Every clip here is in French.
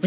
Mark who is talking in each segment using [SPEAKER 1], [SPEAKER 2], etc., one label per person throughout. [SPEAKER 1] Vous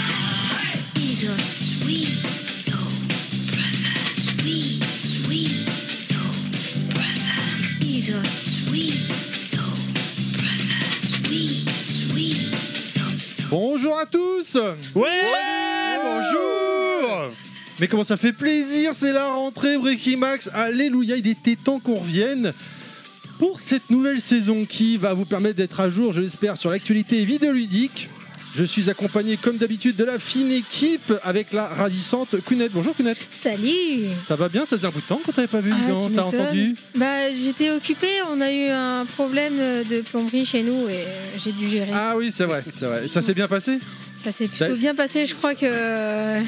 [SPEAKER 2] Your sweet soul, brother. Sweet, sweet soul, brother. He's a sweet soul, brother. Sweet, sweet soul, soul.
[SPEAKER 3] Bonjour à tous
[SPEAKER 4] Ouais,
[SPEAKER 3] Bonjour Mais comment ça fait plaisir, c'est la rentrée Breaking Max Alléluia, il était temps qu'on revienne pour cette nouvelle saison qui va vous permettre d'être à jour, je l'espère, sur l'actualité vidéoludique. Je suis accompagné comme d'habitude de la fine équipe avec la ravissante Kounette. Bonjour Kounette
[SPEAKER 5] Salut
[SPEAKER 3] Ça va bien Ça faisait un bout de temps qu'on t'avait pas vu,
[SPEAKER 5] Ah,
[SPEAKER 3] dis
[SPEAKER 5] tu
[SPEAKER 3] donc, t'as
[SPEAKER 5] m'étonnes.
[SPEAKER 3] entendu
[SPEAKER 5] Bah j'étais occupée, on a eu un problème de plomberie chez nous et j'ai dû gérer.
[SPEAKER 3] Ah oui, c'est vrai, c'est vrai. Ça s'est bien passé
[SPEAKER 5] Ça s'est
[SPEAKER 3] T'as-
[SPEAKER 5] plutôt bien passé, je crois que...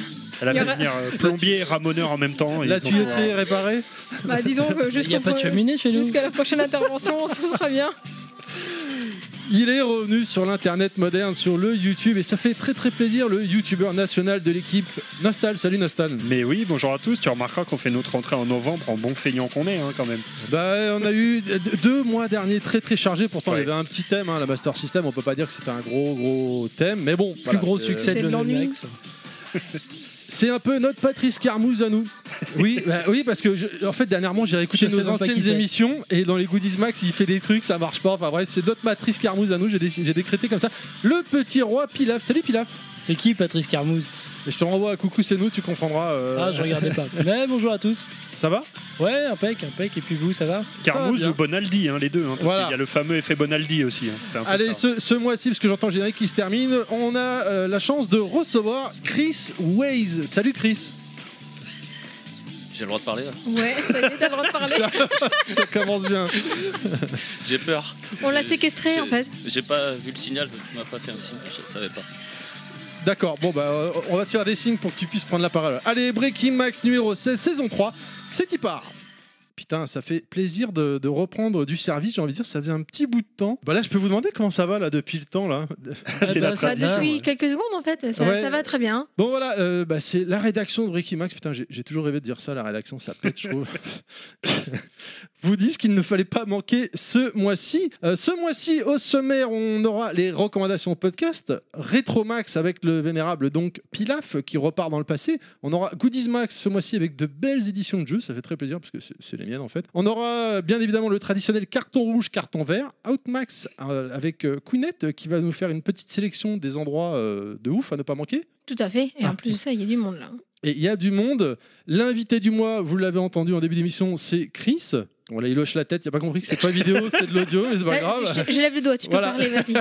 [SPEAKER 4] Elle a
[SPEAKER 5] Il y
[SPEAKER 4] fait
[SPEAKER 5] aura-
[SPEAKER 4] venir euh, plombier et ramoneur en même temps. et
[SPEAKER 3] La
[SPEAKER 4] ils ont-
[SPEAKER 3] tuyauterie est réparée
[SPEAKER 5] Bah disons que
[SPEAKER 6] Il n'y
[SPEAKER 5] jusqu'au
[SPEAKER 6] a pas de
[SPEAKER 5] pro-
[SPEAKER 6] cheminée chez nous.
[SPEAKER 5] jusqu'à la prochaine intervention, ça sera bien.
[SPEAKER 3] Il est revenu sur l'internet moderne, sur le YouTube, et ça fait très très plaisir. Le youtubeur national de l'équipe, Nostal. Salut Nostal.
[SPEAKER 4] Mais oui, bonjour à tous. Tu remarqueras qu'on fait notre entrée en novembre en bon feignant qu'on est, hein, quand même.
[SPEAKER 3] Bah, on a eu d- deux mois derniers très très chargés. Pourtant,
[SPEAKER 4] Ouais.
[SPEAKER 3] il y avait un petit thème, hein, la Master System. On peut pas dire que c'était un gros gros thème, mais bon,
[SPEAKER 4] Voilà,
[SPEAKER 6] Plus gros
[SPEAKER 4] c'est- euh,
[SPEAKER 6] succès
[SPEAKER 5] C'était
[SPEAKER 6] de
[SPEAKER 5] de l'ennui.
[SPEAKER 6] l'Olympiax.
[SPEAKER 3] c'est un peu notre Patrice Carmouze à nous. Oui, bah oui, parce que je- en fait dernièrement j'ai réécouté
[SPEAKER 6] Je sais
[SPEAKER 3] nos
[SPEAKER 6] même pas qui
[SPEAKER 3] anciennes
[SPEAKER 6] c'est.
[SPEAKER 3] émissions et dans les Goodies Max il fait des trucs, ça marche pas. Enfin bref, c'est notre Patrice Carmouze à nous. J'ai dé- j'ai décrété comme ça le petit roi Pilaf. Salut Pilaf.
[SPEAKER 6] C'est qui Patrice Carmouze
[SPEAKER 3] Et je te renvoie à coucou c'est nous, tu comprendras. euh,
[SPEAKER 6] Ah, je regardais pas. Mais bonjour à tous.
[SPEAKER 3] Ça va?
[SPEAKER 6] Ouais, impec, impec. Et puis vous, ça va
[SPEAKER 4] Carmouze
[SPEAKER 3] bien.
[SPEAKER 4] ou Bonaldi, hein, les deux. hein, parce
[SPEAKER 3] Voilà.
[SPEAKER 4] qu'il y a le fameux effet Bonaldi aussi. hein, c'est un peu
[SPEAKER 3] Allez,
[SPEAKER 4] ça.
[SPEAKER 3] ce, ce mois-ci, parce que j'entends le générique qui se termine, on a euh, la chance de recevoir Chris Waze. Salut Chris.
[SPEAKER 7] J'ai le droit de parler là
[SPEAKER 5] Ouais, ça y est, t'as le droit de parler.
[SPEAKER 3] Ça commence bien.
[SPEAKER 7] J'ai peur.
[SPEAKER 5] On l'a séquestré
[SPEAKER 7] J'ai-
[SPEAKER 5] en fait.
[SPEAKER 7] J'ai pas vu le signal, tu m'as pas fait un signe, je savais pas.
[SPEAKER 3] D'accord, bon bah euh, on va te faire des signes pour que tu puisses prendre la parole. Allez, Breaking Max numéro 16, saison 3, c'est y part. Putain, ça fait plaisir de, de reprendre du service, j'ai envie de dire, ça faisait un petit bout de temps. Bah là, je peux vous demander comment ça va là depuis le temps là
[SPEAKER 4] c'est
[SPEAKER 6] bah,
[SPEAKER 4] la
[SPEAKER 6] ça
[SPEAKER 5] Bah,
[SPEAKER 4] tradition.
[SPEAKER 6] dit
[SPEAKER 5] depuis quelques secondes en fait, ça,
[SPEAKER 3] Ouais.
[SPEAKER 5] ça va très bien.
[SPEAKER 3] Bon voilà, euh, bah, c'est la rédaction de Ricky Max. Putain, j'ai j'ai toujours rêvé de dire ça, la rédaction, ça pète, je trouve. Vous disent qu'il ne fallait pas manquer ce mois-ci. Euh, ce mois-ci, au sommaire, on aura les recommandations podcast. Max avec le vénérable donc Pilaf qui repart dans le passé. On aura Goodies Max ce mois-ci avec de belles éditions de jeux, ça fait très plaisir parce que c'est- c'est les miennes en fait. On aura euh, bien évidemment le traditionnel carton rouge, carton vert. Outmax euh, avec euh, Queenette euh, qui va nous faire une petite sélection des endroits euh, de ouf à ne pas manquer.
[SPEAKER 5] Tout à fait, et
[SPEAKER 3] Ah.
[SPEAKER 5] en plus de ça, il y a du monde là.
[SPEAKER 3] Et il y a du monde. L'invité du mois, vous l'avez entendu en début d'émission, c'est Chris. Voilà, il hoche la tête, il n'a pas compris que c'est pas vidéo, c'est de l'audio, mais c'est pas
[SPEAKER 5] Bah,
[SPEAKER 3] grave.
[SPEAKER 5] je, je lève le doigt, tu peux
[SPEAKER 3] Voilà.
[SPEAKER 5] parler, vas-y.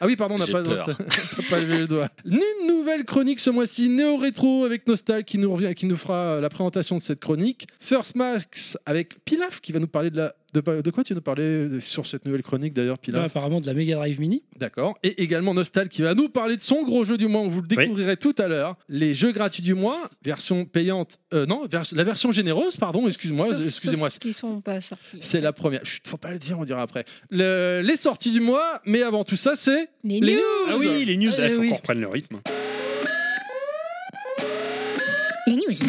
[SPEAKER 3] Ah oui, pardon, on n'a
[SPEAKER 7] J'ai
[SPEAKER 3] pas,
[SPEAKER 7] peur.
[SPEAKER 3] t'as pas levé le doigt. Une nouvelle chronique ce mois-ci, néo-rétro avec Nostal qui nous, revient, qui nous fera la présentation de cette chronique. First Max avec Pilaf qui va nous parler de la. De, pa- de quoi tu nous parlais sur cette nouvelle chronique d'ailleurs,
[SPEAKER 6] Bah,
[SPEAKER 3] Pilaf
[SPEAKER 6] apparemment de la Mega Drive Mini.
[SPEAKER 3] D'accord. Et également Nostal qui va nous parler de son gros jeu du mois. Vous le découvrirez tout à l'heure. Les jeux gratuits du mois, version payante. euh, non, vers- la version généreuse, pardon, excuse-moi.
[SPEAKER 5] Sauf-
[SPEAKER 3] Excusez-moi.
[SPEAKER 5] sauf qu'ils sont pas sortis.
[SPEAKER 3] C'est la première. Chut, faut pas le dire, on dira après. Le- les sorties du mois, mais avant tout ça, c'est.
[SPEAKER 5] Les
[SPEAKER 3] Les
[SPEAKER 5] news.
[SPEAKER 4] Ah oui, les news, il
[SPEAKER 6] Ah,
[SPEAKER 4] faut
[SPEAKER 6] oui.
[SPEAKER 4] qu'on reprenne le rythme.
[SPEAKER 1] Les news.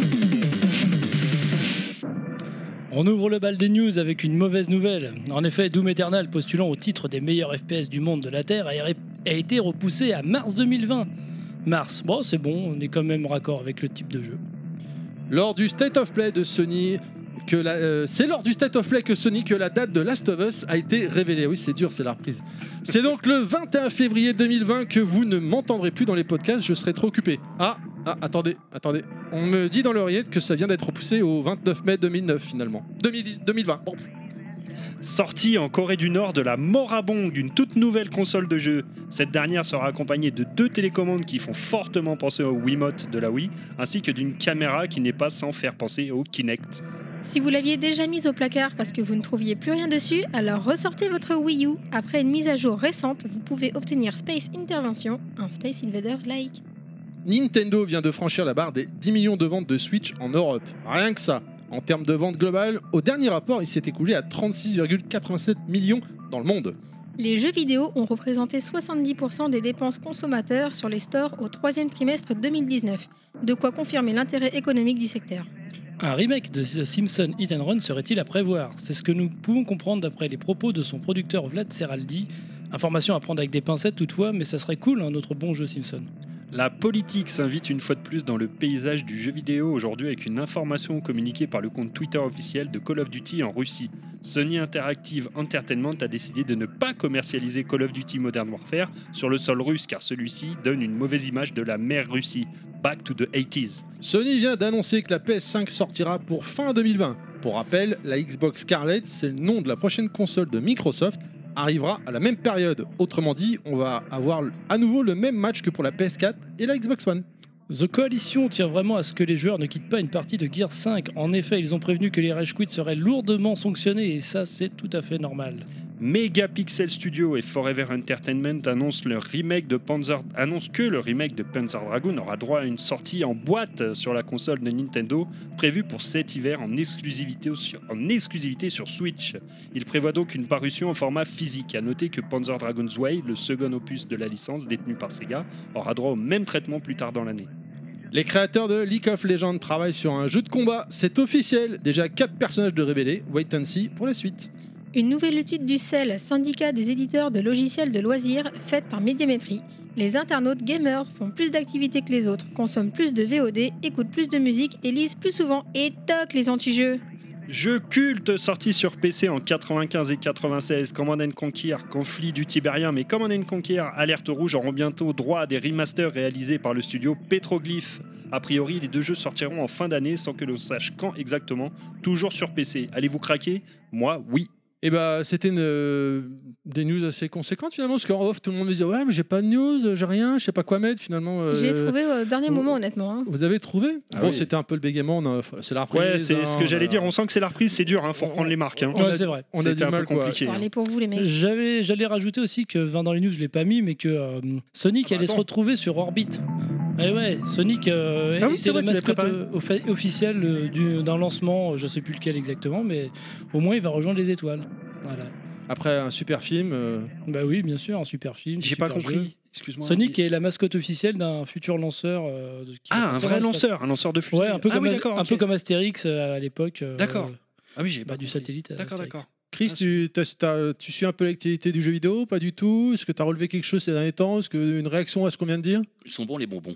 [SPEAKER 6] On ouvre le bal des news avec une mauvaise nouvelle. En effet, Doom Eternal, postulant au titre des meilleurs FPS du monde de la Terre, a, a été repoussé à mars 2020. Mars, bon, c'est bon, on est quand même raccord avec le type de jeu.
[SPEAKER 3] Lors du State of Play de Sony. Que la- euh, c'est lors du State of Play que Sony que la date de Last of Us a été révélée. Oui, c'est dur, c'est la reprise. C'est donc le 21 février 2020 que vous ne m'entendrez plus dans les podcasts, je serai trop occupé. Ah, ah, attendez, attendez. On me dit dans l'oreillette que ça vient d'être repoussé au 29 mai 2009 finalement. 2010, 2020. Bon.
[SPEAKER 4] Sortie en Corée du Nord de la Morabong, une toute nouvelle console de jeu. Cette dernière sera accompagnée de deux télécommandes qui font fortement penser au Wiimote de la Wii, ainsi que d'une caméra qui n'est pas sans faire penser au Kinect.
[SPEAKER 5] Si vous l'aviez déjà mise au placard parce que vous ne trouviez plus rien dessus, alors ressortez votre Wii U. Après une mise à jour récente, vous pouvez obtenir Space Intervention, un Space Invaders like.
[SPEAKER 3] Nintendo vient de franchir la barre des 10 millions de ventes de Switch en Europe. Rien que ça. En termes de ventes globales, au dernier rapport, il s'est écoulé à 36,87 millions dans le monde.
[SPEAKER 5] Les jeux vidéo ont représenté 70% des dépenses consommateurs sur les stores au troisième trimestre 2019, de quoi confirmer l'intérêt économique du secteur.
[SPEAKER 6] Un remake de The Simpson Hit and Run serait-il à prévoir C'est ce que nous pouvons comprendre d'après les propos de son producteur Vlad Seraldi. Information à prendre avec des pincettes toutefois, mais ça serait cool un autre bon jeu Simpson.
[SPEAKER 4] La politique s'invite une fois de plus dans le paysage du jeu vidéo aujourd'hui avec une information communiquée par le compte Twitter officiel de Call of Duty en Russie. Sony Interactive Entertainment a décidé de ne pas commercialiser Call of Duty Modern Warfare sur le sol russe car celui-ci donne une mauvaise image de la mère Russie. Back to the 80s.
[SPEAKER 3] Sony vient d'annoncer que la PS5 sortira pour fin 2020. Pour rappel, la Xbox Scarlett, c'est le nom de la prochaine console de Microsoft, arrivera à la même période. Autrement dit, on va avoir à nouveau le même match que pour la PS4 et la Xbox One.
[SPEAKER 6] The Coalition tient vraiment à ce que les joueurs ne quittent pas une partie de Gears 5. En effet, ils ont prévenu que les rage quits seraient lourdement sanctionnés et ça, c'est tout à fait normal.
[SPEAKER 4] Megapixel Studio et Forever Entertainment annoncent, leur remake de Panzer, annoncent que le remake de Panzer Dragoon aura droit à une sortie en boîte sur la console de Nintendo, prévue pour cet hiver en exclusivité, au- sur, en exclusivité sur Switch. Il prévoit donc une parution en format physique. À noter que Panzer Dragoon's Way, le second opus de la licence détenu par Sega, aura droit au même traitement plus tard dans l'année.
[SPEAKER 3] Les créateurs de League of Legends travaillent sur un jeu de combat, c'est officiel. Déjà 4 personnages de révélés, wait and see pour la suite.
[SPEAKER 5] Une nouvelle étude du CEL, syndicat des éditeurs de logiciels de loisirs, faite par Médiamétrie. Les internautes gamers font plus d'activités que les autres, consomment plus de VOD, écoutent plus de musique et lisent plus souvent et toquent les anti-jeux.
[SPEAKER 4] Jeu culte sorti sur PC en 95 et 96, Command and Conquer, Conflit du Tibérien, mais Command and Conquer, Alerte Rouge auront bientôt droit à des remasters réalisés par le studio Petroglyph. A priori, les deux jeux sortiront en fin d'année sans que l'on sache quand exactement, toujours sur PC. Allez-vous craquer Moi, oui.
[SPEAKER 3] Et bah, c'était une, euh, des news assez conséquentes finalement, parce qu'en off, tout le monde me disait Ouais, mais j'ai pas de news, euh, j'ai rien, je sais pas quoi mettre finalement. euh,
[SPEAKER 5] J'ai trouvé au dernier
[SPEAKER 3] on-
[SPEAKER 5] moment, honnêtement. hein.
[SPEAKER 3] Vous avez trouvé
[SPEAKER 4] Ah
[SPEAKER 3] Bon,
[SPEAKER 4] oui.
[SPEAKER 3] c'était un peu le bégaiement, on a- c'est la reprise.
[SPEAKER 4] Ouais, c'est ce
[SPEAKER 3] hein,
[SPEAKER 4] que j'allais
[SPEAKER 3] voilà.
[SPEAKER 4] dire. On sent que c'est la reprise, c'est dur, hein, faut reprendre les marques. hein.
[SPEAKER 3] On
[SPEAKER 6] Ouais,
[SPEAKER 3] a-
[SPEAKER 6] c'est vrai.
[SPEAKER 3] On a
[SPEAKER 4] C'était
[SPEAKER 3] du
[SPEAKER 4] un peu
[SPEAKER 3] mal, quoi.
[SPEAKER 4] compliqué. hein.
[SPEAKER 5] Parlez pour vous, les mecs.
[SPEAKER 6] J'avais, j'allais rajouter aussi que enfin, dans les news, je l'ai pas mis, mais que euh, Sonic
[SPEAKER 4] Ah bah
[SPEAKER 6] allait se
[SPEAKER 4] attends.
[SPEAKER 6] retrouver sur Orbit. Eh ouais, Sonic euh,
[SPEAKER 4] Ah oui,
[SPEAKER 6] était
[SPEAKER 4] c'est vrai, tu
[SPEAKER 6] la
[SPEAKER 4] l'as
[SPEAKER 6] mascotte
[SPEAKER 4] préparé.
[SPEAKER 6] euh, offa- officielle euh, du- d'un lancement, euh, je sais plus lequel exactement, mais au moins il va rejoindre les étoiles. Voilà.
[SPEAKER 3] Après un super film, euh,
[SPEAKER 6] Bah oui, bien sûr, un super film.
[SPEAKER 4] J'ai
[SPEAKER 6] super
[SPEAKER 4] pas
[SPEAKER 6] jeu.
[SPEAKER 4] compris. Excuse-moi.
[SPEAKER 6] Sonic est la mascotte officielle d'un futur lanceur. euh, de- qui
[SPEAKER 4] Ah, un
[SPEAKER 6] partira
[SPEAKER 4] vrai
[SPEAKER 6] dans l'espace.
[SPEAKER 4] lanceur, un lanceur de fusil.
[SPEAKER 6] Ouais, un peu
[SPEAKER 4] Ah
[SPEAKER 6] comme,
[SPEAKER 4] oui,
[SPEAKER 6] un
[SPEAKER 4] d'accord, ok.
[SPEAKER 6] peu comme Astérix euh, à l'époque. euh,
[SPEAKER 4] D'accord. Ah oui, j'ai
[SPEAKER 6] bah,
[SPEAKER 4] pas
[SPEAKER 6] du
[SPEAKER 4] compris.
[SPEAKER 6] satellite à
[SPEAKER 4] D'accord,
[SPEAKER 6] Astérix.
[SPEAKER 4] d'accord.
[SPEAKER 3] Chris,
[SPEAKER 4] Ah,
[SPEAKER 3] tu, t'as- t'as- tu suis un peu l'actualité du jeu vidéo Pas du tout Est-ce que tu as relevé quelque chose ces derniers temps Est-ce que une réaction à ce qu'on vient de dire
[SPEAKER 7] Ils sont bons les bonbons.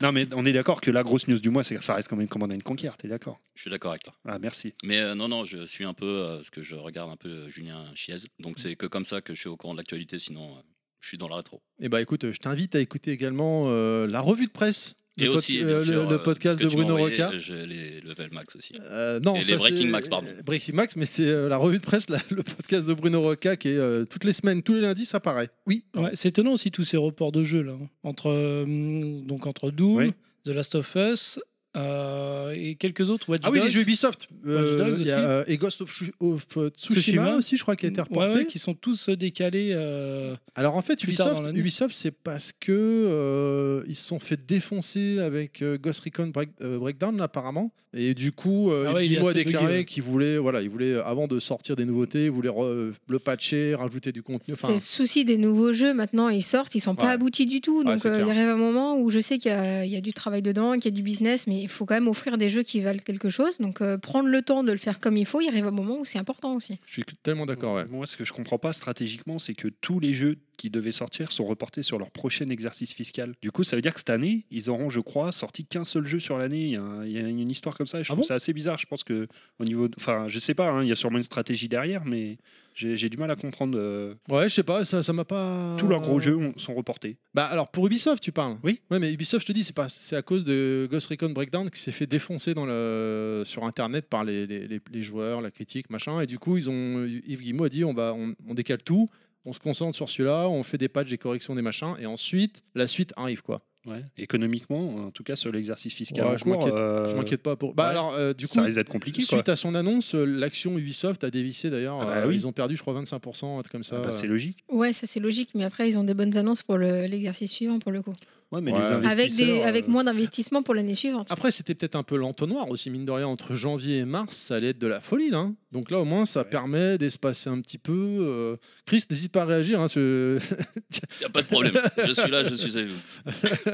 [SPEAKER 4] Non, mais on est d'accord que la grosse news du mois, c'est que ça reste quand même Command and Conquer, t'es d'accord
[SPEAKER 7] Je suis d'accord avec toi.
[SPEAKER 4] Ah, merci.
[SPEAKER 7] Mais euh, non, non, je suis un peu. euh, parce que je regarde un peu euh, Julien Chiez. Donc c'est que comme ça que je suis au courant de l'actualité. Sinon, euh, je suis dans la rétro.
[SPEAKER 3] Eh bah écoute, je t'invite à écouter également euh, la revue de presse.
[SPEAKER 7] Et
[SPEAKER 3] le pod-
[SPEAKER 7] aussi,
[SPEAKER 3] euh,
[SPEAKER 7] bien
[SPEAKER 3] le-
[SPEAKER 7] sûr,
[SPEAKER 3] le,
[SPEAKER 7] euh,
[SPEAKER 3] podcast
[SPEAKER 7] ce que
[SPEAKER 3] de
[SPEAKER 7] tu m'as
[SPEAKER 3] Bruno
[SPEAKER 7] envoyé,
[SPEAKER 3] Roca.
[SPEAKER 7] euh, J'ai les level max aussi.
[SPEAKER 3] Euh, non,
[SPEAKER 7] Et
[SPEAKER 3] ça,
[SPEAKER 7] les Breaking
[SPEAKER 3] c'est-
[SPEAKER 7] Max, pardon.
[SPEAKER 3] euh, Breaking Max, mais c'est euh, la revue de presse, la- le podcast de Bruno Roca qui est euh, toutes les semaines, tous les lundis, ça paraît. Oui.
[SPEAKER 6] Ouais, c'est étonnant aussi tous ces reports de jeux là. hein. Entre, euh, donc entre Doom,
[SPEAKER 4] Oui.
[SPEAKER 6] The Last of Us euh, et quelques autres. Watch
[SPEAKER 3] Ah oui,
[SPEAKER 6] Dogs,
[SPEAKER 3] les jeux Ubisoft. Euh,
[SPEAKER 6] Dogs
[SPEAKER 3] il y a,
[SPEAKER 6] aussi.
[SPEAKER 3] euh, et Ghost of, Shu- of, euh, Tsushima,
[SPEAKER 6] Tsushima.
[SPEAKER 3] aussi, je crois, qui a été reporté.
[SPEAKER 6] ouais, ouais, qui sont tous euh, décalés. euh,
[SPEAKER 3] Alors en fait,
[SPEAKER 6] Plus tard dans
[SPEAKER 3] Ubisoft,
[SPEAKER 6] l'année.
[SPEAKER 3] Ubisoft c'est parce que euh, ils se sont fait défoncer avec euh, Ghost Recon Break- euh, Breakdown là, apparemment, et du coup, euh,
[SPEAKER 6] Ah ouais, il est
[SPEAKER 3] Gizmo a
[SPEAKER 6] assez
[SPEAKER 3] déclaré
[SPEAKER 6] bugué, ouais.
[SPEAKER 3] qu'il voulait, voilà, il voulait euh, avant de sortir des nouveautés, il voulait re- le patcher, rajouter du contenu.
[SPEAKER 5] C'est
[SPEAKER 3] Enfin,
[SPEAKER 5] le souci des nouveaux jeux maintenant, ils sortent, ils sont pas
[SPEAKER 3] Ouais.
[SPEAKER 5] aboutis du tout.
[SPEAKER 3] Ouais,
[SPEAKER 5] Donc
[SPEAKER 3] c'est
[SPEAKER 5] euh, il
[SPEAKER 3] clair.
[SPEAKER 5] arrive un moment où je sais qu'il y, a- il y a du travail dedans, qu'il y a du business, mais il faut quand même offrir des jeux qui valent quelque chose. Donc euh, prendre le temps de le faire comme il faut, il arrive un moment où c'est important aussi.
[SPEAKER 3] je suis tellement d'accord. ouais.
[SPEAKER 4] Moi, ce que je comprends pas stratégiquement, c'est que tous les jeux qui devaient sortir sont reportés sur leur prochain exercice fiscal. Du coup, ça veut dire que cette année, ils auront, je crois, sorti qu'un seul jeu sur l'année. Il y, a un- il y a une histoire comme ça. et Je
[SPEAKER 3] Ah
[SPEAKER 4] trouve
[SPEAKER 3] bon
[SPEAKER 4] ça assez bizarre. Je pense que au niveau, de- enfin, je sais pas. hein, il y a sûrement une stratégie derrière, mais j'ai j'ai du mal à comprendre. euh,
[SPEAKER 3] Ouais, je sais pas, ça, ça m'a pas.
[SPEAKER 4] Tous leurs gros jeux ont- sont reportés.
[SPEAKER 3] Bah alors pour Ubisoft, tu parles.
[SPEAKER 4] Oui.
[SPEAKER 3] Ouais, mais Ubisoft, je te dis, c'est pas, c'est à cause de Ghost Recon Breakdown qui s'est fait défoncer dans le, sur Internet par les, les- les- les joueurs, la critique, machin. Et du coup, ils ont, Yves Guillemot a dit, on va, on, on décale tout, on se concentre sur celui-là, on fait des patchs, des corrections, des machins, et ensuite la suite arrive quoi.
[SPEAKER 4] Ouais. Économiquement, en tout cas sur l'exercice fiscal.
[SPEAKER 3] Ouais,
[SPEAKER 4] en
[SPEAKER 3] je
[SPEAKER 4] cours,
[SPEAKER 3] m'inquiète-
[SPEAKER 4] euh,
[SPEAKER 3] Je m'inquiète pas pour. Bah
[SPEAKER 4] ouais.
[SPEAKER 3] alors, euh, du coup,
[SPEAKER 4] ça risque d'être compliqué. quoi.
[SPEAKER 3] suite à son annonce, euh, l'action Ubisoft a dévissé d'ailleurs.
[SPEAKER 4] Ah bah
[SPEAKER 3] Euh,
[SPEAKER 4] oui.
[SPEAKER 3] Ils ont perdu, je crois, 25%, un truc comme ça.
[SPEAKER 4] Ah bah, c'est logique.
[SPEAKER 5] Ouais, ça c'est logique, mais après ils ont des bonnes annonces pour le- l'exercice suivant pour le coup.
[SPEAKER 4] Ouais, mais
[SPEAKER 3] Ouais.
[SPEAKER 4] les investisseurs.
[SPEAKER 5] Avec, des, avec
[SPEAKER 4] euh,
[SPEAKER 5] moins d'investissement pour l'année suivante.
[SPEAKER 3] Après, c'était peut-être un peu l'entonnoir aussi, mine de rien, entre janvier et mars, ça allait être de la folie. Là, hein. Donc là, au moins, ça
[SPEAKER 4] Ouais.
[SPEAKER 3] permet d'espacer un petit peu. euh. Chris, n'hésite pas à réagir. hein, ce-
[SPEAKER 7] Il n'y a pas de problème. je suis là, je suis avec vous.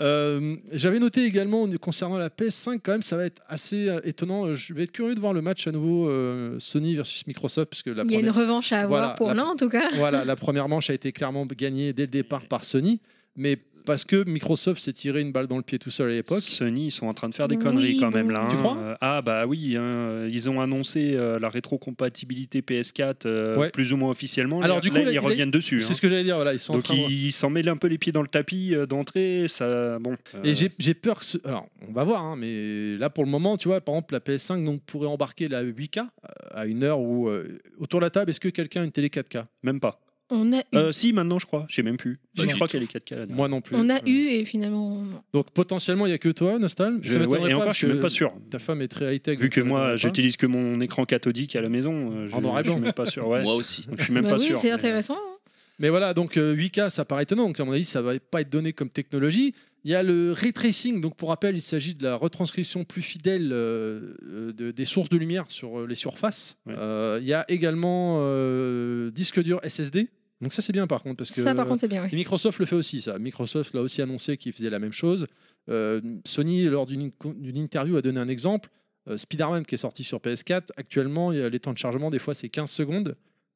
[SPEAKER 3] Euh, J'avais noté également concernant la PS5, quand même, ça va être assez euh, étonnant. Euh, Je vais être curieux de voir le match à nouveau euh, Sony versus Microsoft, parce que la
[SPEAKER 5] Il y a une
[SPEAKER 3] première-
[SPEAKER 5] revanche à avoir
[SPEAKER 3] Voilà,
[SPEAKER 5] pour
[SPEAKER 3] la-
[SPEAKER 5] l'un en tout cas.
[SPEAKER 3] voilà, la première manche a été clairement gagnée dès le départ par Sony, mais parce que Microsoft s'est tiré une balle dans le pied tout seul à l'époque.
[SPEAKER 4] Sony, ils sont en train de faire des
[SPEAKER 5] Oui,
[SPEAKER 4] conneries quand même
[SPEAKER 5] bon.
[SPEAKER 4] là.
[SPEAKER 3] Tu
[SPEAKER 4] hein.
[SPEAKER 3] crois
[SPEAKER 4] Euh, Ah bah oui, hein, ils ont annoncé euh, la rétrocompatibilité PS4 euh,
[SPEAKER 3] Ouais.
[SPEAKER 4] plus ou moins officiellement.
[SPEAKER 3] Alors,
[SPEAKER 4] Là,
[SPEAKER 3] du coup,
[SPEAKER 4] là,
[SPEAKER 3] là,
[SPEAKER 4] ils
[SPEAKER 3] il est-
[SPEAKER 4] reviennent dessus. hein.
[SPEAKER 3] C'est ce que j'allais dire. Voilà, ils sont en
[SPEAKER 4] Donc
[SPEAKER 3] train de-
[SPEAKER 4] ils s'en mêlent un peu les pieds dans le tapis euh, d'entrée. Ça, bon.
[SPEAKER 3] Et
[SPEAKER 4] euh,
[SPEAKER 3] j'ai j'ai peur que. ce- Alors, on va voir, hein, mais là pour le moment, tu vois, par exemple, la PS5 donc, pourrait embarquer la 8K euh, à une heure où. euh, autour de la table, est-ce que quelqu'un a une télé 4K
[SPEAKER 4] même pas.
[SPEAKER 5] On a eu,
[SPEAKER 4] Euh, si maintenant je crois, je sais même plus.
[SPEAKER 7] Pas
[SPEAKER 4] je
[SPEAKER 7] du
[SPEAKER 4] crois
[SPEAKER 7] tout.
[SPEAKER 4] qu'elle est 4K là.
[SPEAKER 3] Moi non plus.
[SPEAKER 5] on a
[SPEAKER 3] Euh,
[SPEAKER 5] eu et finalement. non.
[SPEAKER 3] Donc potentiellement, il n'y a que toi, Nostal.
[SPEAKER 4] Je, ouais,
[SPEAKER 3] m'étonnerait
[SPEAKER 4] et encore,
[SPEAKER 3] parce
[SPEAKER 4] je suis
[SPEAKER 3] que
[SPEAKER 4] même pas sûr.
[SPEAKER 3] Ta femme est très high-tech.
[SPEAKER 4] Vu
[SPEAKER 3] donc
[SPEAKER 4] que
[SPEAKER 3] ça m'étonnerait
[SPEAKER 4] moi,
[SPEAKER 3] pas.
[SPEAKER 4] j'utilise que mon écran cathodique à la maison, euh, je,
[SPEAKER 3] En noir et
[SPEAKER 4] je suis
[SPEAKER 3] blanc.
[SPEAKER 4] même pas sûr. Ouais.
[SPEAKER 7] Moi aussi.
[SPEAKER 4] Donc, je suis même
[SPEAKER 5] Bah
[SPEAKER 4] pas
[SPEAKER 5] oui,
[SPEAKER 4] sûr.
[SPEAKER 5] c'est
[SPEAKER 4] mais-
[SPEAKER 5] intéressant. hein.
[SPEAKER 3] Mais voilà, donc euh, 8K, ça paraît étonnant. Donc, à mon avis, ça va pas être donné comme technologie. Il y a le ray tracing. Donc, pour rappel, il s'agit de la retranscription plus fidèle euh, euh, de- des sources de lumière sur euh, les surfaces.
[SPEAKER 4] Ouais.
[SPEAKER 3] Euh, il y a également euh, disque dur SSD. Donc, ça, c'est bien par contre. Parce que
[SPEAKER 5] Ça par contre c'est bien. oui.
[SPEAKER 3] et Microsoft le fait aussi, ça. Microsoft l'a aussi annoncé qu'il faisait la même chose. Euh, Sony, lors d'une d'une interview, a donné un exemple. Euh, Spider-Man, qui est sorti sur PS4, actuellement, il y a les temps de chargement, des fois, c'est 15 secondes.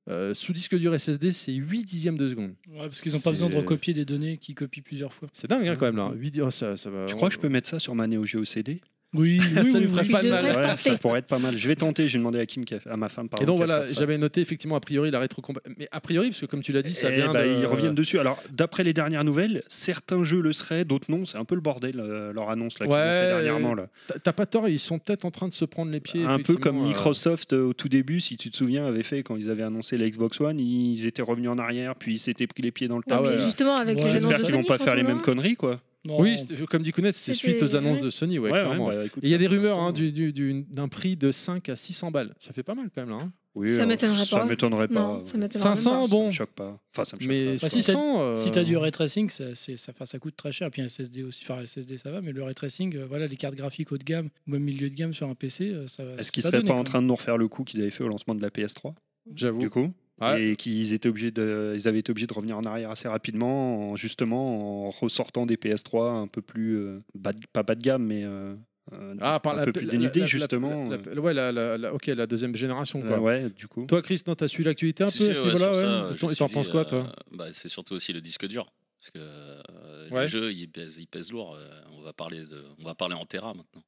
[SPEAKER 3] Euh, sous disque dur SSD, c'est 8 dixièmes de seconde.
[SPEAKER 6] Ouais, parce qu'ils n'ont pas besoin de recopier des données qui copient plusieurs fois.
[SPEAKER 3] C'est dingue, hein, quand même, là.
[SPEAKER 4] Mmh.
[SPEAKER 3] 8 di- oh, ça, ça va...
[SPEAKER 4] Euh, Tu crois que je peux mettre ça sur ma Neo Geo CD
[SPEAKER 6] Oui,
[SPEAKER 3] Ça
[SPEAKER 6] oui,
[SPEAKER 3] lui
[SPEAKER 6] oui,
[SPEAKER 3] ferait
[SPEAKER 6] oui.
[SPEAKER 3] pas de
[SPEAKER 5] Je
[SPEAKER 3] mal.
[SPEAKER 5] devrais
[SPEAKER 4] Ouais,
[SPEAKER 5] tenter.
[SPEAKER 4] Bah, ça pourrait être pas mal. Je vais tenter. J'ai demandé à Kim, qu'elle- à ma femme, pardon.
[SPEAKER 3] Et donc,
[SPEAKER 4] qu'elle
[SPEAKER 3] voilà,
[SPEAKER 4] fasse ça.
[SPEAKER 3] j'avais noté, effectivement, a priori, la rétrocompatibilité. Mais a priori, parce que comme tu l'as dit, ça
[SPEAKER 4] Eh
[SPEAKER 3] vient
[SPEAKER 4] bah,
[SPEAKER 3] de...
[SPEAKER 4] Ils reviennent dessus. Alors, d'après les dernières nouvelles, certains jeux le seraient, d'autres non. C'est un peu le bordel, euh, leur annonce là, qu'ils ont
[SPEAKER 3] Ouais,
[SPEAKER 4] fait dernièrement. Là.
[SPEAKER 3] T'as- T'as pas tort, ils sont peut-être en train de se prendre les pieds.
[SPEAKER 4] Un peu
[SPEAKER 3] effectivement,
[SPEAKER 4] comme
[SPEAKER 3] euh,
[SPEAKER 4] Microsoft euh, au tout début, si tu te souviens, avait fait quand ils avaient annoncé la Xbox One, ils étaient revenus en arrière, puis ils s'étaient pris les pieds dans le
[SPEAKER 5] Non,
[SPEAKER 4] tas.
[SPEAKER 5] mais
[SPEAKER 3] ouais.
[SPEAKER 5] justement avec
[SPEAKER 6] Ouais.
[SPEAKER 5] les annonces
[SPEAKER 4] J'espère
[SPEAKER 5] de
[SPEAKER 4] qu'ils vont
[SPEAKER 5] Sony,
[SPEAKER 4] pas faire les
[SPEAKER 5] surtout,
[SPEAKER 4] mêmes
[SPEAKER 5] hein.
[SPEAKER 4] conneries, quoi.
[SPEAKER 6] Non.
[SPEAKER 3] Oui, c'est- comme dit Kounet, c'est
[SPEAKER 5] C'était-
[SPEAKER 3] suite aux annonces
[SPEAKER 5] ouais.
[SPEAKER 3] de Sony, ouais,
[SPEAKER 4] Ouais, ouais,
[SPEAKER 3] clairement.
[SPEAKER 4] bah, écoute,
[SPEAKER 3] Il y a des
[SPEAKER 4] pour
[SPEAKER 3] rumeurs
[SPEAKER 4] l'instant,
[SPEAKER 3] hein, du- du- du- d'un prix de 5 à 600 balles. Ça fait pas mal quand même là. hein.
[SPEAKER 4] oui,
[SPEAKER 5] Ça
[SPEAKER 4] euh,
[SPEAKER 5] m'étonnerait
[SPEAKER 4] Ça
[SPEAKER 5] pas.
[SPEAKER 4] m'étonnerait pas.
[SPEAKER 5] Non,
[SPEAKER 4] ouais.
[SPEAKER 5] ça m'étonnerait
[SPEAKER 3] 500,
[SPEAKER 5] même
[SPEAKER 4] Ça
[SPEAKER 3] bon.
[SPEAKER 4] me choque pas. Enfin, ça me choque
[SPEAKER 3] Mais
[SPEAKER 4] pas. Bah,
[SPEAKER 6] si
[SPEAKER 3] 600. euh,
[SPEAKER 6] Si t'as du ray tracing, ça, c'est- ça, enfin, ça coûte très cher. Puis un SSD aussi, enfin SSD ça va, mais le ray tracing, euh, voilà, les cartes graphiques haut de gamme, ou même milieu de gamme sur un PC, euh, ça
[SPEAKER 4] Est-ce qu'ils seraient
[SPEAKER 6] donné,
[SPEAKER 4] pas
[SPEAKER 6] quand
[SPEAKER 4] en
[SPEAKER 6] même.
[SPEAKER 4] train de nous refaire le coup qu'ils avaient fait au lancement de la PS3
[SPEAKER 3] J'avoue.
[SPEAKER 4] du coup
[SPEAKER 3] Ouais.
[SPEAKER 4] et qu'ils étaient obligés de, ils avaient été obligés de revenir en arrière assez rapidement, en, justement en ressortant des PS3 un peu plus euh, bas de- pas bas de gamme, mais euh, euh,
[SPEAKER 3] Ah, par
[SPEAKER 4] un
[SPEAKER 3] la,
[SPEAKER 4] peu plus
[SPEAKER 3] la- la-
[SPEAKER 4] dénudé
[SPEAKER 3] la-
[SPEAKER 4] justement.
[SPEAKER 3] la- la- ouais, la, la- la- ok, la deuxième génération.
[SPEAKER 4] Euh,
[SPEAKER 3] Quoi.
[SPEAKER 4] ouais, du coup.
[SPEAKER 3] Toi, Chris, non, t'as suivi l'actualité un
[SPEAKER 7] Si,
[SPEAKER 3] peu
[SPEAKER 7] si,
[SPEAKER 3] à ce
[SPEAKER 7] ouais,
[SPEAKER 3] niveau-là ouais.
[SPEAKER 7] sur ça,
[SPEAKER 3] Et
[SPEAKER 7] je
[SPEAKER 3] t'en- Et
[SPEAKER 7] suis
[SPEAKER 3] t'en
[SPEAKER 7] dit,
[SPEAKER 3] penses quoi, toi
[SPEAKER 7] euh, bah, C'est surtout aussi le disque dur. Parce que euh,
[SPEAKER 3] Ouais.
[SPEAKER 7] le jeu, il pèse, il pèse lourd. euh, on, va parler de, on va parler en Terra maintenant.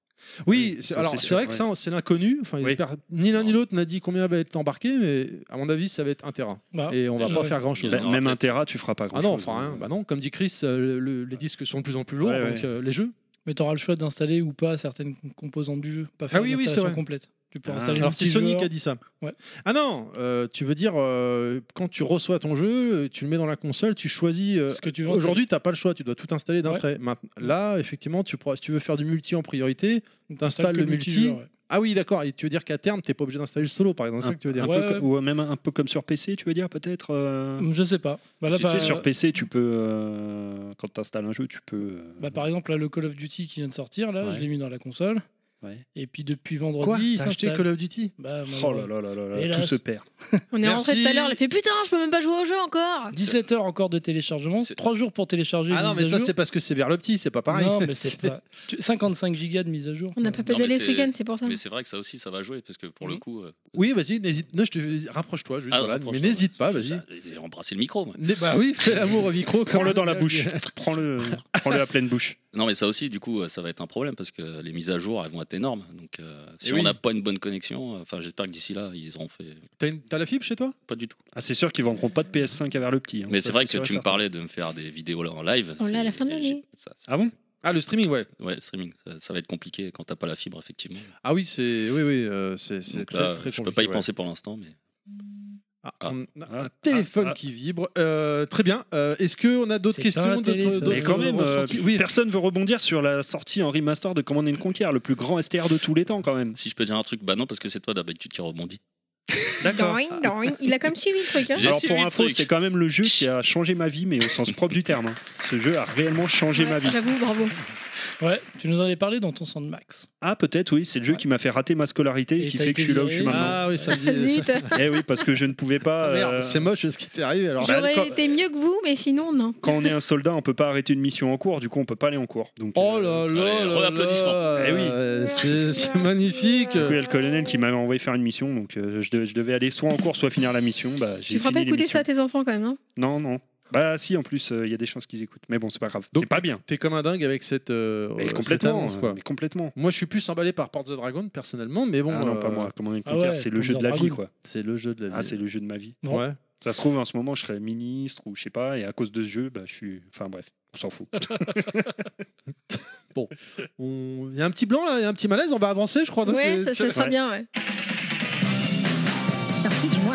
[SPEAKER 3] Oui,
[SPEAKER 4] oui,
[SPEAKER 3] c'est-
[SPEAKER 4] ça,
[SPEAKER 3] alors
[SPEAKER 4] c'est
[SPEAKER 3] c'est
[SPEAKER 4] sûr,
[SPEAKER 3] vrai que
[SPEAKER 4] ouais.
[SPEAKER 3] ça, c'est l'inconnu. Enfin,
[SPEAKER 4] Oui.
[SPEAKER 3] per- Ni l'un ni l'autre n'a dit combien va être embarqué, mais à mon avis, ça va être un terrain.
[SPEAKER 6] Bah,
[SPEAKER 3] Et on va
[SPEAKER 6] déjà,
[SPEAKER 3] pas
[SPEAKER 6] ouais.
[SPEAKER 3] faire grand-chose.
[SPEAKER 7] Ah, Il y en
[SPEAKER 4] Ah. Bah,
[SPEAKER 7] aura
[SPEAKER 4] même un
[SPEAKER 7] peut-être.
[SPEAKER 4] Tera, tu feras pas hein. grand
[SPEAKER 3] Ah non, enfin,
[SPEAKER 7] hein.
[SPEAKER 3] rien. Bah non, comme dit Chris, euh, le- les disques sont de plus en plus lourds,
[SPEAKER 4] Ouais, ouais.
[SPEAKER 3] donc euh, les jeux.
[SPEAKER 6] Mais t'auras le choix d'installer ou pas certaines composantes du jeu, pas
[SPEAKER 3] Ah
[SPEAKER 6] faire
[SPEAKER 3] oui, oui,
[SPEAKER 6] une
[SPEAKER 3] c'est
[SPEAKER 6] installation
[SPEAKER 3] vrai.
[SPEAKER 6] complète. Tu peux
[SPEAKER 4] Ah.
[SPEAKER 6] installer
[SPEAKER 3] Alors c'est Sony qui a dit ça.
[SPEAKER 6] Ouais.
[SPEAKER 3] Ah non, euh, tu veux dire euh, quand tu reçois ton jeu, euh, tu le mets dans la console, tu choisis. euh,
[SPEAKER 6] ce que tu veux.
[SPEAKER 3] Aujourd'hui, t'as pas le choix, tu dois tout installer d'un
[SPEAKER 6] Ouais.
[SPEAKER 3] trait. Maintenant- Là, effectivement, tu pourras, si tu veux faire du multi en priorité.
[SPEAKER 6] Donc,
[SPEAKER 3] t'installes
[SPEAKER 6] t'installes que
[SPEAKER 3] le multi,
[SPEAKER 6] multijoueur, ouais.
[SPEAKER 3] Ah oui, d'accord. Et tu veux dire qu'à terme, t'es pas obligé d'installer le solo, par exemple. C'est ça que tu veux
[SPEAKER 4] Un
[SPEAKER 3] dire.
[SPEAKER 6] Ouais,
[SPEAKER 4] peu
[SPEAKER 6] ouais.
[SPEAKER 4] co- Ou même un peu comme sur PC, tu veux dire peut-être. euh,
[SPEAKER 6] Je sais pas. Bah, là,
[SPEAKER 4] tu
[SPEAKER 6] bah,
[SPEAKER 4] sais, sur PC, tu peux euh, quand tu installes un jeu, tu peux. euh,
[SPEAKER 6] bah, par exemple, là, le Call of Duty qui vient de sortir, là,
[SPEAKER 4] Ouais.
[SPEAKER 6] je l'ai mis dans la console.
[SPEAKER 4] Ouais.
[SPEAKER 6] Et puis depuis vendredi,
[SPEAKER 3] Quoi
[SPEAKER 6] il
[SPEAKER 3] T'as acheté
[SPEAKER 6] s'installe.
[SPEAKER 3] Call of Duty
[SPEAKER 6] Bah,
[SPEAKER 4] Oh
[SPEAKER 6] malheureusement.
[SPEAKER 4] là là là là, là, tout
[SPEAKER 6] Hélas.
[SPEAKER 4] se perd.
[SPEAKER 5] On est rentré
[SPEAKER 3] Merci.
[SPEAKER 5] tout à l'heure, elle a fait putain, je peux même pas jouer au jeu encore.
[SPEAKER 6] 17 heures encore de téléchargement,
[SPEAKER 7] C'est-
[SPEAKER 6] 3 jours pour télécharger.
[SPEAKER 3] Ah
[SPEAKER 6] une
[SPEAKER 3] non,
[SPEAKER 6] mise
[SPEAKER 3] mais
[SPEAKER 6] à
[SPEAKER 3] ça
[SPEAKER 6] jour.
[SPEAKER 3] c'est parce que c'est vers le petit, c'est pas pareil.
[SPEAKER 6] Non, mais c'est pas. tu- 55 gigas de mise à jour.
[SPEAKER 5] On n'a pas
[SPEAKER 7] mais
[SPEAKER 5] pédalé ce
[SPEAKER 7] c'est-
[SPEAKER 5] week-end, c'est pour ça.
[SPEAKER 7] Mais c'est vrai que ça aussi, ça va jouer. Parce que pour le
[SPEAKER 5] Mm.
[SPEAKER 6] Mhm.
[SPEAKER 7] coup. euh,
[SPEAKER 3] Oui, vas-y, n'hésite. Non, je te rapproche-toi juste.
[SPEAKER 7] ah,
[SPEAKER 3] voilà.
[SPEAKER 7] franchement,
[SPEAKER 3] mais n'hésite pas, vas-y.
[SPEAKER 7] ça- J'ai embrassé le micro. moi.
[SPEAKER 3] Né- Bah oui, fais l'amour au micro.
[SPEAKER 4] Prends-le dans la bouche. Prends-le prends à pleine bouche.
[SPEAKER 7] Non, mais ça aussi, du coup, euh, ça va être un problème parce que les mises à jour, elles vont être énormes. Donc, euh, si
[SPEAKER 3] Eh
[SPEAKER 7] on
[SPEAKER 3] oui.
[SPEAKER 7] n'a pas une bonne connexion, euh, enfin, j'espère que d'ici là, ils auront fait
[SPEAKER 3] T'as une- t'as la fibre chez toi
[SPEAKER 7] pas du tout.
[SPEAKER 4] Ah, c'est sûr qu'ils vendront pas de PS5 à vers le petit. hein.
[SPEAKER 7] Mais
[SPEAKER 4] Ça,
[SPEAKER 7] c'est vrai que
[SPEAKER 4] sûr et
[SPEAKER 7] tu me
[SPEAKER 4] certain.
[SPEAKER 7] parlais de me faire des vidéos là en live.
[SPEAKER 5] On l'a
[SPEAKER 7] C'est-
[SPEAKER 5] à la fin de l'année.
[SPEAKER 7] j'ai- ça- ça-
[SPEAKER 4] Ah bon
[SPEAKER 3] Ah, le streaming, ouais.
[SPEAKER 7] Ouais, le streaming, ça, ça va être compliqué quand t'as pas la fibre, effectivement.
[SPEAKER 3] Ah oui, c'est oui oui, euh, c'est c'est
[SPEAKER 7] Donc
[SPEAKER 3] très,
[SPEAKER 7] là,
[SPEAKER 3] très
[SPEAKER 7] je peux pas y
[SPEAKER 3] compliqué, ouais.
[SPEAKER 7] penser pour l'instant, mais
[SPEAKER 3] Ah,
[SPEAKER 7] Ah.
[SPEAKER 3] on a
[SPEAKER 4] Ah.
[SPEAKER 3] un téléphone
[SPEAKER 4] Ah.
[SPEAKER 3] qui vibre. Euh, très bien. Euh, Est-ce qu'on a d'autres
[SPEAKER 6] C'est pas un
[SPEAKER 3] questions d'autres,
[SPEAKER 6] téléphone.
[SPEAKER 3] d'autres
[SPEAKER 4] Mais quand même, euh,
[SPEAKER 3] ressentis Oui,
[SPEAKER 4] personne veut rebondir sur la sortie en remaster de Command and Conquer, le plus grand STR de tous les temps quand même.
[SPEAKER 7] Si je peux dire un truc, bah non, parce que c'est toi d'habitude qui rebondis.
[SPEAKER 5] Doing, doing. Il a comme suivi le truc. Hein.
[SPEAKER 7] J'ai
[SPEAKER 4] Alors
[SPEAKER 7] suivi
[SPEAKER 4] pour
[SPEAKER 7] le
[SPEAKER 4] info,
[SPEAKER 7] truc.
[SPEAKER 4] c'est quand même le jeu qui a changé ma vie, mais au sens propre du terme. hein. Ce jeu a réellement changé
[SPEAKER 5] Ouais,
[SPEAKER 4] ma vie.
[SPEAKER 5] J'avoue, bravo.
[SPEAKER 6] Ouais, tu nous en avais parlé dans ton Sandmax.
[SPEAKER 4] Ah peut-être oui, c'est le jeu qui m'a fait rater ma scolarité et,
[SPEAKER 6] Et
[SPEAKER 4] qui
[SPEAKER 6] t'as
[SPEAKER 4] fait que je
[SPEAKER 6] été
[SPEAKER 4] suis là où je
[SPEAKER 6] viré.
[SPEAKER 4] suis maintenant.
[SPEAKER 3] Ah oui, ça me dit.
[SPEAKER 5] Zut,
[SPEAKER 4] Eh oui, parce que je ne pouvais pas.
[SPEAKER 3] Ah, merde,
[SPEAKER 4] euh,
[SPEAKER 3] c'est moche ce qui t'est arrivé. Alors,
[SPEAKER 4] Bah, quand-
[SPEAKER 5] j'aurais été mieux que vous, mais sinon, non.
[SPEAKER 4] quand on est un soldat, on peut pas arrêter une mission en cours, du coup on peut pas aller en cours. Donc,
[SPEAKER 3] Oh
[SPEAKER 4] euh,
[SPEAKER 3] là là
[SPEAKER 7] Allez,
[SPEAKER 3] là
[SPEAKER 7] re-applaudissements.
[SPEAKER 3] là.
[SPEAKER 4] Eh oui.
[SPEAKER 3] Euh, c'est- C'est magnifique.
[SPEAKER 4] Du coup, il y a le colonel qui m'avait envoyé faire une mission, donc euh, je, devais, je devais aller soit en cours, soit finir la mission. Bah, j'ai
[SPEAKER 5] Tu feras
[SPEAKER 4] fini
[SPEAKER 5] pas écouter
[SPEAKER 4] l'émission.
[SPEAKER 5] ça à tes enfants quand même, non
[SPEAKER 4] Non, non. Bah si, en plus, euh, il y a des chances qu'ils écoutent. Mais bon, c'est pas grave.
[SPEAKER 3] Donc-
[SPEAKER 4] C'est pas bien.
[SPEAKER 3] T'es comme un dingue avec cette, euh,
[SPEAKER 4] Mais
[SPEAKER 3] cette
[SPEAKER 4] complètement.
[SPEAKER 3] annonce, quoi.
[SPEAKER 4] Mais complètement.
[SPEAKER 3] Moi, je suis plus emballé par Port the Dragon personnellement, mais bon,
[SPEAKER 4] ah non,
[SPEAKER 3] euh,
[SPEAKER 4] pas moi. Comment on
[SPEAKER 6] Ah ouais,
[SPEAKER 4] C'est le jeu de la
[SPEAKER 6] Panzer
[SPEAKER 4] vie,
[SPEAKER 6] Dragoon.
[SPEAKER 4] quoi.
[SPEAKER 3] C'est le jeu de la vie.
[SPEAKER 4] Ah, c'est le jeu de ma vie.
[SPEAKER 6] Bon.
[SPEAKER 3] Ouais.
[SPEAKER 4] Ça se trouve, en ce moment, je serais ministre ou je sais pas, et à cause de ce jeu, bah, je suis. Enfin bref, on s'en fout.
[SPEAKER 3] On- Il y a un petit blanc là, il y a un petit malaise. On va avancer, je crois. non,
[SPEAKER 5] Ouais,
[SPEAKER 3] c'est-
[SPEAKER 5] ça, ça
[SPEAKER 3] c'est-
[SPEAKER 5] sera
[SPEAKER 4] ouais.
[SPEAKER 5] bien, ouais.
[SPEAKER 1] Sortie du mois.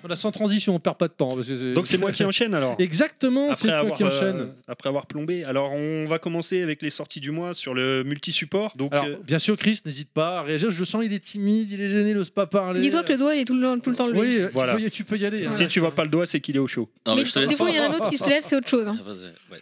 [SPEAKER 3] Voilà, sans transition, on perd pas de temps. parce que
[SPEAKER 4] Donc c'est moi qui enchaîne alors.
[SPEAKER 3] Exactement, c'est toi qui
[SPEAKER 4] euh,
[SPEAKER 3] enchaîne.
[SPEAKER 4] après avoir plombé. Alors on va commencer avec les sorties du mois sur le multi-support. Donc
[SPEAKER 3] Alors,
[SPEAKER 4] euh,
[SPEAKER 3] bien sûr, Chris, n'hésite pas à réagir. Je sens il est timide, il est gêné, il n'ose pas parler.
[SPEAKER 5] Dis-toi que le doigt, il est tout le, temps- tout le temps levé.
[SPEAKER 3] Oui, tu
[SPEAKER 4] Voilà.
[SPEAKER 3] peux y- tu, peux, y aller. hein.
[SPEAKER 4] si tu vois pas le doigt, c'est qu'il est au chaud.
[SPEAKER 7] Non,
[SPEAKER 5] mais
[SPEAKER 7] mais je te laisse.
[SPEAKER 5] des fois, il y en a un autre qui se lève, c'est autre chose. hein.
[SPEAKER 7] Ah, vas-y, ouais.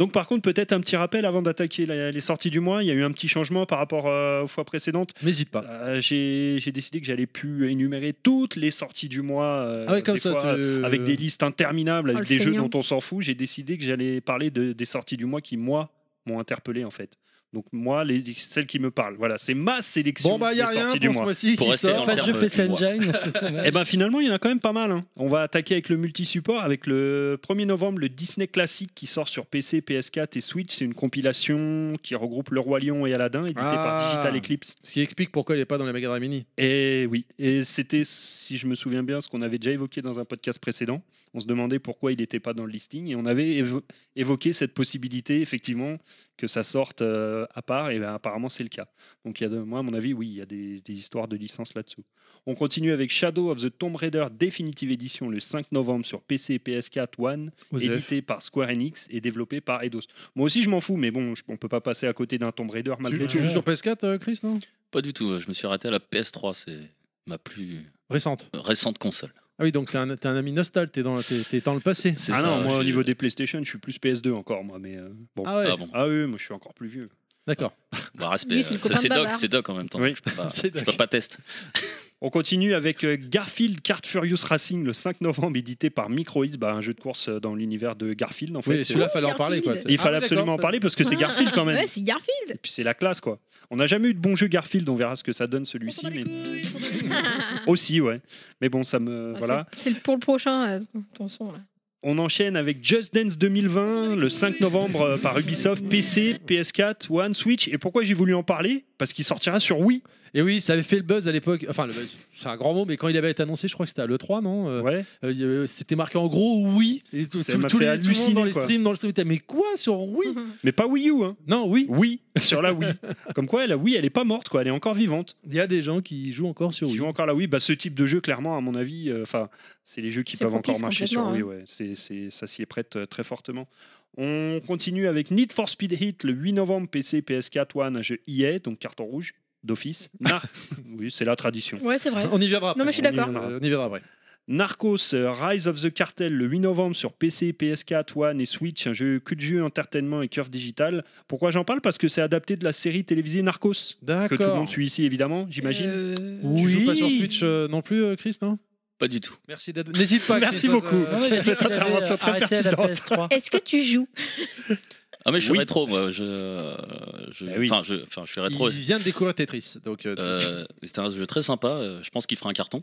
[SPEAKER 4] Donc par contre, peut-être un petit rappel avant d'attaquer la- les sorties du mois. Il y a eu un petit changement par rapport euh, aux fois précédentes.
[SPEAKER 3] N'hésite pas.
[SPEAKER 4] Euh, J'ai j'ai décidé que j'allais plus énumérer toutes les sorties du mois. euh,
[SPEAKER 3] Ah ouais, comme
[SPEAKER 4] des
[SPEAKER 3] ça,
[SPEAKER 4] fois,
[SPEAKER 3] tu-
[SPEAKER 4] euh, Avec des listes interminables,
[SPEAKER 5] Oh,
[SPEAKER 4] avec
[SPEAKER 5] le
[SPEAKER 4] des jeux
[SPEAKER 5] feignant.
[SPEAKER 4] dont on s'en fout. J'ai décidé que j'allais parler de- des sorties du mois qui, moi, m'ont interpellé en fait. Donc moi, les, celles qui me parlent. Voilà, c'est ma sélection
[SPEAKER 3] Bon, bah, il n'y
[SPEAKER 4] des
[SPEAKER 3] a rien
[SPEAKER 4] sorties du
[SPEAKER 3] pour ce
[SPEAKER 4] mois.
[SPEAKER 3] mois-ci. hein.
[SPEAKER 7] Pour
[SPEAKER 3] qui
[SPEAKER 7] rester
[SPEAKER 3] sort.
[SPEAKER 7] dans
[SPEAKER 6] Pas de
[SPEAKER 7] terme
[SPEAKER 6] jeu
[SPEAKER 7] du
[SPEAKER 6] PC
[SPEAKER 7] mois.
[SPEAKER 6] Engine.
[SPEAKER 4] Eh ben finalement, il y en a quand même pas mal. hein. On va attaquer avec le multi-support, avec le 1er novembre, le Disney classique qui sort sur PC, PS4 et Switch. C'est une compilation qui regroupe Le Roi Lion et Aladdin, édité par
[SPEAKER 3] Ah.
[SPEAKER 4] Digital Eclipse.
[SPEAKER 3] Ce qui explique pourquoi il n'est pas dans la Mega Drive Mini.
[SPEAKER 4] Et oui, et c'était, si je me souviens bien, ce qu'on avait déjà évoqué dans un podcast précédent. On se demandait pourquoi il n'était pas dans le listing et on avait évo- évoqué cette possibilité, effectivement, que ça sorte euh, à part. Et ben, apparemment, c'est le cas. Donc, il y a de, moi, à mon avis, oui, il y a des, des histoires de licence là-dessous. On continue avec Shadow of the Tomb Raider Definitive Edition le 5 novembre sur PC, PS4, One,
[SPEAKER 3] Osef.
[SPEAKER 4] édité par Square Enix et développé par Eidos. Moi aussi, je m'en fous, mais bon, je- on peut pas passer à côté d'un Tomb Raider malgré
[SPEAKER 3] Tu,
[SPEAKER 4] tout.
[SPEAKER 3] tu joues sur PS4, euh, Chris, non
[SPEAKER 7] Pas du tout. euh, Je me suis arrêté à la PS3. C'est ma plus euh,
[SPEAKER 3] Récente.
[SPEAKER 7] récente console.
[SPEAKER 3] Ah oui, donc t'es un, t'es un ami nostal, t'es dans, t'es- t'es dans le passé.
[SPEAKER 7] C'est
[SPEAKER 4] Ah
[SPEAKER 7] ça, hein,
[SPEAKER 4] non, moi au
[SPEAKER 7] j'ai-
[SPEAKER 4] niveau des PlayStation, je suis plus PS2 encore, moi, mais euh, bon.
[SPEAKER 3] Ah ouais,
[SPEAKER 7] Ah bon,
[SPEAKER 4] Ah oui, moi je suis encore plus vieux.
[SPEAKER 3] d'accord.
[SPEAKER 7] bah respect.
[SPEAKER 5] Lui, c'est le
[SPEAKER 7] euh,
[SPEAKER 5] copain
[SPEAKER 7] ça, c'est
[SPEAKER 5] de
[SPEAKER 7] Doc,
[SPEAKER 5] Babar.
[SPEAKER 7] c'est Doc en même temps.
[SPEAKER 4] Oui.
[SPEAKER 7] donc Je peux pas,
[SPEAKER 3] C'est
[SPEAKER 7] je
[SPEAKER 3] Doc.
[SPEAKER 7] peux pas test.
[SPEAKER 4] On continue avec euh, Garfield Kart Furious Racing le 5 novembre, édité par Microids, bah, un jeu de course euh, dans l'univers de Garfield en fait.
[SPEAKER 3] Oui, celui-là,
[SPEAKER 5] Ouh,
[SPEAKER 3] fallait en parler. Quoi.
[SPEAKER 5] Garfield.
[SPEAKER 4] Il
[SPEAKER 3] Ah
[SPEAKER 4] fallait
[SPEAKER 3] oui,
[SPEAKER 4] absolument en
[SPEAKER 3] d'accord.
[SPEAKER 4] parler parce que c'est Garfield quand même.
[SPEAKER 5] Ouais, c'est Garfield.
[SPEAKER 4] Et puis c'est la classe quoi. On n'a jamais eu de bon jeu Garfield, on verra ce que ça donne celui-ci. mais- Aussi ouais. Mais bon, ça me
[SPEAKER 5] Ah,
[SPEAKER 4] voilà.
[SPEAKER 5] C'est c'est pour le prochain, euh, ton son. Là.
[SPEAKER 4] On enchaîne avec Just Dance 2020 le 5 novembre euh, par Ubisoft PC, PS4, One, Switch. Et pourquoi j'ai voulu en parler Parce qu'il sortira sur Wii.
[SPEAKER 3] Et oui, ça avait fait le buzz à l'époque. Enfin, le buzz, c'est un grand mot, mais quand il avait été annoncé, je crois que c'était à l'E3, non Euh,
[SPEAKER 4] Ouais.
[SPEAKER 3] euh, il y avait- C'était marqué en gros oui. Et tout-
[SPEAKER 4] Ça
[SPEAKER 3] tout-
[SPEAKER 4] m'a
[SPEAKER 3] tous
[SPEAKER 4] fait
[SPEAKER 3] les, tout le monde dans les
[SPEAKER 4] halluciner, quoi.
[SPEAKER 3] streams, dans le stream, t'as, mais quoi sur oui
[SPEAKER 5] Mhm.
[SPEAKER 4] Mais pas Wii U hein.
[SPEAKER 3] Non, oui.
[SPEAKER 4] Oui, sur la Wii. Comme quoi, la Wii, elle est pas morte, quoi. Elle est encore vivante.
[SPEAKER 3] Il y a des gens qui jouent encore sur
[SPEAKER 4] Qui
[SPEAKER 3] Wii.
[SPEAKER 4] jouent encore la Wii. Bah, ce type de jeu, clairement, à mon avis, euh, enfin, c'est les jeux qui
[SPEAKER 5] C'est
[SPEAKER 4] peuvent
[SPEAKER 5] propice
[SPEAKER 4] encore marcher sur
[SPEAKER 5] complètement, hein.
[SPEAKER 4] Wii. Ouais. C'est, c'est- ça s'y est prête euh, très fortement. On continue avec Need for Speed Hit le 8 novembre PC, PS4, One, un jeu EA, donc carton rouge d'office. Nar- oui, c'est la tradition.
[SPEAKER 5] Ouais, c'est vrai.
[SPEAKER 3] On y viendra. après.
[SPEAKER 5] Non, mais je suis d'accord.
[SPEAKER 3] On y viendra, Euh, on y viendra après.
[SPEAKER 4] Narcos euh, Rise of the Cartel le 8 novembre sur PC, PS4, One et Switch, un jeu cul de jeu, entertainment et curve digital. Pourquoi j'en parle Parce que c'est adapté de la série télévisée Narcos. que tout le
[SPEAKER 3] D'accord.
[SPEAKER 4] monde suit ici, évidemment, j'imagine.
[SPEAKER 5] Euh,
[SPEAKER 3] Tu
[SPEAKER 6] Oui.
[SPEAKER 3] joues pas sur Switch euh, non plus, euh, Chris, non
[SPEAKER 7] Pas du tout.
[SPEAKER 3] Merci d'être. N'hésite pas.
[SPEAKER 4] Merci
[SPEAKER 3] Chris,
[SPEAKER 4] beaucoup.
[SPEAKER 3] euh,
[SPEAKER 5] Ah
[SPEAKER 6] Non, mais il a dit
[SPEAKER 4] Cette
[SPEAKER 6] qu'il avait
[SPEAKER 4] intervention très
[SPEAKER 6] arrêté à la
[SPEAKER 4] pertinente.
[SPEAKER 6] PS3.
[SPEAKER 5] Est-ce que tu joues
[SPEAKER 7] Ah mais je suis
[SPEAKER 4] Oui.
[SPEAKER 7] rétro moi. Je, euh, je-
[SPEAKER 4] Bah oui.
[SPEAKER 7] enfin je, enfin je suis rétro.
[SPEAKER 3] Il vient de découvrir Tetris, donc euh,
[SPEAKER 7] Euh, c'est un jeu très sympa. euh, Je pense qu'il fera un carton.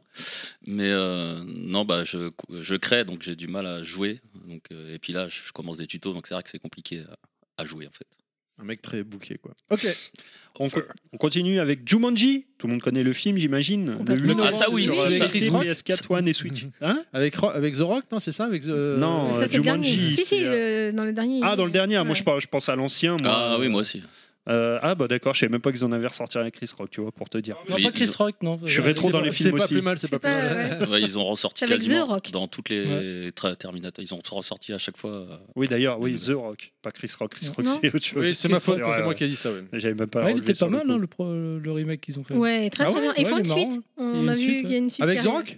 [SPEAKER 7] Mais euh, non bah je, je crée donc j'ai du mal à jouer. Donc euh, et puis là je commence des tutos donc c'est vrai que c'est compliqué à, à jouer en fait.
[SPEAKER 3] un mec très bouqué quoi. Ok.
[SPEAKER 4] On, co- on continue avec Jumanji. Tout le monde connaît le film, j'imagine. Le 8
[SPEAKER 5] Complètement.
[SPEAKER 4] novembre
[SPEAKER 7] Ah, ça, oui,
[SPEAKER 4] sur,
[SPEAKER 7] oui,
[SPEAKER 4] euh,
[SPEAKER 7] oui,
[SPEAKER 4] PC,
[SPEAKER 3] Chris Rock.
[SPEAKER 4] PS4, One et Switch. Hein
[SPEAKER 3] Avec Ro- avec The Rock, non, c'est ça avec euh,
[SPEAKER 4] Non,
[SPEAKER 5] Ça, c'est le
[SPEAKER 4] Jumanji,
[SPEAKER 5] dernier. Si, si,
[SPEAKER 4] c'est,
[SPEAKER 5] le- dans le dernier.
[SPEAKER 4] ah, dans le dernier, moi
[SPEAKER 5] Ouais.
[SPEAKER 4] je, par- je pense à l'ancien. moi.
[SPEAKER 7] Ah oui moi aussi.
[SPEAKER 4] Euh, ah bah d'accord, je savais même pas qu'ils en avaient ressorti un Chris Rock, tu vois, pour te dire.
[SPEAKER 6] Non,
[SPEAKER 7] Mais
[SPEAKER 6] pas
[SPEAKER 7] ils
[SPEAKER 6] Chris
[SPEAKER 7] ont-
[SPEAKER 6] Rock, non. euh,
[SPEAKER 4] Je suis rétro
[SPEAKER 6] C'est
[SPEAKER 4] dans
[SPEAKER 6] pas-
[SPEAKER 4] les
[SPEAKER 3] C'est
[SPEAKER 4] films
[SPEAKER 3] pas
[SPEAKER 4] aussi.
[SPEAKER 3] plus mal, c'est
[SPEAKER 5] C'est
[SPEAKER 3] pas plus mal.
[SPEAKER 5] pas- ouais.
[SPEAKER 7] Ouais, ils ont ressorti
[SPEAKER 5] C'est avec
[SPEAKER 7] quasiment
[SPEAKER 5] The Rock.
[SPEAKER 7] dans toutes les tra- Terminator. Ils ont ressorti à chaque fois. euh,
[SPEAKER 4] Oui d'ailleurs, oui, The Rock, pas Chris Rock. Chris Rock,
[SPEAKER 5] Non.
[SPEAKER 4] c'est autre chose.
[SPEAKER 3] Oui, c'est ma faute,
[SPEAKER 4] vrai,
[SPEAKER 3] c'est moi
[SPEAKER 4] ouais.
[SPEAKER 3] qui ai dit ça. ouais.
[SPEAKER 4] J'avais même pas.
[SPEAKER 6] Ouais, il
[SPEAKER 4] relevé
[SPEAKER 6] était
[SPEAKER 4] sur
[SPEAKER 6] pas
[SPEAKER 4] le
[SPEAKER 6] mal,
[SPEAKER 4] coup.
[SPEAKER 6] hein, le, pro- le remake qu'ils ont fait. Ouais,
[SPEAKER 5] Ouais, très
[SPEAKER 3] Ah
[SPEAKER 5] très
[SPEAKER 3] ouais,
[SPEAKER 5] bien. Ils
[SPEAKER 6] ouais,
[SPEAKER 5] font
[SPEAKER 6] il est
[SPEAKER 5] une
[SPEAKER 6] marrant,
[SPEAKER 5] suite.
[SPEAKER 6] Il y a
[SPEAKER 5] On
[SPEAKER 6] une
[SPEAKER 5] a vu
[SPEAKER 6] suite,
[SPEAKER 5] qu'il y a une suite.
[SPEAKER 3] Avec
[SPEAKER 5] qui
[SPEAKER 3] The
[SPEAKER 5] arrive.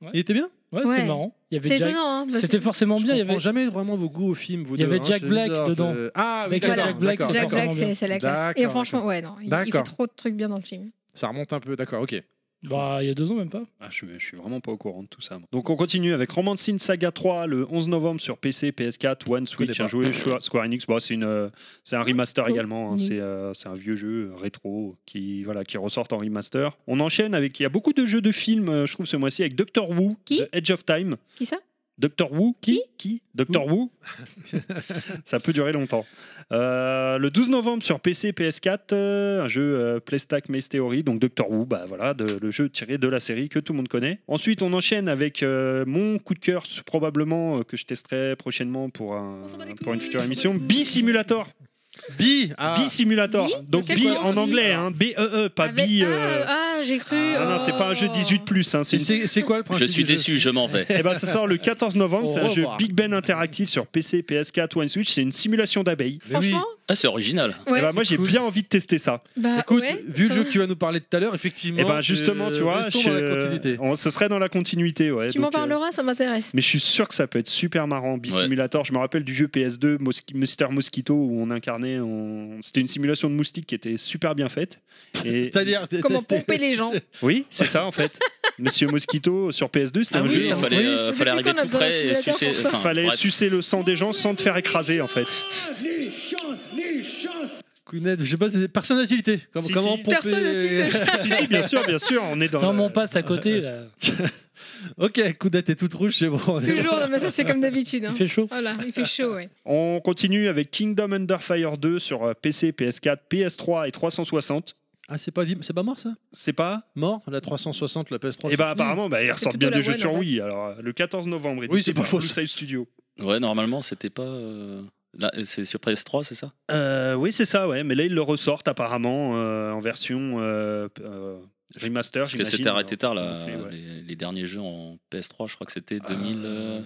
[SPEAKER 5] Ouais.
[SPEAKER 3] Il était bien
[SPEAKER 6] c'était
[SPEAKER 5] Ouais.
[SPEAKER 6] marrant. Il y avait
[SPEAKER 5] C'est
[SPEAKER 6] Jack-
[SPEAKER 5] étonnant. hein, parce
[SPEAKER 6] C'était
[SPEAKER 5] que-
[SPEAKER 6] forcément
[SPEAKER 3] Je
[SPEAKER 6] bien. Il y
[SPEAKER 3] comprends
[SPEAKER 6] avait
[SPEAKER 3] jamais vraiment vos goûts au film. Vous
[SPEAKER 6] Il y
[SPEAKER 3] deux,
[SPEAKER 6] avait
[SPEAKER 3] hein,
[SPEAKER 6] Jack
[SPEAKER 3] c'est
[SPEAKER 6] Black
[SPEAKER 3] bizarre,
[SPEAKER 6] dedans.
[SPEAKER 3] c'est- Ah
[SPEAKER 6] Dès
[SPEAKER 3] oui,
[SPEAKER 6] que
[SPEAKER 3] d'accord,
[SPEAKER 6] Jack Black,
[SPEAKER 3] d'accord,
[SPEAKER 6] c'était
[SPEAKER 5] Jack
[SPEAKER 3] d'accord.
[SPEAKER 5] Jack,
[SPEAKER 6] vraiment bien.
[SPEAKER 5] c'est c'est la classe. Et
[SPEAKER 3] D'accord,
[SPEAKER 5] franchement, ouais, non, il- il fait
[SPEAKER 3] D'accord.
[SPEAKER 5] trop de trucs bien dans le film.
[SPEAKER 3] Ça remonte un peu, d'accord, ok.
[SPEAKER 6] Bah, il y a deux ans même pas.
[SPEAKER 4] Ah, je, je suis vraiment pas au courant de tout ça. moi. Donc on continue avec Romancing Saga 3 le 11 novembre sur PC, PS4, One,
[SPEAKER 3] connais
[SPEAKER 4] Switch,
[SPEAKER 3] pas.
[SPEAKER 4] un jeu Squ- Square Enix. Bon, c'est une, euh, c'est un remaster
[SPEAKER 5] Cool.
[SPEAKER 4] également. hein.
[SPEAKER 5] Oui.
[SPEAKER 4] C'est, euh, c'est un vieux jeu euh, rétro qui voilà qui ressort en remaster. On enchaîne avec il y a beaucoup de jeux de films. euh, je trouve ce mois-ci avec Doctor Who,
[SPEAKER 5] Qui
[SPEAKER 4] The Edge of Time.
[SPEAKER 5] Qui ça
[SPEAKER 4] Doctor Who Qui Qui Doctor Who Ça peut durer longtemps. Euh, le 12 novembre sur PC, PS4, euh, un jeu euh, Playstack Maze Theory, donc Doctor Who, bah voilà, de- le jeu tiré de la série que tout le monde connaît. Ensuite, on enchaîne avec euh, mon coup de cœur, ce- probablement euh, que je testerai prochainement pour, un- pour une future émission, B-Simulator.
[SPEAKER 3] Bi ah,
[SPEAKER 4] B-Simulator.
[SPEAKER 5] Bi
[SPEAKER 4] Donc
[SPEAKER 5] C'est
[SPEAKER 4] B
[SPEAKER 5] quoi,
[SPEAKER 4] en
[SPEAKER 5] ça
[SPEAKER 4] anglais, hein, B-E-E, pas
[SPEAKER 5] Avec-
[SPEAKER 4] B.
[SPEAKER 5] Ah,
[SPEAKER 4] euh,
[SPEAKER 5] Ah, j'ai cru. oh.
[SPEAKER 4] ah, non, non, c'est pas un jeu 18 plus, hein, c'est
[SPEAKER 3] c'est-
[SPEAKER 4] une
[SPEAKER 3] C'est c'est quoi le
[SPEAKER 7] Je
[SPEAKER 3] principe
[SPEAKER 7] suis
[SPEAKER 3] du jeu
[SPEAKER 7] déçu, je m'en vais.
[SPEAKER 4] Eh ben, ça sort le 14 novembre.
[SPEAKER 3] Au
[SPEAKER 4] C'est un jeu
[SPEAKER 3] revoir.
[SPEAKER 4] Big Ben interactif sur PC, PS4, One Switch. C'est une simulation d'abeilles.
[SPEAKER 3] Mais oui.
[SPEAKER 5] Franchement,
[SPEAKER 7] Ah, c'est original.
[SPEAKER 4] Eh
[SPEAKER 5] ouais.
[SPEAKER 4] ben, moi, j'ai bien envie de tester ça.
[SPEAKER 5] bah,
[SPEAKER 3] Écoute,
[SPEAKER 5] ouais,
[SPEAKER 3] vu le
[SPEAKER 5] ça
[SPEAKER 3] jeu
[SPEAKER 5] va.
[SPEAKER 3] que tu vas nous parler tout à l'heure, effectivement.
[SPEAKER 4] Et ben, justement,
[SPEAKER 3] euh,
[SPEAKER 4] tu vois,
[SPEAKER 3] Restons dans la
[SPEAKER 4] je-
[SPEAKER 3] continuité.
[SPEAKER 4] on- ce serait dans la continuité. Ouais,
[SPEAKER 5] tu
[SPEAKER 4] Donc,
[SPEAKER 5] m'en
[SPEAKER 4] euh,
[SPEAKER 5] parleras, ça m'intéresse.
[SPEAKER 4] Mais je suis sûr que ça peut être super marrant. Bisimulator, je me rappelle du jeu PS2 Mosqui- Mister Mosquito où on incarnait. on- C'était une simulation de moustique qui était super bien faite. Et-
[SPEAKER 3] C'est-à-dire.
[SPEAKER 5] Comment
[SPEAKER 3] tester-
[SPEAKER 5] pomper les gens
[SPEAKER 4] Oui, c'est ça en fait. Monsieur Mosquito sur PS2, c'était
[SPEAKER 7] Ah
[SPEAKER 4] un
[SPEAKER 7] oui,
[SPEAKER 4] jeu.
[SPEAKER 7] il
[SPEAKER 4] où-
[SPEAKER 7] fallait, euh,
[SPEAKER 5] Oui.
[SPEAKER 7] fallait arriver
[SPEAKER 5] Depuis qu'on a
[SPEAKER 7] tout
[SPEAKER 5] besoin d'un
[SPEAKER 7] près et
[SPEAKER 5] simulateur
[SPEAKER 7] sucer.
[SPEAKER 5] pour ça.
[SPEAKER 7] enfin,
[SPEAKER 4] fallait
[SPEAKER 7] bref.
[SPEAKER 4] sucer le sang des gens sans te faire écraser en fait.
[SPEAKER 3] Kounet, je sais pas, c'est personnalité. Comment,
[SPEAKER 4] Si,
[SPEAKER 3] comment
[SPEAKER 4] si.
[SPEAKER 3] pomper.
[SPEAKER 5] Personne ne dit de chat.
[SPEAKER 4] si, si, bien sûr, bien sûr, on est dans.
[SPEAKER 6] Non,
[SPEAKER 4] le-
[SPEAKER 6] mais on passe à côté. Là.
[SPEAKER 3] ok, Kounet est toute rouge, c'est bon. on est-
[SPEAKER 5] Toujours, non, mais ça, c'est comme d'habitude. hein.
[SPEAKER 6] Il fait chaud.
[SPEAKER 5] Voilà, il fait chaud, ouais.
[SPEAKER 4] On continue avec Kingdom Under Fire 2 sur euh, PC, PS4, PS3 et 360.
[SPEAKER 3] Ah, c'est pas, vi- c'est pas mort ça
[SPEAKER 4] C'est pas
[SPEAKER 3] Mort La 360, la PS3.
[SPEAKER 4] Et
[SPEAKER 3] c'est
[SPEAKER 4] bah
[SPEAKER 3] fini.
[SPEAKER 4] apparemment, bah, ils ressortent
[SPEAKER 5] plutôt
[SPEAKER 4] bien des
[SPEAKER 5] la
[SPEAKER 4] jeux
[SPEAKER 5] One,
[SPEAKER 4] sur
[SPEAKER 5] en fait.
[SPEAKER 4] Wii. Alors euh, le 14 novembre,
[SPEAKER 3] Oui, c'est
[SPEAKER 4] édité
[SPEAKER 3] pas
[SPEAKER 4] par
[SPEAKER 3] faux,
[SPEAKER 4] Blue
[SPEAKER 3] ça.
[SPEAKER 4] Side Studio.
[SPEAKER 7] Ouais, normalement, c'était pas. euh, Là, c'est sur PS3, c'est ça
[SPEAKER 4] Euh, oui, c'est ça, ouais. Mais là ils le ressortent apparemment euh, en version euh, p- euh, remaster.
[SPEAKER 7] Parce que
[SPEAKER 4] j'imagine. euh,
[SPEAKER 7] c'était arrêté tard, là.
[SPEAKER 4] Ouais, ouais.
[SPEAKER 7] Les, les derniers jeux en PS3, je crois que c'était 2000. euh,
[SPEAKER 4] Euh,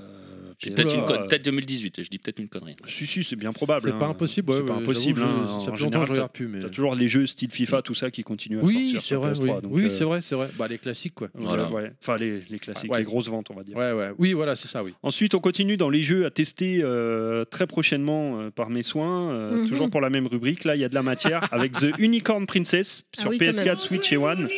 [SPEAKER 4] puis
[SPEAKER 7] Peut-être
[SPEAKER 4] là,
[SPEAKER 7] une
[SPEAKER 4] euh,
[SPEAKER 7] con- peut-être 2018, je dis peut-être une connerie.
[SPEAKER 4] Si si, c'est bien probable.
[SPEAKER 3] C'est pas
[SPEAKER 4] hein.
[SPEAKER 3] impossible, ouais,
[SPEAKER 4] C'est pas
[SPEAKER 3] ouais,
[SPEAKER 4] impossible.
[SPEAKER 3] j'avoue,
[SPEAKER 4] hein.
[SPEAKER 3] je- ça
[SPEAKER 4] En
[SPEAKER 3] fait longtemps que
[SPEAKER 4] général,
[SPEAKER 3] je regarde plus. Mais...
[SPEAKER 4] T'as toujours les jeux style FIFA, tout ça qui continuent à
[SPEAKER 3] Oui,
[SPEAKER 4] sortir
[SPEAKER 3] c'est
[SPEAKER 4] sur
[SPEAKER 3] vrai,
[SPEAKER 4] PS3.
[SPEAKER 3] oui,
[SPEAKER 4] donc,
[SPEAKER 3] oui
[SPEAKER 4] euh,
[SPEAKER 3] c'est vrai, c'est vrai. Bah, les classiques, quoi.
[SPEAKER 4] voilà,
[SPEAKER 7] Voilà.
[SPEAKER 4] ouais. Enfin les, les classiques,
[SPEAKER 3] Ouais.
[SPEAKER 4] les grosses ventes, on va dire.
[SPEAKER 3] Ouais, ouais. Oui, voilà, c'est ça, oui.
[SPEAKER 4] Ensuite, on continue dans les jeux à tester euh, très prochainement euh, par mes soins, euh,
[SPEAKER 5] Mhm.
[SPEAKER 4] toujours pour la même rubrique. Là, il y a de la matière avec The Unicorn Princess
[SPEAKER 5] Ah
[SPEAKER 4] sur
[SPEAKER 5] oui, quand même.
[SPEAKER 4] PS4, Switch et One.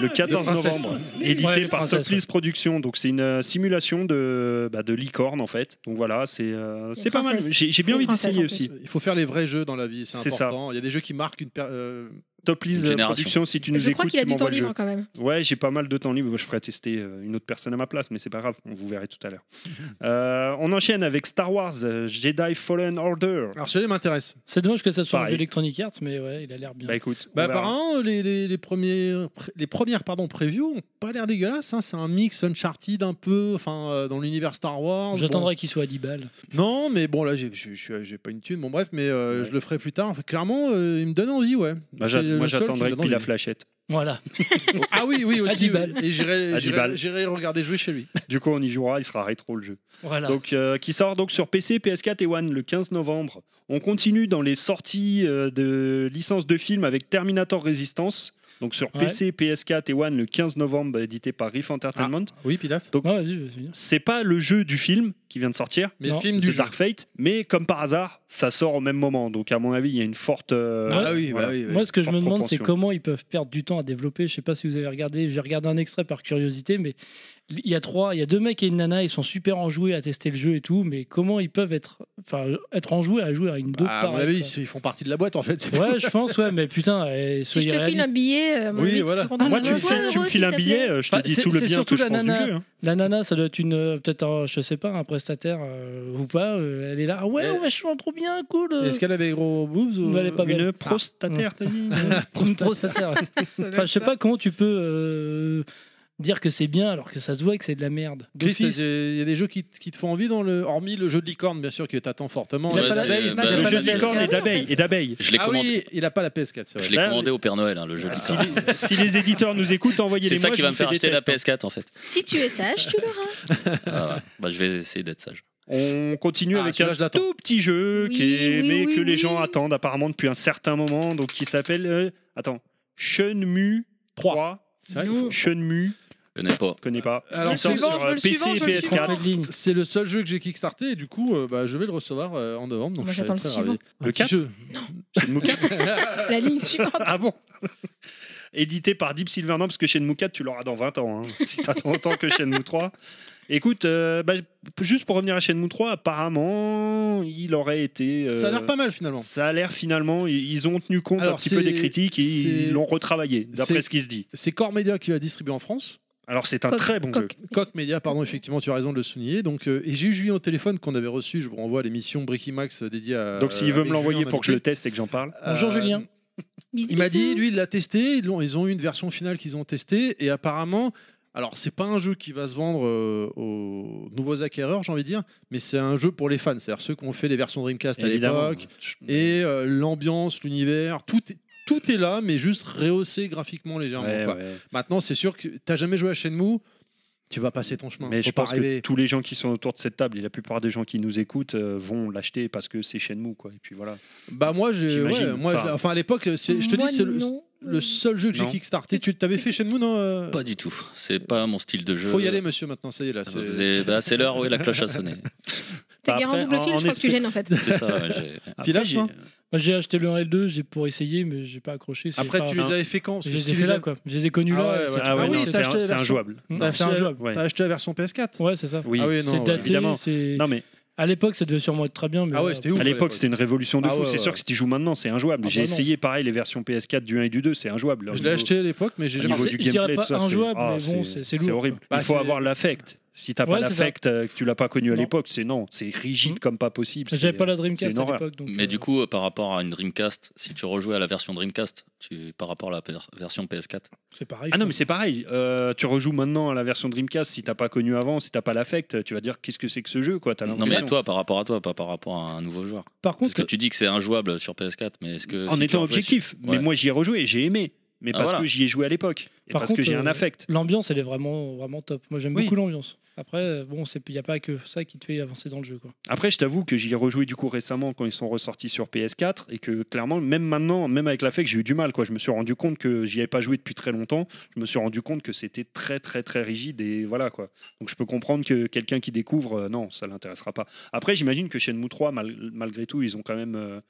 [SPEAKER 4] Le 14
[SPEAKER 3] Des princesses.
[SPEAKER 4] novembre, édité
[SPEAKER 6] Ouais, des
[SPEAKER 4] par
[SPEAKER 6] princesses,
[SPEAKER 4] Toplis Productions. Donc, c'est une euh, simulation de, bah, de licorne en fait. Donc voilà, c'est euh,
[SPEAKER 5] Des
[SPEAKER 4] c'est pas mal.
[SPEAKER 5] princesses.
[SPEAKER 4] J'ai j'ai bien
[SPEAKER 5] Des
[SPEAKER 4] envie
[SPEAKER 5] princesses, en
[SPEAKER 4] d'essayer
[SPEAKER 5] plus.
[SPEAKER 4] aussi.
[SPEAKER 3] Il faut faire les vrais jeux dans la vie, c'est
[SPEAKER 4] C'est ça.
[SPEAKER 3] important. Il y a des jeux qui marquent une. per- euh,
[SPEAKER 7] Une
[SPEAKER 4] Toplis
[SPEAKER 7] génération.
[SPEAKER 4] Productions, si tu nous
[SPEAKER 5] Je crois
[SPEAKER 4] écoutes,
[SPEAKER 5] qu'il a
[SPEAKER 4] tu
[SPEAKER 5] du temps
[SPEAKER 4] m'envoies le jeu.
[SPEAKER 5] libre quand même.
[SPEAKER 4] Ouais, j'ai pas mal de temps libre. Je ferai tester euh, une autre personne à ma place, mais c'est pas grave. On vous verrez tout à l'heure. Euh, on enchaîne avec Star Wars euh, Jedi Fallen Order.
[SPEAKER 3] Alors, celui-là m'intéresse.
[SPEAKER 6] C'est dommage que ça soit un
[SPEAKER 4] Pareil.
[SPEAKER 6] jeu Electronic Arts, mais ouais, il a l'air bien.
[SPEAKER 4] Bah écoute,
[SPEAKER 3] Bah,
[SPEAKER 4] on verra.
[SPEAKER 3] apparemment, les, les, les, premières, les premières pardon, previews ont pas l'air dégueulasses. hein. C'est un mix Uncharted un peu, enfin, euh, dans l'univers Star Wars.
[SPEAKER 6] J'attendrai qu'il soit à 10 balles.
[SPEAKER 3] Bon. Non, mais bon, là, j'ai- je- je- j'ai pas une thune. Bon, bref, mais euh,
[SPEAKER 4] Ouais.
[SPEAKER 3] je le ferai plus tard. Clairement, euh, il me donne envie, ouais.
[SPEAKER 4] Moi,
[SPEAKER 3] C'est
[SPEAKER 4] j'a-
[SPEAKER 3] le
[SPEAKER 4] moi,
[SPEAKER 3] seul qui me
[SPEAKER 4] j'attendrai
[SPEAKER 3] donne
[SPEAKER 4] qu'il
[SPEAKER 3] envie.
[SPEAKER 4] la flashette.
[SPEAKER 6] Voilà.
[SPEAKER 3] Ah oui, oui, aussi.
[SPEAKER 6] 10
[SPEAKER 3] oui.
[SPEAKER 6] balles.
[SPEAKER 3] Et j'irai-
[SPEAKER 4] 10
[SPEAKER 3] j'irai
[SPEAKER 4] balles.
[SPEAKER 3] j'irai le regarder jouer chez lui.
[SPEAKER 4] Du coup, on y jouera, il sera rétro le jeu.
[SPEAKER 6] voilà.
[SPEAKER 4] Donc, euh, qui sort donc sur PC, PS4 et One le 15 novembre. On continue dans les sorties euh, de licences de films avec Terminator Resistance. Donc sur
[SPEAKER 6] Ouais.
[SPEAKER 4] PC, PS4 et One le 15 novembre, édité par
[SPEAKER 3] Ah.
[SPEAKER 4] Riff Entertainment.
[SPEAKER 3] Oui, Pilaf.
[SPEAKER 6] Ouais, vas-y, vas-y.
[SPEAKER 4] C'est pas le jeu du film qui vient de sortir,
[SPEAKER 3] Mais
[SPEAKER 6] Non,
[SPEAKER 3] le film du
[SPEAKER 4] c'est
[SPEAKER 3] jeu.
[SPEAKER 4] Dark Fate, mais comme par hasard, ça sort au même moment. Donc à mon avis, il y a une forte. euh,
[SPEAKER 3] Ah oui, bah
[SPEAKER 4] voilà.
[SPEAKER 3] oui, oui.
[SPEAKER 6] Moi, ce que je
[SPEAKER 4] Par
[SPEAKER 6] me demande, c'est
[SPEAKER 4] propension.
[SPEAKER 6] comment ils peuvent perdre du temps à développer. Je sais pas si vous avez regardé, j'ai regardé un extrait par curiosité, mais il y a trois, il y a deux mecs et une nana, ils sont super enjoués à tester le jeu et tout, mais comment ils peuvent être, enfin, être enjoués à jouer à une dope
[SPEAKER 3] Ah, à mon
[SPEAKER 6] pareille,
[SPEAKER 3] avis, ils,
[SPEAKER 6] quoi.
[SPEAKER 3] se- ils font partie de la boîte en fait. c'est tout.
[SPEAKER 6] Ouais, je pense, ouais, mais putain, eh,
[SPEAKER 5] Si
[SPEAKER 6] soyez
[SPEAKER 5] je te file un
[SPEAKER 6] réalistes.
[SPEAKER 5] billet, euh, mon
[SPEAKER 3] Oui,
[SPEAKER 5] ami, tu
[SPEAKER 3] voilà.
[SPEAKER 5] seras content.
[SPEAKER 4] Moi,
[SPEAKER 5] Ah,
[SPEAKER 4] tu, me
[SPEAKER 5] vingt
[SPEAKER 4] fais- tu me
[SPEAKER 5] euros,
[SPEAKER 4] files un
[SPEAKER 5] s'il te plaît.
[SPEAKER 4] billet, euh, je te
[SPEAKER 6] Bah,
[SPEAKER 4] dis
[SPEAKER 6] c'est-
[SPEAKER 4] tout le
[SPEAKER 6] c'est
[SPEAKER 4] bien
[SPEAKER 6] surtout
[SPEAKER 4] que je
[SPEAKER 6] la
[SPEAKER 4] pense du
[SPEAKER 6] nana.
[SPEAKER 4] jeu. hein.
[SPEAKER 6] La nana, ça doit être une, euh, peut-être, un- je sais pas, un prestataire euh, ou pas. euh, elle est là, Ah ouais,
[SPEAKER 3] Euh,
[SPEAKER 6] vachement trop bien, cool. euh.
[SPEAKER 3] Est-ce qu'elle avait des gros boobs ou...
[SPEAKER 6] Bah, elle est pas belle.
[SPEAKER 3] Ah.
[SPEAKER 4] Une
[SPEAKER 3] Bah,
[SPEAKER 5] Bah,
[SPEAKER 4] prostataire, t'as dit euh.
[SPEAKER 6] Une prostataire. Enfin, je sais pas comment tu peux euh, dire que c'est bien alors que ça se voit que c'est de la merde.
[SPEAKER 3] Chris, t'as
[SPEAKER 6] Ah, D'office.
[SPEAKER 3] des- il y a des jeux qui, t- qui te font envie dans le. Hormis le jeu de licorne, bien sûr, que t'attends fortement. Euh,
[SPEAKER 7] Ouais,
[SPEAKER 3] il a pas la
[SPEAKER 7] c'est-
[SPEAKER 3] veille.
[SPEAKER 7] bah,
[SPEAKER 4] le
[SPEAKER 7] bah,
[SPEAKER 4] jeu de
[SPEAKER 7] bah,
[SPEAKER 4] licorne
[SPEAKER 5] bah,
[SPEAKER 4] et d'abeilles. Et d'abeilles.
[SPEAKER 7] Je l'ai
[SPEAKER 3] Ah
[SPEAKER 7] commandé.
[SPEAKER 3] oui, il a pas la PS4, c'est vrai.
[SPEAKER 7] Je l'ai
[SPEAKER 4] Bah,
[SPEAKER 7] commandé au Père Noël, hein, le jeu.
[SPEAKER 4] Ah,
[SPEAKER 7] de
[SPEAKER 4] si,
[SPEAKER 7] licorne.
[SPEAKER 4] les, si les éditeurs nous écoutent, envoyez-les
[SPEAKER 7] C'est
[SPEAKER 4] moi.
[SPEAKER 7] ça qui
[SPEAKER 4] je
[SPEAKER 7] va
[SPEAKER 4] vous
[SPEAKER 7] me faire
[SPEAKER 4] fais
[SPEAKER 7] acheter
[SPEAKER 4] des
[SPEAKER 7] la
[SPEAKER 4] tests, hein.
[SPEAKER 7] PS4 en fait.
[SPEAKER 2] Si tu es sage, tu l'auras.
[SPEAKER 7] Ah ouais. bah, je vais essayer d'être sage.
[SPEAKER 4] On continue
[SPEAKER 3] Ah,
[SPEAKER 4] avec
[SPEAKER 3] celui-là,
[SPEAKER 4] un
[SPEAKER 3] je l'attends.
[SPEAKER 4] tout petit jeu
[SPEAKER 5] Oui,
[SPEAKER 4] qui est-
[SPEAKER 5] oui,
[SPEAKER 4] mais
[SPEAKER 5] oui,
[SPEAKER 4] que les
[SPEAKER 5] oui.
[SPEAKER 4] gens attendent apparemment depuis un certain moment, donc qui s'appelle euh, attends Shenmue 3.
[SPEAKER 3] C'est vrai qu'il faut-
[SPEAKER 4] Shenmue,
[SPEAKER 7] Je connais pas.
[SPEAKER 4] je connais pas.
[SPEAKER 3] Alors,
[SPEAKER 4] Qui sort
[SPEAKER 3] suivant,
[SPEAKER 4] sur
[SPEAKER 5] je veux le
[SPEAKER 4] euh, PC
[SPEAKER 5] suivant,
[SPEAKER 4] et
[SPEAKER 5] je veux le
[SPEAKER 6] Qu'on fait
[SPEAKER 4] PS4.
[SPEAKER 6] de ligne.
[SPEAKER 3] C'est le seul jeu que j'ai kickstarté et du coup, euh, bah, je vais le recevoir euh, en novembre. Donc
[SPEAKER 5] Moi,
[SPEAKER 3] je suis
[SPEAKER 5] j'attends le
[SPEAKER 3] très
[SPEAKER 5] suivant.
[SPEAKER 3] ravi.
[SPEAKER 4] Le
[SPEAKER 3] Un petit
[SPEAKER 4] 4?
[SPEAKER 3] jeu.
[SPEAKER 4] Shenmue 4.
[SPEAKER 5] La ligne suivante.
[SPEAKER 4] Ah bon Édité par Deep Silver, non, parce que Shenmue 4, tu l'auras dans 20 ans, hein, si t'attends autant que Shenmue 3. Écoute, euh, bah, juste pour revenir à Shenmue 3, apparemment, il aurait été... euh,
[SPEAKER 3] Ça a l'air pas mal finalement.
[SPEAKER 4] Ça a l'air finalement, i- ils ont tenu compte
[SPEAKER 3] Alors,
[SPEAKER 4] un petit peu
[SPEAKER 3] c'est-
[SPEAKER 4] des critiques et
[SPEAKER 3] c'est-
[SPEAKER 4] ils l'ont retravaillé,
[SPEAKER 3] c'est-
[SPEAKER 4] d'après ce qui se dit.
[SPEAKER 3] C'est Core Media qui va distribuer en France.
[SPEAKER 4] Alors c'est un
[SPEAKER 5] Coq,
[SPEAKER 4] très bon
[SPEAKER 5] coq.
[SPEAKER 4] jeu.
[SPEAKER 3] Coq Media, pardon, effectivement, tu as raison de le souligner. Donc, euh, et j'ai eu Julien au téléphone qu'on avait reçu. Je vous renvoie à l'émission Bricky Max euh, dédiée à.
[SPEAKER 4] Donc s'il
[SPEAKER 3] euh,
[SPEAKER 4] veut
[SPEAKER 3] avec
[SPEAKER 4] me l'envoyer
[SPEAKER 3] Julien, on
[SPEAKER 4] pour que je
[SPEAKER 3] avait-
[SPEAKER 4] le teste et que j'en parle.
[SPEAKER 3] Euh,
[SPEAKER 6] Bonjour Julien.
[SPEAKER 5] Bisous,
[SPEAKER 3] Il m'a dit,
[SPEAKER 5] bisous.
[SPEAKER 3] lui, il l'a testé. Ils, l'ont- ils ont eu une version finale qu'ils ont testée. Et apparemment, alors, c'est pas un jeu qui va se vendre euh, aux nouveaux acquéreurs, j'ai envie de dire, mais c'est un jeu pour les fans. C'est-à-dire ceux qui ont fait les versions Dreamcast à
[SPEAKER 4] Évidemment.
[SPEAKER 3] l'époque. Et euh, l'ambiance, l'univers, tout est. Tout est là, mais juste rehaussé graphiquement légèrement.
[SPEAKER 4] Ouais,
[SPEAKER 3] quoi.
[SPEAKER 4] ouais.
[SPEAKER 3] Maintenant, c'est sûr que t'as jamais joué à Shenmue, tu vas passer ton chemin.
[SPEAKER 4] Mais
[SPEAKER 3] Faut
[SPEAKER 4] je
[SPEAKER 3] pas
[SPEAKER 4] pense que
[SPEAKER 3] rêver.
[SPEAKER 4] tous les gens qui sont autour de cette table et la plupart des gens qui nous écoutent euh, vont l'acheter parce que c'est Shenmue quoi. Et puis voilà.
[SPEAKER 3] Bah moi, je,
[SPEAKER 4] J'imagine.
[SPEAKER 3] ouais, moi, je-
[SPEAKER 4] Enfin-
[SPEAKER 3] enfin à l'époque, c'est- je te
[SPEAKER 5] Moi,
[SPEAKER 3] dis, c'est le,
[SPEAKER 5] non.
[SPEAKER 3] le seul jeu que j'ai
[SPEAKER 4] Non.
[SPEAKER 3] kickstarté. Tu t'avais fait Shenmue, non euh,
[SPEAKER 7] Pas du tout. C'est pas mon style de jeu.
[SPEAKER 3] Faut y aller, monsieur, maintenant. Ça y est,
[SPEAKER 4] Ah,
[SPEAKER 3] là.
[SPEAKER 7] Ça
[SPEAKER 3] c'est-
[SPEAKER 7] me faisait- bah, C'est l'heure où la cloche a sonné.
[SPEAKER 5] T'es
[SPEAKER 4] Après,
[SPEAKER 5] guère en double
[SPEAKER 4] en-
[SPEAKER 5] fil,
[SPEAKER 4] en
[SPEAKER 5] je crois que tu
[SPEAKER 4] espé-
[SPEAKER 5] gênes en fait.
[SPEAKER 7] C'est ça. ouais, j'ai-
[SPEAKER 4] Après,
[SPEAKER 3] Village,
[SPEAKER 4] Ah, j'ai-
[SPEAKER 3] non
[SPEAKER 6] Moi, J'ai acheté le 1 et le 2 j'ai pour essayer mais j'ai pas accroché. c'est
[SPEAKER 3] Après,
[SPEAKER 6] pas-
[SPEAKER 3] tu
[SPEAKER 4] hein.
[SPEAKER 3] les avais fait quand Parce
[SPEAKER 6] Je
[SPEAKER 3] que
[SPEAKER 6] les
[SPEAKER 3] si
[SPEAKER 6] ai fait
[SPEAKER 3] vous
[SPEAKER 6] là
[SPEAKER 3] avez-
[SPEAKER 6] quoi. Je les ai connus
[SPEAKER 3] Ah
[SPEAKER 6] là.
[SPEAKER 3] ouais,
[SPEAKER 6] et c'est
[SPEAKER 3] ouais.
[SPEAKER 6] tout.
[SPEAKER 4] Ah ouais,
[SPEAKER 3] Ah oui,
[SPEAKER 4] non,
[SPEAKER 3] t'as
[SPEAKER 4] c'est
[SPEAKER 3] acheté
[SPEAKER 4] un-
[SPEAKER 3] la
[SPEAKER 4] c'est
[SPEAKER 3] version.
[SPEAKER 4] injouable.
[SPEAKER 6] Mm.
[SPEAKER 4] Non,
[SPEAKER 6] Ah, c'est
[SPEAKER 4] c'est-
[SPEAKER 6] injouable.
[SPEAKER 4] ouais.
[SPEAKER 3] T'as acheté la version PS4
[SPEAKER 6] Ouais, c'est ça.
[SPEAKER 4] Oui.
[SPEAKER 3] Ah Bah, oui, non,
[SPEAKER 6] C'est
[SPEAKER 3] ouais.
[SPEAKER 6] daté,
[SPEAKER 4] Évidemment.
[SPEAKER 6] c'est.
[SPEAKER 4] Non mais
[SPEAKER 6] À l'époque, ça devait sûrement être très bien, mais euh,
[SPEAKER 3] Ah ouais,
[SPEAKER 6] voilà.
[SPEAKER 3] c'était ouf.
[SPEAKER 4] à l'époque c'était une révolution de
[SPEAKER 3] Ah
[SPEAKER 4] fou.
[SPEAKER 3] ouais,
[SPEAKER 4] c'est
[SPEAKER 3] ouais.
[SPEAKER 4] sûr que si tu joues maintenant c'est
[SPEAKER 6] Ah
[SPEAKER 4] injouable. J'ai
[SPEAKER 6] bah non.
[SPEAKER 4] essayé pareil les versions PS4 du 1 et du 2 c'est injouable. Leur
[SPEAKER 3] Je l'ai
[SPEAKER 4] niveau-
[SPEAKER 3] acheté à l'époque, mais j'ai
[SPEAKER 4] au
[SPEAKER 3] jamais.
[SPEAKER 4] niveau
[SPEAKER 6] c'est-
[SPEAKER 3] joué.
[SPEAKER 4] du
[SPEAKER 6] je dirais
[SPEAKER 4] gameplay,
[SPEAKER 6] pas
[SPEAKER 4] tout ça, c'est-
[SPEAKER 6] injouable,
[SPEAKER 4] ah,
[SPEAKER 6] mais bon, c'est- c'est lourd,
[SPEAKER 4] C'est horrible.
[SPEAKER 6] quoi.
[SPEAKER 3] Bah,
[SPEAKER 4] Il faut
[SPEAKER 3] c'est-
[SPEAKER 4] avoir l'affect. Si t'as pas
[SPEAKER 6] Ouais, c'est ça.
[SPEAKER 4] l'affect, euh, que tu l'as pas connu à
[SPEAKER 6] Non.
[SPEAKER 4] l'époque, c'est non, c'est rigide
[SPEAKER 6] Mm.
[SPEAKER 4] comme pas possible.
[SPEAKER 6] J'avais
[SPEAKER 4] c'est-
[SPEAKER 6] pas la Dreamcast
[SPEAKER 4] une
[SPEAKER 6] à
[SPEAKER 4] horreur.
[SPEAKER 6] l'époque. donc,
[SPEAKER 7] Mais
[SPEAKER 6] euh,
[SPEAKER 7] du coup, euh, par rapport à une Dreamcast, si tu rejouais à la version Dreamcast, tu... par rapport à la per- version PS4,
[SPEAKER 6] C'est pareil.
[SPEAKER 4] Ah non, mais
[SPEAKER 6] je
[SPEAKER 4] c'est pareil. euh, tu rejoues maintenant à la version Dreamcast. Si t'as pas connu avant, si t'as pas l'affect, tu vas dire qu'est-ce que c'est que ce jeu, quoi. T'as
[SPEAKER 7] Non mais à
[SPEAKER 4] l'impression.
[SPEAKER 7] toi, par rapport à toi, pas par rapport à un nouveau joueur.
[SPEAKER 6] crois. Par
[SPEAKER 7] Parce
[SPEAKER 6] contre,
[SPEAKER 7] que tu dis que c'est injouable sur PS4, mais est-ce que... si
[SPEAKER 4] En
[SPEAKER 7] tu
[SPEAKER 4] étant
[SPEAKER 7] rejouais
[SPEAKER 4] objectif.
[SPEAKER 7] sur-
[SPEAKER 4] Mais
[SPEAKER 7] Ouais.
[SPEAKER 4] moi, j'y ai rejoué et j'ai aimé. Mais
[SPEAKER 7] Ah,
[SPEAKER 4] parce
[SPEAKER 7] voilà.
[SPEAKER 4] que j'y ai joué à l'époque. Et
[SPEAKER 6] Par
[SPEAKER 4] parce que
[SPEAKER 6] contre,
[SPEAKER 4] j'ai un
[SPEAKER 6] euh,
[SPEAKER 4] affect.
[SPEAKER 6] l'ambiance, elle est vraiment, vraiment top. Moi, j'aime
[SPEAKER 4] Oui.
[SPEAKER 6] beaucoup l'ambiance. Après, euh, bon, il n'y a pas que ça qui te fait avancer dans le jeu. Quoi.
[SPEAKER 4] Après, je t'avoue que j'y ai rejoué du coup récemment quand ils sont ressortis sur PS4 et que clairement, même maintenant, même avec l'affect, j'ai eu du mal. Quoi. Je me suis rendu compte que j'y avais pas joué depuis très longtemps. Je me suis rendu compte que c'était très, très, très rigide et voilà quoi. Donc je peux comprendre que quelqu'un qui découvre, euh, non, ça l'intéressera pas. Après, j'imagine que Shenmue 3, mal- malgré tout, ils ont quand même euh,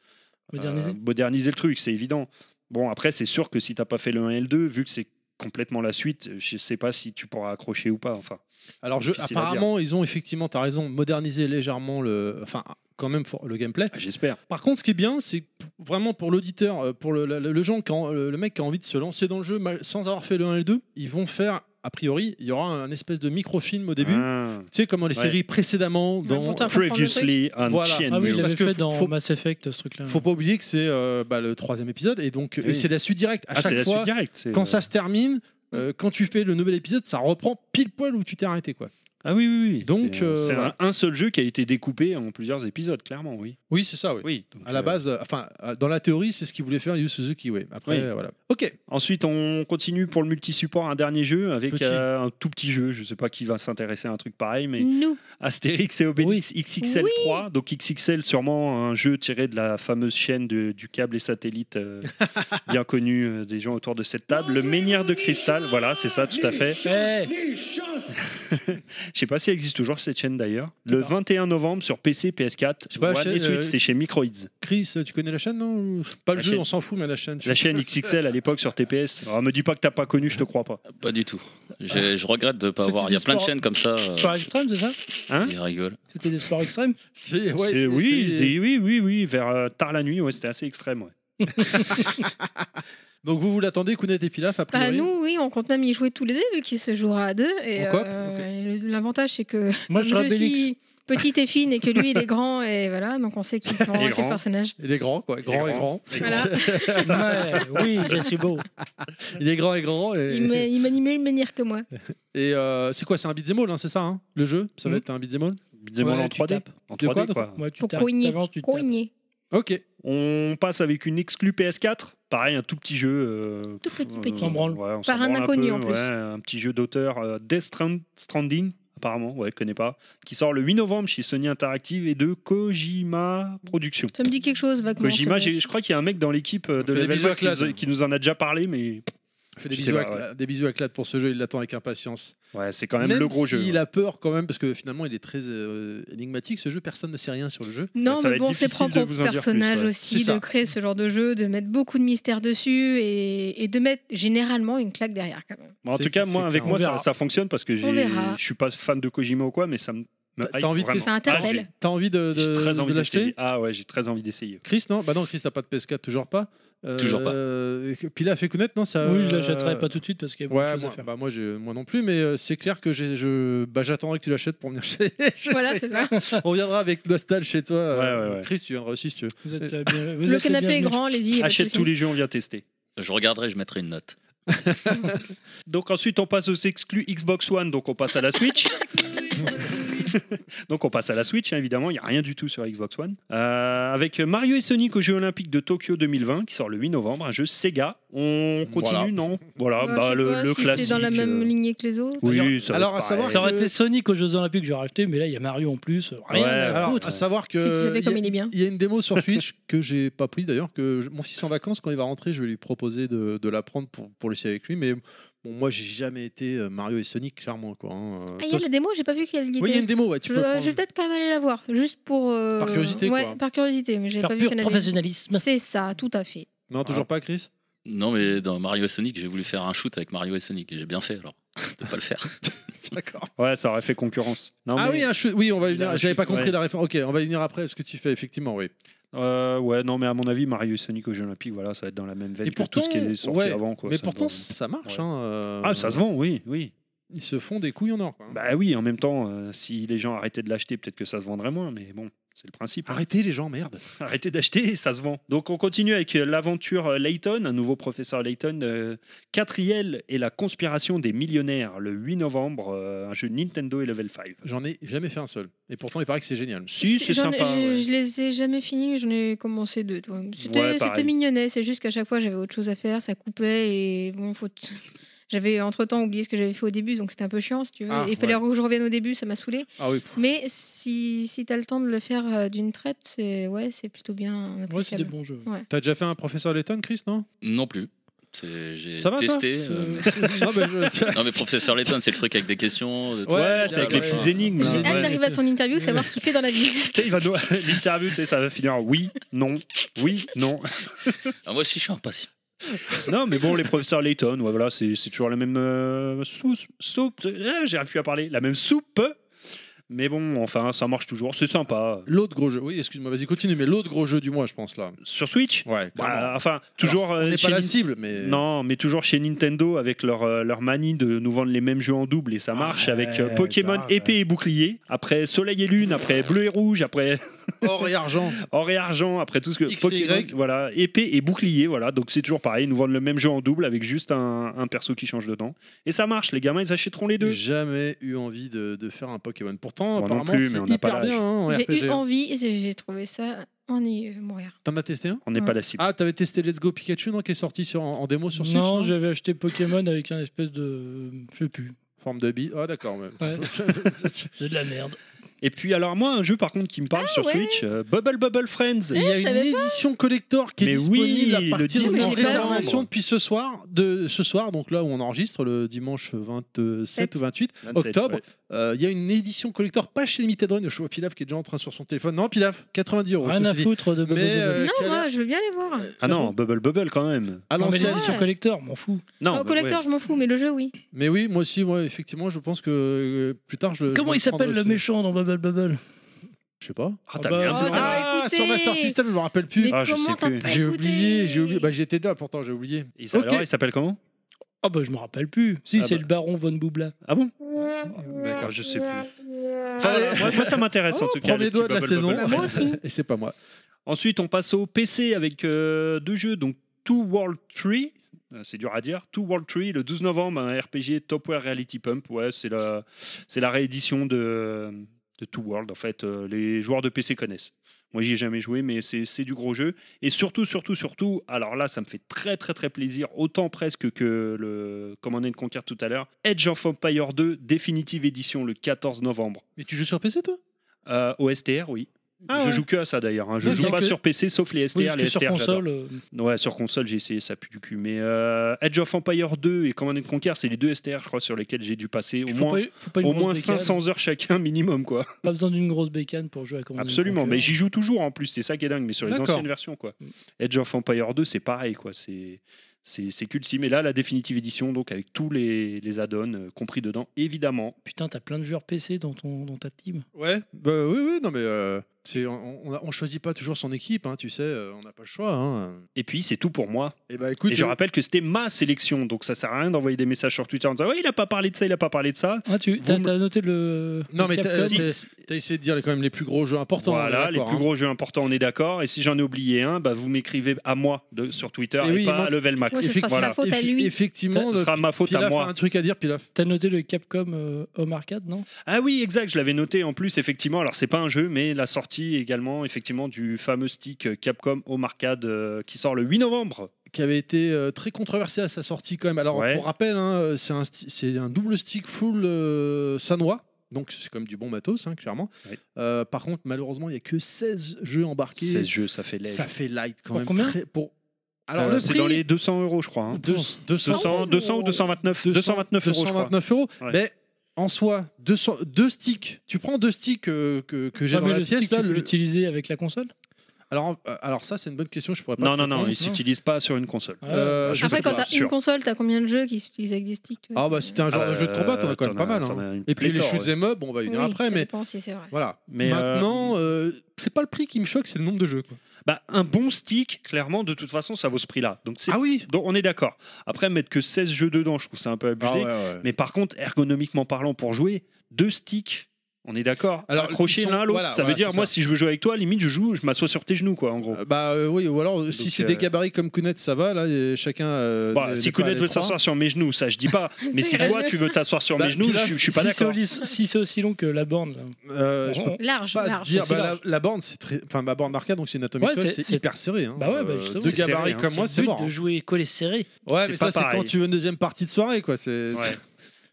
[SPEAKER 6] Moderniser.
[SPEAKER 4] euh, modernisé le truc, c'est évident. Bon, après, c'est sûr que si t'as pas fait le 1 et le 2, vu que c'est complètement la suite, je sais pas si tu pourras accrocher ou pas. Enfin,
[SPEAKER 3] Alors, je-
[SPEAKER 4] difficile à
[SPEAKER 3] apparemment, ils ont effectivement, t'as raison, modernisé légèrement le. Enfin, quand même, for- le gameplay.
[SPEAKER 4] j'espère.
[SPEAKER 3] Par contre, ce qui est bien, c'est p- vraiment pour l'auditeur, euh, pour le, le- le gens qui en- le le mec qui a envie de se lancer dans le jeu mal- sans avoir fait le 1 et le 2, ils vont faire, a priori, il y aura un espèce de microfilm au début.
[SPEAKER 4] Ah.
[SPEAKER 3] Tu sais, comme dans les
[SPEAKER 4] Ouais.
[SPEAKER 3] séries précédemment,
[SPEAKER 5] Ouais,
[SPEAKER 3] dans.
[SPEAKER 5] pour toi. comprendre le
[SPEAKER 4] Previously on
[SPEAKER 3] Voilà.
[SPEAKER 6] Ah oui,
[SPEAKER 3] oui,
[SPEAKER 6] je
[SPEAKER 3] parce
[SPEAKER 6] l'avais
[SPEAKER 3] que
[SPEAKER 6] fait
[SPEAKER 3] faut-
[SPEAKER 6] dans
[SPEAKER 3] faut-
[SPEAKER 6] Mass Effect, ce truc-là.
[SPEAKER 3] Faut pas oublier que c'est euh, bah, le troisième épisode et donc
[SPEAKER 4] Oui.
[SPEAKER 3] et c'est la suite directe. À
[SPEAKER 4] Ah, c'est
[SPEAKER 3] chaque
[SPEAKER 4] la suite
[SPEAKER 3] fois,
[SPEAKER 4] directe. c'est- euh,
[SPEAKER 3] quand ça se termine, euh, quand tu fais le nouvel épisode, ça reprend pile poil où tu t'es arrêté, quoi.
[SPEAKER 4] Ah oui, oui, oui.
[SPEAKER 3] Donc,
[SPEAKER 4] c'est, euh,
[SPEAKER 3] euh,
[SPEAKER 4] c'est un-
[SPEAKER 3] voilà.
[SPEAKER 4] un, seul jeu qui a été découpé en plusieurs épisodes, clairement, oui.
[SPEAKER 3] Oui, c'est ça, oui.
[SPEAKER 4] Oui. donc,
[SPEAKER 3] À la
[SPEAKER 4] euh,
[SPEAKER 3] base, euh, enfin, euh, dans la théorie, c'est ce qu'il voulait faire Yu Suzuki, oui. Après,
[SPEAKER 4] Oui.
[SPEAKER 3] euh, voilà. Ok.
[SPEAKER 4] Ensuite, on continue pour le multi-support, un dernier jeu avec
[SPEAKER 3] Petit.
[SPEAKER 4] euh, un tout petit jeu. Je sais pas qui va s'intéresser à un truc pareil, mais
[SPEAKER 5] Nous.
[SPEAKER 4] Astérix et Obélix XXL 3. Donc XXL, sûrement un jeu tiré de la fameuse chaîne de- du câble et satellite euh, bien connue euh, des gens autour de cette table. Le Menhir de cristal, voilà, c'est ça, tout à fait.
[SPEAKER 6] Eh,
[SPEAKER 4] Je sais pas si elle existe toujours cette chaîne d'ailleurs. Le 21 novembre sur PC, PS4,
[SPEAKER 3] pas,
[SPEAKER 4] One
[SPEAKER 3] la chaîne,
[SPEAKER 4] et Switch,
[SPEAKER 3] euh,
[SPEAKER 4] c'est chez Microids.
[SPEAKER 3] Chris, tu connais la chaîne, non Pas le
[SPEAKER 4] La
[SPEAKER 3] jeu,
[SPEAKER 4] chaîne.
[SPEAKER 3] on s'en fout, mais la chaîne. tu-
[SPEAKER 4] La chaîne XXL à l'époque sur TPS. Alors, Oh, me dis pas que t'as pas connu, je te crois pas.
[SPEAKER 7] Pas du tout.
[SPEAKER 4] Ah.
[SPEAKER 7] J'ai- Je regrette de pas
[SPEAKER 6] C'était
[SPEAKER 7] avoir... Il y a
[SPEAKER 6] du
[SPEAKER 7] plein de
[SPEAKER 6] sport-
[SPEAKER 7] chaînes comme ça. euh,
[SPEAKER 6] Sport extrême, c'est ça
[SPEAKER 7] Ils rigolent.
[SPEAKER 6] C'était des sports extrêmes
[SPEAKER 3] C'est- ouais,
[SPEAKER 4] C'est-
[SPEAKER 3] c'est-
[SPEAKER 4] oui,
[SPEAKER 3] c'est-
[SPEAKER 4] des- oui, oui, oui, vers euh, tard la nuit, ouais, c'était assez extrême. ouais.
[SPEAKER 3] Donc vous vous l'attendez, Kounet et Pilaf, a
[SPEAKER 5] Bah,
[SPEAKER 3] priori
[SPEAKER 5] nous, oui, on compte même y jouer tous les deux vu qu'il se jouera à deux. Et,
[SPEAKER 3] En coop,
[SPEAKER 5] euh, et le- l'avantage, c'est que.
[SPEAKER 6] Moi, je
[SPEAKER 5] comme
[SPEAKER 6] serais Obélix.
[SPEAKER 5] suis petite et fine et que lui il est grand et voilà donc on sait qu'il prend
[SPEAKER 4] Il est
[SPEAKER 5] quel
[SPEAKER 4] grand.
[SPEAKER 5] personnage.
[SPEAKER 3] Il est grand, quoi. Grand et grand.
[SPEAKER 4] C'est
[SPEAKER 5] Voilà.
[SPEAKER 6] Ouais, oui, je suis beau.
[SPEAKER 3] Il est grand et grand. Et,
[SPEAKER 5] Il m'a- il m'anime de même manière que moi.
[SPEAKER 3] et, euh, c'est quoi C'est un beat'em all, hein, c'est ça, hein, le jeu Ça va
[SPEAKER 4] Hmm.
[SPEAKER 6] Mhm.
[SPEAKER 3] être un beat'em all
[SPEAKER 4] Disons
[SPEAKER 6] Ouais,
[SPEAKER 4] en
[SPEAKER 6] tu
[SPEAKER 4] 3D.
[SPEAKER 6] tapes.
[SPEAKER 4] En
[SPEAKER 3] De quoi,
[SPEAKER 4] 3D, quoi.
[SPEAKER 6] Ouais, tu
[SPEAKER 5] Faut
[SPEAKER 6] tapes,
[SPEAKER 5] cogner.
[SPEAKER 6] t'avances, tu tapes.
[SPEAKER 5] Cogné.
[SPEAKER 3] Ok.
[SPEAKER 4] On passe avec une exclue PS4. Pareil, un tout petit jeu. euh,
[SPEAKER 5] Tout petit,
[SPEAKER 4] euh,
[SPEAKER 5] petit.
[SPEAKER 6] S'en branle.
[SPEAKER 4] ouais, on
[SPEAKER 5] Par
[SPEAKER 4] s'en
[SPEAKER 5] un
[SPEAKER 4] branle
[SPEAKER 5] inconnu,
[SPEAKER 4] peu,
[SPEAKER 5] en plus.
[SPEAKER 4] ouais, un petit jeu d'auteur euh, Death Strand- Stranding, apparemment, ouais, je connais pas, qui sort le 8 novembre chez Sony Interactive et de Kojima Productions.
[SPEAKER 5] Ça me dit quelque chose vaguement. c'est vrai.
[SPEAKER 4] Kojima, j'ai- je crois qu'il y a un mec dans l'équipe euh, de
[SPEAKER 3] On fait des
[SPEAKER 4] Level
[SPEAKER 3] bisous
[SPEAKER 4] Max
[SPEAKER 3] à
[SPEAKER 4] qui,
[SPEAKER 3] Clad.
[SPEAKER 4] nous a- qui nous en a déjà parlé, mais
[SPEAKER 3] Fait des
[SPEAKER 4] Je
[SPEAKER 3] bisous,
[SPEAKER 4] sais
[SPEAKER 3] à,
[SPEAKER 4] pas,
[SPEAKER 3] Cla- des bisous à Clad pour ce jeu, il l'attend avec impatience.
[SPEAKER 4] ouais, c'est quand même, le gros jeu.
[SPEAKER 3] Il a peur quand même, parce que finalement, il est très euh, énigmatique ce jeu, personne ne sait rien sur le jeu.
[SPEAKER 5] Non,
[SPEAKER 4] Ça va
[SPEAKER 5] mais
[SPEAKER 4] être
[SPEAKER 5] bon, c'est
[SPEAKER 4] difficile
[SPEAKER 5] propre
[SPEAKER 4] de vous
[SPEAKER 5] au
[SPEAKER 4] en dire plus,
[SPEAKER 5] personnage
[SPEAKER 4] ouais.
[SPEAKER 5] aussi
[SPEAKER 3] C'est ça.
[SPEAKER 5] de créer ce genre de jeu, de mettre beaucoup de mystère dessus et, et de mettre généralement une claque derrière quand même.
[SPEAKER 4] Bon, en
[SPEAKER 3] C'est-
[SPEAKER 4] tout cas,
[SPEAKER 3] c'est
[SPEAKER 4] moi, avec
[SPEAKER 3] clair.
[SPEAKER 4] moi,
[SPEAKER 6] On
[SPEAKER 4] ça,
[SPEAKER 6] verra.
[SPEAKER 4] ça fonctionne parce que j'ai-
[SPEAKER 5] verra.
[SPEAKER 4] je suis pas fan de Kojima ou quoi, mais ça me. me
[SPEAKER 3] T'as
[SPEAKER 4] hype
[SPEAKER 3] envie de
[SPEAKER 4] vraiment.
[SPEAKER 3] tester
[SPEAKER 5] Ça interpelle.
[SPEAKER 4] Ah,
[SPEAKER 3] T'as envie de,
[SPEAKER 4] j'ai- J'ai
[SPEAKER 3] de-
[SPEAKER 4] très
[SPEAKER 3] de
[SPEAKER 4] envie d'essayer.
[SPEAKER 3] l'acheter
[SPEAKER 4] Ah ouais, j'ai très envie d'essayer.
[SPEAKER 3] Chris, non Bah non, Chris, t'as pas de PS4, toujours pas. Euh,
[SPEAKER 7] Toujours pas.
[SPEAKER 3] euh, Pila a fait connaître, non ça,
[SPEAKER 6] Oui, je
[SPEAKER 3] euh,
[SPEAKER 6] l'achèterai pas tout de suite parce qu'il y a beaucoup
[SPEAKER 3] Ouais,
[SPEAKER 6] de choses
[SPEAKER 3] moi,
[SPEAKER 6] à faire.
[SPEAKER 3] bah moi, j'ai- moi non plus, mais euh, c'est clair que j'ai- je, bah, j'attendrai que tu l'achètes pour venir chez. chez-
[SPEAKER 5] Voilà, c'est ça.
[SPEAKER 3] On viendra avec Nostal chez toi. euh,
[SPEAKER 4] Ouais, ouais, ouais.
[SPEAKER 3] Chris, tu viendras aussi si tu veux.
[SPEAKER 6] Vous êtes la bien- vous
[SPEAKER 5] Le
[SPEAKER 6] êtes les
[SPEAKER 5] canapé est
[SPEAKER 6] bienvenus.
[SPEAKER 5] grand, allez-y.
[SPEAKER 4] Achète tous les jeux, on vient tester.
[SPEAKER 7] Je regarderai, je mettrai une note.
[SPEAKER 4] Donc ensuite, on passe aux exclus Xbox One, donc on passe à la Switch. donc on passe à la Switch, hein, évidemment, il n'y a rien du tout sur Xbox One. Euh, avec Mario et Sonic aux Jeux Olympiques de Tokyo 2020, qui sort le 8 novembre, un jeu Sega. On continue,
[SPEAKER 3] Voilà.
[SPEAKER 4] non Voilà,
[SPEAKER 5] Ouais,
[SPEAKER 4] bah,
[SPEAKER 5] je sais
[SPEAKER 4] le,
[SPEAKER 5] pas
[SPEAKER 4] le
[SPEAKER 5] si
[SPEAKER 4] classique.
[SPEAKER 5] C'est dans la même
[SPEAKER 4] euh,
[SPEAKER 5] lignée que les autres.
[SPEAKER 4] Oui, ça
[SPEAKER 3] Alors,
[SPEAKER 4] va
[SPEAKER 3] à
[SPEAKER 4] se
[SPEAKER 3] savoir
[SPEAKER 4] parler.
[SPEAKER 6] Ça aurait
[SPEAKER 3] Je-
[SPEAKER 6] été Sonic aux Jeux Olympiques que j'aurais acheté, mais là il y a Mario en plus. Rien
[SPEAKER 4] Ouais,
[SPEAKER 6] à
[SPEAKER 3] Alors,
[SPEAKER 6] foutre.
[SPEAKER 3] à savoir que.
[SPEAKER 5] Si
[SPEAKER 4] euh,
[SPEAKER 5] tu savais
[SPEAKER 3] il y a-
[SPEAKER 5] comme il est bien.
[SPEAKER 3] Il y a une démo sur Switch que j'ai pas pris d'ailleurs, que je- mon fils en vacances, quand il va rentrer, je vais lui proposer de, de la prendre pour, pour l'essayer avec lui. Mais bon, moi, j'ai jamais été euh, Mario et Sonic, clairement. Quoi, hein. Euh,
[SPEAKER 5] Ah, il y
[SPEAKER 3] toi,
[SPEAKER 5] a la démo, j'ai pas vu qu'elle y était.
[SPEAKER 3] Oui, il y a une démo, ouais, tu
[SPEAKER 5] je,
[SPEAKER 3] peux
[SPEAKER 5] euh,
[SPEAKER 3] prendre.
[SPEAKER 5] je vais peut-être quand même aller la voir, juste pour. euh,
[SPEAKER 3] Par curiosité,
[SPEAKER 5] Ouais,
[SPEAKER 3] quoi.
[SPEAKER 5] par curiosité, mais j'ai
[SPEAKER 6] Par
[SPEAKER 5] pas vu
[SPEAKER 6] pur
[SPEAKER 5] qu'elle avait-
[SPEAKER 6] professionnalisme.
[SPEAKER 5] C'est ça, tout à fait.
[SPEAKER 3] Non,
[SPEAKER 4] Ah.
[SPEAKER 3] toujours pas, Chris
[SPEAKER 7] Non, mais dans Mario et Sonic, j'ai voulu faire un shoot avec Mario et Sonic et j'ai bien fait alors. Je peux pas le faire.
[SPEAKER 3] D'accord.
[SPEAKER 4] Ouais, ça aurait fait concurrence. Non,
[SPEAKER 3] Ah
[SPEAKER 4] mais-
[SPEAKER 3] oui, un chou- oui, on va y
[SPEAKER 4] Il a
[SPEAKER 3] venir.
[SPEAKER 4] un
[SPEAKER 3] J'avais pas
[SPEAKER 4] chute,
[SPEAKER 3] compris
[SPEAKER 4] ouais.
[SPEAKER 3] la référence. Ok, on va y venir après ce que tu fais, effectivement, oui.
[SPEAKER 4] Euh, ouais, non, mais à mon avis, Mario et Sonic aux Jeux Olympiques, voilà, ça va être dans la même veine
[SPEAKER 3] Et
[SPEAKER 4] que
[SPEAKER 3] pourtant,
[SPEAKER 4] tout ce qui est sorti
[SPEAKER 3] ouais,
[SPEAKER 4] avant. Quoi,
[SPEAKER 3] Mais
[SPEAKER 4] Ça
[SPEAKER 3] pourtant,
[SPEAKER 4] doit-
[SPEAKER 3] ça marche.
[SPEAKER 4] ouais.
[SPEAKER 3] hein, euh,
[SPEAKER 4] Ah, ça se vend, oui, oui.
[SPEAKER 3] Ils se font des couilles en or. quoi. hein.
[SPEAKER 4] Bah oui, en même temps, euh, si les gens arrêtaient de l'acheter, peut-être que ça se vendrait moins, mais bon, c'est le principe.
[SPEAKER 3] Arrêtez les gens, merde.
[SPEAKER 4] Arrêtez d'acheter, ça se vend. Donc on continue avec euh, l'aventure euh, Layton, un nouveau professeur Layton. euh, Catriel et la conspiration des millionnaires, le 8 novembre, euh, un jeu Nintendo et Level 5.
[SPEAKER 3] J'en ai jamais fait un seul. Et pourtant, il paraît que c'est génial.
[SPEAKER 4] Si, c'est
[SPEAKER 5] J'en ai-
[SPEAKER 4] sympa.
[SPEAKER 5] Je,
[SPEAKER 4] ouais.
[SPEAKER 5] je les ai jamais finis, j'en ai commencé deux. toi. C'était
[SPEAKER 4] Ouais, pareil.
[SPEAKER 5] c'était mignonnet, c'est juste qu'à chaque fois j'avais autre chose à faire, ça coupait et bon, faut. t- J'avais entre temps oublié ce que j'avais fait au début, donc c'était un peu chiant si tu veux.
[SPEAKER 3] Ah,
[SPEAKER 5] il fallait que je revienne au début, ça m'a saoulé.
[SPEAKER 3] Ah oui.
[SPEAKER 5] Mais si, si t'as le temps de le faire euh, d'une traite, c'est ouais, c'est plutôt bien.
[SPEAKER 6] Ouais, c'est
[SPEAKER 5] appréciable.
[SPEAKER 6] des bons jeux.
[SPEAKER 3] T'as déjà fait un professeur Letton, Chris, non
[SPEAKER 7] Non plus. C'est- J'ai
[SPEAKER 3] Ça va, toi
[SPEAKER 7] testé. euh, mais-
[SPEAKER 3] Non, mais je-
[SPEAKER 7] Non mais professeur Letton, c'est le truc avec des questions. de-
[SPEAKER 3] Ouais,
[SPEAKER 4] Ouais, c'est avec
[SPEAKER 7] ouais,
[SPEAKER 4] les petites
[SPEAKER 7] ouais.
[SPEAKER 4] énigmes.
[SPEAKER 5] J'ai
[SPEAKER 4] là,
[SPEAKER 5] hâte
[SPEAKER 4] ouais.
[SPEAKER 5] d'arriver à son interview, savoir ce qu'il fait dans la vie.
[SPEAKER 4] Tu sais, il va nous- l'interview, tu sais, ça va finir en oui, non, oui, non.
[SPEAKER 7] Ah, moi aussi, je suis impatient.
[SPEAKER 4] Non, mais bon, les professeurs Layton, ouais, voilà, c'est c'est toujours la même euh, sous- soupe. euh, J'arrive plus à parler, la même soupe. Mais bon, enfin, ça marche toujours, c'est sympa.
[SPEAKER 3] L'autre gros jeu. Oui, excuse-moi, vas-y, continue. Mais l'autre gros jeu du mois, je pense, là.
[SPEAKER 4] Sur Switch,
[SPEAKER 3] Ouais.
[SPEAKER 4] bah,
[SPEAKER 3] clairement.
[SPEAKER 4] enfin, toujours.
[SPEAKER 3] Alors, on
[SPEAKER 4] euh,
[SPEAKER 3] n'est
[SPEAKER 4] chez
[SPEAKER 3] pas la
[SPEAKER 4] Nin-
[SPEAKER 3] cible, mais.
[SPEAKER 4] Non, mais toujours chez Nintendo avec leur, euh, leur manie de nous vendre les mêmes jeux en double et ça marche avec euh,
[SPEAKER 3] Arrête,
[SPEAKER 4] Pokémon
[SPEAKER 3] arrête.
[SPEAKER 4] épée et bouclier, après Soleil et Lune, après Bleu et Rouge, après
[SPEAKER 3] Or et argent.
[SPEAKER 4] Or et Argent, après tout ce que
[SPEAKER 3] X et
[SPEAKER 4] Pokémon,
[SPEAKER 3] Y.
[SPEAKER 4] voilà, épée et bouclier, voilà, donc c'est toujours pareil, ils nous vendent le même jeu en double avec juste un, un perso qui change dedans. Et ça marche, les gamins ils achèteront les deux.
[SPEAKER 3] J'ai jamais eu envie de, de faire un Pokémon. Pourtant,
[SPEAKER 4] Moi non
[SPEAKER 3] apparemment,
[SPEAKER 4] plus, mais on
[SPEAKER 3] c'est
[SPEAKER 4] n'a pas
[SPEAKER 3] hyper
[SPEAKER 4] l'âge.
[SPEAKER 3] bien. hein, en
[SPEAKER 5] J'ai eu
[SPEAKER 3] RPG.
[SPEAKER 5] envie, et j'ai j'ai trouvé ça ennuyeux, mourir.
[SPEAKER 3] T'en as testé un
[SPEAKER 4] On n'est
[SPEAKER 5] Ouais.
[SPEAKER 4] pas la cible.
[SPEAKER 3] Ah, t'avais testé Let's Go Pikachu, non Qui est sorti sur, en, en démo sur Switch
[SPEAKER 6] Non, j'avais acheté Pokémon avec un espèce de. Je sais plus.
[SPEAKER 3] Forme de bille. Ah, d'accord. ouais.
[SPEAKER 6] Ouais. C'est de la merde.
[SPEAKER 4] Et puis alors moi un jeu par contre qui me parle sur
[SPEAKER 5] Ah ouais.
[SPEAKER 4] Switch, euh, Bubble Bubble Friends.
[SPEAKER 3] Et Il y a
[SPEAKER 5] Eh, je
[SPEAKER 3] une
[SPEAKER 5] savais
[SPEAKER 3] édition collector qui est
[SPEAKER 4] Mais
[SPEAKER 3] disponible
[SPEAKER 4] oui,
[SPEAKER 3] à
[SPEAKER 4] le
[SPEAKER 3] partir
[SPEAKER 5] 19
[SPEAKER 3] de
[SPEAKER 5] novembre.
[SPEAKER 3] réservation depuis ce soir, de ce soir, donc là où on enregistre le dimanche 27
[SPEAKER 5] Sept.
[SPEAKER 3] ou 28
[SPEAKER 4] 27,
[SPEAKER 3] octobre.
[SPEAKER 4] ouais.
[SPEAKER 3] euh, Il y a une édition collector pas chez Limited Run. Je vois Pilaf qui est déjà en train sur son téléphone. Non, Pilaf, 90 euros.
[SPEAKER 6] Rien à
[SPEAKER 3] Oh, ceci dit.
[SPEAKER 6] foutre de.
[SPEAKER 3] Mais euh,
[SPEAKER 5] non,
[SPEAKER 3] qui a l'air-
[SPEAKER 5] moi, je veux bien les voir.
[SPEAKER 4] Ah non, Bubble Bubble quand même.
[SPEAKER 3] à
[SPEAKER 6] Non, mais
[SPEAKER 3] l'ancienne.
[SPEAKER 6] l'édition
[SPEAKER 5] Ouais.
[SPEAKER 6] collector, m'en fous.
[SPEAKER 4] Non,
[SPEAKER 5] Au
[SPEAKER 4] bah,
[SPEAKER 5] collecteur,
[SPEAKER 4] ouais. Ah,
[SPEAKER 5] je m'en fous, mais le jeu, oui.
[SPEAKER 3] Mais oui, moi aussi, moi, effectivement, je pense que euh, plus tard, je. je
[SPEAKER 6] Comment
[SPEAKER 3] vais
[SPEAKER 6] il
[SPEAKER 3] le prendre
[SPEAKER 6] s'appelle le
[SPEAKER 3] aussi.
[SPEAKER 6] méchant dans Bubble Bubble
[SPEAKER 3] Je sais pas.
[SPEAKER 4] Ah, t'as
[SPEAKER 6] Ah bah,
[SPEAKER 4] bien
[SPEAKER 6] oh,
[SPEAKER 4] vu.
[SPEAKER 5] t'as pas
[SPEAKER 3] Ah,
[SPEAKER 5] écouté.
[SPEAKER 3] sur Master System, je me rappelle plus.
[SPEAKER 5] Mais
[SPEAKER 4] Ah, je
[SPEAKER 5] comment
[SPEAKER 4] sais
[SPEAKER 5] t'as
[SPEAKER 4] plus.
[SPEAKER 5] pas
[SPEAKER 3] J'ai
[SPEAKER 5] écouté
[SPEAKER 3] oublié, j'ai oublié. Bah, j'étais là, pourtant, j'ai oublié.
[SPEAKER 4] Il s'appelle-
[SPEAKER 3] Ok.
[SPEAKER 4] alors, il s'appelle comment
[SPEAKER 6] Ah bah je me rappelle plus. Si,
[SPEAKER 4] Ah
[SPEAKER 6] c'est
[SPEAKER 4] bah.
[SPEAKER 6] le baron von Boubla.
[SPEAKER 4] Ah bon
[SPEAKER 3] D'accord.
[SPEAKER 4] D'accord, je sais plus. Enfin, voilà, moi, moi, ça m'intéresse en
[SPEAKER 3] Oh,
[SPEAKER 4] tout cas.
[SPEAKER 3] premier
[SPEAKER 4] les petits
[SPEAKER 3] doigt de la
[SPEAKER 4] Bubble
[SPEAKER 3] saison.
[SPEAKER 4] Bubble.
[SPEAKER 5] Bah, Ah. moi aussi.
[SPEAKER 3] Et c'est pas moi.
[SPEAKER 4] Ensuite, on passe au PC avec euh, deux jeux, donc Two World Tree. euh, C'est dur à dire. Two World Tree, le 12 novembre, un RPG Topware Reality Pump. Ouais, c'est la, c'est la réédition de, de Two World, en fait. euh, les joueurs de PC connaissent. Moi, j'y ai jamais joué, mais c'est c'est du gros jeu. Et surtout, surtout, surtout, alors là, ça me fait très, très, très plaisir, autant presque que le Command and Conquer tout à l'heure. Edge of Empire 2, définitive édition, le 14 novembre.
[SPEAKER 3] Mais tu joues sur PC toi
[SPEAKER 4] Euh, au STR, oui.
[SPEAKER 5] Ah
[SPEAKER 4] je
[SPEAKER 5] ouais.
[SPEAKER 4] joue que à ça d'ailleurs. hein. Je
[SPEAKER 6] Ouais,
[SPEAKER 4] joue
[SPEAKER 6] donc,
[SPEAKER 4] pas
[SPEAKER 6] euh,
[SPEAKER 4] sur PC sauf les STR.
[SPEAKER 6] Oui, parce
[SPEAKER 4] les
[SPEAKER 6] que sur
[SPEAKER 4] STR, j'adore.
[SPEAKER 6] console, euh,
[SPEAKER 4] Ouais, sur console, j'ai essayé, ça pue du cul. Mais euh, Edge of Empire 2 et Command and Conquer, c'est les deux STR, je crois, sur lesquels j'ai dû passer au
[SPEAKER 6] faut
[SPEAKER 4] moins,
[SPEAKER 6] pas, faut pas une
[SPEAKER 4] au
[SPEAKER 6] grosse
[SPEAKER 4] moins
[SPEAKER 6] bécane.
[SPEAKER 4] 500 heures chacun minimum, quoi.
[SPEAKER 6] Pas besoin d'une grosse bécane pour jouer à Command
[SPEAKER 4] Absolument.
[SPEAKER 6] Conquer. Mm.
[SPEAKER 4] Mais j'y joue toujours en plus, c'est ça qui est dingue. Mais sur les
[SPEAKER 3] D'accord.
[SPEAKER 4] anciennes versions, quoi. Edge of Empire 2, c'est pareil, quoi. C'est. C'est c'est cultissime. Et là, la définitive édition, donc avec tous les, les add-ons euh, compris dedans, évidemment.
[SPEAKER 6] Putain, t'as plein de joueurs PC dans, ton, dans ta team.
[SPEAKER 3] Ouais. Bah oui, oui, non mais euh, c'est on, on, a- on choisit pas toujours son équipe, hein, tu sais, euh, on n'a pas le choix. Hein.
[SPEAKER 4] Et puis, c'est tout pour moi.
[SPEAKER 3] Et bah écoute,
[SPEAKER 4] Et je
[SPEAKER 3] euh,
[SPEAKER 4] rappelle que c'était ma sélection, donc ça sert à rien d'envoyer des messages sur Twitter en disant Ouais, il a pas parlé de ça, il a pas parlé de ça.
[SPEAKER 6] Ah, tu
[SPEAKER 4] Vous
[SPEAKER 6] t'as
[SPEAKER 4] me-
[SPEAKER 6] t'as noté le.
[SPEAKER 3] Non,
[SPEAKER 6] le
[SPEAKER 3] mais
[SPEAKER 6] Capcom
[SPEAKER 3] t'as-
[SPEAKER 4] Si-
[SPEAKER 3] mais-
[SPEAKER 4] si-
[SPEAKER 3] t'as essayé de dire les- quand même les plus gros jeux importants. Euh, on
[SPEAKER 4] voilà,
[SPEAKER 3] est
[SPEAKER 4] les
[SPEAKER 3] d'accord,
[SPEAKER 4] plus
[SPEAKER 3] hein.
[SPEAKER 4] gros jeux importants, on est d'accord. Et si j'en ai oublié un, bah, vous m'écrivez à moi de- sur Twitter
[SPEAKER 3] Et
[SPEAKER 4] et,
[SPEAKER 3] oui, il
[SPEAKER 4] pas
[SPEAKER 3] manque-
[SPEAKER 4] à Level Max.
[SPEAKER 5] Ouais, ce sera
[SPEAKER 4] Voilà.
[SPEAKER 5] sa faute à
[SPEAKER 3] Eff-
[SPEAKER 5] lui.
[SPEAKER 3] Effectivement,
[SPEAKER 4] Ce sera ma faute à
[SPEAKER 3] Pilaf a
[SPEAKER 4] moi.
[SPEAKER 3] un truc à dire, Pilaf.
[SPEAKER 6] T'as noté le Capcom euh, Home Arcade, non
[SPEAKER 4] Ah oui, exact, je l'avais noté en plus, effectivement. Alors, c'est pas un jeu, mais la sortie également, effectivement, du fameux stick Capcom Home Arcade euh, qui sort le 8 novembre.
[SPEAKER 3] qui avait été euh, très controversé à sa sortie quand même. Alors
[SPEAKER 4] Ouais.
[SPEAKER 3] pour rappel, hein, euh, c'est un, sti- c'est un double stick full euh, sanois. Donc c'est comme du bon matos, hein, clairement.
[SPEAKER 4] Ouais.
[SPEAKER 3] Euh, par contre, malheureusement, il n'y a que 16 jeux embarqués.
[SPEAKER 4] 16 jeux, ça fait l'aise.
[SPEAKER 3] Ça fait light quand
[SPEAKER 6] Pour
[SPEAKER 3] même.
[SPEAKER 6] combien
[SPEAKER 3] très- pour... Alors
[SPEAKER 4] Euh,
[SPEAKER 3] le
[SPEAKER 4] c'est
[SPEAKER 3] prix,
[SPEAKER 4] dans les 200 euros, je crois. hein.
[SPEAKER 3] deux- 200,
[SPEAKER 4] 200, 200 ou 229 229 euros, je crois.
[SPEAKER 3] 229 euros.
[SPEAKER 4] Ouais.
[SPEAKER 3] Mais en soi, 200 deux sticks. Tu prends deux sticks euh, que, que j'ai
[SPEAKER 6] Ah,
[SPEAKER 3] dans
[SPEAKER 6] mais
[SPEAKER 3] la
[SPEAKER 6] le
[SPEAKER 3] pièce.
[SPEAKER 6] stick,
[SPEAKER 3] là,
[SPEAKER 6] tu peux
[SPEAKER 3] le-
[SPEAKER 6] l'utiliser avec la console
[SPEAKER 3] Alors, euh, alors ça, c'est une bonne question. Je pourrais pas.
[SPEAKER 4] Non,
[SPEAKER 3] te
[SPEAKER 4] non, non,
[SPEAKER 3] répondre.
[SPEAKER 4] ils s'utilisent pas sur une console.
[SPEAKER 6] Ah,
[SPEAKER 3] Euh, je
[SPEAKER 5] Après,
[SPEAKER 3] sais
[SPEAKER 5] quand
[SPEAKER 3] pas.
[SPEAKER 5] t'as une
[SPEAKER 4] sûr.
[SPEAKER 5] console, t'as combien de jeux qui s'utilisent avec des sticks tu vois, euh,
[SPEAKER 3] Ah bah si t'as un genre de jeu de combat, t'en as quand
[SPEAKER 4] Euh,
[SPEAKER 3] même pas mal. hein. Et puis les shoots em up, bon, on va y
[SPEAKER 5] Oui,
[SPEAKER 3] venir après,
[SPEAKER 5] ça
[SPEAKER 3] mais
[SPEAKER 5] dépend si c'est vrai.
[SPEAKER 3] voilà.
[SPEAKER 4] Mais, euh,
[SPEAKER 3] Maintenant, euh, c'est pas le prix qui me choque, c'est le nombre de jeux. quoi.
[SPEAKER 4] Bah, un bon stick, clairement, de toute façon, ça vaut ce prix-là. Donc, c'est-
[SPEAKER 3] Ah oui
[SPEAKER 4] donc on est d'accord. Après, mettre que 16 jeux dedans, je trouve ça un peu abusé.
[SPEAKER 3] Ah
[SPEAKER 4] Mais par contre, ergonomiquement parlant, pour jouer, deux sticks, on est d'accord.
[SPEAKER 3] Alors,
[SPEAKER 4] Alors, accrocher
[SPEAKER 3] ils sont-
[SPEAKER 4] l'un à l'autre,
[SPEAKER 3] voilà,
[SPEAKER 4] ça
[SPEAKER 3] voilà,
[SPEAKER 4] veut dire,
[SPEAKER 3] c'est
[SPEAKER 4] moi,
[SPEAKER 3] ça.
[SPEAKER 4] si je veux jouer avec toi, limite, je joue, je m'assois sur tes genoux, quoi, en gros.
[SPEAKER 3] Euh, Bah euh, oui, ou alors euh, si
[SPEAKER 4] Donc,
[SPEAKER 3] c'est des
[SPEAKER 4] euh,
[SPEAKER 3] gabarits comme Kounet, ça va, là, euh, chacun. euh,
[SPEAKER 4] Bah,
[SPEAKER 3] n'est- n'est
[SPEAKER 4] si
[SPEAKER 3] pas
[SPEAKER 4] Kounet
[SPEAKER 3] les
[SPEAKER 4] veut
[SPEAKER 3] trois.
[SPEAKER 4] s'asseoir sur mes genoux, ça je dis pas. Mais si
[SPEAKER 5] C'est
[SPEAKER 4] toi
[SPEAKER 5] vrai.
[SPEAKER 4] tu veux t'asseoir sur
[SPEAKER 3] Bah,
[SPEAKER 4] mes genoux,
[SPEAKER 3] puis là,
[SPEAKER 4] je, je suis pas
[SPEAKER 6] si c'est
[SPEAKER 4] d'accord.
[SPEAKER 6] au- Si c'est aussi long que la borne. là.
[SPEAKER 3] Euh, je peux
[SPEAKER 5] Large,
[SPEAKER 3] pas
[SPEAKER 5] large.
[SPEAKER 3] dire,
[SPEAKER 6] c'est
[SPEAKER 3] bah, la,
[SPEAKER 6] large.
[SPEAKER 3] la borne, c'est très. Enfin, ma borne arcade, donc c'est une Atomic
[SPEAKER 6] Ouais,
[SPEAKER 3] Soul,
[SPEAKER 6] c'est-
[SPEAKER 3] c'est
[SPEAKER 6] c'est-
[SPEAKER 3] hyper serré. hein.
[SPEAKER 6] Bah ouais, bah,
[SPEAKER 3] Euh,
[SPEAKER 6] justement.
[SPEAKER 3] Deux
[SPEAKER 4] C'est serré,
[SPEAKER 3] gabarits
[SPEAKER 4] hein,
[SPEAKER 3] comme moi,
[SPEAKER 6] Le
[SPEAKER 3] c'est
[SPEAKER 6] but
[SPEAKER 3] mort.
[SPEAKER 6] de jouer collé serré.
[SPEAKER 3] Ouais,
[SPEAKER 4] c'est
[SPEAKER 3] mais ça,
[SPEAKER 4] pas
[SPEAKER 3] c'est quand
[SPEAKER 4] pareil.
[SPEAKER 3] tu veux une deuxième partie de soirée, quoi. C'est.
[SPEAKER 4] Ouais.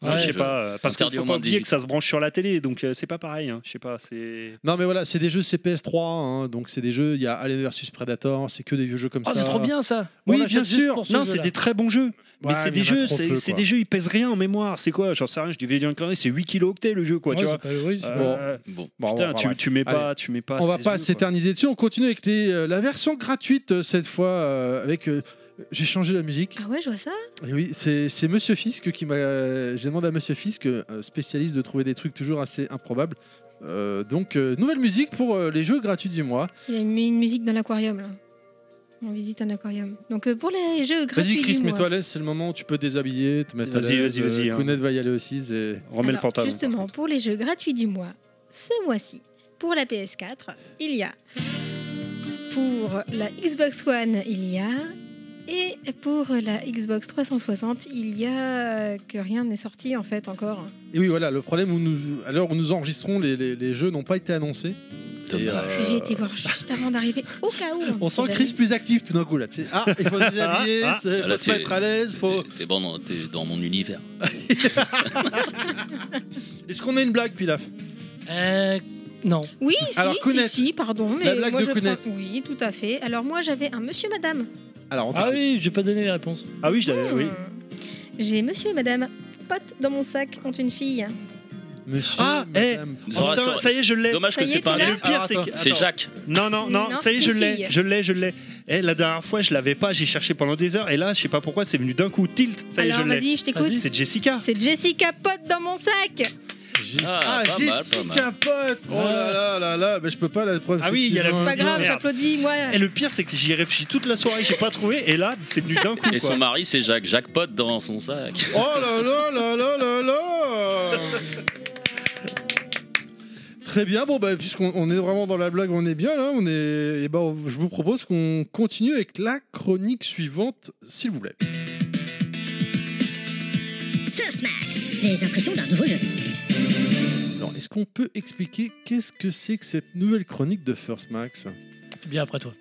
[SPEAKER 6] Ouais,
[SPEAKER 3] Ah,
[SPEAKER 4] je sais
[SPEAKER 7] je-
[SPEAKER 4] pas, euh, parce qu'il
[SPEAKER 7] interdit
[SPEAKER 4] faut
[SPEAKER 7] au
[SPEAKER 4] pas
[SPEAKER 7] moins de
[SPEAKER 4] oublier
[SPEAKER 7] 18.
[SPEAKER 4] que ça se branche sur la télé, donc euh, c'est pas pareil. hein. Je sais pas, c'est.
[SPEAKER 3] Non, mais voilà, c'est des jeux CPS3, hein, donc c'est des jeux. Il y a Alien vs Predator, c'est que des vieux jeux comme
[SPEAKER 6] Oh,
[SPEAKER 3] ça.
[SPEAKER 6] c'est trop bien ça
[SPEAKER 3] Oui,
[SPEAKER 6] On
[SPEAKER 3] bien
[SPEAKER 6] achète juste
[SPEAKER 3] sûr.
[SPEAKER 6] pour ce
[SPEAKER 4] Non, c'est
[SPEAKER 6] jeu-là.
[SPEAKER 4] des très bons jeux.
[SPEAKER 3] Ouais,
[SPEAKER 4] mais c'est
[SPEAKER 3] il y
[SPEAKER 4] des
[SPEAKER 3] en a
[SPEAKER 4] jeux,
[SPEAKER 3] trop
[SPEAKER 4] c'est
[SPEAKER 3] peu,
[SPEAKER 4] c'est
[SPEAKER 3] quoi.
[SPEAKER 4] des jeux, ils pèsent rien en mémoire. C'est quoi J'en sais rien, je dis une connerie, c'est 8 kilos octets le jeu, quoi,
[SPEAKER 6] Ouais,
[SPEAKER 4] tu
[SPEAKER 6] c'est
[SPEAKER 4] vois.
[SPEAKER 6] pas- oui, c'est-
[SPEAKER 4] Euh,
[SPEAKER 7] Bon,
[SPEAKER 3] Bon,
[SPEAKER 4] Putain,
[SPEAKER 3] bon,
[SPEAKER 4] tu,
[SPEAKER 3] bref.
[SPEAKER 4] tu mets pas,
[SPEAKER 3] Allez.
[SPEAKER 4] tu mets pas.
[SPEAKER 3] on va pas
[SPEAKER 4] ces jeux, quoi.
[SPEAKER 3] s'éterniser dessus. On continue avec les, euh, la version gratuite euh, cette fois. euh, avec, euh, j'ai changé la musique.
[SPEAKER 5] Ah ouais, je vois ça.
[SPEAKER 3] Et oui, c'est c'est Monsieur Fisk qui m'a. J'ai demandé à Monsieur Fisk, euh, spécialiste de trouver des trucs toujours assez improbables. Euh, donc euh, nouvelle musique pour euh, les jeux gratuits du mois.
[SPEAKER 5] Il a mis une musique dans l'aquarium, là. On visite un aquarium. Donc euh, pour les jeux gratuits.
[SPEAKER 3] Vas-y
[SPEAKER 5] du
[SPEAKER 3] Chris,
[SPEAKER 5] mois.
[SPEAKER 3] mets-toi à l'aise. C'est le moment où tu peux déshabiller, te mettre. à
[SPEAKER 4] Vas-y,
[SPEAKER 3] l'aise,
[SPEAKER 4] vas-y, vas-y,
[SPEAKER 3] euh,
[SPEAKER 4] hein.
[SPEAKER 3] Kounet va y aller aussi. c'est-
[SPEAKER 4] Remets le
[SPEAKER 5] Alors,
[SPEAKER 4] pantalon.
[SPEAKER 5] Justement, pour les jeux gratuits du mois, ce mois-ci, pour la PS4, il y a. Pour la Xbox One, il y a. Et pour la Xbox 360, il y a euh, que rien n'est sorti en fait encore.
[SPEAKER 3] Et oui, voilà. Le problème où nous, à l'heure où nous enregistrons, les, les- les jeux n'ont pas été annoncés.
[SPEAKER 7] dommage.
[SPEAKER 3] Et, euh,
[SPEAKER 5] J'ai été voir juste avant d'arriver, au cas où.
[SPEAKER 3] On sent Chris plus actif tout d'un coup là. tu sais. Ah, il faut se déshabiller,
[SPEAKER 4] Ah, ah.
[SPEAKER 3] c'est- faut
[SPEAKER 7] Là,
[SPEAKER 3] se mettre à l'aise, faut.
[SPEAKER 7] T'es- T'es bon dans, t'es dans mon univers.
[SPEAKER 3] Est-ce qu'on a une blague, Pilaf
[SPEAKER 6] Euh, non.
[SPEAKER 5] Oui,
[SPEAKER 3] Alors,
[SPEAKER 5] si,
[SPEAKER 3] Kounet.
[SPEAKER 5] si, si, pardon. Mais
[SPEAKER 3] blague
[SPEAKER 5] moi,
[SPEAKER 3] de
[SPEAKER 5] je
[SPEAKER 3] Kounet.
[SPEAKER 5] prends- Oui, tout à fait. Alors moi, j'avais un monsieur, madame.
[SPEAKER 3] Alors, on
[SPEAKER 6] Ah
[SPEAKER 3] t'écoute.
[SPEAKER 6] oui, j'ai pas donné les réponses.
[SPEAKER 4] Ah oui, je l'avais. Oui.
[SPEAKER 5] J'ai monsieur et madame. Pote dans mon sac ont une fille.
[SPEAKER 3] Monsieur,
[SPEAKER 4] Ah,
[SPEAKER 3] madame.
[SPEAKER 4] Oh, putain,
[SPEAKER 7] Rassure-
[SPEAKER 4] ça y est, je l'ai.
[SPEAKER 7] Dommage
[SPEAKER 5] Ça
[SPEAKER 7] que
[SPEAKER 5] y est,
[SPEAKER 7] c'est pas
[SPEAKER 5] t'es
[SPEAKER 7] un
[SPEAKER 5] là
[SPEAKER 4] Et le pire, c'est que.
[SPEAKER 7] C'est
[SPEAKER 4] Attends.
[SPEAKER 7] Jacques.
[SPEAKER 4] Non, non, non,
[SPEAKER 5] Non,
[SPEAKER 4] ça y est,
[SPEAKER 5] c'est
[SPEAKER 4] je
[SPEAKER 5] une
[SPEAKER 4] l'ai,
[SPEAKER 5] fille.
[SPEAKER 4] je l'ai, je l'ai. Eh, la dernière fois, je l'avais pas, j'ai cherché pendant des heures, et là, je sais pas pourquoi, c'est venu d'un coup, tilt, ça y est, je
[SPEAKER 5] Alors
[SPEAKER 4] l'ai.
[SPEAKER 5] vas-y, je t'écoute.
[SPEAKER 6] Vas-y.
[SPEAKER 4] C'est Jessica.
[SPEAKER 5] C'est Jessica Pote dans mon sac.
[SPEAKER 3] Jessica. Ah,
[SPEAKER 7] Ah, pas mal, pas mal.
[SPEAKER 3] Jessica Pote Oh là là là là Mais je peux pas la prendre.
[SPEAKER 8] Ah oui, il y a la
[SPEAKER 3] sexisme,
[SPEAKER 5] Pas
[SPEAKER 3] hein.
[SPEAKER 5] grave,
[SPEAKER 8] Merde.
[SPEAKER 5] j'applaudis, moi.
[SPEAKER 8] Et le pire, c'est que j'y ai réfléchi toute la soirée, j'ai pas trouvé, et là, c'est venu d'un coup. quoi.
[SPEAKER 7] Et son mari, c'est Jacques. Jacques Pote dans son sac.
[SPEAKER 3] Oh là là là là là là Très bien, bon bah puisqu'on on est vraiment dans la blague, on est bien là, on est. Et ben, on- je vous propose qu'on continue avec la chronique suivante, s'il vous plaît.
[SPEAKER 1] First Max, les impressions d'un nouveau jeu.
[SPEAKER 3] Alors, est-ce qu'on peut expliquer qu'est-ce que c'est que cette nouvelle chronique de First Max
[SPEAKER 6] Eh Bien après toi.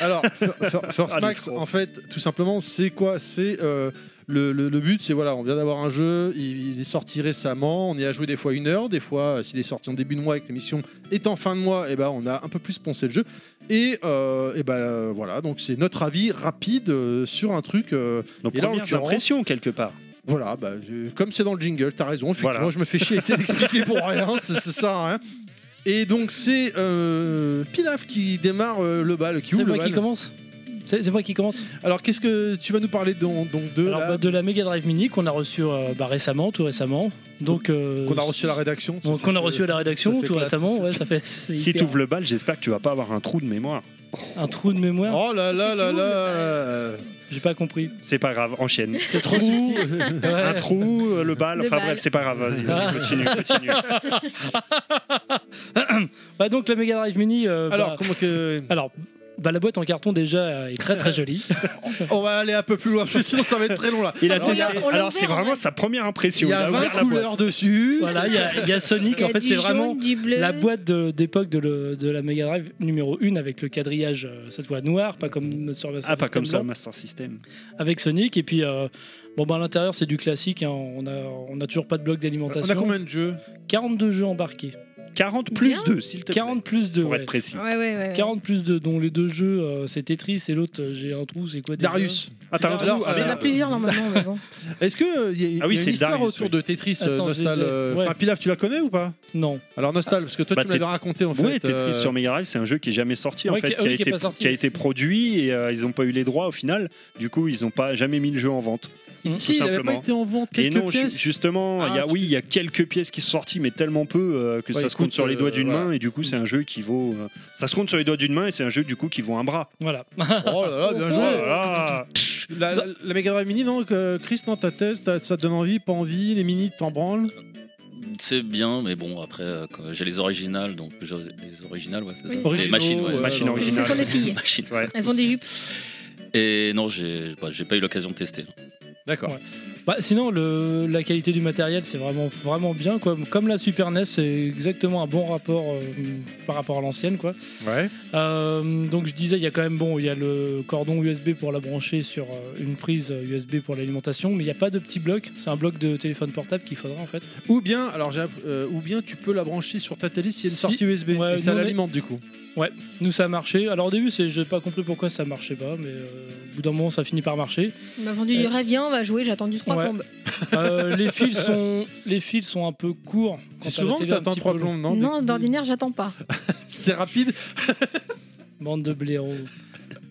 [SPEAKER 3] Alors, Fir- Fir- First
[SPEAKER 8] Ah,
[SPEAKER 3] Max,
[SPEAKER 8] l'escroc.
[SPEAKER 3] en fait, tout simplement, c'est quoi C'est euh, le, le- le but, c'est voilà, on vient d'avoir un jeu, il, il est sorti récemment, on y a joué des fois une heure, des fois, euh, s'il est sorti en début de mois et que l'émission est en fin de mois, et ben on a un peu plus poncé le jeu. Et, euh, eh ben euh, voilà, donc c'est notre avis rapide euh, sur un truc. euh,
[SPEAKER 8] Nos
[SPEAKER 3] Et là, en
[SPEAKER 8] premières
[SPEAKER 3] l'occurrence-
[SPEAKER 8] impressions, quelque part.
[SPEAKER 3] voilà, bah, euh, comme c'est dans le jingle, t'as raison, effectivement,
[SPEAKER 8] Voilà.
[SPEAKER 3] je me fais chier à essayer d'expliquer pour rien, ça, ça sert à rien. Et donc c'est euh, Pilaf qui démarre euh, le bal, qui
[SPEAKER 6] C'est
[SPEAKER 3] ouvre le
[SPEAKER 6] moi qui
[SPEAKER 3] bal.
[SPEAKER 6] commence C'est c'est moi qui commence
[SPEAKER 3] Alors qu'est-ce que tu vas nous parler donc, donc de
[SPEAKER 6] Alors,
[SPEAKER 3] la-
[SPEAKER 6] bah, de la Mega Drive Mini qu'on a reçue euh, bah, récemment, tout récemment. Donc, euh,
[SPEAKER 3] qu'on a reçu à la rédaction ça,
[SPEAKER 6] donc,
[SPEAKER 3] ça
[SPEAKER 6] qu'on a
[SPEAKER 3] fait-
[SPEAKER 6] reçu à la rédaction
[SPEAKER 3] ça fait
[SPEAKER 6] tout
[SPEAKER 3] classe.
[SPEAKER 6] récemment. Ouais, ça fait. c'est
[SPEAKER 8] Si
[SPEAKER 6] hyper-
[SPEAKER 8] t'ouvres le bal, j'espère que tu vas pas avoir un trou de mémoire.
[SPEAKER 6] Un trou de mémoire.
[SPEAKER 3] Oh là là là là
[SPEAKER 6] J'ai pas compris.
[SPEAKER 8] C'est pas grave, enchaîne.
[SPEAKER 6] C'est trop.
[SPEAKER 8] Trou,
[SPEAKER 6] Ouais.
[SPEAKER 8] un trou, euh, le bal,
[SPEAKER 5] Le
[SPEAKER 8] enfin
[SPEAKER 5] bal.
[SPEAKER 8] bref, c'est pas grave, vas-y, vas-y, continue, continue.
[SPEAKER 6] Bah, donc la Mega Drive Mini. euh, bah,
[SPEAKER 3] Alors comment que
[SPEAKER 6] alors, bah, la boîte en carton déjà euh, est très très jolie.
[SPEAKER 3] on va aller un peu plus loin parce que sinon ça va être très long là.
[SPEAKER 8] Il a
[SPEAKER 5] Alors,
[SPEAKER 8] testé.
[SPEAKER 5] on l'a- on l'a
[SPEAKER 8] Alors c'est
[SPEAKER 5] ouvert, en
[SPEAKER 8] vraiment
[SPEAKER 5] fait.
[SPEAKER 8] sa première impression.
[SPEAKER 3] Il y a
[SPEAKER 8] a
[SPEAKER 3] 20
[SPEAKER 8] ouvert la boîte.
[SPEAKER 3] couleurs dessus.
[SPEAKER 6] voilà, il y, a- il y a Sonic.
[SPEAKER 5] Il y a
[SPEAKER 6] En fait,
[SPEAKER 5] du
[SPEAKER 6] c'est
[SPEAKER 5] jaune,
[SPEAKER 6] vraiment
[SPEAKER 5] du bleu.
[SPEAKER 6] la boîte de- d'époque de, le- de la Mega Drive numéro 1 avec le quadrillage euh, cette fois noir, pas comme sur Master
[SPEAKER 8] Ah pas
[SPEAKER 6] System
[SPEAKER 8] comme ça,
[SPEAKER 6] blanc,
[SPEAKER 8] Master System.
[SPEAKER 6] avec Sonic. Et puis, euh, bon, bah, à l'intérieur, c'est du classique. hein, on, a, on a toujours pas de bloc d'alimentation.
[SPEAKER 3] On a combien de jeux
[SPEAKER 6] 42 jeux embarqués.
[SPEAKER 8] 40 plus
[SPEAKER 5] Bien.
[SPEAKER 8] 2, s'il te plaît.
[SPEAKER 6] 40 plus 2.
[SPEAKER 8] pour être précis.
[SPEAKER 5] Ouais, ouais, ouais.
[SPEAKER 6] 40 plus 2, dont les deux jeux, euh, c'est Tetris et l'autre, euh, j'ai un trou, c'est quoi déjà
[SPEAKER 3] Darius.
[SPEAKER 8] Ah, t'as un
[SPEAKER 6] Alors,
[SPEAKER 8] trou
[SPEAKER 3] euh,
[SPEAKER 8] ah,
[SPEAKER 5] Il y en a
[SPEAKER 8] merde.
[SPEAKER 5] plusieurs normalement, mais bon.
[SPEAKER 3] Est-ce que euh, il y a, il y a
[SPEAKER 8] Ah oui,
[SPEAKER 3] une
[SPEAKER 8] c'est
[SPEAKER 3] histoire
[SPEAKER 8] Darius,
[SPEAKER 3] autour
[SPEAKER 8] oui.
[SPEAKER 3] de Tetris euh,
[SPEAKER 6] Attends, je les
[SPEAKER 3] Nostal
[SPEAKER 6] ai.
[SPEAKER 3] euh,
[SPEAKER 6] Ouais.
[SPEAKER 3] Enfin Pilaf, tu la connais ou pas
[SPEAKER 6] Non.
[SPEAKER 3] Alors Nostal parce que toi
[SPEAKER 8] Bah,
[SPEAKER 3] tu m'avais
[SPEAKER 8] Tet-
[SPEAKER 3] raconté en fait.
[SPEAKER 8] Ouais, Tetris
[SPEAKER 3] euh,
[SPEAKER 8] sur Mega Drive, c'est un jeu qui est jamais sorti en
[SPEAKER 6] Ouais,
[SPEAKER 8] fait,
[SPEAKER 6] qui-
[SPEAKER 8] qui,
[SPEAKER 6] oui,
[SPEAKER 8] a
[SPEAKER 6] qui est
[SPEAKER 8] été,
[SPEAKER 6] pas sorti.
[SPEAKER 8] qui a été produit et euh, ils n'ont pas eu les droits au final. Du coup, ils n'ont pas jamais mis le jeu en vente.
[SPEAKER 3] Si, il avait pas
[SPEAKER 8] simplement.
[SPEAKER 3] été en vente
[SPEAKER 8] Et
[SPEAKER 3] quelques
[SPEAKER 8] non, ju-
[SPEAKER 3] pièces.
[SPEAKER 8] justement, il y
[SPEAKER 3] Ah,
[SPEAKER 8] a, oui, il y a quelques pièces qui sont sorties, mais tellement peu euh, que
[SPEAKER 3] Ouais,
[SPEAKER 8] ça se compte
[SPEAKER 3] écoute,
[SPEAKER 8] sur les
[SPEAKER 3] euh,
[SPEAKER 8] doigts d'une
[SPEAKER 3] voilà.
[SPEAKER 8] main. Et du coup, c'est un jeu qui vaut. euh, ça se compte sur les doigts d'une main et c'est un jeu du coup qui vaut un bras.
[SPEAKER 6] Voilà.
[SPEAKER 3] Oh là là, bien
[SPEAKER 8] Oh
[SPEAKER 3] joué.
[SPEAKER 6] euh,
[SPEAKER 8] là là.
[SPEAKER 3] La, la, la Mega Drive Mini, non que- Chris, non, ta thèse, t'as- ça te donne envie, pas envie, les mini, t'en branles
[SPEAKER 7] C'est bien, mais bon, après, euh, quand- j'ai les originales, donc je- les originales, ouais, c'est
[SPEAKER 5] Oui,
[SPEAKER 7] ça.
[SPEAKER 3] c'est
[SPEAKER 7] les
[SPEAKER 3] ça.
[SPEAKER 7] machines, ouais.
[SPEAKER 3] Originaux,
[SPEAKER 8] Machines
[SPEAKER 3] ouais,
[SPEAKER 5] Ce
[SPEAKER 8] originales.
[SPEAKER 5] sont les filles.
[SPEAKER 7] Machines.
[SPEAKER 5] Elles ont des jupes.
[SPEAKER 7] Et non, j'ai bah, j'ai pas eu l'occasion de tester.
[SPEAKER 3] D'accord.
[SPEAKER 6] Ouais. Bah, sinon, le, la qualité du matériel, c'est vraiment, vraiment bien. Quoi. Comme la Super NES, c'est exactement un bon rapport euh, par rapport à l'ancienne. quoi.
[SPEAKER 3] Ouais.
[SPEAKER 6] Euh, donc, je disais, il y a quand même bon, il y a le cordon USB pour la brancher sur euh, une prise euh, USB pour l'alimentation, mais il n'y a pas de petit bloc. C'est un bloc de téléphone portable qu'il faudra en fait.
[SPEAKER 3] Ou bien, alors j'ai app- euh, ou bien tu peux la brancher sur ta télé s'il y a une
[SPEAKER 6] Si.
[SPEAKER 3] sortie USB
[SPEAKER 6] Ouais,
[SPEAKER 3] et ça
[SPEAKER 6] nous, on est-
[SPEAKER 3] l'alimente du coup.
[SPEAKER 6] Nous, ça a marché. Alors, au début, c'est- j'ai pas compris pourquoi ça marchait pas, mais euh, au bout d'un moment, ça finit par marcher.
[SPEAKER 5] Il m'a vendu du rêve, viens, on va jouer, j'ai attendu trois
[SPEAKER 6] Ouais.
[SPEAKER 5] plombes.
[SPEAKER 6] Euh, les fils sont les fils sont un peu courts. Quand
[SPEAKER 3] C'est
[SPEAKER 6] t'as la
[SPEAKER 3] souvent que
[SPEAKER 6] télé un
[SPEAKER 3] t'attends
[SPEAKER 6] petit
[SPEAKER 3] trois
[SPEAKER 6] peu
[SPEAKER 3] plombes, non,
[SPEAKER 5] Non, d'ordinaire, j'attends pas.
[SPEAKER 3] C'est rapide.
[SPEAKER 6] longue. Bande de blaireaux.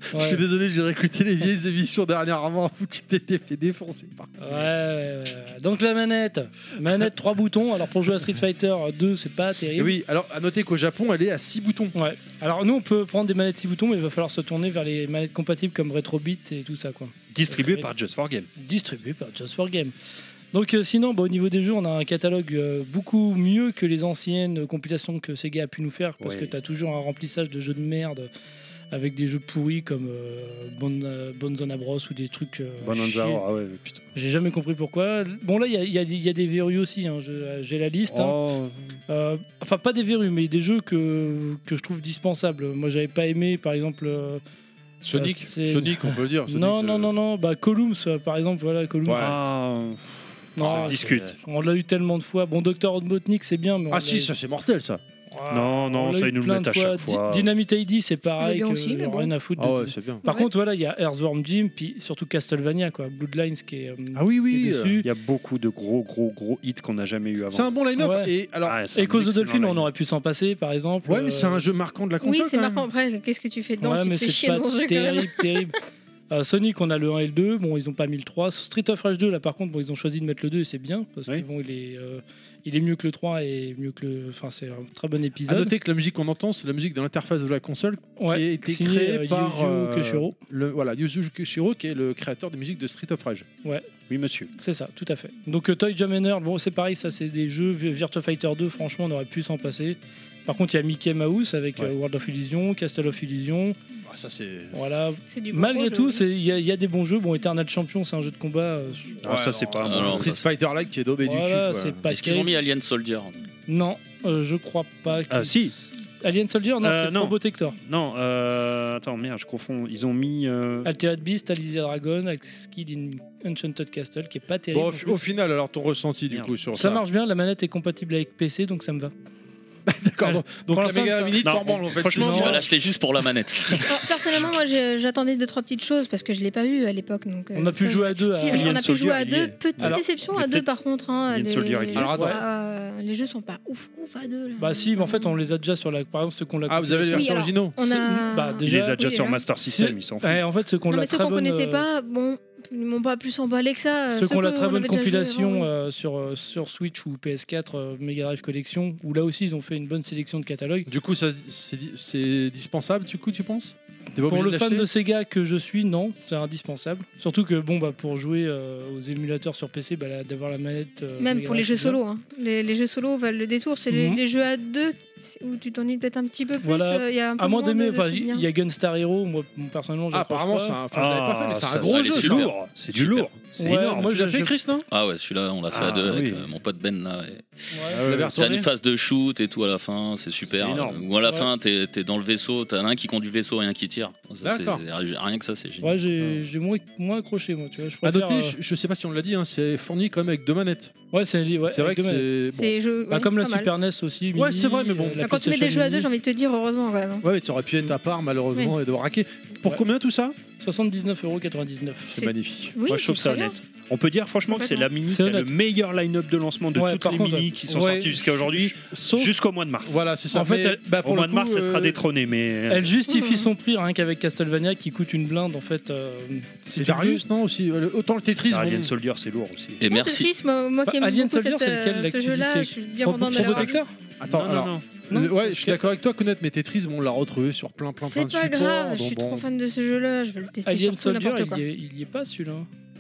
[SPEAKER 3] Je suis
[SPEAKER 6] Ouais.
[SPEAKER 3] désolé, j'ai réécouté les vieilles émissions dernièrement où tu t'étais fait défoncer par.
[SPEAKER 6] Ouais, ouais, ouais. Donc la manette, manette trois boutons. Alors pour jouer à Street Fighter 2, c'est pas
[SPEAKER 3] Et
[SPEAKER 6] terrible.
[SPEAKER 3] oui, alors à noter qu'au Japon, elle est à 6 boutons.
[SPEAKER 6] Ouais. Alors nous, on peut prendre des manettes 6 boutons, mais il va falloir se tourner vers les manettes compatibles comme Retrobit et tout ça quoi.
[SPEAKER 8] Distribué par Just for Game.
[SPEAKER 6] distribué par Just for Game. Donc euh, sinon, bah, au niveau des jeux, on a un catalogue euh, beaucoup mieux que les anciennes euh, compilations que Sega a pu nous faire, parce
[SPEAKER 8] Ouais.
[SPEAKER 6] que tu as toujours un remplissage de jeux de merde avec des jeux pourris comme euh, Bon- euh, Bonzona Bros ou des trucs... euh,
[SPEAKER 8] Bonanza,
[SPEAKER 6] chiés.
[SPEAKER 8] ah ouais, putain.
[SPEAKER 6] J'ai jamais compris pourquoi. Bon là, il y a, il y a des- il y a des verrues aussi, hein, je- j'ai la liste. hein.
[SPEAKER 8] Oh.
[SPEAKER 6] Euh, enfin, pas des verrues, mais des jeux que, que je trouve dispensables. Moi, j'avais pas aimé, par exemple... euh,
[SPEAKER 3] Sonic,
[SPEAKER 6] Ah, c'est-
[SPEAKER 3] Euh, Sonic, on peut le dire. Sonic,
[SPEAKER 6] non,
[SPEAKER 3] euh,
[SPEAKER 6] non, non, non, bah Columns, euh, par exemple, voilà, Columns.
[SPEAKER 3] Ouais.
[SPEAKER 8] Ah,
[SPEAKER 6] Non,
[SPEAKER 8] ça se
[SPEAKER 6] c'est-
[SPEAKER 8] discute.
[SPEAKER 6] On l'a eu tellement de fois. Bon, Docteur Robotnik, c'est bien, mais on
[SPEAKER 3] Ah
[SPEAKER 6] l'a
[SPEAKER 3] si,
[SPEAKER 6] eu-
[SPEAKER 3] ça c'est mortel ça.
[SPEAKER 6] Ah,
[SPEAKER 8] Non, non,
[SPEAKER 6] on l'a
[SPEAKER 8] ça,
[SPEAKER 6] eu
[SPEAKER 8] ils nous le
[SPEAKER 6] plein
[SPEAKER 8] mettent
[SPEAKER 6] de
[SPEAKER 8] à chaque
[SPEAKER 6] Di-
[SPEAKER 8] fois.
[SPEAKER 6] Dynamite 80, c'est
[SPEAKER 5] C'est
[SPEAKER 6] pareil,
[SPEAKER 5] bien
[SPEAKER 6] que
[SPEAKER 5] aussi, mais
[SPEAKER 6] euh,
[SPEAKER 5] bon.
[SPEAKER 6] rien à foutre.
[SPEAKER 3] Ah
[SPEAKER 6] de-
[SPEAKER 3] ouais, c'est bien.
[SPEAKER 6] Par
[SPEAKER 5] Ouais.
[SPEAKER 6] contre, voilà, il y a Earthworm Jim, puis surtout Castlevania, quoi. Bloodlines qui est, euh,
[SPEAKER 3] Ah oui,
[SPEAKER 6] qui est
[SPEAKER 3] oui. euh,
[SPEAKER 6] dessus.
[SPEAKER 8] Il y a beaucoup de gros, gros, gros hits qu'on n'a jamais eu avant.
[SPEAKER 3] C'est un bon line-up.
[SPEAKER 6] Ouais.
[SPEAKER 3] Et alors,
[SPEAKER 8] Ah, c'est un
[SPEAKER 6] Et Cause de
[SPEAKER 8] excellent
[SPEAKER 6] Dolphin, on
[SPEAKER 8] line-up.
[SPEAKER 6] aurait pu s'en passer, par exemple.
[SPEAKER 3] ouais, mais c'est
[SPEAKER 6] Euh,
[SPEAKER 3] un jeu marquant de la console.
[SPEAKER 5] Oui, c'est
[SPEAKER 3] quand même.
[SPEAKER 5] marquant. Après, qu'est-ce que tu fais dedans
[SPEAKER 6] Ouais,
[SPEAKER 5] Tu
[SPEAKER 6] mais
[SPEAKER 5] te fais
[SPEAKER 6] c'est
[SPEAKER 5] chier
[SPEAKER 6] pas
[SPEAKER 5] dans ce jeu quand même.
[SPEAKER 6] terrible, terrible. Euh, Sonic, on a le 1 et le 2. Bon, ils n'ont pas mis le 3. Street of Rage 2, là, par contre, bon, ils ont choisi de mettre le 2 et c'est bien. Parce que
[SPEAKER 4] Oui.
[SPEAKER 6] bon, il est, euh, il est mieux que le 3 et mieux que le. Enfin, c'est un très bon
[SPEAKER 3] À
[SPEAKER 6] épisode.
[SPEAKER 3] noter que la musique qu'on entend, c'est la musique de l'interface de la console qui a été
[SPEAKER 6] signé,
[SPEAKER 3] créée
[SPEAKER 6] euh,
[SPEAKER 3] par
[SPEAKER 6] Yuzo
[SPEAKER 3] euh,
[SPEAKER 6] Koshiro.
[SPEAKER 3] le voilà Yuzu Koshiro qui est le créateur des musiques de Street of Rage.
[SPEAKER 4] Oui, monsieur.
[SPEAKER 6] C'est ça, tout à fait. Donc euh, Toy Jam and Earl, bon c'est pareil, ça c'est des jeux Vi- Virtua Fighter 2, franchement on aurait pu s'en passer. Par contre il y a Mickey Mouse avec euh,
[SPEAKER 4] Ouais.
[SPEAKER 6] World of Illusion, Castle of Illusion,
[SPEAKER 3] Ah, ça c'est
[SPEAKER 6] voilà.
[SPEAKER 5] C'est du bon
[SPEAKER 6] Malgré
[SPEAKER 5] gros
[SPEAKER 6] tout,
[SPEAKER 5] jeu.
[SPEAKER 6] c'est- il y, a- il y a des bons jeux. Bon, Eternal Champion, c'est un jeu de combat. euh,
[SPEAKER 4] Ah, ça, c'est pas un
[SPEAKER 7] bon
[SPEAKER 3] c'est
[SPEAKER 7] jeu.
[SPEAKER 3] Street Fighter Like qui est daubé
[SPEAKER 6] voilà,
[SPEAKER 3] du cul. quoi.
[SPEAKER 6] c'est pas
[SPEAKER 7] Est-ce qu'ils ont
[SPEAKER 6] terrible.
[SPEAKER 7] mis Alien Soldier
[SPEAKER 6] Non, euh, je crois pas.
[SPEAKER 4] Ah,
[SPEAKER 6] qu'ils-
[SPEAKER 4] si.
[SPEAKER 6] Alien Soldier, non,
[SPEAKER 4] Euh,
[SPEAKER 6] c'est
[SPEAKER 4] non.
[SPEAKER 6] Probotector.
[SPEAKER 4] Non, euh, attends, merde, je confonds. Ils ont mis. euh,
[SPEAKER 6] Altered Beast, Alizia Dragon, Skid in Enchanted Castle, qui est pas terrible.
[SPEAKER 3] Bon,
[SPEAKER 6] non
[SPEAKER 3] au,
[SPEAKER 6] plus.
[SPEAKER 3] au final, alors ton ressenti du
[SPEAKER 4] Merde.
[SPEAKER 3] coup sur ça.
[SPEAKER 6] ça marche bien, la manette est compatible avec PC, donc ça me va.
[SPEAKER 3] D'accord. donc- Donc
[SPEAKER 6] Pour
[SPEAKER 3] la
[SPEAKER 6] l'instant,
[SPEAKER 3] méga
[SPEAKER 6] ça-
[SPEAKER 3] mini,
[SPEAKER 4] Non,
[SPEAKER 3] normal, en fait.
[SPEAKER 4] franchement,
[SPEAKER 3] c'est-
[SPEAKER 7] Il
[SPEAKER 4] Non.
[SPEAKER 7] va l'acheter juste pour la manette.
[SPEAKER 5] Alors, personnellement, moi, je- j'attendais deux trois petites choses parce que je l'ai pas vu à l'époque. donc, euh,
[SPEAKER 6] On a pu
[SPEAKER 5] ça,
[SPEAKER 6] jouer à deux.
[SPEAKER 5] Si,
[SPEAKER 6] à-
[SPEAKER 5] on
[SPEAKER 4] Alien
[SPEAKER 5] a pu
[SPEAKER 4] Soldier,
[SPEAKER 5] jouer à
[SPEAKER 4] il y
[SPEAKER 5] deux.
[SPEAKER 4] est.
[SPEAKER 5] Petite
[SPEAKER 6] Alors,
[SPEAKER 5] déception
[SPEAKER 4] il y a
[SPEAKER 5] à deux
[SPEAKER 4] peut-être
[SPEAKER 5] par contre. hein,
[SPEAKER 4] Alien
[SPEAKER 5] les,
[SPEAKER 4] Soldier, il
[SPEAKER 5] les
[SPEAKER 4] est
[SPEAKER 5] jeux
[SPEAKER 3] Alors,
[SPEAKER 5] sont
[SPEAKER 3] attends.
[SPEAKER 5] pas, euh, les jeux sont pas ouf ouf à deux. là.
[SPEAKER 6] Bah si, mais en fait on les a déjà sur la. Par exemple ceux qu'on l'a.
[SPEAKER 3] Ah, vous avez les
[SPEAKER 5] Oui,
[SPEAKER 3] versions
[SPEAKER 5] alors,
[SPEAKER 3] originaux.
[SPEAKER 5] On a.
[SPEAKER 6] Bah,
[SPEAKER 4] Il
[SPEAKER 6] déjà-
[SPEAKER 4] les a déjà
[SPEAKER 5] oui,
[SPEAKER 4] sur
[SPEAKER 5] hein.
[SPEAKER 4] Master System, ils s'en foutent.
[SPEAKER 6] Ouais, en fait, ceux qu'on
[SPEAKER 5] Non,
[SPEAKER 6] la
[SPEAKER 5] mais ceux
[SPEAKER 6] très
[SPEAKER 5] qu'on
[SPEAKER 6] bonne,
[SPEAKER 5] connaissait
[SPEAKER 6] euh,
[SPEAKER 5] pas, bon, ils m'ont pas plus emballé que ça.
[SPEAKER 6] ceux qui ont la
[SPEAKER 5] que-
[SPEAKER 6] très
[SPEAKER 5] on
[SPEAKER 6] bonne
[SPEAKER 5] avait déjà joué
[SPEAKER 6] compilation
[SPEAKER 5] avant, oui.
[SPEAKER 6] euh, sur, euh, sur Switch ou PS4, euh, Mega Drive Collection, où là aussi ils ont fait une bonne sélection de catalogue.
[SPEAKER 3] Du coup, ça, c'est di- c'est dispensable, du coup, tu penses T'es pas
[SPEAKER 6] Pour
[SPEAKER 3] obligé
[SPEAKER 6] le fan
[SPEAKER 3] l'acheter
[SPEAKER 6] de Sega que je suis, non, c'est indispensable. Surtout que bon, bah, pour jouer euh, aux émulateurs sur PC, bah, là, d'avoir la manette. euh,
[SPEAKER 5] Même
[SPEAKER 6] Mega
[SPEAKER 5] pour les
[SPEAKER 6] Drive,
[SPEAKER 5] jeux
[SPEAKER 6] c'est bien.
[SPEAKER 5] solo, hein. les, les jeux solo valent le détour. C'est les,
[SPEAKER 6] Mhm.
[SPEAKER 5] les jeux à deux c'est- où tu t'ennuies peut-être un petit peu plus.
[SPEAKER 6] Voilà.
[SPEAKER 5] euh, il y a un peu
[SPEAKER 6] À moins
[SPEAKER 5] moins de- de
[SPEAKER 6] d'aimer, enfin,
[SPEAKER 5] trucs bien.
[SPEAKER 6] il y a Gunstar Hero, moi personnellement,
[SPEAKER 3] Ah,
[SPEAKER 6] j'accroche
[SPEAKER 3] apparemment,
[SPEAKER 6] pas. Ah,
[SPEAKER 3] c'est un, enfin, je l'avais pas fait, mais c'est
[SPEAKER 4] Ah, ça,
[SPEAKER 3] un gros
[SPEAKER 4] ça,
[SPEAKER 3] jeu.
[SPEAKER 4] C'est
[SPEAKER 3] ça.
[SPEAKER 4] du lourd, c'est du
[SPEAKER 3] Super.
[SPEAKER 4] lourd, c'est
[SPEAKER 6] Ouais,
[SPEAKER 4] énorme.
[SPEAKER 6] moi,
[SPEAKER 3] tu l'as
[SPEAKER 6] je-
[SPEAKER 3] fait,
[SPEAKER 6] je-
[SPEAKER 3] Chris, non
[SPEAKER 7] Ah ouais, celui-là, on l'a fait
[SPEAKER 4] Ah,
[SPEAKER 7] à deux avec
[SPEAKER 4] oui.
[SPEAKER 7] euh, mon pote Ben là. et-
[SPEAKER 6] Ouais.
[SPEAKER 3] Ah, vous l'avez
[SPEAKER 7] Euh, T'as une
[SPEAKER 3] retourné
[SPEAKER 7] phase de shoot et tout à la fin, c'est super.
[SPEAKER 4] C'est énorme.
[SPEAKER 7] Ou à la
[SPEAKER 6] Ouais.
[SPEAKER 7] fin, t'es t'es dans le vaisseau, t'as un qui conduit le vaisseau et un qui tire. Ça, c'est-
[SPEAKER 3] D'accord.
[SPEAKER 7] Rien que ça, c'est génial.
[SPEAKER 6] Ouais, j'ai j'ai moins, moins accroché, moi. Tu vois, je
[SPEAKER 3] À
[SPEAKER 6] préfère,
[SPEAKER 3] noter,
[SPEAKER 6] euh,
[SPEAKER 3] Ah, je, je sais pas si on l'a dit, hein, c'est fourni quand même avec deux manettes.
[SPEAKER 6] Ouais, c'est ouais,
[SPEAKER 3] c'est vrai
[SPEAKER 6] avec
[SPEAKER 3] que
[SPEAKER 6] deux manettes.
[SPEAKER 3] c'est. bon.
[SPEAKER 5] C'est jeu-
[SPEAKER 6] Bah,
[SPEAKER 5] ouais,
[SPEAKER 6] comme la
[SPEAKER 5] pas mal.
[SPEAKER 6] Super NES
[SPEAKER 3] Ouais,
[SPEAKER 6] aussi. Mini,
[SPEAKER 3] c'est vrai, mais bon.
[SPEAKER 6] euh, la
[SPEAKER 5] Bah, Quand tu mets des
[SPEAKER 6] PlayStation
[SPEAKER 5] jeux à deux,
[SPEAKER 6] Mini.
[SPEAKER 5] j'ai envie de te dire heureusement quand même.
[SPEAKER 3] Ouais, mais ça aurait pu être à part, malheureusement, et de raquer. Pour
[SPEAKER 6] Ouais.
[SPEAKER 3] combien tout ça
[SPEAKER 6] 79,99€.
[SPEAKER 3] C'est
[SPEAKER 5] C'est-
[SPEAKER 3] magnifique.
[SPEAKER 5] Oui,
[SPEAKER 4] Moi, je trouve
[SPEAKER 5] c'est
[SPEAKER 4] ça
[SPEAKER 5] très bien.
[SPEAKER 4] honnête. On peut dire franchement que c'est la mini qui
[SPEAKER 6] C'est
[SPEAKER 4] a le
[SPEAKER 6] honnête.
[SPEAKER 4] meilleur line-up de lancement de
[SPEAKER 6] Ouais,
[SPEAKER 4] toutes
[SPEAKER 6] par
[SPEAKER 4] les
[SPEAKER 6] contre,
[SPEAKER 4] minis qui sont
[SPEAKER 3] Ouais,
[SPEAKER 4] sorties jusqu'à aujourd'hui,
[SPEAKER 3] Sauf.
[SPEAKER 4] jusqu'au mois de mars.
[SPEAKER 3] Voilà, c'est ça.
[SPEAKER 6] En fait,
[SPEAKER 3] Mais,
[SPEAKER 6] elle-
[SPEAKER 3] bah, pour
[SPEAKER 4] Au
[SPEAKER 3] le
[SPEAKER 4] mois de
[SPEAKER 3] coup,
[SPEAKER 4] mars, elle sera
[SPEAKER 3] euh,
[SPEAKER 4] détrônée, mais
[SPEAKER 6] Elle justifie
[SPEAKER 5] Mhm.
[SPEAKER 6] son prix rien qu'avec Castlevania qui coûte une blinde en fait. euh, si
[SPEAKER 3] C'est
[SPEAKER 6] tu le veux.
[SPEAKER 3] Darius, non aussi euh, le- Autant le Tetris.
[SPEAKER 4] Ah, Alien
[SPEAKER 3] bon.
[SPEAKER 4] Soldier, c'est lourd aussi.
[SPEAKER 7] Et
[SPEAKER 5] Moi,
[SPEAKER 7] merci.
[SPEAKER 5] Tetris, moi, moi qui aime
[SPEAKER 6] Alien
[SPEAKER 5] beaucoup
[SPEAKER 6] Soldier,
[SPEAKER 5] cette,
[SPEAKER 6] c'est lequel,
[SPEAKER 5] euh,
[SPEAKER 6] là, que
[SPEAKER 5] ce
[SPEAKER 6] tu dis,
[SPEAKER 5] jeu-là,
[SPEAKER 6] c'est
[SPEAKER 5] je suis bien content de
[SPEAKER 6] Pro-
[SPEAKER 5] l'avoir.
[SPEAKER 6] Protecteur
[SPEAKER 3] Attends,
[SPEAKER 4] Non, non,
[SPEAKER 3] alors.
[SPEAKER 4] non.
[SPEAKER 6] Non,
[SPEAKER 3] le- ouais,
[SPEAKER 6] parce
[SPEAKER 3] je suis
[SPEAKER 6] que-
[SPEAKER 3] d'accord avec toi, connaître, mais Tetris, bon, on l'a retrouvé sur plein, plein, plein
[SPEAKER 5] C'est
[SPEAKER 3] de
[SPEAKER 5] pas
[SPEAKER 3] supports,
[SPEAKER 5] grave, je
[SPEAKER 3] donc
[SPEAKER 5] suis
[SPEAKER 3] bon.
[SPEAKER 5] trop fan de ce jeu-là, je vais le tester
[SPEAKER 6] Alien
[SPEAKER 5] sur tout
[SPEAKER 6] Soldier,
[SPEAKER 5] n'importe quoi.
[SPEAKER 6] il y est- il y est pas celui-là.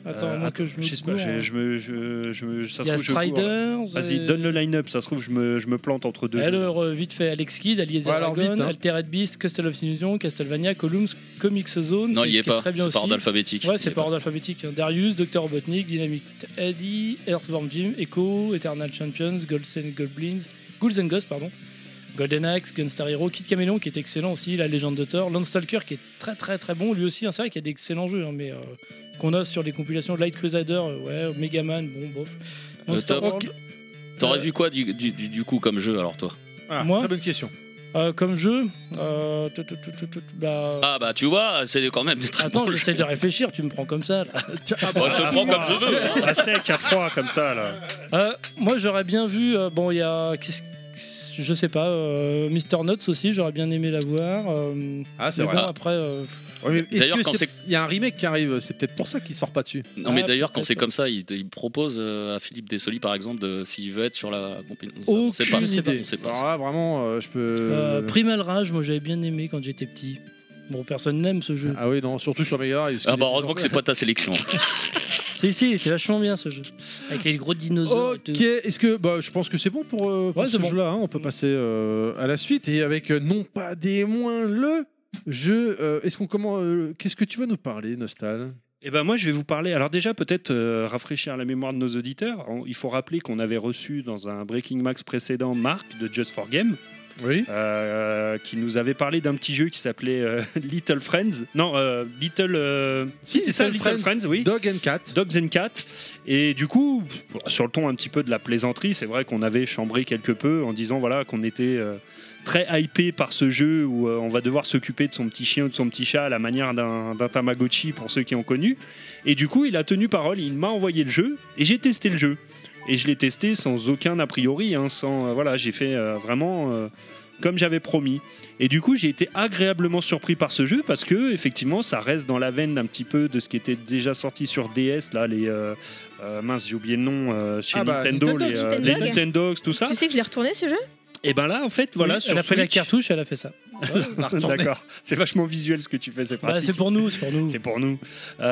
[SPEAKER 6] Attends,
[SPEAKER 4] Euh,
[SPEAKER 6] à moins
[SPEAKER 4] attends,
[SPEAKER 6] que je me.
[SPEAKER 4] je sais pas,
[SPEAKER 6] gourre.
[SPEAKER 4] je, je me, je, je- ça
[SPEAKER 6] Il
[SPEAKER 4] se
[SPEAKER 6] y a
[SPEAKER 4] trouve, je cours, là.
[SPEAKER 6] Striders.
[SPEAKER 4] Vas-y,
[SPEAKER 6] euh,
[SPEAKER 4] donne le line-up, ça se trouve, je me, je me plante entre deux. jeux.
[SPEAKER 6] Alors, euh, vite fait, Alex Kidd, Alias
[SPEAKER 3] Ouais, alors
[SPEAKER 6] Dragon,
[SPEAKER 3] vite, hein.
[SPEAKER 6] Altered Beast, Castle of Illusion, Castlevania, Columns, Comics Zone.
[SPEAKER 7] Non, il
[SPEAKER 6] qui
[SPEAKER 7] y est
[SPEAKER 6] qui
[SPEAKER 7] pas.
[SPEAKER 6] Très bien
[SPEAKER 7] C'est par
[SPEAKER 6] aussi.
[SPEAKER 7] ordre alphabétique.
[SPEAKER 6] Ouais,
[SPEAKER 7] Il
[SPEAKER 6] c'est
[SPEAKER 7] est
[SPEAKER 6] par ordre alphabétique. hein. Darius, Dr. Robotnik, Dynamic Eddie, Earthworm Jim, Echo, Eternal Champions, Golds and Goblins, Ghouls and Ghosts, pardon. Golden Axe, Gunstar Hero, Kid Chameleon qui est excellent aussi, La Légende de Thor, Landstalker qui est très très très bon lui aussi. hein. C'est vrai qu'il y a d'excellents jeux, hein, mais euh, qu'on a sur les compilations Light Crusader, euh, ouais, Megaman, bon bof.
[SPEAKER 7] Le
[SPEAKER 6] Monster
[SPEAKER 7] top.
[SPEAKER 6] World.
[SPEAKER 7] T'aurais vu quoi du, du- du- du coup comme jeu alors toi
[SPEAKER 3] Ah,
[SPEAKER 6] Moi
[SPEAKER 3] Très bonne question.
[SPEAKER 6] Euh, comme jeu, euh, tout, tout, tout, tout, tout, bah,
[SPEAKER 7] Ah bah tu vois, c'est quand même des très
[SPEAKER 6] attends,
[SPEAKER 7] bons
[SPEAKER 6] j'essaie
[SPEAKER 7] jeux.
[SPEAKER 6] de réfléchir, tu me prends comme ça. là.
[SPEAKER 7] Moi, je te prends comme je veux.
[SPEAKER 4] À sec, à froid, comme ça, là.
[SPEAKER 6] Euh, moi j'aurais bien vu, euh, bon il y a, qu'est-ce que- je sais pas, euh, Mr. Nuts aussi, j'aurais bien aimé la voir. euh,
[SPEAKER 3] Ah, c'est
[SPEAKER 6] mais
[SPEAKER 3] vrai.
[SPEAKER 6] bon après, euh,
[SPEAKER 3] Ouais, mais est-ce
[SPEAKER 7] D'ailleurs,
[SPEAKER 3] que
[SPEAKER 7] quand
[SPEAKER 3] c'est-
[SPEAKER 7] c'est-
[SPEAKER 3] il y a un remake qui arrive, c'est peut-être pour ça qu'il sort pas dessus.
[SPEAKER 7] Non mais
[SPEAKER 6] Ah,
[SPEAKER 7] d'ailleurs quand
[SPEAKER 6] peut-être.
[SPEAKER 7] c'est comme ça, il, il propose euh, à Philippe Dessoli par exemple de- s'il veut être sur la compilation.
[SPEAKER 3] Aucune idée.
[SPEAKER 7] On sait pas. Ah,
[SPEAKER 3] Alors là, vraiment, euh, je peux.
[SPEAKER 6] euh, Primal Rage, moi j'avais bien aimé quand j'étais petit. Bon personne n'aime ce jeu.
[SPEAKER 3] Ah oui, non, surtout sur Mega Drive. parce
[SPEAKER 7] Ah
[SPEAKER 3] qu'il
[SPEAKER 7] bah
[SPEAKER 3] est-
[SPEAKER 7] heureusement que c'est pas ta sélection. hein.
[SPEAKER 6] Si si, il était vachement bien ce jeu, avec les gros dinosaures. et
[SPEAKER 3] Ok,
[SPEAKER 6] tout.
[SPEAKER 3] est-ce que bah, je pense que c'est bon pour, euh, pour
[SPEAKER 6] Ouais,
[SPEAKER 3] ce
[SPEAKER 6] c'est bon.
[SPEAKER 3] jeu-là hein, On peut passer euh, à la suite et avec euh, non pas des moins le jeu. euh, est-ce qu'on comment euh, Qu'est-ce que tu vas nous parler, Nostal
[SPEAKER 4] Eh ben moi, je vais vous parler. Alors déjà, peut-être euh, rafraîchir la mémoire de nos auditeurs. On- il faut rappeler qu'on avait reçu dans un Breaking Max précédent Marc de Just for Game,
[SPEAKER 3] Oui.
[SPEAKER 4] euh, qui nous avait parlé d'un petit jeu qui s'appelait euh, Little Friends. Non, euh, Little. euh,
[SPEAKER 3] Si,
[SPEAKER 4] c'est ça, Little Friends, oui.
[SPEAKER 3] Dog and Cat.
[SPEAKER 4] Dogs and Cat. Et du coup, sur le ton un petit peu de la plaisanterie, c'est vrai qu'on avait chambré quelque peu en disant voilà qu'on était euh, très hypé par ce jeu où euh, on va devoir s'occuper de son petit chien ou de son petit chat à la manière d'un d'un Tamagotchi pour ceux qui ont connu. Et du coup, il a tenu parole, il m'a envoyé le jeu et j'ai testé le jeu. Et je l'ai testé sans aucun a priori, hein, sans euh, voilà, j'ai fait euh, vraiment. euh, comme j'avais promis. Et du coup, j'ai été agréablement surpris par ce jeu parce que effectivement, ça reste dans la veine d'un petit peu de ce qui était déjà sorti sur DS là, les euh, euh, mince, j'ai oublié le nom euh, chez
[SPEAKER 3] Ah bah,
[SPEAKER 4] Nintendo,
[SPEAKER 3] Nintendo,
[SPEAKER 4] les, euh, les
[SPEAKER 5] Nintendo.
[SPEAKER 4] Nintendogs, tout ça.
[SPEAKER 5] Tu sais que je l'ai retourné ce jeu
[SPEAKER 4] Et ben là, en fait, voilà,
[SPEAKER 6] Oui,
[SPEAKER 4] sur
[SPEAKER 6] elle a pris la
[SPEAKER 4] Switch-
[SPEAKER 6] cartouche, elle a fait ça.
[SPEAKER 4] D'accord. C'est vachement visuel ce que tu fais, c'est
[SPEAKER 6] Bah,
[SPEAKER 4] pratique.
[SPEAKER 6] c'est pour nous, c'est pour nous.
[SPEAKER 4] Ah, C'est pour nous.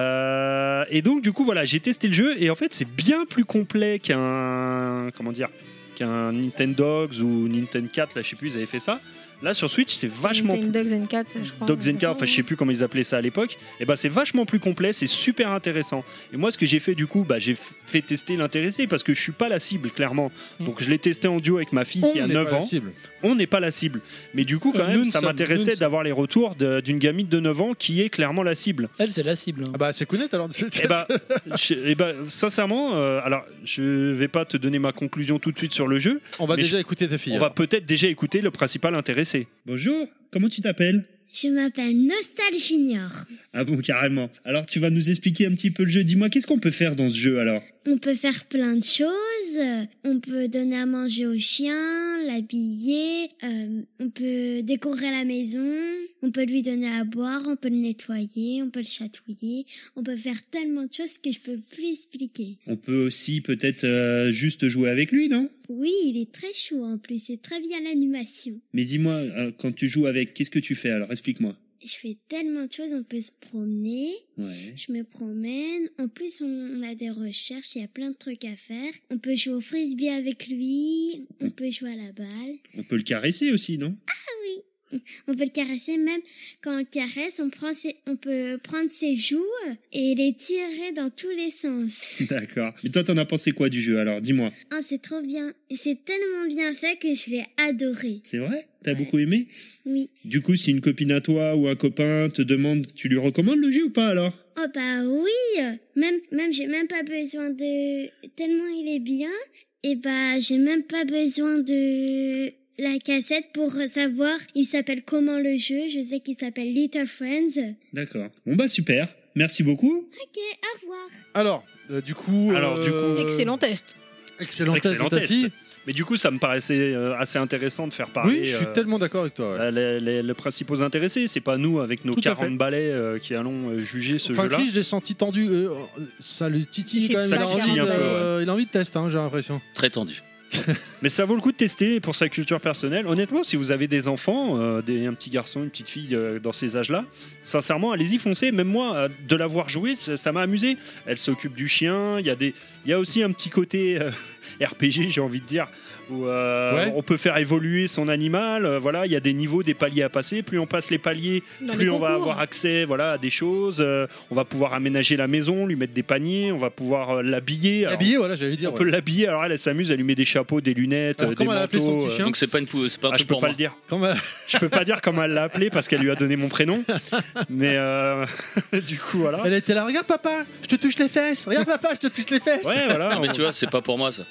[SPEAKER 4] Euh, et donc, du coup, voilà, j'ai testé le jeu et en fait, c'est bien plus complet qu'un. Comment dire Qu'un Nintendo ou Nintendo 4, là, je sais plus, ils avaient fait ça. Là, sur Switch, c'est vachement plus.
[SPEAKER 5] Dogs and Cats, je crois.
[SPEAKER 4] Dogs and Cats, enfin je sais plus comment ils appelaient ça à l'époque, et ben c'est vachement plus complet, c'est super intéressant. Et moi ce que j'ai fait du coup, bah, j'ai f- fait tester l'intéressé parce que je suis pas la cible clairement.
[SPEAKER 6] Mm.
[SPEAKER 4] Donc je l'ai testé en duo avec ma fille qui a
[SPEAKER 3] n'est
[SPEAKER 4] 9
[SPEAKER 3] pas la
[SPEAKER 4] ans
[SPEAKER 3] cible.
[SPEAKER 4] on n'est pas la cible. Mais du coup, quand
[SPEAKER 6] Euh, nous
[SPEAKER 4] même,
[SPEAKER 6] ne
[SPEAKER 4] ça
[SPEAKER 6] sommes- nous ne
[SPEAKER 4] m'intéressait
[SPEAKER 6] sommes-
[SPEAKER 4] d'avoir les retours de- d'une gamine de 9 ans qui est clairement la cible.
[SPEAKER 6] Elle, c'est la cible. hein.
[SPEAKER 3] Ah bah c'est Kounet alors.
[SPEAKER 4] Et bah, je- eh ben, sincèrement, euh, alors je vais pas te donner ma conclusion tout de suite sur le jeu.
[SPEAKER 3] on va
[SPEAKER 4] mais
[SPEAKER 3] déjà écouter tes filles.
[SPEAKER 4] On va peut-être déjà écouter le principal intéressé. Bonjour, comment tu t'appelles
[SPEAKER 9] Je m'appelle Nostal Junior.
[SPEAKER 4] Ah bon, carrément. Alors tu vas nous expliquer un petit peu le jeu. Dis-moi, qu'est-ce qu'on peut faire dans ce jeu alors
[SPEAKER 9] On peut faire plein de choses. On peut donner à manger au chien, l'habiller. euh, on peut décorer la maison. On peut lui donner à boire. On peut le nettoyer. On peut le chatouiller. On peut faire tellement de choses que je peux plus expliquer.
[SPEAKER 4] On peut aussi peut-être euh, juste jouer avec lui, non
[SPEAKER 9] Oui, il est très chou en plus. C'est très bien l'animation.
[SPEAKER 4] Mais dis-moi, euh, quand tu joues avec, qu'est-ce que tu fais alors Explique-moi.
[SPEAKER 9] Je fais tellement de choses. On peut se promener.
[SPEAKER 4] Ouais.
[SPEAKER 9] Je me promène. En plus, on a des recherches. Il y a plein de trucs à faire. On peut jouer au frisbee avec lui. On peut jouer à la balle.
[SPEAKER 4] On peut le caresser aussi, non
[SPEAKER 9] On peut le caresser même quand on le caresse, on prend ses, on peut prendre ses joues et les tirer dans tous les sens.
[SPEAKER 4] D'accord. Mais toi, t'en as pensé quoi du jeu alors Dis-moi.
[SPEAKER 9] Ah, c'est trop bien. Et c'est tellement bien fait que je l'ai adoré.
[SPEAKER 4] C'est vrai T'as
[SPEAKER 9] Ouais.
[SPEAKER 4] beaucoup aimé
[SPEAKER 9] Oui.
[SPEAKER 4] Du coup, si une copine à toi ou un copain te demande, tu lui recommandes le jeu ou pas alors
[SPEAKER 9] Oh bah oui. Même, même j'ai même pas besoin de, tellement il est bien. Et bah, j'ai même pas besoin de la cassette pour savoir il s'appelle comment le jeu. Je sais qu'il s'appelle Little Friends.
[SPEAKER 4] D'accord. Bon bah super. Merci beaucoup.
[SPEAKER 9] Ok, au revoir.
[SPEAKER 3] Alors euh, du coup. euh,
[SPEAKER 4] Alors, du coup-
[SPEAKER 5] Excellent test.
[SPEAKER 3] Excellent,
[SPEAKER 4] Excellent
[SPEAKER 3] test. de ta
[SPEAKER 4] test.
[SPEAKER 3] fille.
[SPEAKER 4] Mais du coup, ça me paraissait euh, assez intéressant de faire parler.
[SPEAKER 3] oui, je
[SPEAKER 4] euh,
[SPEAKER 3] suis tellement d'accord avec toi. ouais.
[SPEAKER 4] euh, Les, les- les principaux intéressés, c'est pas nous avec nos
[SPEAKER 6] Tout à
[SPEAKER 4] 40
[SPEAKER 6] fait.
[SPEAKER 4] balais euh, qui allons euh, juger ce
[SPEAKER 3] Frankie,
[SPEAKER 4] jeu-là.
[SPEAKER 3] je l'ai senti tendu. euh, euh, ça le titille
[SPEAKER 5] Je sais
[SPEAKER 3] quand même.
[SPEAKER 5] pas
[SPEAKER 3] il, a
[SPEAKER 5] si
[SPEAKER 3] envie,
[SPEAKER 5] il y a un balai.
[SPEAKER 3] euh, il a envie de test, hein, j'ai l'impression.
[SPEAKER 7] Très tendu.
[SPEAKER 4] Mais ça vaut le coup de tester pour sa culture personnelle. Honnêtement, si vous avez des enfants, euh, des, un petit garçon, une petite fille euh, dans ces âges-là, sincèrement, allez-y, foncez. Même moi, euh, de l'avoir joué, ça ça m'a amusé. Elle s'occupe du chien. Il y, a des- il y a aussi un petit côté euh, RPG, j'ai envie de dire, où euh,
[SPEAKER 3] Ouais.
[SPEAKER 4] on peut faire évoluer son animal. Euh, voilà, il y a des niveaux, des paliers à passer. Plus on passe les paliers,
[SPEAKER 5] Dans les
[SPEAKER 4] plus on va
[SPEAKER 5] concours.
[SPEAKER 4] avoir accès voilà, à des choses. Euh, on va pouvoir aménager la maison, lui mettre des paniers. On va pouvoir euh, l'habiller. Alors,
[SPEAKER 3] Habillé, voilà, j'allais dire.
[SPEAKER 4] on peut
[SPEAKER 3] ouais.
[SPEAKER 4] l'habiller, alors elle, elle s'amuse, elle lui met des chapeaux, des lunettes,
[SPEAKER 3] Alors,
[SPEAKER 4] euh, des
[SPEAKER 3] comment elle a appelé son
[SPEAKER 4] manteaux,
[SPEAKER 3] petit
[SPEAKER 4] euh,
[SPEAKER 3] chien
[SPEAKER 7] Donc c'est pas une pou- c'est pas un
[SPEAKER 4] ah, je
[SPEAKER 7] truc
[SPEAKER 4] peux
[SPEAKER 7] pour
[SPEAKER 4] pas
[SPEAKER 7] moi.
[SPEAKER 4] le dire.
[SPEAKER 3] Quand même.
[SPEAKER 4] Je peux pas dire comment elle l'a appelé parce qu'elle lui a donné mon prénom. Mais euh, du coup, voilà.
[SPEAKER 3] Hein Elle était là. Regarde papa, je te touche les fesses. Regarde papa, je te touche les fesses.
[SPEAKER 4] Ouais, voilà.
[SPEAKER 7] Non, mais tu vois, c'est pas pour moi ça.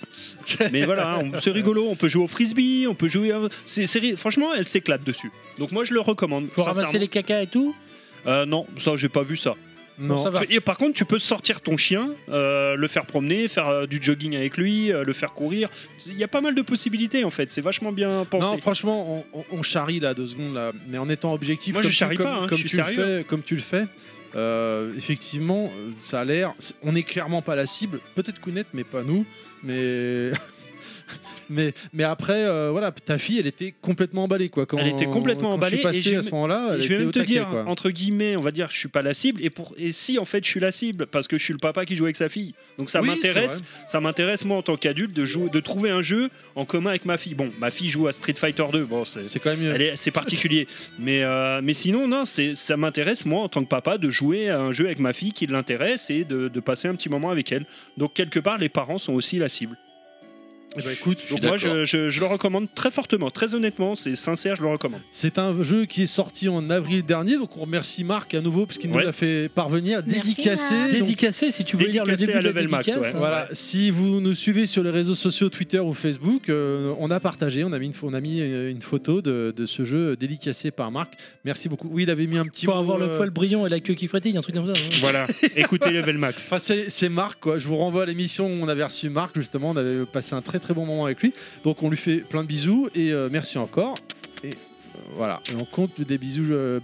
[SPEAKER 4] on- mais voilà, hein, on- c'est rigolo. On peut jouer au frisbee, on peut jouer. à- c'est- c'est ri- Franchement, elle s'éclate dessus. Donc moi, je le recommande.
[SPEAKER 6] Faut ramasser
[SPEAKER 4] sincèrement.
[SPEAKER 6] les cacas et tout.
[SPEAKER 4] Euh, non, ça, j'ai pas vu ça.
[SPEAKER 6] Bon, ça va.
[SPEAKER 4] Et par contre, tu peux sortir ton chien, euh, le faire promener, faire euh, du jogging avec lui, euh, le faire courir. Il y a pas mal de possibilités en fait. C'est vachement bien pensé.
[SPEAKER 3] Non, franchement, on, on- on charrie là deux secondes là, mais en étant objectif,
[SPEAKER 4] Moi,
[SPEAKER 3] comme
[SPEAKER 4] je
[SPEAKER 3] tu-
[SPEAKER 4] charrie
[SPEAKER 3] comme,
[SPEAKER 4] pas, hein,
[SPEAKER 3] comme
[SPEAKER 4] je suis
[SPEAKER 3] tu le
[SPEAKER 4] sérieux.
[SPEAKER 3] fais, comme tu le fais. euh, effectivement, euh, ça a l'air. c'est- On n'est clairement pas la cible. Peut-être Kounet, mais pas nous. Mais mais mais après, euh, voilà, ta fille, elle était complètement emballée quoi. Quand,
[SPEAKER 4] Elle était complètement
[SPEAKER 3] quand
[SPEAKER 4] emballée,
[SPEAKER 3] Je suis
[SPEAKER 4] et
[SPEAKER 3] passé
[SPEAKER 4] je-
[SPEAKER 3] à ce moment-là. Elle
[SPEAKER 4] je
[SPEAKER 3] était
[SPEAKER 4] vais même
[SPEAKER 3] au
[SPEAKER 4] te
[SPEAKER 3] taquet,
[SPEAKER 4] dire,
[SPEAKER 3] quoi.
[SPEAKER 4] entre guillemets, on va dire, je suis pas la cible. Et, pour, et si, en fait, je suis la cible Parce que je suis le papa qui joue avec sa fille. Donc ça
[SPEAKER 3] Oui,
[SPEAKER 4] m'intéresse,
[SPEAKER 3] c'est vrai.
[SPEAKER 4] ça m'intéresse, moi, en tant qu'adulte, de, jouer- de trouver un jeu en commun avec ma fille. Bon, ma fille joue à Street Fighter 2. Bon, c'est.
[SPEAKER 3] C'est quand même mieux.
[SPEAKER 4] elle est- c'est particulier. Mais, euh, mais sinon, non, c'est- ça m'intéresse, moi, en tant que papa, de jouer à un jeu avec ma fille qui l'intéresse et de, de passer un petit moment avec elle. Donc, quelque part, les parents sont aussi la cible.
[SPEAKER 3] Eh ben, écoute,
[SPEAKER 7] Je suis
[SPEAKER 4] Donc, moi,
[SPEAKER 7] d'accord.
[SPEAKER 4] je, je- je le recommande très fortement, très honnêtement, c'est sincère, je le recommande.
[SPEAKER 3] C'est un jeu qui est sorti en avril dernier, donc on remercie Marc à nouveau parce qu'il
[SPEAKER 4] Ouais.
[SPEAKER 3] nous l'a fait parvenir,
[SPEAKER 5] Merci, Marc.
[SPEAKER 3] dédicacé. donc
[SPEAKER 6] Dédicacé, si tu veux lire le
[SPEAKER 4] Dédicacé
[SPEAKER 6] début
[SPEAKER 4] à
[SPEAKER 6] de la
[SPEAKER 4] Level Max,
[SPEAKER 6] dédicace,
[SPEAKER 4] ouais.
[SPEAKER 6] hein.
[SPEAKER 3] Voilà, si vous nous suivez sur les réseaux sociaux Twitter ou Facebook, euh, on a partagé, on a mis une, on a mis euh, une photo de, de ce jeu dédicacé par Marc. Merci beaucoup. Oui, il avait mis un petit
[SPEAKER 6] Pour
[SPEAKER 3] mot,
[SPEAKER 6] avoir le
[SPEAKER 3] euh,
[SPEAKER 6] poil brillant et la queue qui frétille, un truc comme ça. hein.
[SPEAKER 4] Voilà, écoutez Level Max.
[SPEAKER 3] Enfin, c'est c'est Marc, quoi. Je vous renvoie à l'émission où on avait reçu Marc, justement. On avait passé un très très bon moment avec lui. Donc, on lui fait plein de bisous et euh, merci encore. Voilà, et on compte des bisous euh,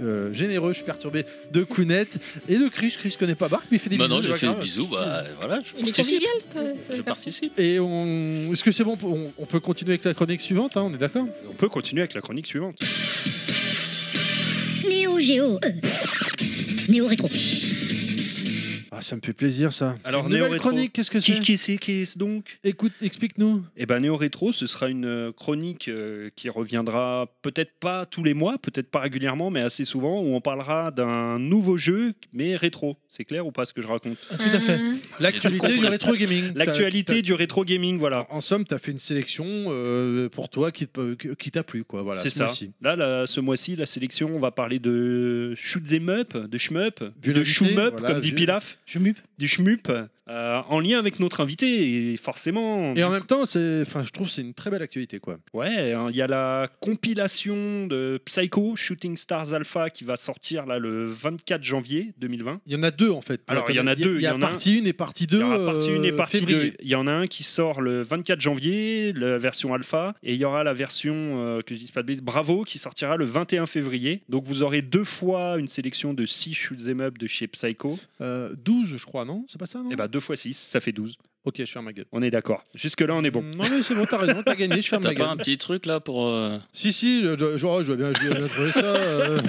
[SPEAKER 3] euh, généreux, je suis perturbé, de Kounet et de Chris. Chris connaît pas Bark, mais il fait des
[SPEAKER 7] Bah
[SPEAKER 3] bisous.
[SPEAKER 7] non,
[SPEAKER 3] c'est
[SPEAKER 7] j'ai
[SPEAKER 3] pas
[SPEAKER 7] fait
[SPEAKER 3] grave.
[SPEAKER 7] des bisous, bah voilà, je
[SPEAKER 5] Il est
[SPEAKER 7] participe.
[SPEAKER 5] convivial, cette-
[SPEAKER 7] Je
[SPEAKER 5] cette personne.
[SPEAKER 7] participe.
[SPEAKER 3] Et on... est-ce que c'est bon pour- on, on peut continuer avec la chronique suivante, hein, on est d'accord
[SPEAKER 4] On peut continuer avec la chronique suivante.
[SPEAKER 1] Néo Géo. euh, Néo Rétro.
[SPEAKER 3] ah, Ça me fait plaisir, ça. C'est
[SPEAKER 4] Alors,
[SPEAKER 3] une nouvelle
[SPEAKER 4] Néo-rétro.
[SPEAKER 3] chronique, qu'est-ce que c'est
[SPEAKER 4] qui c'est qui est donc
[SPEAKER 3] Écoute, explique-nous.
[SPEAKER 4] Eh ben Néo Rétro, ce sera une euh, chronique euh, qui reviendra peut-être pas tous les mois, peut-être pas régulièrement, mais assez souvent, où on parlera d'un nouveau jeu, mais rétro. C'est clair ou pas ce que je raconte
[SPEAKER 6] Ah, tout à fait.
[SPEAKER 3] L'actualité du rétro gaming.
[SPEAKER 4] L'actualité du rétro gaming, voilà.
[SPEAKER 3] En somme, tu as fait une sélection euh, pour toi qui te- qui t'a plu, quoi. Voilà,
[SPEAKER 4] c'est
[SPEAKER 3] ce
[SPEAKER 4] ça.
[SPEAKER 3] mois-ci.
[SPEAKER 4] Là, là, ce mois-ci, la sélection, on va parler de shoot them up, de shmup,
[SPEAKER 3] Vu
[SPEAKER 4] de
[SPEAKER 3] l'invité,
[SPEAKER 4] shmup,
[SPEAKER 3] voilà,
[SPEAKER 4] comme dit
[SPEAKER 3] vu-
[SPEAKER 4] Pilaf, du shmup, euh, en lien avec notre invité, et forcément.
[SPEAKER 3] Et en même temps, c'est, enfin, je trouve que c'est une très belle actualité, quoi.
[SPEAKER 4] Ouais, hein, il y a la compilation de Psycho Shooting Stars Alpha qui va sortir là le 24 janvier 2020.
[SPEAKER 3] Il y en a deux en fait.
[SPEAKER 4] Alors, il y en a deux,
[SPEAKER 3] Il y a
[SPEAKER 4] il y en a un-
[SPEAKER 3] partie 1 et partie 2.
[SPEAKER 4] Il y aura partie 1 et partie
[SPEAKER 3] euh, février.
[SPEAKER 4] 2. Il y en a un qui sort le 24 janvier, la version alpha, et il y aura la version, euh, que je dise pas de bêtises, Bravo, qui sortira le 21 février. Donc vous aurez deux fois une sélection de 6 shoot'em up de chez Psycho.
[SPEAKER 3] Euh, 12, je crois, non C'est pas ça, non
[SPEAKER 4] Et bah deux fois 6, ça fait 12.
[SPEAKER 3] Ok, je ferme ma gueule. Mm,
[SPEAKER 4] On est d'accord. Jusque-là, on est bon.
[SPEAKER 3] Non, mais c'est bon, t'as raison, t'as gagné, je ferme ma
[SPEAKER 7] T'as
[SPEAKER 3] gueule.
[SPEAKER 7] pas un petit truc là pour. euh,
[SPEAKER 3] Si, si, le- je, je, oh, je vois bien, je vais bien trouver ça. euh.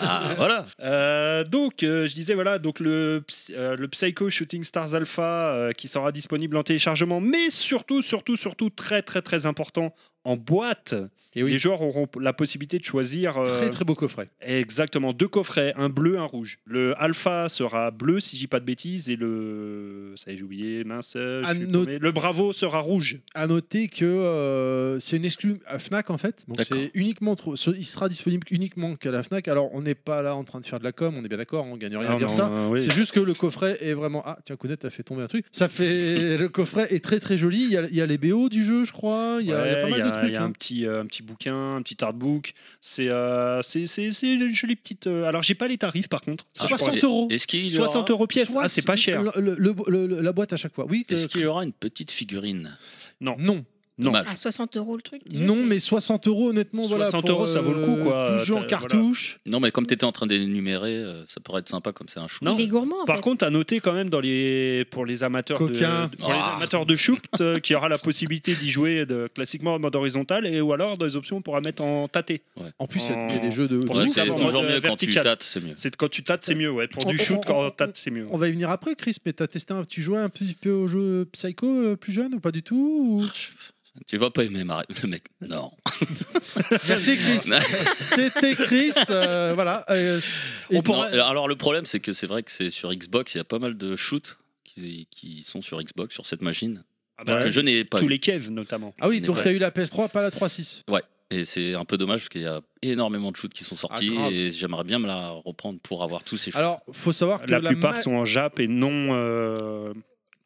[SPEAKER 7] Ah voilà
[SPEAKER 4] Euh, donc, euh, je disais, voilà, donc le, ps- euh, le Psycho Shooting Stars Alpha euh, qui sera disponible en téléchargement, mais surtout, surtout, surtout, très, très, très important, en boîte.
[SPEAKER 3] Et oui.
[SPEAKER 4] Les joueurs auront la possibilité de choisir euh,
[SPEAKER 3] Très très beau coffret.
[SPEAKER 4] exactement deux coffrets, un bleu, un rouge. Le Alpha sera bleu, si j'ai pas de bêtises, et le. Ça y est, j'ai oublié, mince. je suis
[SPEAKER 3] Anno-
[SPEAKER 4] paumé. Le Bravo sera rouge.
[SPEAKER 3] À noter que euh, c'est une exclue à Fnac en fait. Donc
[SPEAKER 7] D'accord.
[SPEAKER 3] c'est uniquement trop. ce- Il sera disponible uniquement qu'à la Fnac. Alors on n'est pas là en train de faire de la com, on est bien d'accord, on gagne rien à
[SPEAKER 4] Ah,
[SPEAKER 3] dire
[SPEAKER 4] non,
[SPEAKER 3] ça.
[SPEAKER 4] euh, oui.
[SPEAKER 3] C'est juste que le coffret est vraiment. Ah, tiens, Kounet, t'as fait tomber un truc. Ça fait. le coffret est très très joli. Il y a, il y a les BO du jeu, je crois. Il y a, il y a
[SPEAKER 4] Ouais,
[SPEAKER 3] pas mal de
[SPEAKER 4] Il
[SPEAKER 3] trucs.
[SPEAKER 4] y a
[SPEAKER 3] hein.
[SPEAKER 4] un petit, euh, un petit bouquin, un petit artbook. C'est euh, c'est c'est- c'est une jolie petite. euh, Alors, j'ai pas les tarifs par contre.
[SPEAKER 7] Ah,
[SPEAKER 4] Ça, je crois.
[SPEAKER 3] 60 euros.
[SPEAKER 7] Est-ce qu'il y aura-
[SPEAKER 4] 60 euros pièce. Ah, c'est pas cher.
[SPEAKER 3] Le- le- le- le- la boîte à chaque fois. Oui. que-
[SPEAKER 7] Est-ce qu'il y aura une petite figurine
[SPEAKER 3] Non,
[SPEAKER 4] Non.
[SPEAKER 7] Dommage.
[SPEAKER 5] À 60 euros le truc. déjà,
[SPEAKER 3] non,
[SPEAKER 5] c'est-
[SPEAKER 3] mais 60 euros, honnêtement, voilà.
[SPEAKER 4] 60
[SPEAKER 3] pour,
[SPEAKER 4] euros, ça vaut le coup, quoi.
[SPEAKER 3] tout jeu en
[SPEAKER 4] T'as-
[SPEAKER 3] cartouche.
[SPEAKER 7] Non, mais comme tu étais en train d'énumérer, euh, ça pourrait être sympa comme c'est un chou.
[SPEAKER 4] Non.
[SPEAKER 5] Il est gourmand. en
[SPEAKER 4] Par
[SPEAKER 5] fait.
[SPEAKER 4] contre, à noter quand même dans les pour les amateurs
[SPEAKER 3] Coquin.
[SPEAKER 4] de pour les
[SPEAKER 7] Ah.
[SPEAKER 4] amateurs de shoot euh, qui aura la possibilité d'y jouer de, classiquement en mode horizontal et ou alors dans les options on pourra mettre en tâté.
[SPEAKER 3] En plus, il y a-
[SPEAKER 4] En-
[SPEAKER 3] il y a des jeux de.
[SPEAKER 4] Oh.
[SPEAKER 3] Ah,
[SPEAKER 4] Pour
[SPEAKER 7] Ouais,
[SPEAKER 4] nous,
[SPEAKER 7] c'est
[SPEAKER 4] ça va en
[SPEAKER 7] toujours
[SPEAKER 4] mode euh,
[SPEAKER 7] mieux quand tu
[SPEAKER 4] vertical.
[SPEAKER 7] tâtes, c'est mieux.
[SPEAKER 4] C'est quand tu tâtes c'est mieux ouais. Pour du
[SPEAKER 3] On-
[SPEAKER 4] shoot
[SPEAKER 3] on-
[SPEAKER 4] quand
[SPEAKER 3] on-
[SPEAKER 4] on tâte c'est mieux.
[SPEAKER 3] On va y venir après, Chris, mais t'as testé un... tu jouais un petit peu au jeu Psycho euh, plus jeune ou pas du tout ou-
[SPEAKER 7] Tu vas pas aimer Marie, le mec. Non.
[SPEAKER 3] Merci Chris.
[SPEAKER 7] Non.
[SPEAKER 3] C'était Chris. euh, voilà. euh, et
[SPEAKER 7] Non,
[SPEAKER 3] puis-
[SPEAKER 7] alors, alors, le problème, c'est que c'est vrai que c'est sur Xbox, il y a pas mal de shoots qui, qui sont sur Xbox, sur cette machine.
[SPEAKER 4] Ah bah,
[SPEAKER 7] que je n'ai pas
[SPEAKER 4] tous
[SPEAKER 7] eu.
[SPEAKER 4] les caves notamment.
[SPEAKER 3] Ah oui,
[SPEAKER 7] Mais
[SPEAKER 3] donc
[SPEAKER 7] ouais.
[SPEAKER 3] t'as eu la PS3, pas la 3.6.
[SPEAKER 7] Et c'est un peu dommage parce qu'il y a énormément de shoots qui sont sortis
[SPEAKER 3] Ah, grave.
[SPEAKER 7] et j'aimerais bien me la reprendre pour avoir tous ces shoots.
[SPEAKER 3] Alors, faut savoir que
[SPEAKER 4] La, plupart
[SPEAKER 3] ma-
[SPEAKER 4] sont en Jap et non euh,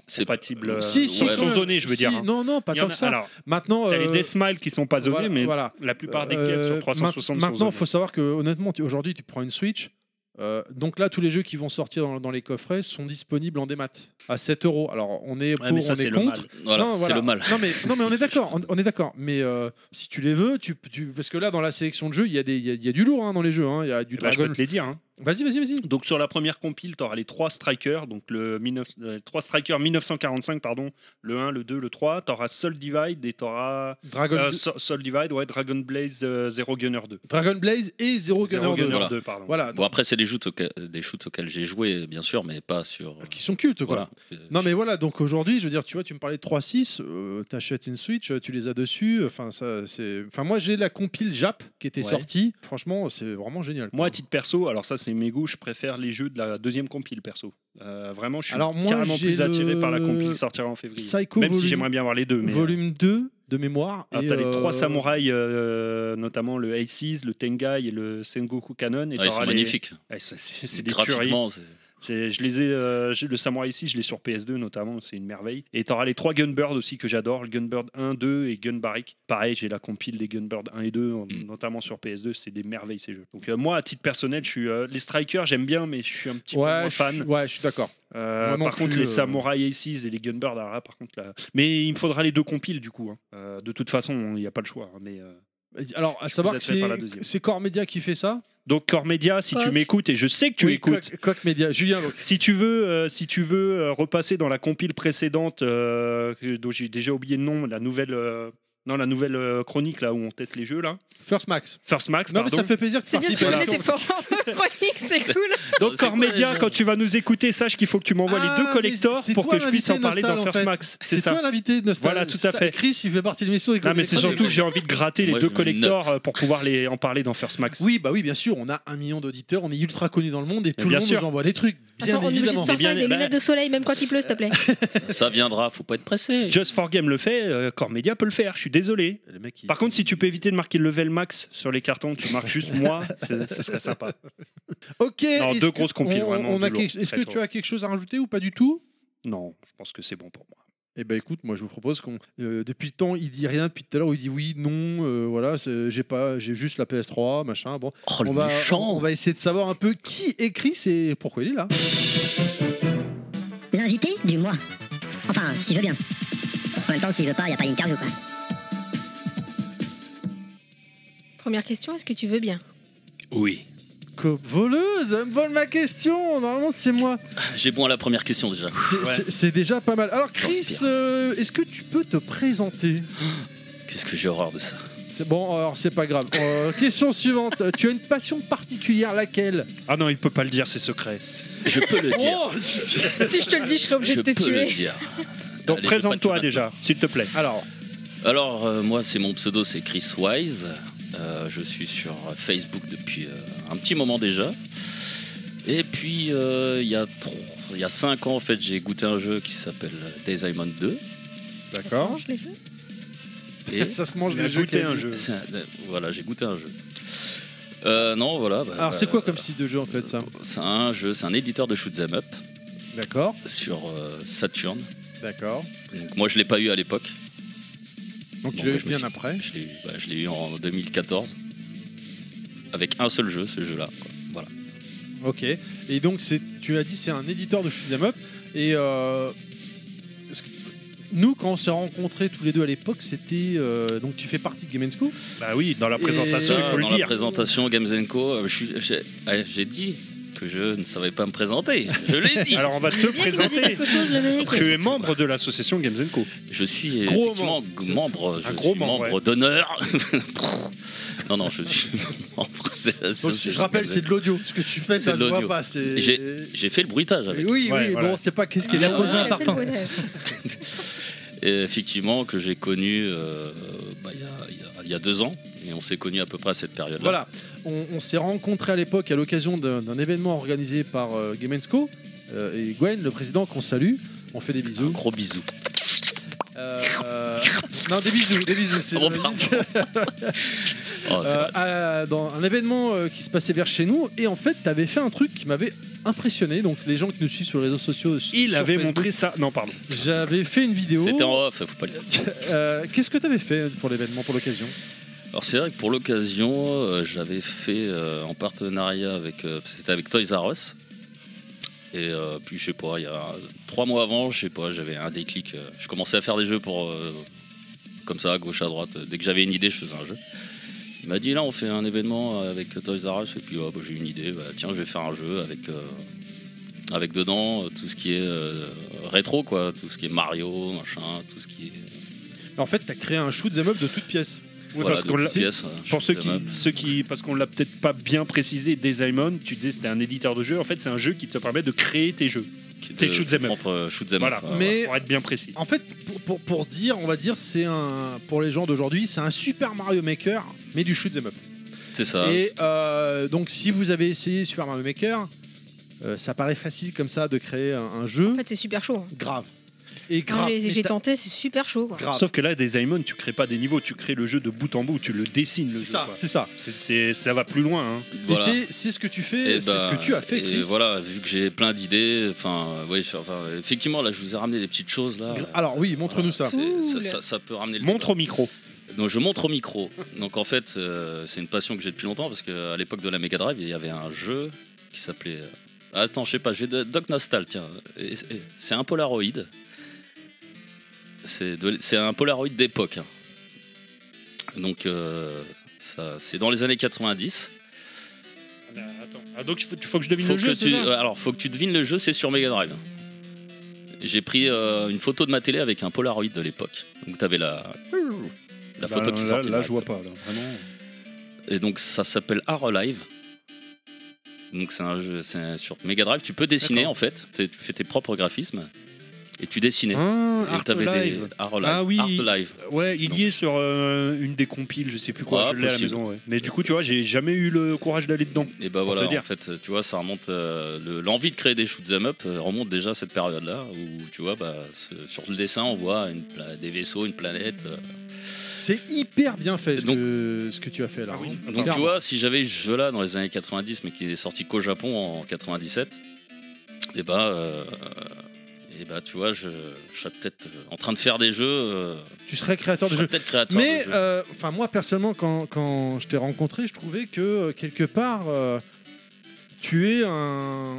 [SPEAKER 7] c'est
[SPEAKER 4] compatibles. euh,
[SPEAKER 3] Si,
[SPEAKER 7] ouais,
[SPEAKER 3] si,
[SPEAKER 7] sont-
[SPEAKER 3] quand
[SPEAKER 4] sont
[SPEAKER 3] même.
[SPEAKER 4] zonés, je veux
[SPEAKER 3] Si,
[SPEAKER 4] dire, hein.
[SPEAKER 3] Non, non, pas
[SPEAKER 4] il y en
[SPEAKER 3] tant
[SPEAKER 4] a-
[SPEAKER 3] que ça.
[SPEAKER 4] alors,
[SPEAKER 3] Maintenant,
[SPEAKER 4] T'as les
[SPEAKER 3] euh,
[SPEAKER 4] Death Smile qui sont pas zonés,
[SPEAKER 3] voilà,
[SPEAKER 4] mais
[SPEAKER 3] voilà.
[SPEAKER 4] la plupart des
[SPEAKER 3] Euh,
[SPEAKER 4] caves sur
[SPEAKER 3] ma-
[SPEAKER 4] 360 sont
[SPEAKER 3] Maintenant,
[SPEAKER 4] zonés.
[SPEAKER 3] faut savoir que honnêtement, tu- aujourd'hui, tu prends une Switch. euh, donc là, tous les jeux qui vont sortir dans, dans les coffrets sont disponibles en démat à 7 euros. Alors, on est pour,
[SPEAKER 4] mais ça,
[SPEAKER 3] on est
[SPEAKER 4] c'est le mal.
[SPEAKER 3] contre.
[SPEAKER 7] Voilà,
[SPEAKER 3] Non,
[SPEAKER 7] c'est
[SPEAKER 3] voilà.
[SPEAKER 7] le mal.
[SPEAKER 3] Non mais, non, mais on est d'accord, on, on est d'accord. Mais euh, si tu les veux, tu, tu- parce que là, dans la sélection de jeux, il y, a des- il y a- il y a du lourd hein, dans les jeux. hein. Il y a du
[SPEAKER 4] Eh ben, je
[SPEAKER 3] Dragon.
[SPEAKER 4] peux te les dire. hein.
[SPEAKER 3] Vas-y, vas-y, vas-y.
[SPEAKER 4] Donc sur la première compile, tu auras les trois strikers, donc le 19 euh, trois strikers 1945 pardon, le 1, le 2, le 3, tu auras Soul Divide et tu auras
[SPEAKER 3] Dragon,
[SPEAKER 4] Soul Divide, ouais, Dragon Blaze euh, Zero Gunner 2.
[SPEAKER 3] Dragon Blaze et Zero
[SPEAKER 4] Zero
[SPEAKER 3] Gunner 2.
[SPEAKER 7] Voilà.
[SPEAKER 4] 2, pardon.
[SPEAKER 3] Voilà,
[SPEAKER 7] Bon, après, c'est des shoots, auxquels, des shoots auxquels j'ai joué, bien sûr, mais pas sur.
[SPEAKER 3] qui sont cultes quoi.
[SPEAKER 7] Voilà. Euh,
[SPEAKER 3] Non mais voilà, donc aujourd'hui, je veux dire, tu vois, tu me parlais de 3.6, euh, t'achètes une Switch, euh, tu les as dessus, enfin ça c'est enfin moi j'ai la compile Jap qui était
[SPEAKER 4] Ouais.
[SPEAKER 3] sortie, franchement, c'est vraiment génial. quoi.
[SPEAKER 4] Moi à titre perso, alors ça c'est mes goûts, je préfère les jeux de la deuxième compile perso. Euh, vraiment, je suis
[SPEAKER 3] Alors, moi,
[SPEAKER 4] carrément
[SPEAKER 3] j'ai
[SPEAKER 4] plus attiré
[SPEAKER 3] le
[SPEAKER 4] par la compile qui sortira en février.
[SPEAKER 3] Psycho
[SPEAKER 4] Même si
[SPEAKER 3] Volume-
[SPEAKER 4] j'aimerais bien voir les deux mais euh,
[SPEAKER 3] volume 2 de mémoire
[SPEAKER 4] Ah,
[SPEAKER 3] et,
[SPEAKER 4] t'as les
[SPEAKER 3] euh,
[SPEAKER 4] trois samouraïs, euh, notamment le Aces, le Tengai et le Sengoku Cannon. Et
[SPEAKER 7] ah, ils
[SPEAKER 4] t'auras
[SPEAKER 7] sont
[SPEAKER 4] les-
[SPEAKER 7] magnifiques.
[SPEAKER 4] Ah, c'est- c'est c'est des tueries.
[SPEAKER 7] Graphiquement, c'est-
[SPEAKER 4] C'est- Je les ai, euh, j'ai- le Samurai ici, je l'ai sur PS2 notamment, c'est une merveille. Et t'auras les trois Gunbird aussi que j'adore, le Gunbird 1, 2 et Gunbarrick. Pareil, j'ai la compile des Gunbird 1 et 2, en-
[SPEAKER 7] Mm.
[SPEAKER 4] notamment sur PS2, c'est des merveilles ces jeux. Donc euh, moi, à titre personnel, je suis euh, les Strikers, j'aime bien, mais je suis un petit peu
[SPEAKER 3] Ouais,
[SPEAKER 4] moins
[SPEAKER 3] je
[SPEAKER 4] fan.
[SPEAKER 3] suis- ouais, je suis d'accord.
[SPEAKER 4] Euh,
[SPEAKER 3] Moi non
[SPEAKER 4] par contre,
[SPEAKER 3] plus,
[SPEAKER 4] les
[SPEAKER 3] euh.
[SPEAKER 4] Samurai Aces et les Gunbird, alors là, par contre, là- mais il me faudra les deux compiles du coup. hein. Euh, de toute façon, il n'y a pas le choix. hein, mais euh,
[SPEAKER 3] Alors, à
[SPEAKER 4] Je
[SPEAKER 3] savoir
[SPEAKER 4] vous
[SPEAKER 3] que
[SPEAKER 4] attrape par la
[SPEAKER 3] c'est-
[SPEAKER 4] deuxième.
[SPEAKER 3] c'est Core Media qui fait ça
[SPEAKER 4] Donc Cormedia, si tu
[SPEAKER 5] Coq.
[SPEAKER 4] m'écoutes, et je sais que tu
[SPEAKER 3] Oui,
[SPEAKER 4] écoutes,
[SPEAKER 3] Coq- Coq Media. Julien, donc,
[SPEAKER 4] si tu veux, euh, si tu veux euh, repasser dans la compile précédente, euh, dont j'ai déjà oublié le nom, la nouvelle, euh, non, la nouvelle euh, chronique là où on teste les jeux là,
[SPEAKER 3] First Max.
[SPEAKER 4] First Max,
[SPEAKER 3] Non, mais
[SPEAKER 4] pardon.
[SPEAKER 3] ça fait plaisir que tu
[SPEAKER 5] C'est bien
[SPEAKER 3] participes
[SPEAKER 5] que
[SPEAKER 3] à
[SPEAKER 5] tu
[SPEAKER 3] la-
[SPEAKER 5] étais fort en chronique, c'est cool.
[SPEAKER 4] Donc
[SPEAKER 7] C'est quoi,
[SPEAKER 4] Cormedia,
[SPEAKER 7] les gens
[SPEAKER 4] quand tu vas nous écouter, sache qu'il faut que tu m'envoies
[SPEAKER 3] Ah,
[SPEAKER 4] les deux
[SPEAKER 3] mais
[SPEAKER 4] collectors
[SPEAKER 3] c'est
[SPEAKER 4] pour
[SPEAKER 3] toi
[SPEAKER 4] que je puisse en
[SPEAKER 3] l'invité
[SPEAKER 4] parler dans
[SPEAKER 3] Nostal, en
[SPEAKER 4] First
[SPEAKER 3] fait.
[SPEAKER 4] Max. C'est
[SPEAKER 3] C'est
[SPEAKER 4] ça.
[SPEAKER 3] toi l'invité de Nostal.
[SPEAKER 4] Voilà, tout
[SPEAKER 3] Ça,
[SPEAKER 4] à fait.
[SPEAKER 3] Chris, il fait partie de l'émission des
[SPEAKER 4] Non, mais c'est
[SPEAKER 3] chroniques.
[SPEAKER 4] surtout que j'ai envie de gratter les
[SPEAKER 7] Moi,
[SPEAKER 4] deux
[SPEAKER 7] je mets une
[SPEAKER 4] collectors pour pouvoir les en parler dans First Max.
[SPEAKER 3] Oui, bah oui, bien sûr, on a un million d'auditeurs, on est ultra connu dans le monde et tout le
[SPEAKER 4] bien
[SPEAKER 3] monde
[SPEAKER 4] sûr.
[SPEAKER 3] nous envoie des trucs, bien
[SPEAKER 5] Attends, on est obligé de
[SPEAKER 3] évidemment.
[SPEAKER 5] sortir
[SPEAKER 4] bien-
[SPEAKER 5] des
[SPEAKER 4] bah-
[SPEAKER 5] lunettes de soleil même quand il pleut, s'il te plaît.
[SPEAKER 7] Ça viendra, faut pas être pressé.
[SPEAKER 4] Just for Game le fait, euh, Cormedia peut le faire. Je suis désolé.
[SPEAKER 3] Le mec, il-
[SPEAKER 4] Par contre, si tu peux éviter de marquer le level max sur les cartons, tu marques juste moi, c'est- ce serait sympa.
[SPEAKER 3] ok.
[SPEAKER 4] Non,
[SPEAKER 3] est-ce
[SPEAKER 4] deux
[SPEAKER 3] que
[SPEAKER 4] grosses compiles,
[SPEAKER 3] on-
[SPEAKER 4] vraiment,
[SPEAKER 3] on a
[SPEAKER 4] du
[SPEAKER 3] quelque-
[SPEAKER 4] lourd,
[SPEAKER 3] Est-ce que
[SPEAKER 4] très
[SPEAKER 3] tu
[SPEAKER 4] lourd.
[SPEAKER 3] as quelque chose à rajouter ou pas du tout
[SPEAKER 4] Non, je pense que c'est bon pour moi.
[SPEAKER 3] Eh ben écoute, moi je vous propose qu'on. euh, depuis le temps, il dit rien. Depuis tout à l'heure, il dit oui, non. euh, voilà, c'est- j'ai pas, j'ai juste la PS3, machin. Bon,
[SPEAKER 7] Oh, le
[SPEAKER 3] on va,
[SPEAKER 7] méchant
[SPEAKER 3] on va essayer de savoir un peu qui écrit, c'est pourquoi il est là.
[SPEAKER 1] L'invité du mois. Enfin, s'il veut bien. En même temps, s'il veut pas, y a pas d'interview, quoi.
[SPEAKER 5] Première question, est-ce que tu veux bien
[SPEAKER 7] Oui.
[SPEAKER 3] Cop voleuse, elle me vole ma question. Normalement, c'est moi.
[SPEAKER 7] J'ai bon à la première question déjà.
[SPEAKER 3] C'est- C'est c'est déjà pas mal. Alors, Chris,
[SPEAKER 7] J'inspire.
[SPEAKER 3] euh, est-ce que tu peux te présenter
[SPEAKER 7] Qu'est-ce que j'ai horreur de ça
[SPEAKER 3] C'est bon, alors c'est pas grave. Euh, question suivante. tu as une passion particulière, laquelle
[SPEAKER 4] Ah non, il peut pas le dire, c'est secret.
[SPEAKER 7] Je peux le dire.
[SPEAKER 3] Oh
[SPEAKER 5] Si je te le dis, je serai obligé
[SPEAKER 7] je
[SPEAKER 5] de
[SPEAKER 7] peux
[SPEAKER 5] te
[SPEAKER 7] le
[SPEAKER 5] tuer.
[SPEAKER 7] dire.
[SPEAKER 4] Donc
[SPEAKER 7] Allez, je vais pas
[SPEAKER 4] présente-toi
[SPEAKER 7] te tuer
[SPEAKER 4] déjà, s'il te plaît.
[SPEAKER 3] Alors,
[SPEAKER 7] Alors, euh, moi, c'est mon pseudo, c'est Chris Wise. Euh, je suis sur Facebook depuis euh, un petit moment déjà. Et puis, euh, il y a tro- il y a 5 ans, en fait, j'ai goûté un jeu qui s'appelle euh, Days Island 2.
[SPEAKER 5] Ça
[SPEAKER 3] d'accord.
[SPEAKER 5] mange les jeux
[SPEAKER 7] Et
[SPEAKER 3] Ça se mange
[SPEAKER 4] Il a
[SPEAKER 3] les jeux
[SPEAKER 4] goûté
[SPEAKER 3] qu'elle
[SPEAKER 4] un
[SPEAKER 3] dit.
[SPEAKER 4] jeu.
[SPEAKER 7] c'est un- euh, voilà, j'ai goûté un jeu. Euh, non, voilà. bah,
[SPEAKER 3] Alors, c'est
[SPEAKER 7] bah,
[SPEAKER 3] quoi comme style de jeu en fait ça
[SPEAKER 7] C'est un jeu, c'est un éditeur de shoot'em up
[SPEAKER 3] D'accord,
[SPEAKER 7] sur euh, Saturn.
[SPEAKER 3] d'accord.
[SPEAKER 7] Donc, moi, je l'ai pas eu à l'époque.
[SPEAKER 3] Donc tu
[SPEAKER 7] Bon,
[SPEAKER 3] l'as
[SPEAKER 7] bah,
[SPEAKER 3] eu
[SPEAKER 7] je me
[SPEAKER 3] bien
[SPEAKER 7] suis-
[SPEAKER 3] après.
[SPEAKER 7] Je l'ai eu, bah, je l'ai eu en 2014 avec un seul jeu, ce jeu-là. quoi. Voilà.
[SPEAKER 3] Ok. Et donc c'est, tu as dit c'est un éditeur de shoot'em up. Et euh, est-ce que- nous quand on s'est rencontrés tous les deux à l'époque, c'était euh, donc tu fais partie de Game School.
[SPEAKER 4] Bah oui, dans la
[SPEAKER 3] Et
[SPEAKER 4] présentation,
[SPEAKER 7] Ça,
[SPEAKER 4] il faut
[SPEAKER 7] dans
[SPEAKER 4] le
[SPEAKER 7] la
[SPEAKER 4] dire.
[SPEAKER 7] présentation Games Co, euh, je suis- j'ai eh, j'ai dit que je ne savais pas me présenter. Je l'ai dit.
[SPEAKER 4] Alors on va te
[SPEAKER 5] Bien qu'il nous dise
[SPEAKER 4] présenter.
[SPEAKER 5] quelque chose, le mec.
[SPEAKER 4] Tu es membre de l'association Games Co.
[SPEAKER 7] je suis
[SPEAKER 3] Gros
[SPEAKER 7] effectivement g- membre, je
[SPEAKER 4] Un gros
[SPEAKER 7] suis
[SPEAKER 4] membre,
[SPEAKER 7] membre
[SPEAKER 4] ouais.
[SPEAKER 7] d'honneur. non, non, je suis membre de
[SPEAKER 3] Donc
[SPEAKER 7] l'association.
[SPEAKER 3] je rappelle,
[SPEAKER 7] Games
[SPEAKER 3] c'est de l'audio. Ce que tu fais,
[SPEAKER 7] C'est
[SPEAKER 3] ça
[SPEAKER 7] de
[SPEAKER 3] se voit
[SPEAKER 7] l'audio.
[SPEAKER 3] pas. C'est...
[SPEAKER 7] J'ai- Ah, J'ai fait le bruitage
[SPEAKER 3] Oui,
[SPEAKER 7] avec.
[SPEAKER 3] oui,
[SPEAKER 4] Ouais, voilà.
[SPEAKER 3] bon, c'est pas qu'est-ce qu'il
[SPEAKER 6] Il
[SPEAKER 3] y
[SPEAKER 6] a
[SPEAKER 3] a.
[SPEAKER 6] posé un parpaing.
[SPEAKER 7] Et effectivement, que j'ai connu euh, bah, il y a- il y, a- il y a deux ans. Et on s'est connus à peu près à cette période-là.
[SPEAKER 3] Voilà, on, on s'est rencontrés à l'époque à l'occasion d'un, d'un événement organisé par euh, Game Co. euh, et Gwen, le président qu'on salue, on fait des
[SPEAKER 7] Un
[SPEAKER 3] bisous.
[SPEAKER 7] gros Oh, bisou.
[SPEAKER 3] Euh, non, des bisous, des bisous. C'est
[SPEAKER 7] Oh, pardon. Oh, c'est
[SPEAKER 3] Euh,
[SPEAKER 7] vrai.
[SPEAKER 3] à- dans un événement euh, qui se passait vers chez nous et en fait tu avais fait un truc qui m'avait impressionné donc les gens qui nous suivent sur les réseaux sociaux sur
[SPEAKER 4] Il avait
[SPEAKER 3] Facebook,
[SPEAKER 4] montré ça. Non, pardon.
[SPEAKER 3] j'avais fait une vidéo
[SPEAKER 7] C'était en off, faut pas le dire.
[SPEAKER 3] Euh, qu'est-ce que tu avais fait pour l'événement pour l'occasion
[SPEAKER 7] Alors c'est vrai que pour l'occasion, euh, j'avais fait euh, en partenariat avec, euh, c'était avec Toys R Us. Et euh, puis je sais pas, il y a euh, trois mois avant, je sais pas, j'avais un déclic. euh, je commençais à faire des jeux pour euh, comme ça, à gauche, à droite. Dès que j'avais une idée, je faisais un jeu. Il m'a dit là, on fait un événement avec Toys R Us. Et puis oh, bah, j'ai une idée. bah, tiens, je vais faire un jeu avec euh, avec dedans euh, tout ce qui est euh, rétro, quoi, tout ce qui est Mario, machin, tout ce qui est
[SPEAKER 3] en fait tu as créé un shoot them up de toutes pièces
[SPEAKER 4] Oui,
[SPEAKER 7] voilà,
[SPEAKER 4] parce
[SPEAKER 7] de
[SPEAKER 4] qu'on l'a-
[SPEAKER 7] toutes pièces, euh,
[SPEAKER 4] Pour
[SPEAKER 7] je
[SPEAKER 4] ceux
[SPEAKER 7] sais
[SPEAKER 4] qui,
[SPEAKER 7] même.
[SPEAKER 4] ceux qui, parce qu'on l'a peut-être pas bien précisé, Desaimon, tu disais c'était un éditeur de jeux. En fait, c'est un jeu qui te permet de créer tes jeux.
[SPEAKER 7] qui
[SPEAKER 4] C'est
[SPEAKER 7] te-
[SPEAKER 4] shoot 'em up.
[SPEAKER 7] propre shoot 'em up,
[SPEAKER 4] Voilà.
[SPEAKER 7] ouais,
[SPEAKER 3] Mais- Et-
[SPEAKER 4] Pour être bien précis.
[SPEAKER 3] en fait pour, pour- pour dire on va dire c'est un pour les gens d'aujourd'hui c'est un super Mario Maker mais du shoot them up
[SPEAKER 7] C'est ça.
[SPEAKER 3] et euh, donc si vous avez essayé Super Mario Maker euh, ça paraît facile comme ça de créer un, un jeu
[SPEAKER 5] En fait, c'est super chaud. hein.
[SPEAKER 3] grave et
[SPEAKER 5] Quand
[SPEAKER 3] grave
[SPEAKER 5] j'ai
[SPEAKER 3] Mais
[SPEAKER 5] j'ai
[SPEAKER 3] t'as-
[SPEAKER 5] tenté, c'est super chaud. quoi.
[SPEAKER 3] grave
[SPEAKER 4] Sauf que là, Desaimon, tu crées pas des niveaux, tu crées le jeu de bout en bout, tu le dessines le
[SPEAKER 3] c'est
[SPEAKER 4] jeu.
[SPEAKER 3] ça
[SPEAKER 4] quoi.
[SPEAKER 3] c'est ça
[SPEAKER 4] C'est- c'est- ça va plus loin. hein.
[SPEAKER 7] Voilà.
[SPEAKER 3] Et c'est- c'est ce que tu fais,
[SPEAKER 7] Et
[SPEAKER 3] c'est
[SPEAKER 7] ben,
[SPEAKER 3] ce que tu as fait,
[SPEAKER 7] et
[SPEAKER 3] Chris.
[SPEAKER 7] voilà, vu que j'ai plein d'idées, enfin, euh, oui, sur- enfin, effectivement, là, je vous ai ramené des petites choses là.
[SPEAKER 3] Alors oui, montre-nous ça.
[SPEAKER 7] Voilà, c'est-
[SPEAKER 5] Cool.
[SPEAKER 7] Ça, ça- ça peut ramener le
[SPEAKER 4] Montre au micro.
[SPEAKER 7] Donc je montre au micro. Donc en fait, euh, c'est une passion que j'ai depuis longtemps parce qu'à l'époque de la Mega Drive, il y avait un jeu qui s'appelait. euh, Attends, je sais pas, j'ai de- Doc Nostal, tiens. Et- et- C'est un Polaroid. C'est de- c'est un Polaroid d'époque. hein. Donc, euh, ça- c'est dans les années 90.
[SPEAKER 4] Attends. Ah, donc il faut, tu- faut que je devine
[SPEAKER 7] Faut
[SPEAKER 4] le
[SPEAKER 7] que
[SPEAKER 4] jeu, c'est
[SPEAKER 7] tu-
[SPEAKER 4] ça
[SPEAKER 7] euh, alors, faut que tu devines le jeu, c'est sur Mega Drive. J'ai pris euh, une photo de ma télé avec un Polaroid de l'époque. Donc, t'avais la, la
[SPEAKER 8] Là, Bah,
[SPEAKER 4] Bah,
[SPEAKER 7] photo qui
[SPEAKER 8] là,
[SPEAKER 7] sortait.
[SPEAKER 8] là,
[SPEAKER 7] direct.
[SPEAKER 8] je vois pas. Là, vraiment.
[SPEAKER 7] Et donc, ça s'appelle Art Alive. Donc, c'est un jeu c'est un- sur Mega Drive. Tu peux dessiner,
[SPEAKER 3] D'accord.
[SPEAKER 7] en fait. T'es- Tu fais tes propres graphismes. Et tu dessinais.
[SPEAKER 8] Ah,
[SPEAKER 3] Hein,
[SPEAKER 7] Et
[SPEAKER 8] Art
[SPEAKER 7] t'avais
[SPEAKER 8] Alive.
[SPEAKER 7] Des... Art Alive.
[SPEAKER 8] Ah oui.
[SPEAKER 7] Art Alive.
[SPEAKER 8] Ouais, il
[SPEAKER 7] Donc.
[SPEAKER 8] y est sur euh, une des compiles, je sais plus quoi.
[SPEAKER 7] Ah,
[SPEAKER 8] je l'ai à la
[SPEAKER 7] possible.
[SPEAKER 8] maison. ouais. Mais du coup, tu vois, j'ai jamais eu le courage d'aller dedans.
[SPEAKER 7] Et bah
[SPEAKER 8] Pour
[SPEAKER 7] voilà,
[SPEAKER 8] te dire.
[SPEAKER 7] en fait, tu vois, ça remonte. euh, le- L'envie de créer des shoot'em up euh, remonte déjà à cette période-là, où tu vois, bah, ce- sur le dessin, on voit une pla- des vaisseaux, une planète. euh.
[SPEAKER 3] C'est hyper bien fait ce,
[SPEAKER 7] Donc-
[SPEAKER 3] que, ce que tu as fait là.
[SPEAKER 4] Ah oui.
[SPEAKER 7] Donc tu
[SPEAKER 3] Clairement.
[SPEAKER 7] vois, si j'avais eu ce jeu-là dans les années 90, mais qui est sorti qu'au Japon en 97, et bah, euh, et bah tu vois, je, je serais peut-être euh, en train de faire des jeux. euh,
[SPEAKER 3] Tu serais
[SPEAKER 7] je
[SPEAKER 3] créateur de
[SPEAKER 7] serais
[SPEAKER 3] jeu.
[SPEAKER 7] peut-être créateur de
[SPEAKER 3] Mais
[SPEAKER 7] jeux.
[SPEAKER 3] euh, enfin moi personnellement quand, quand je t'ai rencontré, je trouvais que euh, quelque part euh, tu es un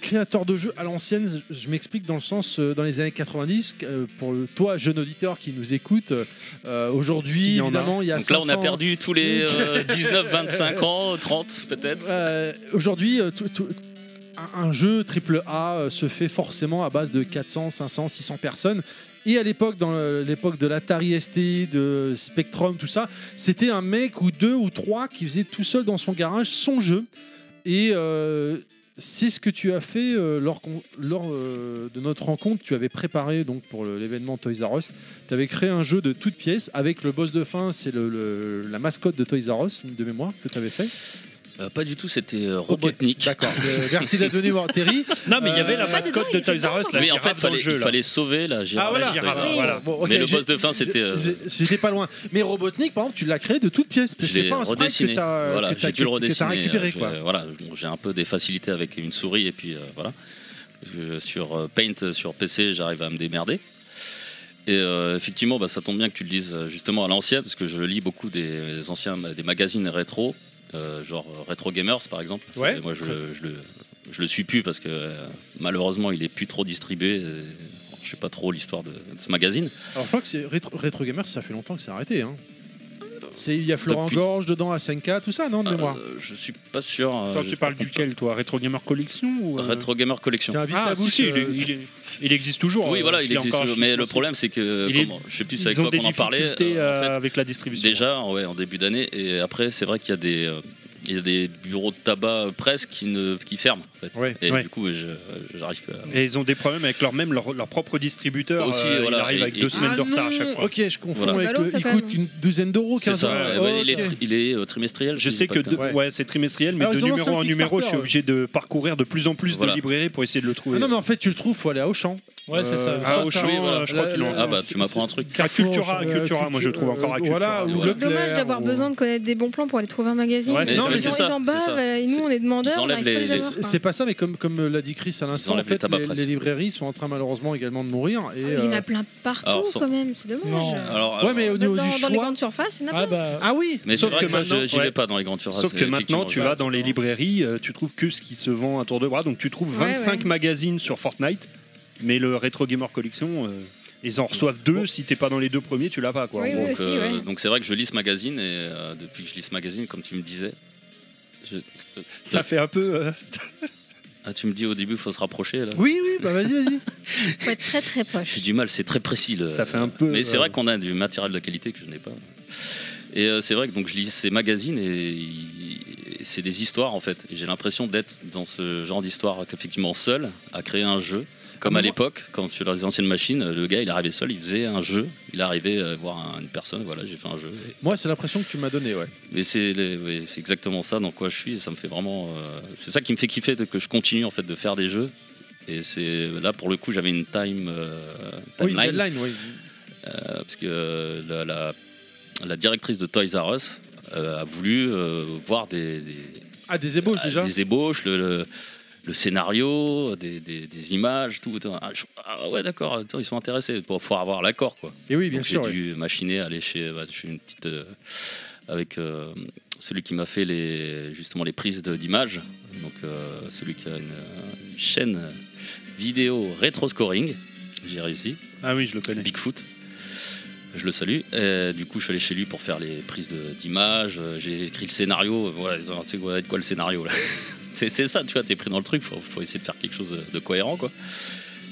[SPEAKER 3] créateur de jeu à l'ancienne, je- je m'explique dans le sens euh, dans les années 90 euh, pour le- toi jeune auditeur qui nous écoute euh,
[SPEAKER 8] S'il
[SPEAKER 3] aujourd'hui
[SPEAKER 8] y en a.
[SPEAKER 3] évidemment il y a
[SPEAKER 7] Donc là, on a
[SPEAKER 3] 500
[SPEAKER 7] perdu tous les euh, 19, 25 ans, 30 peut-être.
[SPEAKER 3] Euh, aujourd'hui euh, tout- tout- un- un jeu triple A euh, se fait forcément à base de 400, 500, 600 personnes. Et à l'époque, dans euh, l'époque de l'Atari ST, de Spectrum, tout ça, c'était un mec ou deux ou trois qui faisait tout seul dans son garage son jeu. Et euh, c'est ce que tu as fait euh, lors, qu'on- lors, euh, de notre rencontre. Tu avais préparé donc pour le- l'événement Toys R Us. Tu avais créé un jeu de toutes pièces avec le boss de fin, c'est le- le- la mascotte de Toys R Us de mémoire que tu avais fait.
[SPEAKER 7] Euh, pas du tout, c'était euh, Robotnik.
[SPEAKER 3] D'accord. Euh, Merci d'être venu voir Terry.
[SPEAKER 4] Non, mais il y avait la
[SPEAKER 3] Euh,
[SPEAKER 4] mascotte de
[SPEAKER 2] dedans, il était
[SPEAKER 4] Toys R Us, la
[SPEAKER 7] mais en
[SPEAKER 4] girafe
[SPEAKER 7] fait,
[SPEAKER 4] dans le
[SPEAKER 7] fallait,
[SPEAKER 4] jeu.
[SPEAKER 7] il
[SPEAKER 4] là.
[SPEAKER 7] fallait sauver la girafe.
[SPEAKER 3] Ah, voilà.
[SPEAKER 7] la
[SPEAKER 4] girafe,
[SPEAKER 7] girafe.
[SPEAKER 4] voilà.
[SPEAKER 3] Bon, ok,
[SPEAKER 7] mais le
[SPEAKER 3] j'ai-
[SPEAKER 7] boss de fin, c'était. euh,
[SPEAKER 3] j'ai- J'étais pas loin. Mais Robotnik, par exemple, tu l'as créé de toutes pièces.
[SPEAKER 7] je
[SPEAKER 3] C'est
[SPEAKER 7] l'ai
[SPEAKER 3] pas un sprite que
[SPEAKER 7] redessiné.
[SPEAKER 3] t'as
[SPEAKER 7] Voilà,
[SPEAKER 3] que t'as-
[SPEAKER 7] j'ai dû le
[SPEAKER 3] que- que t'as
[SPEAKER 7] redessiner. euh,
[SPEAKER 3] récupéré.
[SPEAKER 7] J'ai-
[SPEAKER 3] Quoi.
[SPEAKER 7] Voilà, bon, j'ai un peu des facilités avec une souris et puis euh, voilà. Je- Sur euh, Paint, euh, sur PC, j'arrive à me démerder. Et euh, effectivement, bah, ça tombe bien que tu le dises euh, justement à l'ancien, parce que je lis beaucoup des anciens des magazines rétro, euh, genre euh, Retro Gamers par exemple.
[SPEAKER 3] Ouais.
[SPEAKER 7] Et moi, je, le- je le, je le suis plus parce que euh, malheureusement, il est plus trop distribué. et, bon, je sais pas trop l'histoire de- de ce magazine.
[SPEAKER 3] Alors, je crois que c'est Retro, Retro Gamer, ça fait longtemps que c'est arrêté. hein. C'est- Il y a Florent
[SPEAKER 7] Depuis-
[SPEAKER 3] Gorge dedans, Asenka, tout ça, non, de mémoire
[SPEAKER 7] Euh, je suis pas sûr. euh,
[SPEAKER 4] Attends,
[SPEAKER 7] je
[SPEAKER 4] tu
[SPEAKER 7] sais
[SPEAKER 4] parles
[SPEAKER 7] pas.
[SPEAKER 4] duquel, toi Retro Gamer Collection ou, euh,
[SPEAKER 7] Retro Gamer Collection.
[SPEAKER 3] Tiens, vite
[SPEAKER 4] Ah,
[SPEAKER 3] la
[SPEAKER 4] si,
[SPEAKER 3] bouche,
[SPEAKER 4] si, il,
[SPEAKER 3] euh,
[SPEAKER 4] est- il est- il existe toujours.
[SPEAKER 7] Oui,
[SPEAKER 4] euh,
[SPEAKER 7] voilà,
[SPEAKER 4] je
[SPEAKER 7] il
[SPEAKER 4] l'ai
[SPEAKER 7] existe.
[SPEAKER 4] encore acheté,
[SPEAKER 7] mais
[SPEAKER 4] je
[SPEAKER 7] le
[SPEAKER 4] pense.
[SPEAKER 7] problème, c'est que.
[SPEAKER 4] Il est-
[SPEAKER 7] comment- je sais plus avec
[SPEAKER 4] ils
[SPEAKER 7] quoi
[SPEAKER 4] ont des
[SPEAKER 7] qu'on en parlait.
[SPEAKER 4] difficultés
[SPEAKER 7] euh, en fait,
[SPEAKER 4] euh, avec la distribution.
[SPEAKER 7] déjà, ouais, en début d'année. Et après, c'est vrai qu'il y a des. euh, il y a des bureaux de tabac euh, presse qui, ne, qui ferment. en fait.
[SPEAKER 3] Ouais.
[SPEAKER 7] et
[SPEAKER 4] Ouais.
[SPEAKER 7] du coup, je- euh, j'arrive pas.
[SPEAKER 4] Et ils ont des problèmes avec leur même leur, leur propre distributeur.
[SPEAKER 7] Aussi,
[SPEAKER 4] euh,
[SPEAKER 7] voilà,
[SPEAKER 4] ils arrivent
[SPEAKER 7] et-
[SPEAKER 4] avec
[SPEAKER 7] et-
[SPEAKER 4] deux semaines
[SPEAKER 3] Ah
[SPEAKER 4] de retard à
[SPEAKER 3] non,
[SPEAKER 4] chaque fois.
[SPEAKER 3] Ok, je confonds
[SPEAKER 7] Voilà.
[SPEAKER 3] avec
[SPEAKER 5] Ballot,
[SPEAKER 3] le-
[SPEAKER 5] ça,
[SPEAKER 3] Il
[SPEAKER 5] quand
[SPEAKER 3] coûte
[SPEAKER 5] même.
[SPEAKER 3] une douzaine d'euros,
[SPEAKER 7] C'est
[SPEAKER 3] 15
[SPEAKER 7] ça.
[SPEAKER 3] euros.
[SPEAKER 7] ouais, Il est,
[SPEAKER 3] Ok.
[SPEAKER 7] tri- il est, euh, trimestriel.
[SPEAKER 4] Je
[SPEAKER 7] dis
[SPEAKER 4] sais
[SPEAKER 7] pas
[SPEAKER 4] que
[SPEAKER 7] de
[SPEAKER 4] de-
[SPEAKER 7] conneries.
[SPEAKER 4] ouais, c'est trimestriel, mais
[SPEAKER 3] Alors,
[SPEAKER 4] de
[SPEAKER 3] ils ont lancé
[SPEAKER 4] numéro
[SPEAKER 3] un
[SPEAKER 4] en numéro, je suis
[SPEAKER 3] Kickstarter,
[SPEAKER 4] obligé de parcourir de plus en plus
[SPEAKER 7] Voilà.
[SPEAKER 4] de librairies pour essayer de le trouver.
[SPEAKER 3] Ah non, mais en fait, tu le trouves, faut aller à Auchan.
[SPEAKER 6] Ouais, c'est ça.
[SPEAKER 3] Euh,
[SPEAKER 4] Ah,
[SPEAKER 3] ça,
[SPEAKER 4] Auchan,
[SPEAKER 3] ça,
[SPEAKER 7] voilà.
[SPEAKER 4] euh, je crois qu'ils l'ont.
[SPEAKER 3] Euh,
[SPEAKER 7] Ah bah, tu
[SPEAKER 3] c'est-
[SPEAKER 7] m'apprends un truc.
[SPEAKER 4] À Cultura,
[SPEAKER 3] Cultura,
[SPEAKER 4] à Cultura, moi je le trouve encore à
[SPEAKER 3] euh,
[SPEAKER 4] Cultura.
[SPEAKER 3] voilà, ou
[SPEAKER 7] Voilà.
[SPEAKER 5] C'est dommage
[SPEAKER 3] Leclerc,
[SPEAKER 5] d'avoir
[SPEAKER 3] ou-
[SPEAKER 5] besoin de connaître des bons plans pour aller trouver un magazine.
[SPEAKER 4] Ouais,
[SPEAKER 5] Parce
[SPEAKER 7] mais
[SPEAKER 5] que
[SPEAKER 7] non,
[SPEAKER 5] les
[SPEAKER 7] mais
[SPEAKER 5] gens,
[SPEAKER 7] c'est ça,
[SPEAKER 5] ils en
[SPEAKER 7] c'est
[SPEAKER 5] bavent,
[SPEAKER 7] ça.
[SPEAKER 5] euh, et nous,
[SPEAKER 7] C'est-
[SPEAKER 5] on est demandeurs.
[SPEAKER 7] ils
[SPEAKER 5] on
[SPEAKER 7] enlèvent
[SPEAKER 5] arrive pas à
[SPEAKER 7] les- les-
[SPEAKER 5] avoir, quoi.
[SPEAKER 3] C'est pas ça, mais comme, comme l'a dit Chris à l'instant, en
[SPEAKER 7] enlèvent les
[SPEAKER 3] fait,
[SPEAKER 7] tabacs
[SPEAKER 3] les,
[SPEAKER 7] presse.
[SPEAKER 3] les librairies sont en train malheureusement également de mourir. Et,
[SPEAKER 5] Ah, Il y en
[SPEAKER 3] euh,
[SPEAKER 5] a plein partout,
[SPEAKER 7] alors, sans-
[SPEAKER 5] quand même. C'est dommage.
[SPEAKER 6] Non.
[SPEAKER 5] Euh,
[SPEAKER 7] Alors,
[SPEAKER 3] Ouais, mais au
[SPEAKER 5] dans-
[SPEAKER 3] niveau du
[SPEAKER 5] dans, dans les
[SPEAKER 3] choix.
[SPEAKER 5] grandes surfaces, il y en a
[SPEAKER 6] Ah
[SPEAKER 5] plein.
[SPEAKER 6] bah.
[SPEAKER 3] Ah oui,
[SPEAKER 7] mais c'est
[SPEAKER 4] sauf
[SPEAKER 7] vrai
[SPEAKER 4] que
[SPEAKER 7] que, moi, je-
[SPEAKER 4] maintenant-
[SPEAKER 7] j'y vais
[SPEAKER 4] ouais.
[SPEAKER 7] pas dans les grandes surfaces.
[SPEAKER 4] Sauf que maintenant,
[SPEAKER 7] effectivement,
[SPEAKER 4] tu
[SPEAKER 7] je-
[SPEAKER 4] vas dans les librairies, euh, tu trouves que ce qui se vend à tour de bras. Donc tu trouves
[SPEAKER 5] Ouais,
[SPEAKER 4] 25
[SPEAKER 5] ouais.
[SPEAKER 4] magazines sur Fortnite, mais le Retro Gamer Collection, euh, ils en reçoivent deux. Si t'es pas dans les deux premiers, tu l'as pas. Quoi.
[SPEAKER 5] Oui,
[SPEAKER 4] en gros.
[SPEAKER 5] oui.
[SPEAKER 7] Donc,
[SPEAKER 5] aussi,
[SPEAKER 7] euh,
[SPEAKER 5] ouais.
[SPEAKER 7] donc c'est vrai que je lis ce magazine et euh, depuis que je lis ce magazine, comme tu me disais, je-
[SPEAKER 4] Ça fait un peu. euh,
[SPEAKER 7] ah, tu me dis au début, faut se rapprocher là.
[SPEAKER 3] oui, oui, bah vas-y, vas-y.
[SPEAKER 5] Faut être très très proche.
[SPEAKER 7] J'ai du mal, c'est très précis. le-
[SPEAKER 4] Ça fait un peu,
[SPEAKER 7] Mais c'est
[SPEAKER 4] euh,
[SPEAKER 7] vrai qu'on a du matériel de qualité que je n'ai pas. Et euh, c'est vrai que donc je lis ces magazines et, il- et c'est des histoires en fait. Et J'ai l'impression d'être dans ce genre d'histoire qu'effectivement seul à créer un jeu. Comme à
[SPEAKER 3] Moi-
[SPEAKER 7] l'époque, quand sur les anciennes machines, le gars il arrivait seul, il faisait un jeu, il arrivait euh, voir un- une personne, voilà j'ai fait un jeu.
[SPEAKER 3] Moi, c'est l'impression que tu m'as donné, ouais.
[SPEAKER 7] Mais c'est les- oui, c'est exactement ça dans quoi je suis. et Ça me fait vraiment. euh, c'est ça qui me fait kiffer de- que je continue en fait de faire des jeux. Et c'est là pour le coup j'avais une time euh,
[SPEAKER 3] Oui,
[SPEAKER 7] timeline,
[SPEAKER 3] deadline, oui.
[SPEAKER 7] euh, parce que euh, la, la- la directrice de Toys R Us euh, a voulu euh, voir des, des-
[SPEAKER 3] Ah, des ébauches déjà.
[SPEAKER 7] des ébauches, le, le- le scénario, des, des- des images, tout. Ah, je- ah ouais d'accord, attends, ils sont intéressés pour pouvoir avoir l'accord quoi.
[SPEAKER 3] Et oui, bien
[SPEAKER 7] Donc,
[SPEAKER 3] sûr.
[SPEAKER 7] J'ai
[SPEAKER 3] ouais.
[SPEAKER 7] dû machiner, aller chez, bah, chez une petite. euh, avec euh, celui qui m'a fait les, justement les prises de- d'images. Donc, euh, celui qui a une, une chaîne vidéo rétro scoring. J'ai réussi.
[SPEAKER 4] Ah oui, je le connais.
[SPEAKER 7] Bigfoot. je le salue. Et du coup, je suis allé chez lui pour faire les prises de- d'images. euh, J'ai écrit le scénario. Ouais, tu sais quoi, être quoi le scénario là C'est c'est ça, tu vois, t'es pris dans le truc. Faut, faut essayer de faire quelque chose de- de cohérent, quoi.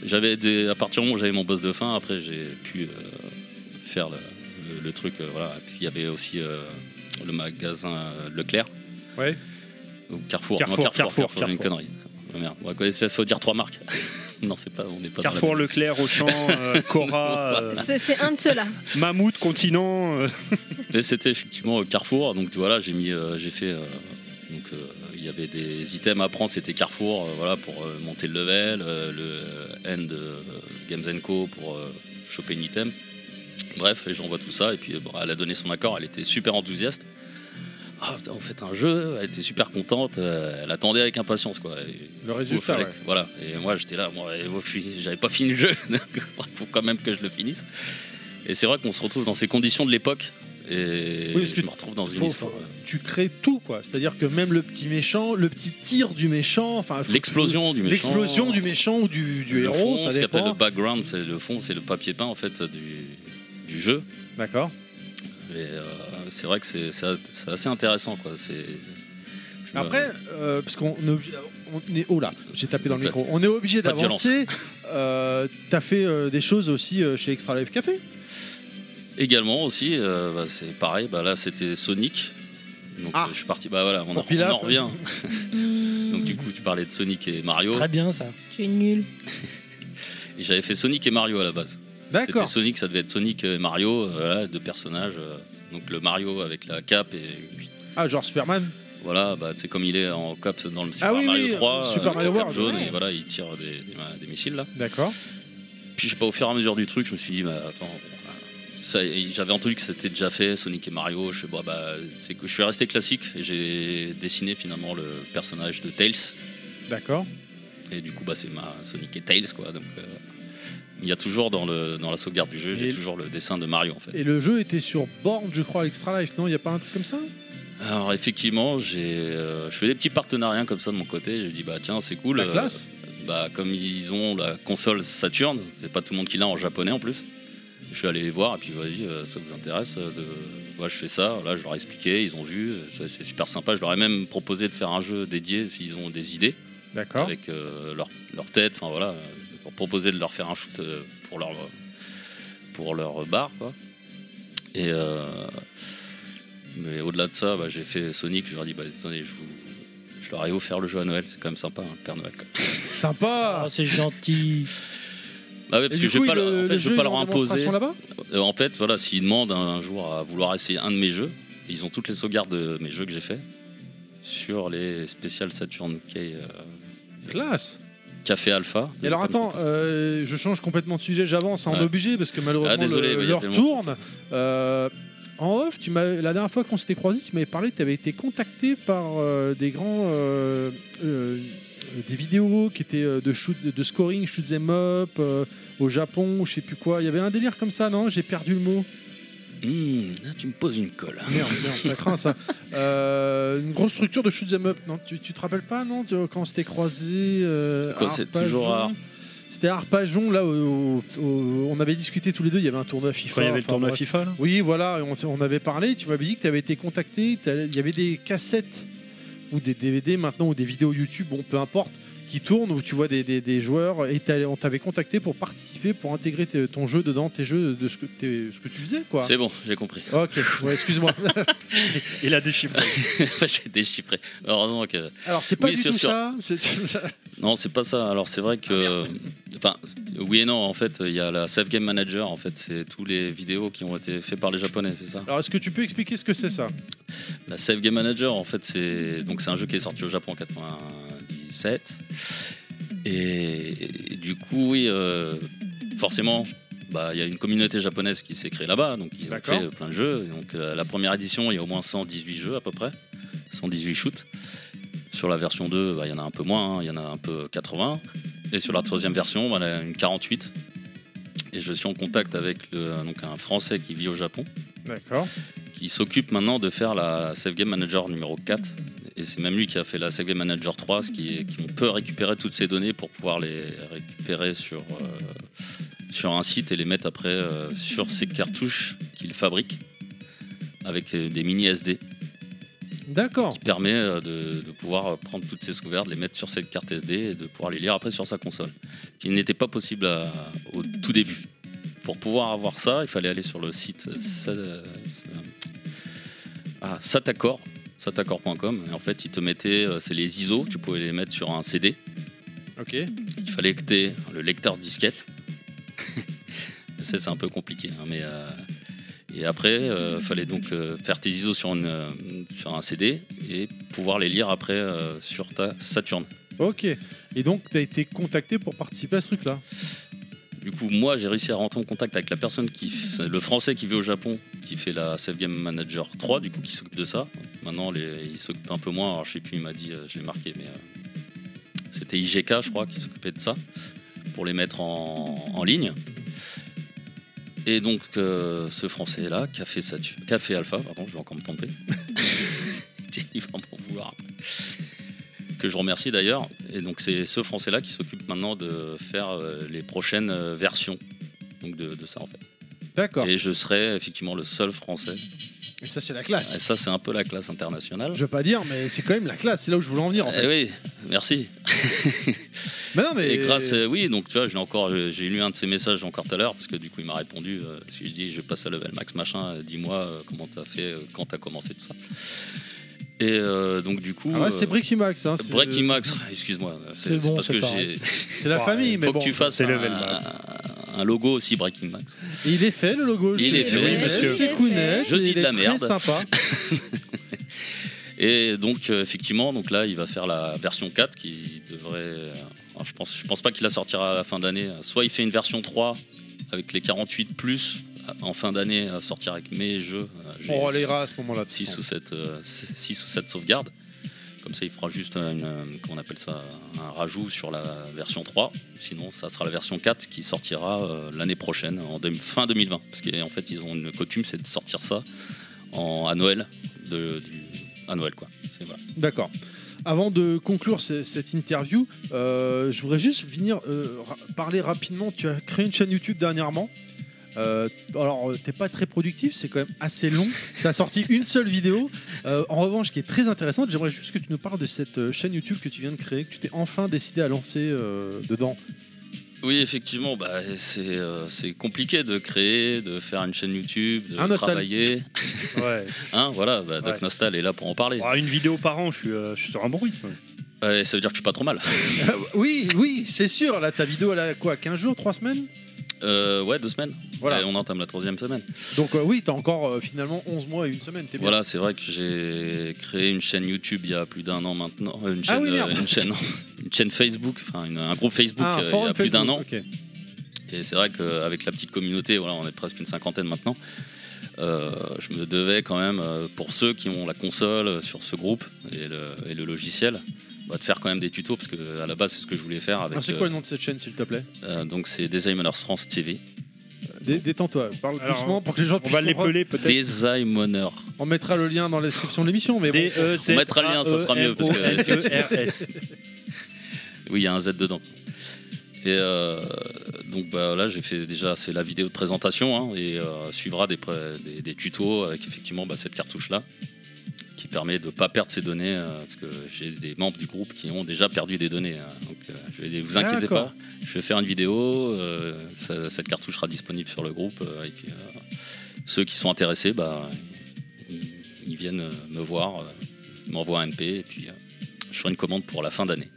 [SPEAKER 7] J'avais des- à partir du moment où j'avais mon boss de fin, après j'ai pu euh, faire le, le- le truc. euh, voilà, parce qu'il y avait aussi euh, le magasin euh, Leclerc.
[SPEAKER 4] Ouais.
[SPEAKER 7] Ou
[SPEAKER 4] Carrefour,
[SPEAKER 7] Carrefour. non, Carrefour,
[SPEAKER 4] Carrefour,
[SPEAKER 7] Carrefour, j'ai une
[SPEAKER 4] Carrefour.
[SPEAKER 7] connerie. Ah, merde. Ouais, quoi, ça, faut dire trois marques. non, c'est pas, on n'est pas. dans la
[SPEAKER 4] Carrefour,
[SPEAKER 7] bonne-
[SPEAKER 4] Leclerc, Auchan, euh, Cora, euh,
[SPEAKER 5] C'est c'est un de ceux-là.
[SPEAKER 4] Mammouth, Continent. euh,
[SPEAKER 7] Mais c'était effectivement euh, Carrefour, donc voilà, j'ai mis, euh, j'ai fait. euh, donc euh, il y avait des items à prendre, c'était Carrefour, euh, voilà pour euh, monter le level, euh, le N de euh, Games Co pour euh, choper une item. Bref, et j'envoie tout ça et puis euh, bon, elle a donné son accord, elle était super enthousiaste. Ah putain, on fait un jeu, elle était super contente, euh, elle attendait avec impatience quoi. Et-
[SPEAKER 3] Le
[SPEAKER 7] il
[SPEAKER 3] résultat,
[SPEAKER 7] fallait
[SPEAKER 3] ouais.
[SPEAKER 7] que- Voilà, et moi j'étais là, moi, et moi, je suis- j'avais pas fini le jeu, donc faut quand même que je le finisse. Et c'est vrai qu'on se retrouve dans ces conditions de l'époque, et
[SPEAKER 3] Oui, parce
[SPEAKER 7] je
[SPEAKER 3] que
[SPEAKER 7] me retrouve dans une
[SPEAKER 3] Faut-
[SPEAKER 7] histoire. euh,
[SPEAKER 3] faut- tu crées tout, quoi. C'est-à-dire que même le petit méchant, le petit tir du méchant, enfin faut-
[SPEAKER 7] L'explosion du méchant.
[SPEAKER 3] l'explosion du méchant ou du, du
[SPEAKER 7] le
[SPEAKER 3] héros,
[SPEAKER 7] fond,
[SPEAKER 3] ça
[SPEAKER 7] ce qu'on appelle le
[SPEAKER 3] dépend.
[SPEAKER 7] background, c'est le fond, c'est le papier peint en fait du, du jeu.
[SPEAKER 3] D'accord.
[SPEAKER 7] Et euh, c'est vrai que c'est c'est a- c'est assez intéressant quoi. C'est je me-
[SPEAKER 3] Après, euh, parce qu'on est obligé d'av- on est oh là, j'ai tapé dans le
[SPEAKER 7] Pas de-
[SPEAKER 3] micro. On est obligé
[SPEAKER 7] pas de
[SPEAKER 3] d'avancer. Euh, T'as fait euh, des choses aussi euh, chez Extra Life Café.
[SPEAKER 7] également aussi, euh, bah, c'est pareil. Bah là, c'était Sonic. Donc
[SPEAKER 3] Ah.
[SPEAKER 7] euh, je suis parti. Bah voilà, on, en-
[SPEAKER 3] Oh, puis là,
[SPEAKER 7] on en revient. Donc
[SPEAKER 5] Mmh,
[SPEAKER 7] du coup, tu parlais de Sonic et Mario.
[SPEAKER 6] Très bien ça.
[SPEAKER 5] tu es nul.
[SPEAKER 7] Et j'avais fait Sonic et Mario à la base. C'était
[SPEAKER 3] D'accord.
[SPEAKER 7] Sonic, ça devait être Sonic et Mario, euh, voilà, deux personnages. euh, donc le Mario avec la cape et puis
[SPEAKER 3] Ah genre Superman.
[SPEAKER 7] voilà, bah, c'est comme il est en cap c'est dans le Super
[SPEAKER 3] Ah oui,
[SPEAKER 7] Mario
[SPEAKER 3] oui,
[SPEAKER 7] 3,
[SPEAKER 3] Super
[SPEAKER 7] avec la
[SPEAKER 3] Mario
[SPEAKER 7] cape
[SPEAKER 3] World,
[SPEAKER 7] jaune,
[SPEAKER 5] ouais.
[SPEAKER 7] et voilà, il tire des, des- bah, des missiles là.
[SPEAKER 3] D'accord.
[SPEAKER 7] Puis je sais pas, au fur et à mesure du truc, je me suis dit, bah, attends, ça, et j'avais entendu que c'était déjà fait, Sonic et Mario. Je sais pas, bah, c'est que je suis resté classique et j'ai dessiné finalement le personnage de Tails.
[SPEAKER 3] D'accord.
[SPEAKER 7] Et du coup, bah, c'est ma Sonic et Tails quoi. Donc euh, il y a toujours dans, le, dans la sauvegarde du jeu, j'ai
[SPEAKER 3] Et-
[SPEAKER 7] toujours le dessin de Mario en fait.
[SPEAKER 3] Et le jeu était sur borne, je crois, à Extra Life. Non, il y a pas un truc comme ça
[SPEAKER 7] Alors effectivement, j'ai, euh, je fais des petits partenariats comme ça de mon côté. Je dis bah tiens, c'est cool.
[SPEAKER 3] La
[SPEAKER 7] euh,
[SPEAKER 3] classe.
[SPEAKER 7] bah comme ils ont la console Saturn, c'est pas tout le monde qui l'a en japonais en plus. Je suis allé les voir et puis vas-y, euh, ça vous intéresse euh, de... ouais, je fais ça. Là, je leur ai expliqué, ils ont vu, euh, ça, c'est super sympa. Je leur ai même proposé de faire un jeu dédié s'ils ont des idées
[SPEAKER 3] D'accord.
[SPEAKER 7] avec euh, leur, leur tête, enfin voilà, euh, pour proposer de leur faire un shoot euh, pour leur pour leur bar quoi. Et euh, mais au-delà de ça, bah, j'ai fait Sonic, je leur ai dit bah attendez, je vous je leur ai offert le jeu à Noël, c'est quand même sympa, hein, le Père Noël. quoi.
[SPEAKER 3] Sympa.
[SPEAKER 6] Oh, c'est gentil.
[SPEAKER 7] Bah ouais, Ah, parce
[SPEAKER 3] Et
[SPEAKER 7] que
[SPEAKER 3] du
[SPEAKER 7] je vais
[SPEAKER 3] coup,
[SPEAKER 7] pas,
[SPEAKER 3] le-
[SPEAKER 7] leur- en
[SPEAKER 3] le
[SPEAKER 7] fait, je
[SPEAKER 3] jeu
[SPEAKER 7] vais pas
[SPEAKER 3] est
[SPEAKER 7] leur
[SPEAKER 3] en
[SPEAKER 7] imposer.
[SPEAKER 3] démonstration là-bas
[SPEAKER 7] Euh, en fait, voilà, s'ils demandent un jour à vouloir essayer un de mes jeux, ils ont toutes les sauvegardes de mes jeux que j'ai fait sur les spéciales Saturn K euh,
[SPEAKER 3] Classe.
[SPEAKER 7] Café Alpha.
[SPEAKER 3] Et alors
[SPEAKER 7] Comme
[SPEAKER 3] attends,
[SPEAKER 7] ça.
[SPEAKER 3] euh, je change complètement de sujet, j'avance, hein, on est
[SPEAKER 7] Ouais.
[SPEAKER 3] obligé parce que malheureusement
[SPEAKER 7] Ah, désolé,
[SPEAKER 3] le-
[SPEAKER 7] bah, il y a
[SPEAKER 3] l'heure
[SPEAKER 7] tellement de
[SPEAKER 3] tourne. Euh, en off, tu m'as, la dernière fois qu'on s'était croisé, tu m'avais parlé que tu avais été contacté par euh, des grands euh, euh, des vidéos qui étaient euh, de shoot, de scoring, shoot them up euh, au Japon, ou je sais plus quoi. Il y avait un délire comme ça, non J'ai perdu le mot.
[SPEAKER 7] Hum, là, tu me poses une colle.
[SPEAKER 3] Merde, merde, ça craint ça. Euh, une grosse structure de shoot them up, non tu, tu te rappelles pas, non Tu- Quand on s'était croisé.
[SPEAKER 7] Quand c'est toujours à-
[SPEAKER 3] C'était à Arpajon, là, au- au- au- on avait discuté tous les deux, il y avait un tournoi FIFA.
[SPEAKER 4] Quand il y avait le
[SPEAKER 3] enfin,
[SPEAKER 4] tournoi
[SPEAKER 3] bref.
[SPEAKER 4] FIFA, là.
[SPEAKER 3] Oui, voilà, et on, on avait parlé, tu m'avais dit que tu avais été contacté, t'allais- il y avait des cassettes ou des DVD maintenant, ou des vidéos YouTube, bon, peu importe, qui tournent, où tu vois des, des- des joueurs, et t'allais- on t'avait contacté pour participer, pour intégrer tes- ton jeu dedans, tes jeux, de ce que, t'es- ce que tu faisais, quoi.
[SPEAKER 7] C'est bon, j'ai compris.
[SPEAKER 3] Ok, ouais, excuse-moi.
[SPEAKER 4] Il a déchiffré.
[SPEAKER 7] j'ai déchiffré. Heureusement que.
[SPEAKER 3] Alors, c'est pas
[SPEAKER 7] Oui,
[SPEAKER 3] du
[SPEAKER 7] c'est
[SPEAKER 3] tout
[SPEAKER 7] sûr.
[SPEAKER 3] ça. c'est-
[SPEAKER 7] Non, c'est pas ça. Alors, c'est vrai que. Enfin, oui et non, en fait, il y a la Save Game Manager, en fait, c'est tous les vidéos qui ont été faites par les Japonais, c'est ça
[SPEAKER 3] Alors, est-ce que tu peux expliquer ce que c'est ça
[SPEAKER 7] La Save Game Manager, en fait, c'est donc c'est un jeu qui est sorti au Japon en 97. Et, et du coup, oui, euh, forcément, bah, il y a une communauté japonaise qui s'est créée là-bas, donc ils ont
[SPEAKER 3] D'accord.
[SPEAKER 7] fait euh, plein de jeux. Donc euh, la première édition, il y a au moins 118 jeux à peu près, 118 shoots. Sur la version 2, bah, il y en a un peu moins, hein, il y en a un peu 80. Et sur la troisième version, bah, il y en a une 48. Et je suis en contact avec le- donc un Français qui vit au Japon
[SPEAKER 3] D'accord.
[SPEAKER 7] qui s'occupe maintenant de faire la Save Game Manager numéro 4. Et c'est même lui qui a fait la Save Game Manager 3, ce qui, est- qui- on peut récupérer toutes ces données pour pouvoir les récupérer sur, euh, sur un site et les mettre après euh, sur ces cartouches qu'ils fabriquent avec euh, des mini SD
[SPEAKER 3] D'accord.
[SPEAKER 7] qui permet euh, de, de pouvoir prendre toutes ces sauvegardes, les mettre sur cette carte SD et de pouvoir les lire après sur sa console, qui n'était pas possible à- au tout début. Pour pouvoir avoir ça, il fallait aller sur le site euh, sa- sa- ah, Satacor, satacor.com, et en fait, ils te mettaient, euh, c'est les ISO, tu pouvais les mettre sur un CD,
[SPEAKER 3] Ok.
[SPEAKER 7] il fallait que t'aies le lecteur disquette. Je sais, c'est un peu compliqué, hein, mais. euh, Et après, il fallait donc euh, faire tes ISO sur, une, euh, sur un CD et pouvoir les lire après euh, sur ta Saturn.
[SPEAKER 3] Ok. Et donc, tu as été contacté pour participer à ce truc-là.
[SPEAKER 7] Du coup, moi, j'ai réussi à rentrer en contact avec la personne qui, f- le Français qui vit au Japon, qui fait la Save Game Manager 3, du coup, qui s'occupe de ça. Maintenant, les- il s'occupe un peu moins. Alors, je sais plus, il m'a dit, euh, je l'ai marqué, mais euh, c'était IGK, je crois, qui s'occupait de ça pour les mettre en, en ligne. Et donc, euh, ce Français-là, Café, Satu- Café Alpha, pardon, je vais encore me tromper. il va m'en vouloir. que je remercie d'ailleurs. Et donc c'est ce Français-là qui s'occupe maintenant de faire euh, les prochaines euh, versions donc de, de ça en fait.
[SPEAKER 3] D'accord.
[SPEAKER 7] Et je serai effectivement le seul Français.
[SPEAKER 3] Et ça, Ah, c'est la
[SPEAKER 7] Et
[SPEAKER 3] classe.
[SPEAKER 7] ça c'est un peu la classe internationale.
[SPEAKER 3] Je veux pas dire, mais c'est quand même la classe. C'est là où je voulais en venir. En fait.
[SPEAKER 7] Eh oui, merci.
[SPEAKER 3] Mais non, mais.
[SPEAKER 7] Et grâce, euh, oui, donc tu vois, j'ai encore, euh, j'ai lu un de ses messages encore tout à l'heure parce que du coup il m'a répondu. euh, parce que je dis, je passe à level max machin. euh, Dis-moi euh, comment t'as fait, euh, quand t'as commencé tout ça. Et euh, donc du coup,
[SPEAKER 3] Ah ouais, c'est
[SPEAKER 7] euh,
[SPEAKER 3] Bricky Max. Hein, c'est-
[SPEAKER 7] Breaking Max, excuse-moi,
[SPEAKER 6] C'est
[SPEAKER 7] c'est c'est
[SPEAKER 6] bon,
[SPEAKER 7] parce
[SPEAKER 6] c'est
[SPEAKER 7] que
[SPEAKER 6] pareil.
[SPEAKER 7] j'ai.
[SPEAKER 3] C'est la
[SPEAKER 4] Ouais,
[SPEAKER 3] famille, mais
[SPEAKER 7] faut
[SPEAKER 3] bon.
[SPEAKER 7] que tu fasses
[SPEAKER 4] c'est
[SPEAKER 7] un,
[SPEAKER 4] level max.
[SPEAKER 7] un logo aussi Breaking Max.
[SPEAKER 3] Et Il est fait, le logo.
[SPEAKER 7] Il
[SPEAKER 3] c'est-
[SPEAKER 7] est fait,
[SPEAKER 3] c'est-
[SPEAKER 7] oui, monsieur.
[SPEAKER 3] C'est Kounet.
[SPEAKER 7] Je dis
[SPEAKER 3] il
[SPEAKER 7] de
[SPEAKER 3] est
[SPEAKER 7] la
[SPEAKER 3] très
[SPEAKER 7] merde.
[SPEAKER 3] sympa.
[SPEAKER 7] Et donc euh, effectivement, donc là il va faire la version 4 qui devrait. euh, alors, je pense, je pense pas qu'il la sortira à la fin d'année. Soit il fait une version 3 avec les 48 plus à- en fin d'année à sortir avec mes jeux. euh, j'ai
[SPEAKER 3] On relayera à ce moment-là. de toute
[SPEAKER 7] 6
[SPEAKER 3] façon.
[SPEAKER 7] ou 7 ou 7 sauvegardes. Comme ça, il fera juste une, euh, comment on appelle ça, un rajout sur la version 3. Sinon, ça sera la version 4 qui sortira euh, l'année prochaine, en deux- fin 2020. Parce qu'en fait, ils ont une coutume, c'est de sortir ça en, à Noël. De, du, à Noël, quoi. C'est- voilà.
[SPEAKER 3] D'accord. Avant de conclure ce- cette interview, euh, je voudrais juste venir euh, ra- parler rapidement. Tu as créé une chaîne YouTube dernièrement. Euh, alors, euh, t'es pas très productif, c'est quand même assez long. T'as sorti une seule vidéo. Euh, en revanche, qui est très intéressante, j'aimerais juste que tu nous parles de cette euh, chaîne YouTube que tu viens de créer, que tu t'es enfin décidé à lancer euh, dedans.
[SPEAKER 7] Oui, effectivement, bah, c'est euh, c'est compliqué de créer, de faire une chaîne YouTube, de
[SPEAKER 3] Un nostal.
[SPEAKER 7] travailler.
[SPEAKER 4] Ouais.
[SPEAKER 7] Hein, voilà, bah, Doc
[SPEAKER 4] Ouais.
[SPEAKER 7] Nostal est là pour en parler.
[SPEAKER 4] Ah, une vidéo par an, je suis, euh, je suis sur un bon rythme.
[SPEAKER 7] Euh, et ça veut dire que je suis pas trop mal.
[SPEAKER 3] oui, oui, c'est sûr. Là, ta vidéo, elle a quoi 15 jours 3 semaines
[SPEAKER 7] Euh, ouais, deux semaines.
[SPEAKER 3] Voilà.
[SPEAKER 7] Et on entame la troisième semaine.
[SPEAKER 3] Donc, euh, oui, t'as encore euh, finalement 11 mois et une semaine. T'es bien.
[SPEAKER 7] Voilà, c'est vrai que j'ai créé une chaîne YouTube il y a plus d'un an maintenant. Euh, Une
[SPEAKER 3] Ah
[SPEAKER 7] chaîne,
[SPEAKER 3] oui, merde.
[SPEAKER 7] euh, une chaîne, une chaîne Facebook, enfin une- un groupe Facebook
[SPEAKER 3] Ah,
[SPEAKER 7] euh, il y
[SPEAKER 3] forum
[SPEAKER 7] a plus d'un an.
[SPEAKER 3] Facebook, ok.
[SPEAKER 7] Et c'est vrai qu'avec la petite communauté, voilà, on est presque une cinquantaine maintenant. euh, je me devais quand même, euh, pour ceux qui ont la console euh, sur ce groupe et le, et le logiciel, bah, de faire quand même des tutos parce que à la base c'est ce que je voulais faire avec.
[SPEAKER 3] Alors, Ah, c'est
[SPEAKER 7] euh,
[SPEAKER 3] quoi le nom de cette chaîne, s'il te plaît
[SPEAKER 7] euh, donc c'est Designers France TV.
[SPEAKER 3] Dé- Détends-toi, parle
[SPEAKER 4] Alors,
[SPEAKER 3] doucement pour que les gens
[SPEAKER 4] On
[SPEAKER 3] puissent
[SPEAKER 4] va
[SPEAKER 3] comprendre.
[SPEAKER 4] l'épeler peut-être.
[SPEAKER 7] Designers.
[SPEAKER 3] On mettra le lien dans la description de l'émission,
[SPEAKER 4] E
[SPEAKER 3] mais bon.
[SPEAKER 7] On mettra le lien, ça sera mieux, parce que,
[SPEAKER 4] que.
[SPEAKER 7] Oui, il y a un Z dedans. Et euh, donc bah, là, j'ai fait déjà, c'est la vidéo de présentation hein, et euh, suivra des, pré- des, des tutos avec effectivement bah, cette cartouche-là qui permet de ne pas perdre ses données euh, parce que j'ai des membres du groupe qui ont déjà perdu des données. hein. donc euh, je vais, vous inquiétez
[SPEAKER 3] D'accord.
[SPEAKER 7] pas, je vais faire une vidéo, euh, ça- cette cartouche sera disponible sur le groupe euh, et puis euh, ceux qui sont intéressés, bah, ils, ils viennent euh, me voir, euh, ils m'envoient un MP et puis euh, je ferai une commande pour la fin d'année.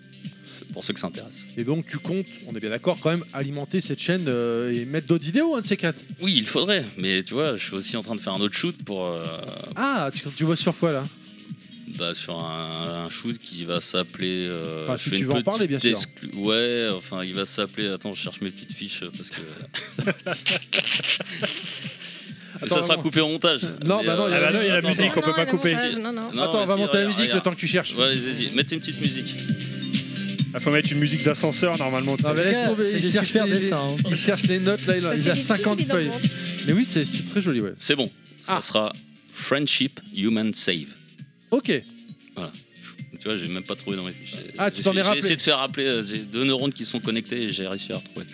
[SPEAKER 7] C'est Pour ceux que ça intéresse.
[SPEAKER 3] Et donc, tu comptes, on est bien d'accord, quand même, alimenter cette chaîne euh, et mettre d'autres vidéos, un de ces quatre.
[SPEAKER 7] Oui, il faudrait, mais tu vois, je suis aussi en train de faire un autre shoot pour euh,
[SPEAKER 3] Ah, tu, tu vois sur quoi là
[SPEAKER 7] bah, sur un, un shoot qui va s'appeler. euh,
[SPEAKER 3] Enfin,
[SPEAKER 7] je
[SPEAKER 3] si
[SPEAKER 7] fais
[SPEAKER 3] tu
[SPEAKER 7] une
[SPEAKER 3] veux en
[SPEAKER 7] petite
[SPEAKER 3] parler, bien sûr.
[SPEAKER 7] exclu- Ouais, enfin, il va s'appeler. Attends, je cherche mes petites fiches euh, parce que. Mais ça
[SPEAKER 3] Attends,
[SPEAKER 7] sera
[SPEAKER 3] non.
[SPEAKER 7] coupé au montage.
[SPEAKER 3] Non,
[SPEAKER 7] Mais,
[SPEAKER 3] bah non,
[SPEAKER 7] euh,
[SPEAKER 3] il y a la Ah bah non,
[SPEAKER 4] il y a la
[SPEAKER 7] attends,
[SPEAKER 4] musique,
[SPEAKER 7] attends.
[SPEAKER 4] on peut pas
[SPEAKER 5] le
[SPEAKER 4] couper.
[SPEAKER 5] montage, Non, non.
[SPEAKER 7] Non,
[SPEAKER 3] Attends, on va
[SPEAKER 7] vas-y,
[SPEAKER 3] monter la
[SPEAKER 7] regarde,
[SPEAKER 3] musique le
[SPEAKER 7] regarde.
[SPEAKER 3] temps que tu cherches.
[SPEAKER 7] Ouais, vas-y, mettez une petite musique.
[SPEAKER 4] Il Ah, faut mettre une musique d'ascenseur normalement. tu
[SPEAKER 3] Non,
[SPEAKER 4] sais.
[SPEAKER 7] Bah,
[SPEAKER 3] mais laisse tomber,
[SPEAKER 6] C'est
[SPEAKER 3] il
[SPEAKER 6] des
[SPEAKER 3] cherche
[SPEAKER 6] super
[SPEAKER 3] les-
[SPEAKER 6] dessins, hein.
[SPEAKER 3] Il cherche les notes là, il
[SPEAKER 5] Ça
[SPEAKER 3] a,
[SPEAKER 5] fait
[SPEAKER 3] il a
[SPEAKER 5] des
[SPEAKER 3] 50
[SPEAKER 5] petits
[SPEAKER 3] feuilles.
[SPEAKER 5] dans le
[SPEAKER 3] Mais oui, c'est c'est très joli, ouais.
[SPEAKER 7] C'est bon, ça
[SPEAKER 3] Ah.
[SPEAKER 7] sera Friendship Human Save.
[SPEAKER 3] Ok,
[SPEAKER 7] Tu vois, j'ai même pas trouvé dans mes fiches.
[SPEAKER 3] Ah,
[SPEAKER 7] J'ai-
[SPEAKER 3] tu t'en es
[SPEAKER 7] j'ai-
[SPEAKER 3] rappelé.
[SPEAKER 7] J'ai essayé de faire rappeler, euh, j'ai deux neurones qui sont connectés et j'ai réussi à retrouver.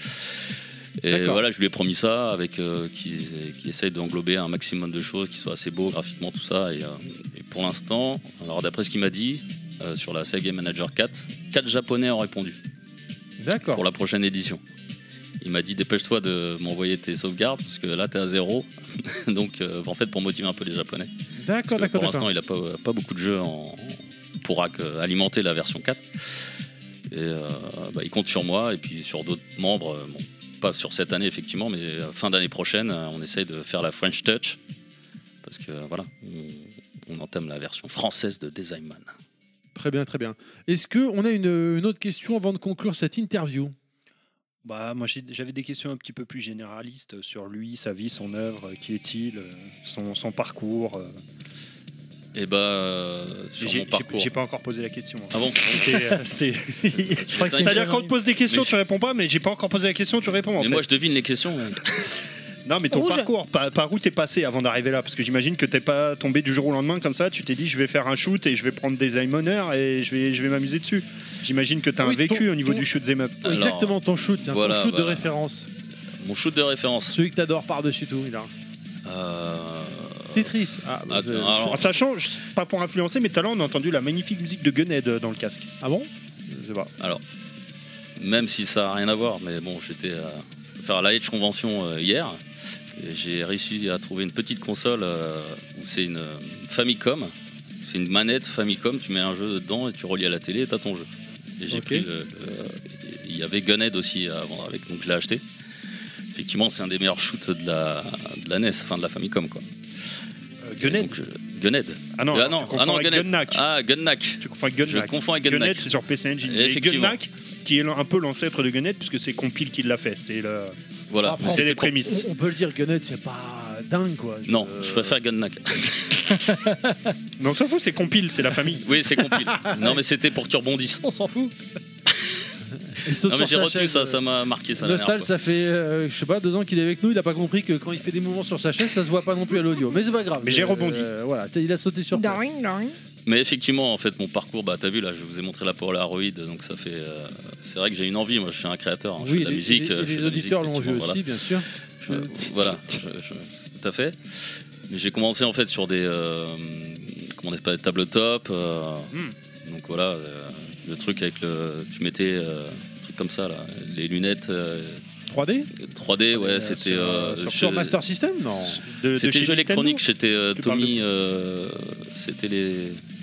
[SPEAKER 7] Et
[SPEAKER 3] D'accord.
[SPEAKER 7] voilà, je lui ai promis ça, avec euh, qui, qui essaye d'englober un maximum de choses, qui soit assez beau graphiquement, tout ça. Et, euh, et pour l'instant, alors d'après ce qu'il m'a dit, euh, sur la Sega Game Manager 4, 4 Japonais ont répondu
[SPEAKER 3] D'accord.
[SPEAKER 7] pour la prochaine édition. Il m'a dit dépêche-toi de m'envoyer tes sauvegardes parce que là t'es à zéro. Donc euh, en fait pour motiver un peu les Japonais.
[SPEAKER 3] D'accord, d'accord,
[SPEAKER 7] Parce que pour
[SPEAKER 3] d'accord.
[SPEAKER 7] l'instant, il n'a pas, pas beaucoup de jeux en, pour ac- euh, alimenter la version 4. Et euh, bah, il compte sur moi et puis sur d'autres membres. euh, bon, pas sur cette année, effectivement, mais euh, fin d'année prochaine, euh, on essaye de faire la French Touch. Parce que euh, voilà, on, on entame la version française de Design Man.
[SPEAKER 3] Très bien, très bien. Est-ce qu'on a une, une autre question avant de conclure cette interview
[SPEAKER 4] Bah, moi, j'ai- j'avais des questions un petit peu plus généralistes sur lui, sa vie, son œuvre, euh, qui est-il, euh, son, son parcours. euh.
[SPEAKER 7] Et bah, euh, sur
[SPEAKER 4] J'ai-
[SPEAKER 7] mon
[SPEAKER 4] j'ai-
[SPEAKER 7] parcours.
[SPEAKER 4] J'ai pas encore posé la question. hein.
[SPEAKER 7] Ah bon
[SPEAKER 4] C'était, euh, c'était- C'est-à-dire quand on te pose des questions,
[SPEAKER 7] Mais je-
[SPEAKER 4] tu réponds pas, mais j'ai pas encore posé la question, tu réponds. En
[SPEAKER 7] Mais
[SPEAKER 4] fait.
[SPEAKER 7] moi, je devine les questions. ouais.
[SPEAKER 4] Non, mais ton
[SPEAKER 5] Rouge.
[SPEAKER 4] parcours, par, par où t'es passé avant d'arriver là Parce que j'imagine que t'es pas tombé du jour au lendemain comme ça. Tu t'es dit, je vais faire un shoot et je vais prendre des Aimoners et je vais, je vais m'amuser dessus. J'imagine que t'as
[SPEAKER 3] Oui,
[SPEAKER 4] un vécu
[SPEAKER 3] ton-
[SPEAKER 4] au niveau
[SPEAKER 3] ton-
[SPEAKER 4] du shoot them up.
[SPEAKER 7] Alors,
[SPEAKER 3] Exactement, ton shoot, tiens,
[SPEAKER 7] voilà,
[SPEAKER 3] ton shoot de
[SPEAKER 7] bah.
[SPEAKER 3] référence.
[SPEAKER 7] Mon shoot de référence.
[SPEAKER 3] Celui que t'adores par-dessus tout, il a.
[SPEAKER 7] Euh,
[SPEAKER 3] Tetris. Ah, bah,
[SPEAKER 7] attends,
[SPEAKER 3] c'est-
[SPEAKER 7] alors,
[SPEAKER 4] En sachant, je- pas pour influencer, mais tout à l'heure, on a entendu la magnifique musique de Gunhead euh, dans le casque.
[SPEAKER 3] ah bon
[SPEAKER 4] Je sais pas.
[SPEAKER 7] même si ça n'a rien à voir, mais bon, j'étais à faire la Edge Convention euh, hier. et J'ai réussi à trouver une petite console euh, où c'est une euh, Famicom. C'est une manette Famicom, tu mets un jeu dedans et tu relies à la télé et t'as ton jeu. Et j'ai
[SPEAKER 3] Ok.
[SPEAKER 7] pris le- le- Il y avait Gunhead aussi à vendre avec, donc je l'ai acheté. Effectivement, c'est un des meilleurs shoots de la, de la NES, enfin de la Famicom quoi.
[SPEAKER 4] Euh, Gunhead
[SPEAKER 7] Donc, euh, Gunhead.
[SPEAKER 4] Ah non,
[SPEAKER 7] ah non,
[SPEAKER 4] tu confonds
[SPEAKER 7] ah non,
[SPEAKER 4] avec
[SPEAKER 7] Gunhead.
[SPEAKER 4] Gunnack.
[SPEAKER 7] Ah, Gunnack.
[SPEAKER 4] Tu confonds avec
[SPEAKER 7] Je
[SPEAKER 4] Gunnack.
[SPEAKER 7] confonds avec
[SPEAKER 4] Gunhead,
[SPEAKER 7] Gunnack.
[SPEAKER 4] c'est sur PC Engine. Et
[SPEAKER 7] Effectivement.
[SPEAKER 4] Gunnack, Ah, qui est un peu l'ancêtre de Gunhead, puisque c'est Compile qui l'a fait. C'est le...
[SPEAKER 7] Voilà,
[SPEAKER 3] Après,
[SPEAKER 4] c'est les
[SPEAKER 7] c'était pour-
[SPEAKER 4] prémices.
[SPEAKER 3] on, on peut le dire, Gunhead, c'est pas dingue, quoi.
[SPEAKER 7] Non,
[SPEAKER 3] Euh,
[SPEAKER 7] je préfère Gunnack.
[SPEAKER 4] Mais on s'en fout, c'est Compile, c'est la famille.
[SPEAKER 7] Oui, c'est compile. non, mais c'était pour Turbo 10.
[SPEAKER 6] On s'en fout.
[SPEAKER 3] il saute
[SPEAKER 7] Non, mais j'ai
[SPEAKER 3] sur sa
[SPEAKER 7] retenu
[SPEAKER 3] chaise,
[SPEAKER 7] ça,
[SPEAKER 3] euh,
[SPEAKER 7] ça m'a marqué ça. la dernière
[SPEAKER 3] Nostal,
[SPEAKER 7] fois.
[SPEAKER 3] ça fait, euh, je sais pas, deux ans qu'il est avec nous. Il a pas compris que quand il fait des mouvements sur sa chaise, ça se voit pas non plus à l'audio. Mais c'est pas grave.
[SPEAKER 4] Mais j'ai rebondi.
[SPEAKER 3] Euh, voilà, t'as- il a sauté sur. place.
[SPEAKER 5] Doring, doring.
[SPEAKER 7] Mais effectivement, en fait, mon parcours, bah, t'as vu là, je vous ai montré la Polaroid, donc ça fait. euh, c'est vrai que j'ai une envie, moi, je suis un créateur, hein, je fais
[SPEAKER 3] Oui,
[SPEAKER 7] de la
[SPEAKER 3] les-
[SPEAKER 7] musique.
[SPEAKER 3] les,
[SPEAKER 7] euh, je
[SPEAKER 3] les
[SPEAKER 7] fais de la musique,
[SPEAKER 3] auditeurs l'ont vu
[SPEAKER 7] effectivement,
[SPEAKER 3] aussi, bien sûr.
[SPEAKER 7] Voilà, Je- voilà, je- je- tout à fait. Mais j'ai commencé en fait sur des. euh, comment on appelle tabletop. euh,
[SPEAKER 3] Hmm.
[SPEAKER 7] Donc voilà, euh, le truc avec le. Tu mettais. euh, un truc comme ça là, les lunettes euh,
[SPEAKER 3] 3D
[SPEAKER 7] 3D, ouais,
[SPEAKER 3] Euh,
[SPEAKER 7] c'était.
[SPEAKER 3] sur,
[SPEAKER 7] euh,
[SPEAKER 3] sur,
[SPEAKER 7] chez-
[SPEAKER 3] sur Master System, non.
[SPEAKER 4] De- de chez
[SPEAKER 7] C'était jeux
[SPEAKER 4] Nintendo.
[SPEAKER 7] électroniques, c'était euh,
[SPEAKER 4] Tu parles
[SPEAKER 7] Tommy. euh, c'était les,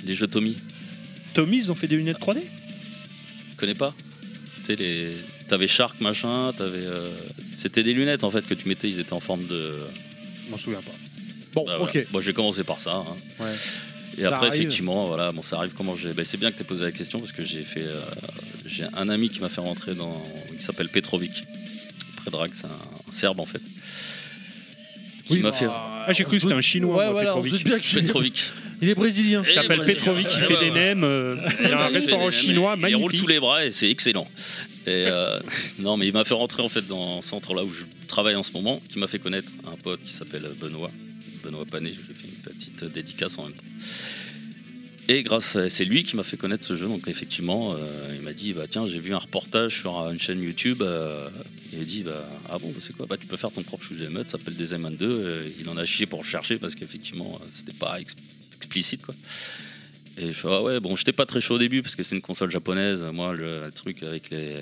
[SPEAKER 7] les jeux Tommy.
[SPEAKER 4] Tommy, ils ont fait des lunettes 3D
[SPEAKER 7] Tu connais pas Tu sais, les. T'avais Shark, machin, t'avais. euh, C'était des lunettes en fait que tu mettais, ils étaient en forme de.
[SPEAKER 4] Je m'en souviens pas. Oh,
[SPEAKER 3] Bon,
[SPEAKER 7] Bah, voilà.
[SPEAKER 3] ok.
[SPEAKER 7] Bon, j'ai commencé par ça. hein.
[SPEAKER 3] Ouais.
[SPEAKER 7] Et
[SPEAKER 3] Ça
[SPEAKER 7] après,
[SPEAKER 3] arrive.
[SPEAKER 7] effectivement, voilà, bon, ça arrive comment j'ai. bah, c'est bien que tu posé la question parce que j'ai fait. euh, j'ai un ami qui m'a fait rentrer dans. qui s'appelle Petrovic. Predrag, c'est un, un serbe en fait. Qui m'a fait.
[SPEAKER 4] Ah, j'ai cru que c'était un Chinois,
[SPEAKER 3] bah, Ouais,
[SPEAKER 4] moi,
[SPEAKER 3] voilà, on se
[SPEAKER 4] Petrovic.
[SPEAKER 3] doute bien que c'est-
[SPEAKER 7] Petrovic.
[SPEAKER 3] Il est brésilien.
[SPEAKER 7] Et
[SPEAKER 4] Il s'appelle
[SPEAKER 7] les
[SPEAKER 4] Petrovic, il
[SPEAKER 7] Brésiliens.
[SPEAKER 4] fait
[SPEAKER 7] Ouais,
[SPEAKER 4] des
[SPEAKER 7] ouais, ouais.
[SPEAKER 4] nems. euh, il y a un
[SPEAKER 7] Il fait des
[SPEAKER 4] restaurant
[SPEAKER 7] nems,
[SPEAKER 4] chinois
[SPEAKER 7] il- Il roule sous
[SPEAKER 4] magnifique.
[SPEAKER 7] les bras et c'est excellent. Et euh, non, mais il m'a fait rentrer en fait dans un centre là où je travaille en ce moment, qui m'a fait connaître un pote qui s'appelle Benoît, Benoît Panet. Je lui ai fait une petite dédicace en même temps. Et grâce, à, c'est lui qui m'a fait connaître ce jeu. Donc effectivement, euh, il m'a dit bah tiens, j'ai vu un reportage sur une chaîne YouTube. euh, il m'a dit bah ah bon c'est quoi bah tu peux faire ton propre shoot'em up, ça s'appelle des 2 Il en a chié pour le chercher parce qu'effectivement euh, c'était pas ex- explicite quoi. Et je fais, ah ouais, bon, j'étais pas très chaud au début parce que c'est une console japonaise. Moi, le, le truc avec les.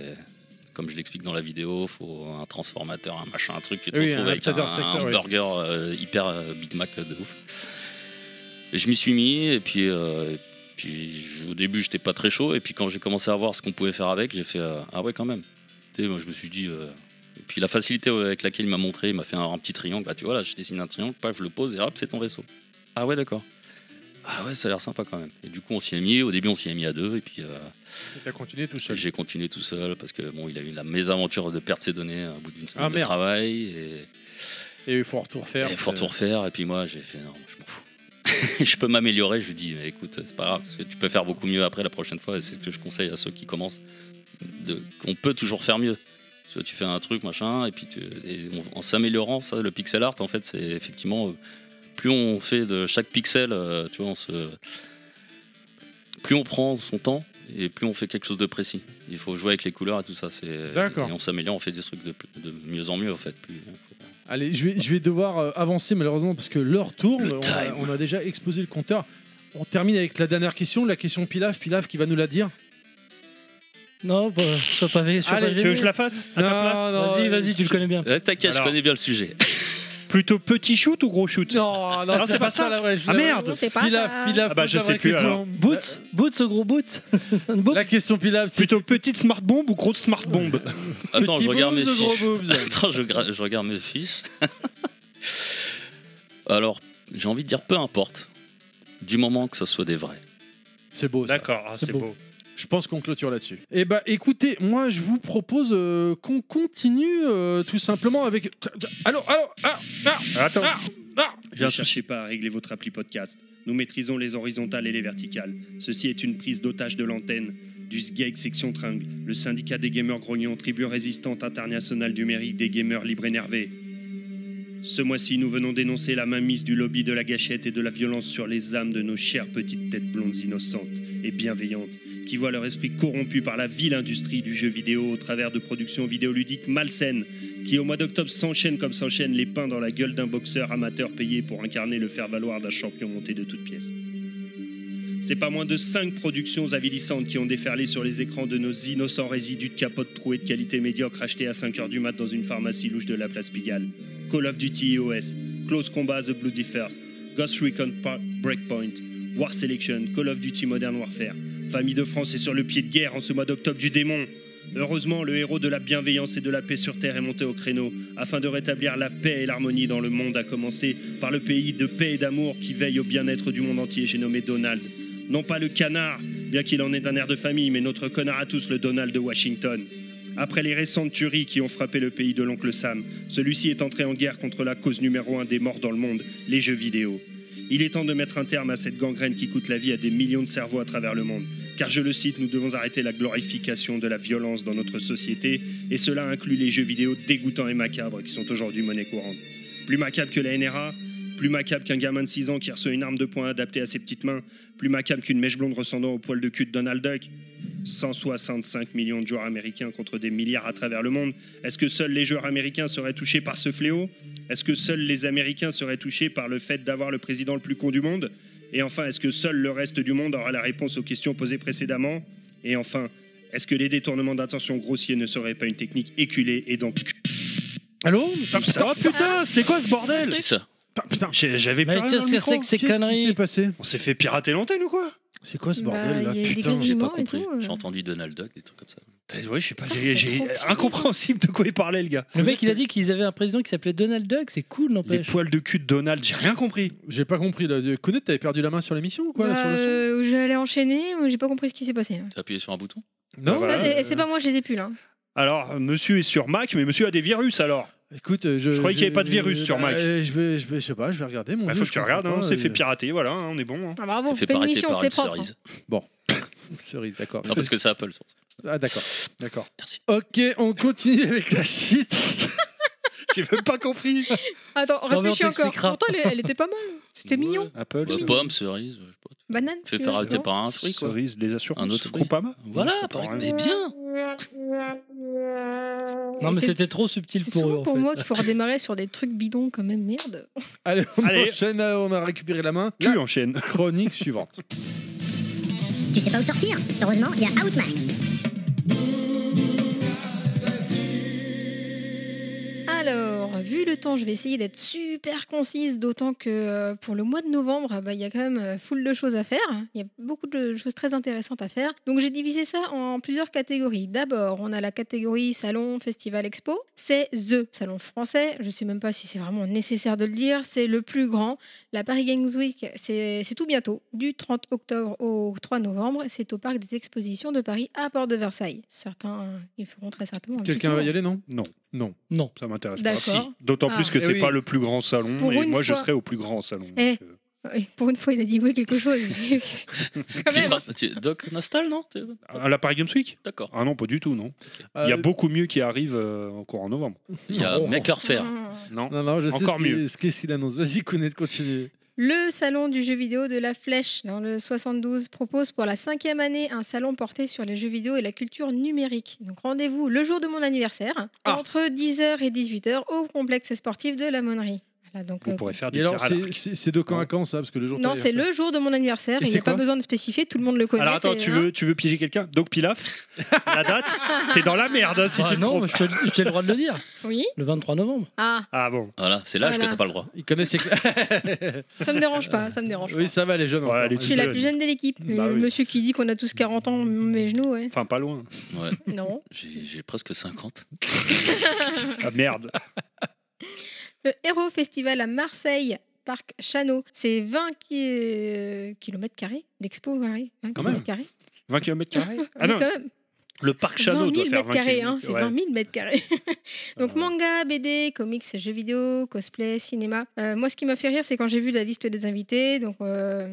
[SPEAKER 7] Comme je l'explique dans la vidéo, faut un transformateur, un machin, un truc. Tu te
[SPEAKER 3] Oui,
[SPEAKER 7] retrouves
[SPEAKER 3] un
[SPEAKER 7] avec un,
[SPEAKER 3] adaptateur secteur,
[SPEAKER 7] un
[SPEAKER 3] oui.
[SPEAKER 7] burger euh, hyper euh, Big Mac de ouf. Et je m'y suis mis, et puis, euh, et puis je- au début, j'étais pas très chaud. Et puis quand j'ai commencé à voir ce qu'on pouvait faire avec, j'ai fait, euh, ah ouais, quand même. Tu sais, moi, je me suis dit. euh, et puis la facilité avec laquelle il m'a montré, il m'a fait un, un petit triangle. Bah, tu vois, là, je dessine un triangle, paf, je le pose et hop, c'est ton vaisseau. Ah ouais, d'accord. Ah ouais, ça a l'air sympa quand même. Et du coup, on s'y est mis. Au début, on s'y est mis à deux. Et puis, euh,
[SPEAKER 3] T'as continué tout seul.
[SPEAKER 7] j'ai continué tout seul parce que bon, il a eu la mésaventure de perdre ses données euh, au bout d'une semaine
[SPEAKER 3] Ah,
[SPEAKER 7] de
[SPEAKER 3] merde.
[SPEAKER 7] travail. Et
[SPEAKER 3] Et il faut tout refaire.
[SPEAKER 7] il faut tout refaire. Et puis moi, j'ai fait non, je m'en fous. je peux m'améliorer. Je lui dis, écoute, c'est pas grave. parce que tu peux faire beaucoup mieux après la prochaine fois. Et c'est ce que je conseille à ceux qui commencent. De, on peut toujours faire mieux. Tu, vois, tu fais un truc, machin, et puis tu- et on- en s'améliorant, ça, le pixel art, en fait, c'est effectivement euh, plus on fait de chaque pixel, euh, tu vois, on se, plus on prend son temps et plus on fait quelque chose de précis. Il faut jouer avec les couleurs et tout ça. c'est-
[SPEAKER 3] D'accord.
[SPEAKER 7] Et on s'améliore, on fait des trucs de, plus- de mieux en mieux en fait. Plus, hein.
[SPEAKER 3] Allez, je vais, je vais devoir euh, avancer malheureusement parce que l'heure tourne.
[SPEAKER 7] Le
[SPEAKER 3] on, a,
[SPEAKER 7] time.
[SPEAKER 3] on a déjà explosé le compteur. On termine avec la dernière question, la question Pilaf. Pilaf qui va nous la dire.
[SPEAKER 6] Non, bah, sois pas vé- sois
[SPEAKER 3] Allez,
[SPEAKER 6] pas
[SPEAKER 4] Tu veux
[SPEAKER 6] gêné. euh,
[SPEAKER 4] que je la fasse à ta place
[SPEAKER 3] non, euh,
[SPEAKER 6] Vas-y, vas-y, tu le connais bien.
[SPEAKER 7] Eh, T'inquiète, je
[SPEAKER 4] Alors.
[SPEAKER 7] connais bien le sujet.
[SPEAKER 4] Plutôt petit shoot ou gros shoot
[SPEAKER 3] Non, non,
[SPEAKER 4] Ah,
[SPEAKER 3] c'est pas ça la vraie.
[SPEAKER 4] Ah merde
[SPEAKER 5] C'est pas ça.
[SPEAKER 3] Pilaf, Pilaf,
[SPEAKER 4] Ah bah,
[SPEAKER 3] pose
[SPEAKER 4] je
[SPEAKER 3] la
[SPEAKER 4] sais
[SPEAKER 3] vraie
[SPEAKER 4] plus,
[SPEAKER 3] question.
[SPEAKER 4] alors.
[SPEAKER 6] Boots, Boots, au gros Boots. C'est un beau-
[SPEAKER 3] La question Pilaf, c'est
[SPEAKER 4] Plutôt petite smart bomb ou grosse smart bomb
[SPEAKER 7] Attends,
[SPEAKER 3] Petit
[SPEAKER 7] je regarde mes
[SPEAKER 3] boobs ou gros
[SPEAKER 7] fiches.
[SPEAKER 3] boobs
[SPEAKER 7] Attends, je, gra- je regarde mes fiches. Alors, j'ai envie de dire peu importe, du moment que ce soit des vrais.
[SPEAKER 3] C'est beau. Ça.
[SPEAKER 4] D'accord, ah,
[SPEAKER 3] C'est
[SPEAKER 4] c'est
[SPEAKER 3] beau.
[SPEAKER 4] beau.
[SPEAKER 3] Je pense qu'on clôture là-dessus. Eh bah, écoutez, moi, je vous propose euh, qu'on continue euh, tout simplement avec. Allô, allô, ah, ah,
[SPEAKER 4] Attends.
[SPEAKER 3] ah, ah.
[SPEAKER 4] Je ne cherchez pas à régler votre appli podcast. Nous maîtrisons les horizontales et les verticales. Ceci est une prise d'otage de l'antenne du SGEG Section Tringle, le syndicat des gamers grognons, tribu résistante internationale du mérite des gamers libres énervés. Ce mois-ci, nous venons dénoncer la mainmise du lobby de la gâchette et de la violence sur les âmes de nos chères petites têtes blondes innocentes et bienveillantes, qui voient leur esprit corrompu par la vile industrie du jeu vidéo au travers de productions vidéoludiques malsaines qui au mois d'octobre s'enchaîne comme s'enchaînent les pains dans la gueule d'un boxeur amateur payé pour incarner le faire-valoir d'un champion monté de toutes pièces. C'est pas moins de cinq productions avilissantes qui ont déferlé sur les écrans de nos innocents résidus de capotes trouées de qualité médiocre achetées à 5h du mat dans une pharmacie louche de la place Pigalle. Call of Duty EOS, Close Combat The Bloody First, Ghost Recon Pa- Breakpoint, War Selection, Call of Duty Modern Warfare. Famille de France est sur le pied de guerre en ce mois d'octobre du démon. Heureusement, le héros de la bienveillance et de la paix sur Terre est monté au créneau afin de rétablir la paix et l'harmonie dans le monde, à commencer par le pays de paix et d'amour qui veille au bien-être du monde entier, j'ai nommé Donald. Non pas le canard, bien qu'il en ait un air de famille, mais notre connard à tous, le Donald de Washington. Après les récentes tueries qui ont frappé le pays de l'oncle Sam, celui-ci est entré en guerre contre la cause numéro un des morts dans le monde, les jeux vidéo. Il est temps de mettre un terme à cette gangrène qui coûte la vie à des millions de cerveaux à travers le monde car je le cite, nous devons arrêter la glorification de la violence dans notre société, et cela inclut les jeux vidéo dégoûtants et macabres qui sont aujourd'hui monnaie courante. Plus macabre que la NRA, plus macabre qu'un gamin de 6 ans qui reçoit une arme de poing adaptée à ses petites mains, plus macabre qu'une mèche blonde ressemblant au poil de cul de Donald Duck. 165 millions de joueurs américains contre des milliards à travers le monde. Est-ce que seuls les joueurs américains seraient touchés par ce fléau Est-ce que seuls les Américains seraient touchés par le fait d'avoir le président le plus con du monde et enfin, est-ce que seul le reste du monde aura la réponse aux questions posées précédemment Et enfin, est-ce que les détournements d'attention grossiers ne seraient pas une technique éculée et donc
[SPEAKER 3] Allô
[SPEAKER 4] ça.
[SPEAKER 3] Oh putain, c'était quoi ce bordel
[SPEAKER 7] C'est ça.
[SPEAKER 3] Putain, putain.
[SPEAKER 4] J'avais
[SPEAKER 6] Mais
[SPEAKER 4] rien
[SPEAKER 6] qu'est-ce
[SPEAKER 4] dans le
[SPEAKER 6] que
[SPEAKER 4] micro.
[SPEAKER 6] c'est que ces
[SPEAKER 3] Qu'est-ce qui
[SPEAKER 6] conneries
[SPEAKER 3] s'est passé
[SPEAKER 4] On s'est fait pirater l'antenne ou quoi
[SPEAKER 3] C'est quoi ce
[SPEAKER 5] Bah,
[SPEAKER 3] bordel là
[SPEAKER 5] il y a eu des
[SPEAKER 3] Putain.
[SPEAKER 5] gazilles.
[SPEAKER 7] J'ai pas
[SPEAKER 5] Zimmer et
[SPEAKER 7] compris.
[SPEAKER 5] tout, euh.
[SPEAKER 7] J'ai entendu Donald Duck, des trucs comme ça.
[SPEAKER 4] Ouais, je sais pas.
[SPEAKER 5] Ah, c'était
[SPEAKER 4] j'ai-
[SPEAKER 5] trop
[SPEAKER 4] Incompréhensible de quoi il parlait, le gars.
[SPEAKER 6] Le mec, il a dit qu'ils avaient un président qui s'appelait Donald Duck, c'est cool,
[SPEAKER 4] Les
[SPEAKER 6] n'empêche.
[SPEAKER 4] poils de cul de Donald, j'ai rien compris.
[SPEAKER 3] J'ai pas compris. Là. Connais, t'avais perdu la main sur l'émission ou quoi là,
[SPEAKER 5] Bah,
[SPEAKER 3] sur le son
[SPEAKER 5] euh, J'allais enchaîner, mais j'ai pas compris ce qui s'est passé.
[SPEAKER 7] T'as appuyé sur un bouton
[SPEAKER 5] Ah
[SPEAKER 3] Non,
[SPEAKER 4] bah
[SPEAKER 5] Ça,
[SPEAKER 4] voilà.
[SPEAKER 5] c'est- c'est pas moi, je les ai plus là.
[SPEAKER 4] Alors, monsieur est sur Mac, mais monsieur a des virus alors.
[SPEAKER 3] Écoute, euh, je,
[SPEAKER 4] Je croyais qu'il y avait pas de virus
[SPEAKER 3] je-
[SPEAKER 4] sur Mac.
[SPEAKER 3] euh, je, vais, je, vais- je sais pas, je vais regarder. Mon
[SPEAKER 4] Il
[SPEAKER 3] vieux,
[SPEAKER 4] faut que
[SPEAKER 3] je
[SPEAKER 4] tu
[SPEAKER 3] comprends
[SPEAKER 4] regardes, hein,
[SPEAKER 3] pas,
[SPEAKER 4] on s'est
[SPEAKER 3] euh,
[SPEAKER 4] fait pirater, voilà, hein, on est bon. hein.
[SPEAKER 5] Ah, bravo,
[SPEAKER 7] Ça
[SPEAKER 5] on
[SPEAKER 7] fait
[SPEAKER 5] fait une
[SPEAKER 7] paraître
[SPEAKER 5] mission,
[SPEAKER 7] par
[SPEAKER 5] c'est
[SPEAKER 7] une
[SPEAKER 5] propre.
[SPEAKER 7] cerise.
[SPEAKER 3] Cerise, d'accord.
[SPEAKER 7] Non, parce que c'est Apple. ça.
[SPEAKER 3] Ah, d'accord, d'accord.
[SPEAKER 7] Merci.
[SPEAKER 3] Ok, on continue avec la suite.
[SPEAKER 4] J'ai même pas compris.
[SPEAKER 5] hein. Attends,
[SPEAKER 6] mais on
[SPEAKER 5] réfléchis encore.
[SPEAKER 6] t'expliquera.
[SPEAKER 5] Pourtant, elle, elle était pas mal. C'était
[SPEAKER 6] Ouais.
[SPEAKER 5] mignon.
[SPEAKER 4] Apple,
[SPEAKER 7] Ouais, pomme, cerise. je sais pas.
[SPEAKER 5] Banane.
[SPEAKER 7] Fait
[SPEAKER 5] tu
[SPEAKER 7] faire
[SPEAKER 5] vois,
[SPEAKER 7] arrêter
[SPEAKER 5] non
[SPEAKER 7] par un fruit, quoi.
[SPEAKER 4] cerise, les assurances,
[SPEAKER 7] Un autre fruit.
[SPEAKER 4] Groupama.
[SPEAKER 7] Voilà,
[SPEAKER 6] Ah,
[SPEAKER 4] Je comprends
[SPEAKER 7] par
[SPEAKER 4] rien.
[SPEAKER 7] Mais bien
[SPEAKER 6] Non, mais
[SPEAKER 5] C'est-
[SPEAKER 6] c'était trop subtil
[SPEAKER 5] C'est
[SPEAKER 6] pour eux.
[SPEAKER 5] souvent
[SPEAKER 6] en
[SPEAKER 5] pour
[SPEAKER 6] fait.
[SPEAKER 5] moi qu'il faut redémarrer sur des trucs bidons quand même, merde.
[SPEAKER 3] Allez, on
[SPEAKER 4] Allez.
[SPEAKER 3] enchaîne. euh, On a récupéré la main.
[SPEAKER 4] Tu enchaînes.
[SPEAKER 3] La chronique suivante.
[SPEAKER 1] Tu sais pas où sortir Heureusement, il y a Outmax.
[SPEAKER 5] Alors, vu le temps, je vais essayer d'être super concise, d'autant que euh, pour le mois de novembre, bah, il y a quand même euh, foule de choses à faire. Il y a beaucoup de choses très intéressantes à faire. Donc j'ai divisé ça en plusieurs catégories. D'abord, on a la catégorie salon, festival, expo. C'est THE salon français. Je sais même pas si c'est vraiment nécessaire de le dire. C'est le plus grand. La Paris Games Week, c'est c'est tout bientôt, du 30 octobre au 3 novembre. C'est au parc des expositions de Paris à Port de Versailles. Certains, euh, ils feront très certainement. un petit
[SPEAKER 3] Quelqu'un
[SPEAKER 5] tour.
[SPEAKER 3] va y aller, non
[SPEAKER 4] Non.
[SPEAKER 3] Non.
[SPEAKER 6] Non.
[SPEAKER 4] Ça m'intéresse pas.
[SPEAKER 5] D'accord.
[SPEAKER 4] Si. D'autant
[SPEAKER 5] Ah.
[SPEAKER 4] plus que
[SPEAKER 3] Eh
[SPEAKER 4] c'est
[SPEAKER 3] oui.
[SPEAKER 4] pas le plus grand salon
[SPEAKER 5] Pour
[SPEAKER 4] et
[SPEAKER 5] une
[SPEAKER 4] moi je
[SPEAKER 5] fois.
[SPEAKER 4] serai au plus grand salon.
[SPEAKER 5] Eh.
[SPEAKER 4] donc, euh,
[SPEAKER 5] Oui, Pour une fois, il a dit oui quelque chose. Quand
[SPEAKER 7] Tu
[SPEAKER 5] même.
[SPEAKER 7] seras- tu- Doc Nostal, non T'es-
[SPEAKER 4] À la Paris Games Week
[SPEAKER 7] D'accord.
[SPEAKER 4] Ah non, pas du tout, non. Il y
[SPEAKER 3] Euh,
[SPEAKER 4] a beaucoup mieux qui arrive euh, encore en novembre.
[SPEAKER 7] Il y a
[SPEAKER 3] Oh.
[SPEAKER 7] Maker Faire.
[SPEAKER 5] Mmh.
[SPEAKER 4] Non.
[SPEAKER 3] Non, non, je sais
[SPEAKER 4] Encore
[SPEAKER 3] ce qu'il-
[SPEAKER 4] mieux. Ah,
[SPEAKER 3] ce qu'est-ce qu'il annonce. Vas-y, Kounet, continue.
[SPEAKER 5] Le salon du jeu vidéo de la Flèche, dans le 72, propose pour la cinquième année un salon porté sur les jeux vidéo et la culture numérique. Donc rendez-vous le jour de mon anniversaire,
[SPEAKER 4] Ah.
[SPEAKER 5] entre 10h et 18h, au complexe sportif de la Monnerie. Voilà, donc,
[SPEAKER 4] Vous
[SPEAKER 5] euh,
[SPEAKER 4] pourrez faire
[SPEAKER 3] Et
[SPEAKER 4] des
[SPEAKER 3] alors,
[SPEAKER 4] tirs à
[SPEAKER 3] c'est-
[SPEAKER 4] l'arc.
[SPEAKER 3] c'est c'est de quand à quand ça Parce que le jour.
[SPEAKER 5] non,
[SPEAKER 3] t'as
[SPEAKER 5] c'est
[SPEAKER 3] dit,
[SPEAKER 5] le jour de mon anniversaire,
[SPEAKER 3] Et
[SPEAKER 5] il n'y
[SPEAKER 3] c'est
[SPEAKER 5] a pas
[SPEAKER 3] quoi
[SPEAKER 5] besoin de spécifier, tout le monde le connaît.
[SPEAKER 4] Alors attends,
[SPEAKER 5] c'est- euh,
[SPEAKER 4] tu veux, tu veux piéger quelqu'un Donc Pilaf, la date, t'es dans la merde hein, si
[SPEAKER 6] Ah
[SPEAKER 4] tu te
[SPEAKER 6] non,
[SPEAKER 4] trompes.
[SPEAKER 6] mais je peux le- j'ai le droit de le dire.
[SPEAKER 5] Oui
[SPEAKER 6] Le 23 novembre.
[SPEAKER 5] Ah,
[SPEAKER 4] Ah bon,
[SPEAKER 7] Voilà, c'est l'âge
[SPEAKER 5] Voilà.
[SPEAKER 7] que t'as pas le droit.
[SPEAKER 3] Ils connaissent. les cla-
[SPEAKER 5] ça me dérange pas, ça me dérange
[SPEAKER 3] oui,
[SPEAKER 5] pas.
[SPEAKER 3] ça va les jeunes.
[SPEAKER 4] Ouais,
[SPEAKER 3] encore.
[SPEAKER 4] les
[SPEAKER 5] Je suis la
[SPEAKER 4] jeune.
[SPEAKER 5] plus jeune de l'équipe.
[SPEAKER 4] Bah
[SPEAKER 5] Le
[SPEAKER 4] oui.
[SPEAKER 5] Monsieur qui dit qu'on a tous 40 ans, mes genoux, ouais.
[SPEAKER 4] enfin pas loin.
[SPEAKER 7] Ouais,
[SPEAKER 5] Non.
[SPEAKER 7] j'ai j'ai presque 50.
[SPEAKER 4] Ah merde.
[SPEAKER 5] Le Hero Festival à Marseille, parc Chano. C'est 20 km carrés d'expo, ouais, 20
[SPEAKER 3] Quand
[SPEAKER 5] km carrés.
[SPEAKER 4] 20 km Ah
[SPEAKER 5] Mais
[SPEAKER 4] non,
[SPEAKER 5] quand même,
[SPEAKER 4] le parc Chano
[SPEAKER 5] 20
[SPEAKER 4] doit
[SPEAKER 5] 000
[SPEAKER 4] faire
[SPEAKER 5] mètres
[SPEAKER 4] 20
[SPEAKER 5] carrés, hein,
[SPEAKER 4] kilomètres,
[SPEAKER 5] c'est
[SPEAKER 4] ouais.
[SPEAKER 5] 20 000 mètres carrés. Donc
[SPEAKER 4] Euh,
[SPEAKER 5] manga, BD, comics, jeux vidéo, cosplay, cinéma. Euh, moi, ce qui m'a fait rire, c'est quand j'ai vu la liste des invités. Donc, euh,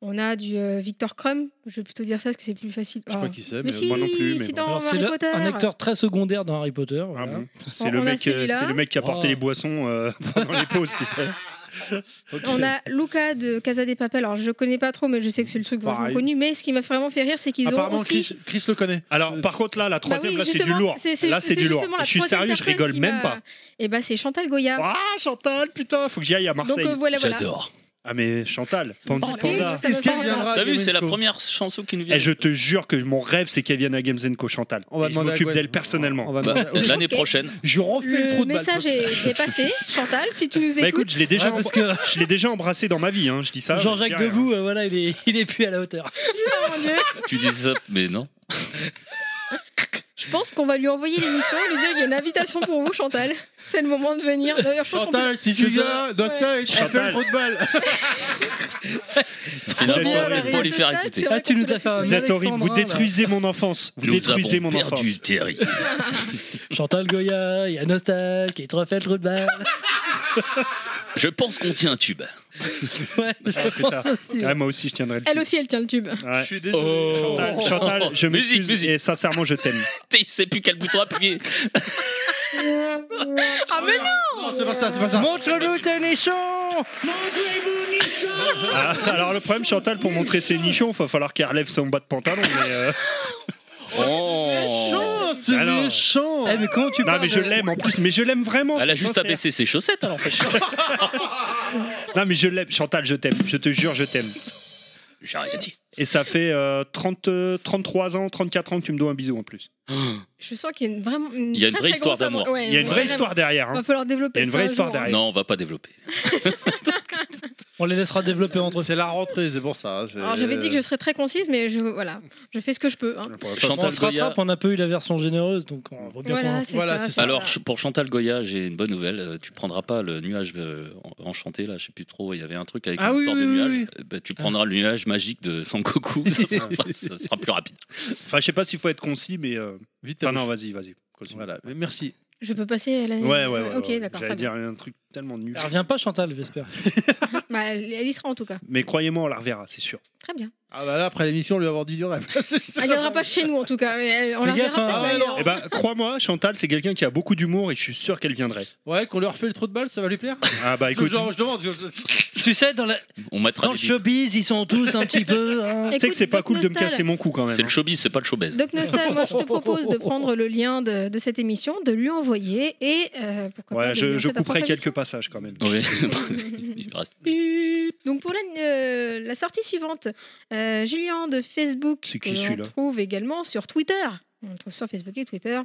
[SPEAKER 5] on a du euh, Victor Crumb. Je vais plutôt dire ça parce que c'est plus facile.
[SPEAKER 3] Je sais
[SPEAKER 5] Ah.
[SPEAKER 3] pas qui c'est,
[SPEAKER 5] Mais
[SPEAKER 3] mais
[SPEAKER 5] si,
[SPEAKER 4] moi non plus, mais
[SPEAKER 5] si
[SPEAKER 4] bon.
[SPEAKER 5] dans
[SPEAKER 6] Alors, c'est
[SPEAKER 5] Harry
[SPEAKER 6] le-
[SPEAKER 5] Potter.
[SPEAKER 6] un acteur très secondaire dans Harry Potter.
[SPEAKER 4] Ah
[SPEAKER 6] voilà.
[SPEAKER 4] bon c'est
[SPEAKER 5] On
[SPEAKER 4] le,
[SPEAKER 5] a
[SPEAKER 4] mec, euh,
[SPEAKER 5] celui-là.
[SPEAKER 4] c'est le mec qui a porté
[SPEAKER 6] Oh.
[SPEAKER 4] les boissons euh, pendant les pauses, tu sais.
[SPEAKER 5] On a Luca de Casa des Papel. Alors, je connais pas trop, mais je sais que c'est le truc
[SPEAKER 3] Pareil.
[SPEAKER 5] vraiment connu. Mais ce qui m'a vraiment fait rire, c'est qu'ils ont
[SPEAKER 3] Apparemment,
[SPEAKER 5] aussi.
[SPEAKER 3] Ah, Chris, Chris le connaît.
[SPEAKER 4] Alors par contre là, la
[SPEAKER 5] Bah
[SPEAKER 4] troisième,
[SPEAKER 5] oui,
[SPEAKER 4] là c'est du
[SPEAKER 5] justement,
[SPEAKER 4] lourd. là c'est du lourd.
[SPEAKER 5] justement la
[SPEAKER 4] Je suis
[SPEAKER 5] troisième
[SPEAKER 4] sérieux, je
[SPEAKER 5] personne
[SPEAKER 4] rigole
[SPEAKER 5] qui
[SPEAKER 4] même
[SPEAKER 5] m'a-
[SPEAKER 4] pas.
[SPEAKER 5] Eh ben, c'est Chantal Goya.
[SPEAKER 4] Ah Chantal, putain, faut que j'y aille à
[SPEAKER 5] Donc
[SPEAKER 4] Marseille.
[SPEAKER 5] euh, voilà, voilà.
[SPEAKER 7] J'adore.
[SPEAKER 4] Ah mais Chantal, Panda.
[SPEAKER 5] Voilà.
[SPEAKER 4] Panda.
[SPEAKER 5] Oui, ça me
[SPEAKER 3] Est-ce qu'elle
[SPEAKER 5] fait rire.
[SPEAKER 3] viendra
[SPEAKER 7] T'as vu,
[SPEAKER 3] Gamesco
[SPEAKER 7] c'est la première chanson qui nous vient.
[SPEAKER 4] Et Eh, je te jure que mon rêve c'est qu'elle vienne à Games Co Chantal.
[SPEAKER 3] On va
[SPEAKER 4] Et je
[SPEAKER 3] demander à
[SPEAKER 4] m'occupe
[SPEAKER 3] Gwen.
[SPEAKER 4] d'elle
[SPEAKER 3] On
[SPEAKER 4] personnellement.
[SPEAKER 3] va
[SPEAKER 7] Bah,
[SPEAKER 3] demander-
[SPEAKER 7] L'année
[SPEAKER 5] Ok.
[SPEAKER 7] prochaine.
[SPEAKER 3] Je refais le,
[SPEAKER 5] Le
[SPEAKER 3] trou de balle.
[SPEAKER 5] message est, est passé. Chantal, si tu nous écoutes.
[SPEAKER 4] Bah écoute, je l'ai déjà,
[SPEAKER 6] Ouais, parce
[SPEAKER 4] embr-
[SPEAKER 6] que
[SPEAKER 4] je l'ai déjà embrassé dans ma vie, hein, je dis ça.
[SPEAKER 6] Jean-Jacques
[SPEAKER 4] mais- hein.
[SPEAKER 6] Debout, euh, voilà, il est, il est plus à la hauteur.
[SPEAKER 5] mon Dieu.
[SPEAKER 7] Tu dis ça, mais non.
[SPEAKER 5] Je pense qu'on va lui envoyer l'émission et lui dire il y a une invitation pour vous, Chantal. C'est le moment de venir. D'ailleurs, je pense qu'on peut-
[SPEAKER 3] Chantal, si tu viens, dans ce cas, tu fais le
[SPEAKER 4] Chantal.
[SPEAKER 3] trou de balle.
[SPEAKER 7] Finalement,
[SPEAKER 4] bien, la
[SPEAKER 7] pour, pour les
[SPEAKER 5] réalité.
[SPEAKER 7] faire
[SPEAKER 5] Ça,
[SPEAKER 7] écouter.
[SPEAKER 5] c'est
[SPEAKER 6] Ah, tu nous as fait un
[SPEAKER 4] Vous êtes horrible, vous
[SPEAKER 6] Alexandrin, là.
[SPEAKER 4] détruisez mon enfance. Vous
[SPEAKER 7] Nous
[SPEAKER 4] détruisez
[SPEAKER 7] avons
[SPEAKER 4] mon enfance.
[SPEAKER 7] perdu Terry.
[SPEAKER 6] Chantal Goya, il y a Nostal qui te refait le trou de balle.
[SPEAKER 7] Je pense qu'on tient un tube.
[SPEAKER 6] Ouais, je
[SPEAKER 4] putain.
[SPEAKER 6] pense aussi.
[SPEAKER 4] Ah, moi aussi, je tiendrai le
[SPEAKER 5] Elle
[SPEAKER 4] fil.
[SPEAKER 5] aussi, elle tient le tube.
[SPEAKER 4] Ouais.
[SPEAKER 3] Je suis désolé.
[SPEAKER 7] Oh
[SPEAKER 4] Chantal, Chantal, je
[SPEAKER 7] Musique,
[SPEAKER 4] m'excuse
[SPEAKER 7] musique.
[SPEAKER 4] et sincèrement, je t'aime.
[SPEAKER 7] Il sait plus quel bouton appuyer.
[SPEAKER 5] Ah, mais non
[SPEAKER 3] Oh, Non, c'est pas ça, c'est pas ça.
[SPEAKER 6] Montre-nous tes nichons
[SPEAKER 4] Ah, alors, le problème, Chantal, pour montrer ses nichons, il va falloir qu'elle relève son bas de pantalon. Mais euh,
[SPEAKER 7] Oh.
[SPEAKER 3] Méchant, c'est
[SPEAKER 4] Ah non.
[SPEAKER 3] méchant.
[SPEAKER 6] Eh, mais comment tu
[SPEAKER 4] Non,
[SPEAKER 6] parles
[SPEAKER 4] mais je
[SPEAKER 6] de-
[SPEAKER 4] l'aime en plus, mais je l'aime vraiment.
[SPEAKER 7] Elle a
[SPEAKER 4] c'est
[SPEAKER 7] juste
[SPEAKER 4] sincère.
[SPEAKER 7] abaissé ses chaussettes alors.
[SPEAKER 4] Non, mais je l'aime. Chantal, je t'aime. Je te jure, je t'aime.
[SPEAKER 7] J'ai rien dit.
[SPEAKER 4] Et ça fait euh, 30, euh, 33 ans, 34 ans que tu me dois un bisou en plus.
[SPEAKER 5] Je sens qu'il y a une, vraiment une
[SPEAKER 7] Il y a une
[SPEAKER 5] très,
[SPEAKER 7] vraie
[SPEAKER 5] très
[SPEAKER 7] histoire
[SPEAKER 5] grosse
[SPEAKER 7] d'amour.
[SPEAKER 5] amour- ouais,
[SPEAKER 4] Il y a une vraie
[SPEAKER 5] vraiment.
[SPEAKER 4] histoire derrière. hein.
[SPEAKER 5] Va falloir développer.
[SPEAKER 4] Il y a une
[SPEAKER 5] ça
[SPEAKER 4] vraie
[SPEAKER 5] un
[SPEAKER 4] histoire
[SPEAKER 5] jour, hein.
[SPEAKER 4] derrière.
[SPEAKER 7] Non, on va pas développer.
[SPEAKER 6] On les laissera développer entre
[SPEAKER 3] C'est la rentrée, c'est pour ça. hein, c'est-
[SPEAKER 5] Alors j'avais dit que je serais très concise, mais je, voilà, je fais ce que je peux. hein.
[SPEAKER 6] On
[SPEAKER 7] Chantal
[SPEAKER 6] se
[SPEAKER 7] Goya.
[SPEAKER 6] rattrape, on n'a pas eu la version généreuse, donc on voit bien
[SPEAKER 5] Voilà,
[SPEAKER 6] qu'on-
[SPEAKER 5] c'est
[SPEAKER 3] Voilà,
[SPEAKER 5] ça.
[SPEAKER 3] c'est
[SPEAKER 5] c'est
[SPEAKER 7] Alors
[SPEAKER 5] ça.
[SPEAKER 7] ch- pour Chantal Goya, j'ai une bonne nouvelle. Euh, Tu prendras pas le nuage euh, en- enchanté là, je sais plus trop. Il y avait un truc avec
[SPEAKER 3] Ah oui,
[SPEAKER 7] l'histoire
[SPEAKER 3] oui,
[SPEAKER 7] des
[SPEAKER 3] oui,
[SPEAKER 7] nuages.
[SPEAKER 3] oui.
[SPEAKER 7] Euh, bah, tu prendras le nuage magique de Sankoku. ça, sera, ça sera plus rapide.
[SPEAKER 4] Enfin, je sais pas s'il faut être concis, mais. euh,
[SPEAKER 3] Vite,
[SPEAKER 4] Enfin,
[SPEAKER 3] à
[SPEAKER 4] non,
[SPEAKER 3] gauche.
[SPEAKER 4] vas-y, vas-y. continue.
[SPEAKER 3] Voilà, mais merci.
[SPEAKER 5] Je peux passer à l'année.
[SPEAKER 4] Ouais, ouais, ouais.
[SPEAKER 5] Ok,
[SPEAKER 4] ouais.
[SPEAKER 5] d'accord. très
[SPEAKER 4] J'allais dire un truc tellement nul.
[SPEAKER 6] Elle revient pas, Chantal, j'espère.
[SPEAKER 5] bien. Bah, elle elle y sera en tout cas.
[SPEAKER 4] Mais croyez-moi, on la reverra, c'est sûr.
[SPEAKER 5] Très bien.
[SPEAKER 3] Ah bah là, après l'émission, on lui va avoir dit du rêve. C'est sûr.
[SPEAKER 5] Elle viendra pas chez nous en tout cas. mais elle- On
[SPEAKER 6] Fais
[SPEAKER 5] la
[SPEAKER 6] gaffe,
[SPEAKER 5] verra
[SPEAKER 6] hein.
[SPEAKER 5] peut-être
[SPEAKER 3] Ah ouais,
[SPEAKER 5] ailleurs.
[SPEAKER 3] non.
[SPEAKER 4] Eh ben, crois-moi, Chantal, c'est quelqu'un qui a beaucoup d'humour et je suis sûr qu'elle viendrait.
[SPEAKER 3] Ouais, qu'on lui refait le trou de balle, ça va lui plaire
[SPEAKER 4] Ah bah
[SPEAKER 3] Ce
[SPEAKER 4] écoute,
[SPEAKER 3] genre, je demande. je- je-
[SPEAKER 6] hein. Tu sais, dans, la-
[SPEAKER 7] On mettra.
[SPEAKER 6] dans le
[SPEAKER 7] les-
[SPEAKER 6] showbiz, ils sont tous un petit peu. hein.
[SPEAKER 4] tu sais que c'est pas
[SPEAKER 5] Écoute,
[SPEAKER 4] cool de me
[SPEAKER 5] Nostal,
[SPEAKER 4] casser mon cou quand même. hein.
[SPEAKER 7] C'est le showbiz, c'est pas le showbiz.
[SPEAKER 5] Doc Nostal, moi je te propose de prendre le lien de, de cette émission, de lui envoyer et euh, pourquoi
[SPEAKER 4] Ouais,
[SPEAKER 5] pas. de lui
[SPEAKER 4] je, je
[SPEAKER 5] lancer ta
[SPEAKER 4] couperai
[SPEAKER 5] propre
[SPEAKER 4] quelques passages quand même.
[SPEAKER 7] Oui.
[SPEAKER 5] émission.
[SPEAKER 7] Il reste-
[SPEAKER 5] Donc pour la, euh, la sortie suivante, euh, Julien de Facebook,
[SPEAKER 4] C'est
[SPEAKER 5] que
[SPEAKER 4] qui,
[SPEAKER 5] l'on
[SPEAKER 4] celui-là
[SPEAKER 5] trouve également sur Twitter. On le trouve sur Facebook et Twitter.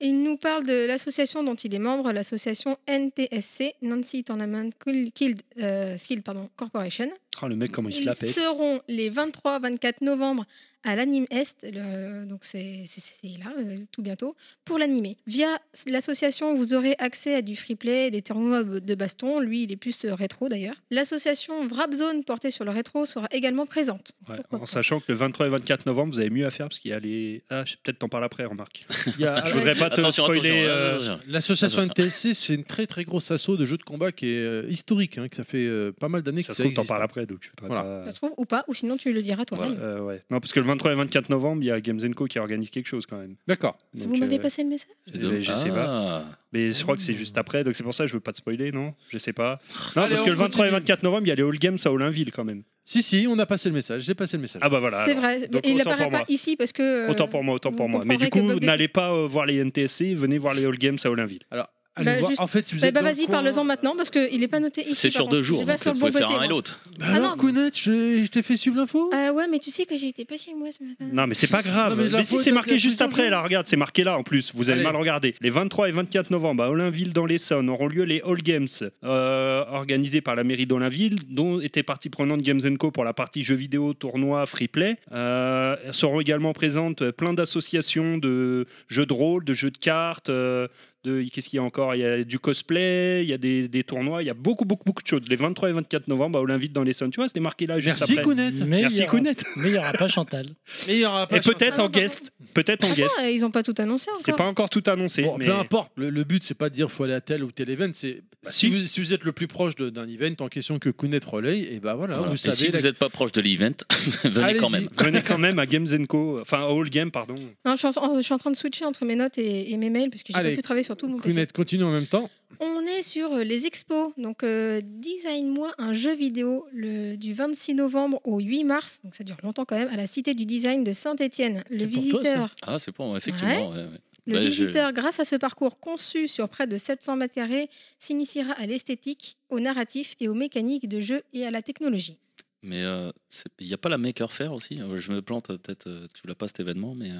[SPEAKER 5] Et il nous parle de l'association dont il est membre, l'association NTSC, Nancy Tournament Kill- Killed, euh, Skill pardon, Corporation.
[SPEAKER 4] Oh, le mec, comment il se
[SPEAKER 5] Ils
[SPEAKER 4] la pète.
[SPEAKER 5] seront les 23-24 novembre à l'Anime Est, le- donc c'est c'est- c'est là, euh, tout bientôt, pour l'animer. Via l'association, vous aurez accès à du free play, des tournois b- de baston. Lui, il est plus euh, rétro d'ailleurs. L'association Vrabzone, portée sur le rétro, sera également présente.
[SPEAKER 4] Ouais,
[SPEAKER 5] Pourquoi
[SPEAKER 4] en
[SPEAKER 5] pas.
[SPEAKER 4] sachant que le 23 et 24 novembre, vous avez mieux à faire parce qu'il y a les. Ah, je- peut-être t'en parles après, remarque.
[SPEAKER 3] Il y a-
[SPEAKER 4] Je voudrais pas te
[SPEAKER 7] Attention, attention,
[SPEAKER 4] spoiler. euh,
[SPEAKER 7] attention.
[SPEAKER 3] L'association
[SPEAKER 7] Attends,
[SPEAKER 3] NTSC, c'est une très très grosse asso de jeux de combat qui est euh, historique, hein, que ça fait euh, pas mal d'années que
[SPEAKER 4] Ça
[SPEAKER 3] ça,
[SPEAKER 4] se trouve, t'en
[SPEAKER 3] existe.
[SPEAKER 4] parles après. après, donc je voudrais
[SPEAKER 3] Voilà.
[SPEAKER 4] pas-
[SPEAKER 5] Ça se trouve ou pas, ou sinon tu le diras toi-même.
[SPEAKER 4] Euh, ouais. Non, parce que le 23 et 24 novembre, il y a Games Co qui organise quelque chose quand même.
[SPEAKER 3] D'accord.
[SPEAKER 4] Donc,
[SPEAKER 5] Vous m'avez
[SPEAKER 4] euh,
[SPEAKER 5] passé le message
[SPEAKER 7] C'est
[SPEAKER 4] mais Je sais pas.
[SPEAKER 7] Ah.
[SPEAKER 4] Mais je crois que c'est juste après, donc c'est pour ça que je veux pas te spoiler, non Je sais pas. Non,
[SPEAKER 3] Allez,
[SPEAKER 4] parce
[SPEAKER 3] on
[SPEAKER 4] que le 23 et
[SPEAKER 3] continue.
[SPEAKER 4] 24 novembre, il y a les All Games à Olinville quand même.
[SPEAKER 3] Si, si, on a passé le message. J'ai passé le message.
[SPEAKER 4] Ah bah voilà.
[SPEAKER 5] C'est
[SPEAKER 4] alors.
[SPEAKER 5] vrai.
[SPEAKER 4] Donc,
[SPEAKER 5] il
[SPEAKER 4] autant pour
[SPEAKER 5] n'apparaît pas
[SPEAKER 4] moi.
[SPEAKER 5] ici parce que. euh,
[SPEAKER 4] Autant pour moi, autant
[SPEAKER 5] vous
[SPEAKER 4] pour moi. Mais du
[SPEAKER 5] comprendrez que
[SPEAKER 4] coup,
[SPEAKER 5] Bug-
[SPEAKER 4] n'allez pas euh, voir les NTSC, venez voir les All Games à Olinville.
[SPEAKER 3] Alors, allez
[SPEAKER 5] Bah,
[SPEAKER 3] voir.
[SPEAKER 5] juste-
[SPEAKER 3] En fait, si vous
[SPEAKER 5] Bah,
[SPEAKER 3] êtes.
[SPEAKER 5] bah,
[SPEAKER 3] dans le
[SPEAKER 5] vas-y,
[SPEAKER 3] coin-
[SPEAKER 4] hein.
[SPEAKER 5] parle-en maintenant parce qu'il n'est pas noté ici.
[SPEAKER 7] C'est
[SPEAKER 5] par
[SPEAKER 7] sur
[SPEAKER 5] contre.
[SPEAKER 7] deux jours,
[SPEAKER 5] Je vais
[SPEAKER 7] donc
[SPEAKER 5] sur
[SPEAKER 7] vous
[SPEAKER 5] le bon
[SPEAKER 7] pouvez faire
[SPEAKER 5] PC,
[SPEAKER 7] un et
[SPEAKER 5] moi.
[SPEAKER 7] l'autre.
[SPEAKER 3] Bah
[SPEAKER 5] Ah
[SPEAKER 3] alors,
[SPEAKER 5] non.
[SPEAKER 3] Gounette, je, je t'ai fait suivre l'info.
[SPEAKER 5] Ah ouais, mais tu sais que j'étais pas chez moi ce matin.
[SPEAKER 4] Non, mais c'est pas grave.
[SPEAKER 3] Non, mais
[SPEAKER 4] mais
[SPEAKER 3] la
[SPEAKER 4] si
[SPEAKER 3] faute,
[SPEAKER 4] c'est
[SPEAKER 3] la
[SPEAKER 4] marqué
[SPEAKER 3] faute,
[SPEAKER 4] juste
[SPEAKER 3] la
[SPEAKER 4] après,
[SPEAKER 3] faute.
[SPEAKER 4] là, regarde, c'est marqué là en plus. Vous avez
[SPEAKER 3] Allez.
[SPEAKER 4] mal regardé. Les 23 et 24 novembre à Olinville, dans l'Essonne, auront lieu les All Games, euh, organisés par la mairie d'Olinville, dont était partie prenante Games Co pour la partie jeux vidéo, tournoi, free play. Euh, seront également présentes plein d'associations de jeux de rôle, de jeux de cartes. euh, de, Qu'est-ce qu'il y a encore Il y a du cosplay, il y a des, des tournois, il y a beaucoup, beaucoup, beaucoup de choses. Les 23 et 24 novembre à Olinville dans l'Essonne. Tu vois, c'était marqué là juste
[SPEAKER 3] Merci,
[SPEAKER 4] après.
[SPEAKER 3] Gounette.
[SPEAKER 6] Mais il y
[SPEAKER 4] Merci,
[SPEAKER 6] aura-
[SPEAKER 4] Kounet.
[SPEAKER 6] Mais il n'y aura pas Chantal.
[SPEAKER 3] Et, il y aura pas
[SPEAKER 4] Et
[SPEAKER 3] de chance.
[SPEAKER 4] peut-être en guest. Peut-être en
[SPEAKER 5] Attends,
[SPEAKER 4] guest.
[SPEAKER 5] euh, ils n'ont pas tout annoncé encore.
[SPEAKER 4] Ah C'est pas encore tout annoncé.
[SPEAKER 3] Bon,
[SPEAKER 4] mais... Bah
[SPEAKER 3] Peu importe, le, le but c'est pas de dire faut aller à tel ou tel event, c'est si,
[SPEAKER 4] si.
[SPEAKER 3] vous, si vous êtes le plus proche de- d'un event en question que Kounet relaye, et bah voilà,
[SPEAKER 7] Voilà.
[SPEAKER 3] vous
[SPEAKER 7] Et
[SPEAKER 3] savez.
[SPEAKER 7] si
[SPEAKER 3] la-
[SPEAKER 7] vous n'êtes pas proche de l'event, venez quand
[SPEAKER 3] Allez-y.
[SPEAKER 7] même.
[SPEAKER 4] Venez quand même à Games Co. Enfin, à All Game, pardon.
[SPEAKER 5] Non, je, suis en, je suis en train de switcher entre mes notes et, et mes mails parce que j'ai
[SPEAKER 3] Allez.
[SPEAKER 5] pas pu travailler sur tout mon PC.
[SPEAKER 3] Kounet continue en même temps.
[SPEAKER 5] On est sur euh, les expos. Donc, euh, Design-moi un jeu vidéo le, du 26 novembre au 8 mars. Donc, ça dure longtemps quand même, à la Cité du Design de Saint-Etienne. Le
[SPEAKER 6] C'est pour toi,
[SPEAKER 5] visiteur,
[SPEAKER 7] Ah, c'est pour moi, effectivement. ouais, ouais.
[SPEAKER 5] le
[SPEAKER 7] Bah, je-
[SPEAKER 5] visiteur grâce à ce parcours conçu sur près de 700 mètres carrés, s'initiera à l'esthétique, au narratif et aux mécaniques de jeu et à la technologie.
[SPEAKER 7] Mais euh, c'est- il n'y a pas la Maker Faire aussi. Euh, Je me plante, euh, peut-être euh, tu l'as pas cet événement, mais. euh,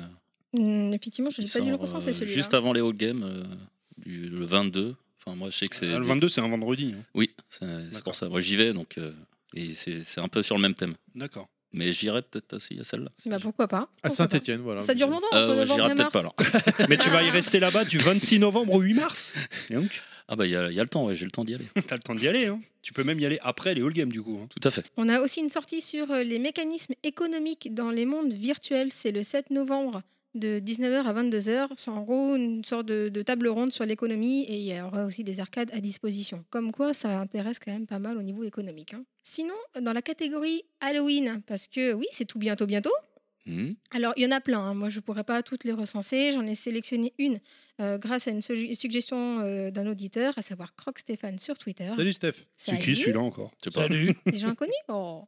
[SPEAKER 5] Hum, effectivement, je
[SPEAKER 7] il
[SPEAKER 5] n'ai pas dit le
[SPEAKER 7] sort,
[SPEAKER 5] consent,
[SPEAKER 7] euh,
[SPEAKER 5] c'est celui-là.
[SPEAKER 7] Juste avant les Old Games, euh, du- le 22. Enfin, moi, je sais que c'est.
[SPEAKER 4] Ah, le 22, c'est un vendredi. hein.
[SPEAKER 7] Oui, c'est c'est pour ça. Moi, j'y vais, donc. euh, et c'est c'est un peu sur le même thème.
[SPEAKER 4] D'accord.
[SPEAKER 7] Mais j'irai peut-être aussi à celle-là.
[SPEAKER 5] Bah, pourquoi pas
[SPEAKER 3] À
[SPEAKER 5] pourquoi pas.
[SPEAKER 3] Saint-Etienne, voilà.
[SPEAKER 5] Ça dure longtemps,
[SPEAKER 7] Euh,
[SPEAKER 5] entre
[SPEAKER 7] ouais,
[SPEAKER 5] novembre
[SPEAKER 7] j'irai
[SPEAKER 5] et
[SPEAKER 7] peut-être
[SPEAKER 5] mars.
[SPEAKER 7] pas alors.
[SPEAKER 4] Mais tu vas y rester là-bas du 26 novembre au 8 mars. Et donc,
[SPEAKER 7] Ah, bah, il y, a il y a le temps, ouais, j'ai le temps d'y aller.
[SPEAKER 4] t'as le temps d'y aller. hein. Tu peux même y aller après les All Games, du coup. hein.
[SPEAKER 7] Tout à fait.
[SPEAKER 5] On a aussi une sortie sur euh, les mécanismes économiques dans les mondes virtuels. C'est le 7 novembre de 19h à 22h. C'est en gros une sorte de, de table ronde sur l'économie et il y aura aussi des arcades à disposition. Comme quoi, ça intéresse quand même pas mal au niveau économique. hein. Sinon, dans la catégorie Halloween, parce que oui, c'est tout bientôt bientôt.
[SPEAKER 7] Hmm.
[SPEAKER 5] Alors, il y en a plein. hein. Moi, je ne pourrais pas toutes les recenser. J'en ai sélectionné une euh, grâce à une su- suggestion euh, d'un auditeur, à savoir Croc Stéphane sur Twitter.
[SPEAKER 3] Salut Steph.
[SPEAKER 4] C'est qui
[SPEAKER 5] Salut.
[SPEAKER 4] celui-là encore
[SPEAKER 7] Je sais pas.
[SPEAKER 6] Salut.
[SPEAKER 5] Des gens inconnus Oh.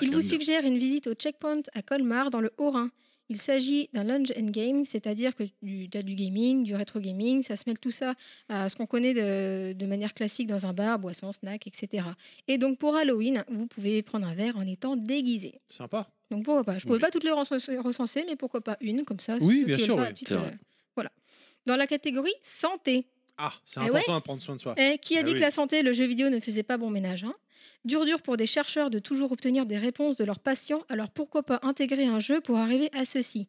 [SPEAKER 5] Il
[SPEAKER 7] Ah,
[SPEAKER 5] vous
[SPEAKER 7] bien.
[SPEAKER 5] suggère une visite au checkpoint à Colmar dans le Haut-Rhin. Il s'agit d'un lunge and game, c'est-à-dire que tu as du gaming, du rétro gaming, ça se mêle tout ça à ce qu'on connaît de, de manière classique dans un bar, boisson, snack, etc. Et donc pour Halloween, vous pouvez prendre un verre en étant déguisé.
[SPEAKER 3] Sympa.
[SPEAKER 5] Donc pourquoi pas Je ne pouvais
[SPEAKER 3] Oui.
[SPEAKER 5] pas toutes les recenser- recenser, mais pourquoi pas une comme ça
[SPEAKER 3] Oui,
[SPEAKER 5] ceux
[SPEAKER 3] bien
[SPEAKER 5] qui veulent
[SPEAKER 3] sûr,
[SPEAKER 5] faire
[SPEAKER 3] oui.
[SPEAKER 5] la petite,
[SPEAKER 7] C'est vrai.
[SPEAKER 5] euh, voilà. Dans la catégorie santé,
[SPEAKER 3] Ah, c'est
[SPEAKER 5] Eh
[SPEAKER 3] important à prendre soin de soi.
[SPEAKER 5] eh, qui a
[SPEAKER 3] Ah
[SPEAKER 5] dit
[SPEAKER 3] oui.
[SPEAKER 5] que la santé et le jeu vidéo ne faisaient pas bon ménage hein Dur dur pour des chercheurs de toujours obtenir des réponses de leurs patients, alors pourquoi pas intégrer un jeu pour arriver à ceci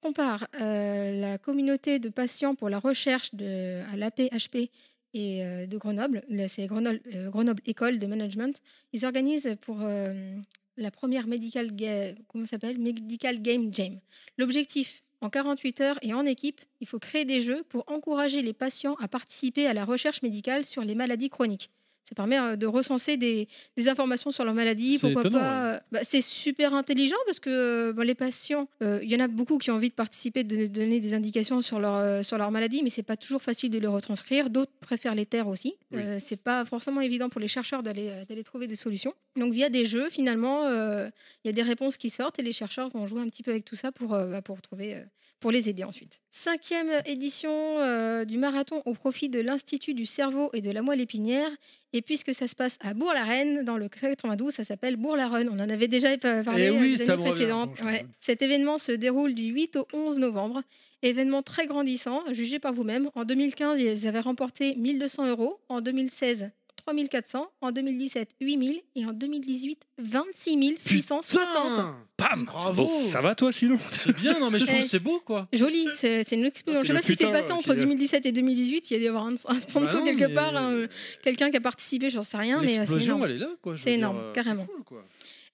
[SPEAKER 5] Compare euh, la communauté de patients pour la recherche de, à l'APHP et euh, de Grenoble, Là, c'est Grenoble, euh, Grenoble École de Management, ils organisent pour euh, la première Medical, Ga- comment ça s'appelle Medical Game Jam. L'objectif, en 48 heures et en équipe, il faut créer des jeux pour encourager les patients à participer à la recherche médicale sur les maladies chroniques. Ça permet euh, de recenser des, des informations sur leurs maladies.
[SPEAKER 3] C'est
[SPEAKER 5] Pourquoi
[SPEAKER 3] étonnant,
[SPEAKER 5] pas euh, bah, C'est super intelligent parce que euh, bon, les patients, euh, il y en a beaucoup qui ont envie de participer, de donner des indications sur leur, euh, sur leur maladie, mais c'est pas toujours facile de les retranscrire. D'autres préfèrent les taire aussi.
[SPEAKER 3] Oui.
[SPEAKER 5] Euh, c'est pas forcément évident pour les chercheurs d'aller euh, d'aller trouver des solutions. Donc via des jeux, finalement, euh, il y a des réponses qui sortent et les chercheurs vont jouer un petit peu avec tout ça pour, euh, bah, pour, trouver, euh, pour les aider ensuite. Cinquième édition euh, du marathon au profit de l'Institut du cerveau et de la moelle épinière. Et puisque ça se passe à Bourg-la-Reine, dans le 92, ça s'appelle Bourg-la-Reine. On en avait déjà pa- parlé
[SPEAKER 3] Eh
[SPEAKER 5] euh,
[SPEAKER 3] oui,
[SPEAKER 5] les
[SPEAKER 3] ça
[SPEAKER 5] années
[SPEAKER 3] me revient.
[SPEAKER 5] précédentes.
[SPEAKER 3] Bon, je
[SPEAKER 5] Ouais. Cet événement se déroule du 8 au 11 novembre. Événement très grandissant, jugé par vous-même. En 2015, ils avaient remporté 1200 euros. En 2016, 3400. En 2017, 8000. Et en 2018, 26 660.
[SPEAKER 3] Putain
[SPEAKER 4] Pam
[SPEAKER 3] Bravo
[SPEAKER 4] Ça va toi, sinon
[SPEAKER 3] C'est bien, non mais je trouve
[SPEAKER 5] Eh.
[SPEAKER 3] que c'est beau quoi.
[SPEAKER 5] Joli, c'est c'est une
[SPEAKER 4] Ah,
[SPEAKER 5] expérience. Je
[SPEAKER 4] c'est
[SPEAKER 5] sais
[SPEAKER 4] le
[SPEAKER 5] pas si
[SPEAKER 4] putain,
[SPEAKER 5] c'est passé
[SPEAKER 4] ouais,
[SPEAKER 5] entre
[SPEAKER 4] qui-
[SPEAKER 5] 2017 et 2018. Il y a dû y avoir un, un sponsor
[SPEAKER 3] Bah non,
[SPEAKER 5] quelque
[SPEAKER 3] mais,
[SPEAKER 5] part, un-
[SPEAKER 3] euh,
[SPEAKER 5] quelqu'un qui a participé, j'en sais rien. Mais euh, c'est
[SPEAKER 3] L'explosion,
[SPEAKER 5] énorme.
[SPEAKER 3] elle est là quoi. je veux
[SPEAKER 5] C'est
[SPEAKER 3] dire,
[SPEAKER 5] énorme,
[SPEAKER 3] euh,
[SPEAKER 5] carrément.
[SPEAKER 3] c'est cool, quoi.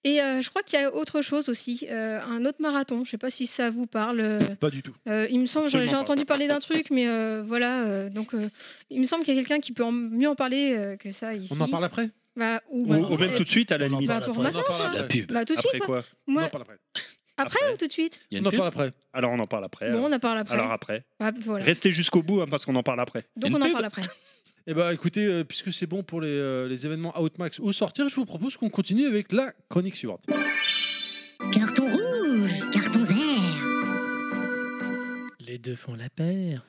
[SPEAKER 5] Et euh, je crois qu'il y a autre chose aussi, euh, un autre marathon. Je sais pas si ça vous parle. euh,
[SPEAKER 3] Pas du tout.
[SPEAKER 5] euh, il me semble, j'ai
[SPEAKER 4] Absolument
[SPEAKER 5] j'ai
[SPEAKER 4] pas.
[SPEAKER 5] entendu parler d'un truc, mais euh, voilà. euh, donc, euh, il me semble qu'il y a quelqu'un qui peut en- mieux en parler euh, que ça ici.
[SPEAKER 3] On en parle après
[SPEAKER 5] Bah, ou
[SPEAKER 4] Ou,
[SPEAKER 5] maintenant.
[SPEAKER 4] ou même tout de suite, à la
[SPEAKER 6] On en
[SPEAKER 4] limite.
[SPEAKER 5] Bah,
[SPEAKER 6] parle
[SPEAKER 5] pour
[SPEAKER 6] après.
[SPEAKER 5] maintenant,
[SPEAKER 3] On en parle
[SPEAKER 5] ça.
[SPEAKER 7] La pub.
[SPEAKER 5] Bah, tout de
[SPEAKER 4] Après
[SPEAKER 5] suite, quoi.
[SPEAKER 4] quoi
[SPEAKER 3] On
[SPEAKER 5] Moi,
[SPEAKER 3] en parle après.
[SPEAKER 5] après,
[SPEAKER 4] Après.
[SPEAKER 5] ou tout de suite
[SPEAKER 7] Il y a
[SPEAKER 3] On
[SPEAKER 7] une
[SPEAKER 3] en
[SPEAKER 7] pub.
[SPEAKER 3] parle après.
[SPEAKER 4] Alors, on en parle après.
[SPEAKER 5] Bon, on en parle après.
[SPEAKER 4] Alors, après.
[SPEAKER 5] Bah, voilà.
[SPEAKER 4] Restez jusqu'au bout, hein, parce qu'on en parle après.
[SPEAKER 5] Donc,
[SPEAKER 7] Une
[SPEAKER 5] on en
[SPEAKER 7] pub.
[SPEAKER 5] parle après.
[SPEAKER 3] Eh ben, écoutez, euh, puisque c'est bon pour les, euh, les événements Outmax ou sortir, je vous propose qu'on continue avec la chronique suivante.
[SPEAKER 1] Carton rouge, carton vert.
[SPEAKER 6] Les deux font la paire.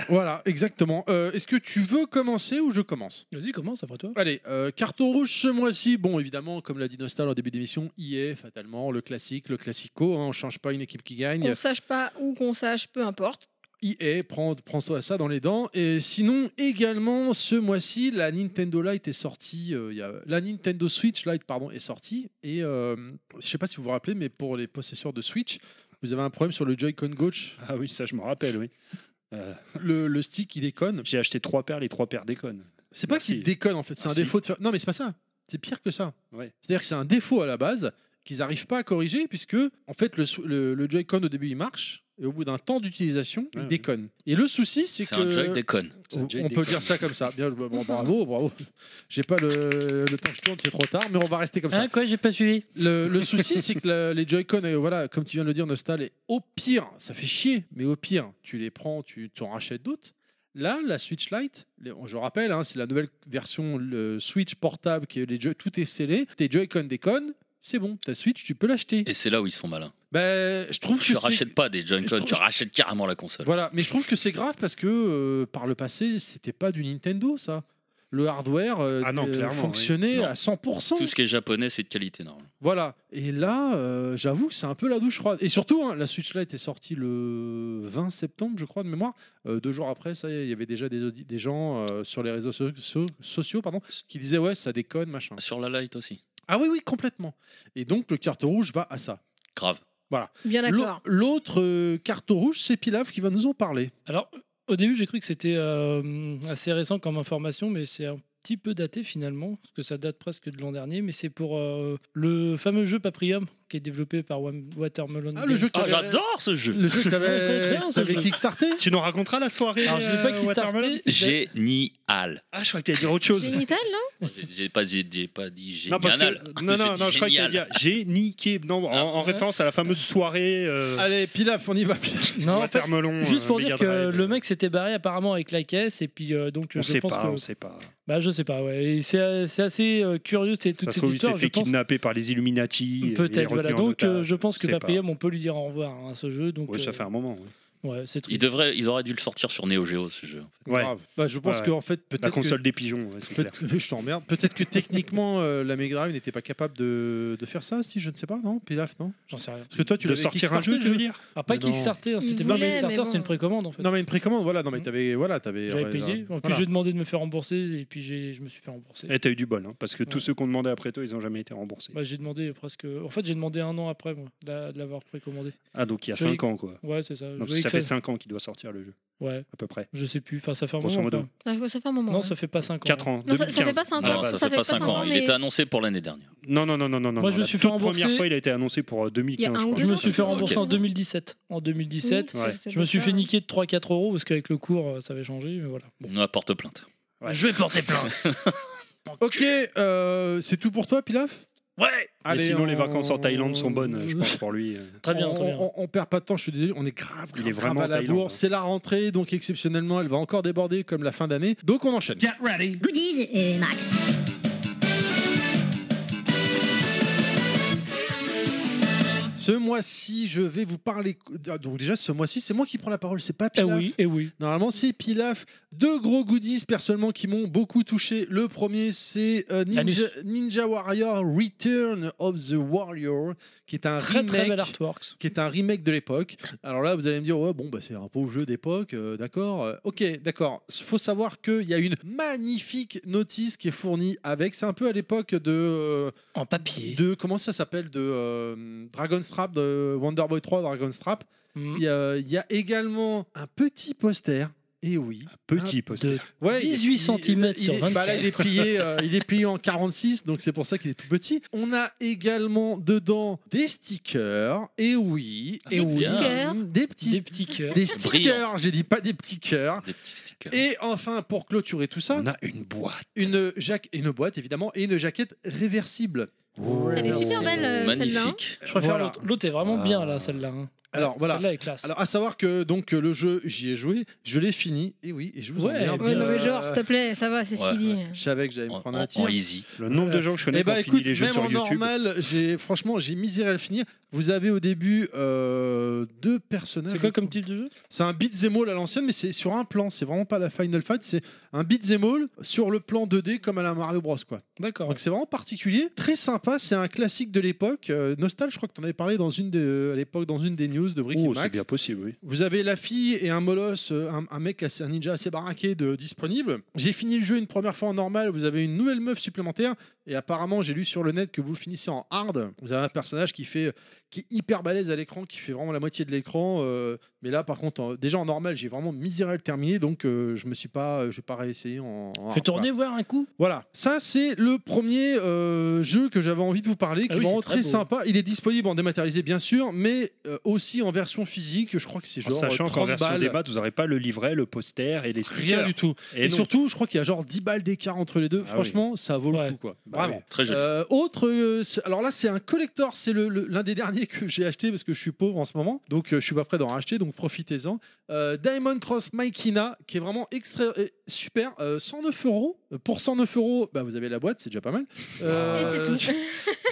[SPEAKER 3] voilà, exactement. Euh, Est-ce que tu veux commencer ou je commence
[SPEAKER 6] Vas-y, commence après toi.
[SPEAKER 3] Allez, euh, carton rouge ce mois-ci. Bon, évidemment, comme l'a dit Nostal en début d'émission, est fatalement, le classique, le classico. hein, on change pas une équipe qui gagne.
[SPEAKER 5] Qu'on sache pas ou qu'on sache, peu importe.
[SPEAKER 3] EA, prends, prends-toi ça dans les dents. Et sinon, également, ce mois-ci, la Nintendo Lite est sortie. euh, il y a- la Nintendo Switch Lite, pardon, est sortie. Et euh, je sais pas si vous vous rappelez, mais pour les possesseurs de Switch, vous avez un problème sur le Joy-Con gauche.
[SPEAKER 4] Ah oui, ça, je me rappelle, oui. Euh,
[SPEAKER 3] Le, le stick, il déconne.
[SPEAKER 4] J'ai acheté trois paires, les trois paires déconnent.
[SPEAKER 3] C'est pas
[SPEAKER 4] Merci.
[SPEAKER 3] qu'il déconne, en fait. C'est un
[SPEAKER 4] Ah, si.
[SPEAKER 3] défaut de faire. Non, mais c'est pas ça. C'est pire que ça.
[SPEAKER 4] Ouais.
[SPEAKER 3] C'est-à-dire que c'est un défaut à la base qu'ils n'arrivent pas à corriger, puisque, en fait, le, sou- le, le Joy-Con, au début, il marche. Et au bout d'un temps d'utilisation,
[SPEAKER 4] Ouais,
[SPEAKER 3] il
[SPEAKER 4] ouais.
[SPEAKER 3] déconne. Et le souci, c'est que.
[SPEAKER 7] C'est un joy déconne.
[SPEAKER 4] C'est un
[SPEAKER 3] On,
[SPEAKER 4] Jay
[SPEAKER 3] on peut
[SPEAKER 4] Decker.
[SPEAKER 3] dire ça comme ça. Bien, joué. Bon, bravo, bravo. J'ai pas le, le temps que je tourne, c'est trop tard, mais on va rester comme ça.
[SPEAKER 6] Ah, quoi, j'ai pas suivi
[SPEAKER 3] Hein, Le, le souci, c'est que la- les Joy-Con, euh, voilà, comme tu viens de le dire, Nostal, et au pire, ça fait chier, mais au pire, tu les prends, tu t'en rachètes d'autres. Là, la Switch Lite, les- je rappelle, hein, c'est la nouvelle version le Switch portable, qui est les Joy- tout est scellé. Tes Joy-Con déconnent, c'est bon, ta Switch, tu peux l'acheter.
[SPEAKER 7] Et c'est là où ils se font malins.
[SPEAKER 3] Ben, je trouve
[SPEAKER 7] Tu
[SPEAKER 3] que c'est-
[SPEAKER 7] rachètes pas des
[SPEAKER 3] Je
[SPEAKER 7] Joy-Con,
[SPEAKER 3] trouve-
[SPEAKER 7] tu rachètes carrément la console.
[SPEAKER 3] Voilà, mais je trouve que c'est grave parce que euh, par le passé, c'était pas du Nintendo ça. Le hardware euh,
[SPEAKER 4] Ah non,
[SPEAKER 3] euh,
[SPEAKER 4] clairement,
[SPEAKER 3] fonctionnait
[SPEAKER 7] oui. Non.
[SPEAKER 3] à 100%.
[SPEAKER 7] Tout ce qui est japonais, c'est de qualité normale.
[SPEAKER 3] Voilà. Et là, euh, j'avoue que c'est un peu la douche froide. Et surtout, hein, la Switch Lite est sortie le 20 septembre, je crois, de mémoire. Euh, deux jours après, ça, y est, il y avait déjà des, audi- des gens euh, sur les réseaux so- so- sociaux pardon, qui disaient ouais, ça déconne, machin.
[SPEAKER 7] Sur la Lite aussi.
[SPEAKER 3] Ah oui, oui, complètement. Et donc, le carte rouge va à ça.
[SPEAKER 7] Grave.
[SPEAKER 5] Bien
[SPEAKER 3] L'au-
[SPEAKER 5] d'accord.
[SPEAKER 3] L'autre euh, carte rouge, c'est Pilaf qui va nous en parler.
[SPEAKER 6] Alors, au début, j'ai cru que c'était euh, assez récent comme information, mais c'est un petit peu daté finalement, parce que ça date presque de l'an dernier, mais c'est pour euh, le fameux jeu Paprium qui est développé par Wa- Watermelon.
[SPEAKER 3] Ah, le
[SPEAKER 6] Games.
[SPEAKER 3] jeu que
[SPEAKER 7] Ah,
[SPEAKER 3] t'avais-
[SPEAKER 7] j'adore ce jeu
[SPEAKER 3] Le jeu que t'avais-
[SPEAKER 6] Contraire, hein, ce
[SPEAKER 3] t'avais
[SPEAKER 6] jeu.
[SPEAKER 3] kickstarté
[SPEAKER 4] Tu nous raconteras la soirée.
[SPEAKER 6] Alors, je l'ai
[SPEAKER 4] euh,
[SPEAKER 6] pas
[SPEAKER 4] Watermelon
[SPEAKER 6] kickstarté. j'ai-
[SPEAKER 7] Génial
[SPEAKER 4] Ah, je croyais que t'allais dire autre chose.
[SPEAKER 5] Génital, non
[SPEAKER 7] J'ai- J'ai pas, dit- j'ai pas dit
[SPEAKER 4] Non,
[SPEAKER 7] génial.
[SPEAKER 4] parce que, non,
[SPEAKER 7] J'ai
[SPEAKER 4] non,
[SPEAKER 7] dit
[SPEAKER 4] non, je crois que t'allais
[SPEAKER 7] génial.
[SPEAKER 4] dire j'ai niqué. Non, en, en référence à la fameuse soirée euh,
[SPEAKER 3] Allez, Pilaf, on y va. Pilaf.
[SPEAKER 6] Non, en fait,
[SPEAKER 4] Watermelon.
[SPEAKER 6] Juste
[SPEAKER 4] euh,
[SPEAKER 6] pour dire
[SPEAKER 4] Mega
[SPEAKER 6] que
[SPEAKER 4] Drive.
[SPEAKER 6] le mec s'était barré apparemment avec la caisse et puis euh, donc
[SPEAKER 4] On
[SPEAKER 6] je
[SPEAKER 4] sait
[SPEAKER 6] pense
[SPEAKER 4] pas,
[SPEAKER 6] que
[SPEAKER 4] on sait pas.
[SPEAKER 6] bah je sais pas ouais Et c'est euh, c'est assez euh, curieux c'est toute
[SPEAKER 4] Ça se
[SPEAKER 6] cette
[SPEAKER 4] trouve, il s'est
[SPEAKER 6] histoire je
[SPEAKER 4] fait
[SPEAKER 6] pense
[SPEAKER 4] kidnapper par les Illuminati. et il est
[SPEAKER 6] peut-être
[SPEAKER 4] retenu
[SPEAKER 6] voilà
[SPEAKER 4] en
[SPEAKER 6] donc euh,
[SPEAKER 4] otage.
[SPEAKER 6] je pense que
[SPEAKER 4] sais pas.
[SPEAKER 6] Paprium on peut lui dire au revoir hein, à ce jeu donc
[SPEAKER 4] Oui, ça
[SPEAKER 6] euh,
[SPEAKER 4] fait un moment. oui.
[SPEAKER 6] ouais c'est
[SPEAKER 7] Il
[SPEAKER 6] triste
[SPEAKER 7] devrait, ils auraient dû le sortir sur Neo Geo ce jeu.
[SPEAKER 4] Ouais,
[SPEAKER 3] Grave. Bah, je pense
[SPEAKER 4] Ouais.
[SPEAKER 3] qu'en fait,
[SPEAKER 4] la
[SPEAKER 3] peut-être.
[SPEAKER 4] console des pigeons. ouais,
[SPEAKER 3] que-
[SPEAKER 4] c'est
[SPEAKER 3] peut-
[SPEAKER 4] clair.
[SPEAKER 3] je t'emmerde. Peut-être que techniquement, euh, la Mega Drive n'était pas capable de, de faire ça, si je ne sais pas, non Pilaf, non
[SPEAKER 6] j'en sais rien
[SPEAKER 3] Parce que toi, tu
[SPEAKER 4] de
[SPEAKER 3] l'avais
[SPEAKER 4] sortir un jeu,
[SPEAKER 3] kickstarté,
[SPEAKER 4] tu
[SPEAKER 3] le
[SPEAKER 4] veux dire
[SPEAKER 6] alors pas
[SPEAKER 3] Mais non.
[SPEAKER 6] Kickstarter hein,
[SPEAKER 5] Il
[SPEAKER 6] c'était pas
[SPEAKER 5] voulait, mais
[SPEAKER 6] Kickstarter
[SPEAKER 5] bon.
[SPEAKER 6] c'était une précommande en fait
[SPEAKER 3] Non, mais une précommande, voilà. Non,
[SPEAKER 4] Hmm.
[SPEAKER 3] mais t'avais. Voilà, t'avais.
[SPEAKER 6] j'avais
[SPEAKER 3] ouais,
[SPEAKER 6] payé en plus
[SPEAKER 3] voilà.
[SPEAKER 6] j'ai demandé de me faire rembourser et puis j'ai je me suis fait rembourser
[SPEAKER 4] Et t'as eu du bol, hein, parce que tous
[SPEAKER 6] Ouais.
[SPEAKER 4] ceux qu'on demandait après toi, ils n'ont jamais été remboursés.
[SPEAKER 6] Ouais, j'ai demandé presque en fait j'ai demandé un an après moi la- de l'avoir précommandé
[SPEAKER 4] Ah, donc il y a
[SPEAKER 6] Je voyais
[SPEAKER 4] 5 ans, quoi.
[SPEAKER 6] ouais c'est ça Je
[SPEAKER 4] Donc,
[SPEAKER 6] voyais
[SPEAKER 4] ça
[SPEAKER 6] que
[SPEAKER 4] fait
[SPEAKER 6] ça-
[SPEAKER 4] 5 ans qu'il doit sortir le jeu,
[SPEAKER 6] ouais
[SPEAKER 4] à peu près.
[SPEAKER 6] je sais plus enfin ça fait un
[SPEAKER 4] Grosso
[SPEAKER 6] moment
[SPEAKER 4] modo.
[SPEAKER 6] quoi.
[SPEAKER 5] ça, fait- ça fait un moment.
[SPEAKER 6] non
[SPEAKER 5] ouais.
[SPEAKER 6] ça fait pas 5 ans hein.
[SPEAKER 4] 4 ans.
[SPEAKER 5] Non, ça- ça fait
[SPEAKER 4] 2015.
[SPEAKER 5] pas cinq
[SPEAKER 4] à la
[SPEAKER 5] ans.
[SPEAKER 7] Non,
[SPEAKER 4] base.
[SPEAKER 7] Ah, ça, fait pas 5
[SPEAKER 5] cinq
[SPEAKER 7] ans.
[SPEAKER 5] ans,
[SPEAKER 7] Il
[SPEAKER 5] mais-
[SPEAKER 7] était annoncé pour l'année dernière.
[SPEAKER 4] Non, non, non, non, non. non non,
[SPEAKER 6] Moi, je me
[SPEAKER 4] la
[SPEAKER 6] suis fait
[SPEAKER 4] toute
[SPEAKER 6] rembourser-
[SPEAKER 4] première fois, il a été annoncé pour euh, 2015.
[SPEAKER 5] Il y a un
[SPEAKER 4] je
[SPEAKER 5] ou
[SPEAKER 4] crois.
[SPEAKER 5] deux
[SPEAKER 6] je me
[SPEAKER 5] ans,
[SPEAKER 6] suis fait
[SPEAKER 5] Ok.
[SPEAKER 6] rembourser en 2017 en
[SPEAKER 5] Oui,
[SPEAKER 6] 2017
[SPEAKER 5] ça-
[SPEAKER 4] Ouais.
[SPEAKER 5] ça
[SPEAKER 6] Je me suis
[SPEAKER 5] pas-
[SPEAKER 6] fait niquer de 3-4 euros parce qu'avec le cours, euh, ça avait changé, mais voilà. Bon.
[SPEAKER 7] On a porte plainte.
[SPEAKER 4] Ouais.
[SPEAKER 6] Je vais porter plainte.
[SPEAKER 3] Ok, euh, c'est tout pour toi, Pilaf
[SPEAKER 6] Ouais.
[SPEAKER 4] Mais sinon, les vacances en Thaïlande sont bonnes, je pense, pour lui. euh.
[SPEAKER 6] Très bien, très bien.
[SPEAKER 3] On, on- on perd pas de temps, je suis désolé, on est grave,
[SPEAKER 4] Il
[SPEAKER 3] grave,
[SPEAKER 4] est vraiment
[SPEAKER 3] grave à la
[SPEAKER 4] Thaïlande,
[SPEAKER 3] bourre.
[SPEAKER 4] hein.
[SPEAKER 3] C'est la rentrée, donc exceptionnellement, elle va encore déborder comme la fin d'année. Donc on enchaîne.
[SPEAKER 1] Goodies et Max.
[SPEAKER 3] Ce mois-ci, je vais vous parler. Ah, Donc déjà, ce mois-ci, c'est moi qui prends la parole, c'est pas
[SPEAKER 6] Eh
[SPEAKER 3] Pilaf.
[SPEAKER 6] oui, eh oui.
[SPEAKER 3] Normalement, c'est Pilaf. Deux gros goodies personnellement qui m'ont beaucoup touché. Le premier, c'est euh, Ninja,
[SPEAKER 6] Anus.
[SPEAKER 3] Ninja Warrior Return of the Warrior, qui est un
[SPEAKER 6] Très
[SPEAKER 3] remake.
[SPEAKER 6] très bel artworks.
[SPEAKER 3] qui est un remake de l'époque. Alors là, vous allez me dire, ouais, bon, bah, c'est un pauvre jeu d'époque, euh, d'accord. euh, ok, d'accord. S- Faut savoir qu'il y a une magnifique notice qui est fournie avec. C'est un peu à l'époque de, euh,
[SPEAKER 6] En papier.
[SPEAKER 3] de comment ça s'appelle, de euh, Dragon Strap, de Wonder Boy 3, Dragon Strap.
[SPEAKER 6] Mm.
[SPEAKER 3] Il y, a, il y a également un petit poster Et oui.
[SPEAKER 4] Petit poster.
[SPEAKER 6] de
[SPEAKER 3] Ouais,
[SPEAKER 6] 18
[SPEAKER 3] il-
[SPEAKER 6] centimètres
[SPEAKER 3] il-
[SPEAKER 6] sur
[SPEAKER 3] il est- bah là, il est
[SPEAKER 6] 24.
[SPEAKER 3] plié, euh, il est plié en 46, donc c'est pour ça qu'il est tout petit. On a également dedans des stickers. Et oui, et
[SPEAKER 7] c'est
[SPEAKER 3] oui,
[SPEAKER 5] bien.
[SPEAKER 3] des petits,
[SPEAKER 6] des
[SPEAKER 3] des,
[SPEAKER 6] petits cœurs.
[SPEAKER 3] stickers. J'ai dit pas des petits cœurs.
[SPEAKER 7] Des petits stickers.
[SPEAKER 3] Et enfin, pour clôturer tout ça,
[SPEAKER 4] On a une boîte.
[SPEAKER 3] une jaque, une boîte évidemment, et une jaquette réversible.
[SPEAKER 5] Elle est super
[SPEAKER 7] C'est
[SPEAKER 5] belle, euh, celle-là. hein.
[SPEAKER 7] Magnifique.
[SPEAKER 6] Je préfère
[SPEAKER 3] Voilà. Euh,
[SPEAKER 6] l'autre. L'autre est vraiment
[SPEAKER 4] Ah.
[SPEAKER 6] bien là, celle-là. hein.
[SPEAKER 3] Alors voilà.
[SPEAKER 6] Celle-là est classe.
[SPEAKER 3] Alors à savoir que donc le jeu, j'y ai joué, je l'ai fini. Et oui, et je vous
[SPEAKER 6] Ouais,
[SPEAKER 3] emmerde.
[SPEAKER 5] Ouais, non, mais
[SPEAKER 3] Euh,
[SPEAKER 5] genre, s'il te plaît, ça va, c'est ce
[SPEAKER 7] Ouais.
[SPEAKER 5] qu'il dit.
[SPEAKER 3] Je savais que j'allais me
[SPEAKER 7] En,
[SPEAKER 3] prendre un
[SPEAKER 7] en-
[SPEAKER 3] tir.
[SPEAKER 7] en easy.
[SPEAKER 4] Le nombre de gens que je connais
[SPEAKER 3] Eh bah
[SPEAKER 4] qui ont
[SPEAKER 3] écoute,
[SPEAKER 4] fini les jeux
[SPEAKER 3] même
[SPEAKER 4] sur
[SPEAKER 3] en
[SPEAKER 4] YouTube.
[SPEAKER 3] normal, j'ai franchement, j'ai miséré à le finir. Vous avez au début euh, deux personnages.
[SPEAKER 6] c'est quoi comme type de jeu
[SPEAKER 3] C'est un beat'em all à l'ancienne, mais c'est sur un plan. C'est vraiment pas la Final Fight. C'est un beat'em all sur le plan 2D comme à la Mario Bros. Quoi.
[SPEAKER 6] D'accord.
[SPEAKER 3] Donc c'est vraiment particulier, très sympa. C'est un classique de l'époque. Euh, Nostal, je crois que t'en avais parlé dans une de, à l'époque dans une des news de Brick
[SPEAKER 4] Oh,
[SPEAKER 3] et
[SPEAKER 4] c'est
[SPEAKER 3] Max.
[SPEAKER 4] bien possible, oui.
[SPEAKER 3] Vous avez la fille et un molosse, euh, un, un mec, assez- un ninja assez baraqué de, disponible. J'ai fini le jeu une première fois en normal, vous avez une nouvelle meuf supplémentaire, et apparemment j'ai lu sur le net que vous le finissez en hard. Vous avez un personnage qui fait qui est hyper balèze à l'écran, qui fait vraiment la moitié de l'écran. euh, mais là par contre, en- déjà en normal, j'ai vraiment miséré le terminé, donc euh, je me suis pas, euh, je vais pas réessayer en, en hard,
[SPEAKER 6] Fais
[SPEAKER 3] quoi.
[SPEAKER 6] tourner voir un coup.
[SPEAKER 3] Voilà, ça c'est le premier euh, jeu que j'avais envie de vous parler, qui
[SPEAKER 6] Ah oui,
[SPEAKER 3] est vraiment
[SPEAKER 6] c'est très
[SPEAKER 3] très,
[SPEAKER 6] beau.
[SPEAKER 3] sympa. Il est disponible en dématérialisé bien sûr, mais euh, aussi en version physique. Je crois que c'est
[SPEAKER 4] En
[SPEAKER 3] genre
[SPEAKER 4] sachant
[SPEAKER 3] euh,
[SPEAKER 4] qu'en
[SPEAKER 3] 30
[SPEAKER 4] version
[SPEAKER 3] balles.
[SPEAKER 4] débat, vous n'aurez pas le livret, le poster et les stickers.
[SPEAKER 3] Rien du tout. Et,
[SPEAKER 4] Et, non.
[SPEAKER 3] surtout, je crois qu'il y a genre 10 balles d'écart entre les deux.
[SPEAKER 4] Ah
[SPEAKER 3] Franchement, ça vaut
[SPEAKER 6] Ouais.
[SPEAKER 3] le coup quoi.
[SPEAKER 4] Bah
[SPEAKER 3] Vraiment.
[SPEAKER 4] oui.
[SPEAKER 7] Très joli.
[SPEAKER 3] Euh, autre, euh, c'est- alors là c'est un collector, c'est le- le- l'un des derniers que j'ai acheté parce que je suis pauvre en ce moment, donc euh, je suis pas prêt d'en racheter, donc profitez-en. Euh, Diamond Cross Maikina, qui est vraiment extra euh, super, euh, 109 euros. Pour 109 euros, bah, vous avez la boîte, c'est déjà pas mal. Euh,
[SPEAKER 5] Et c'est tout.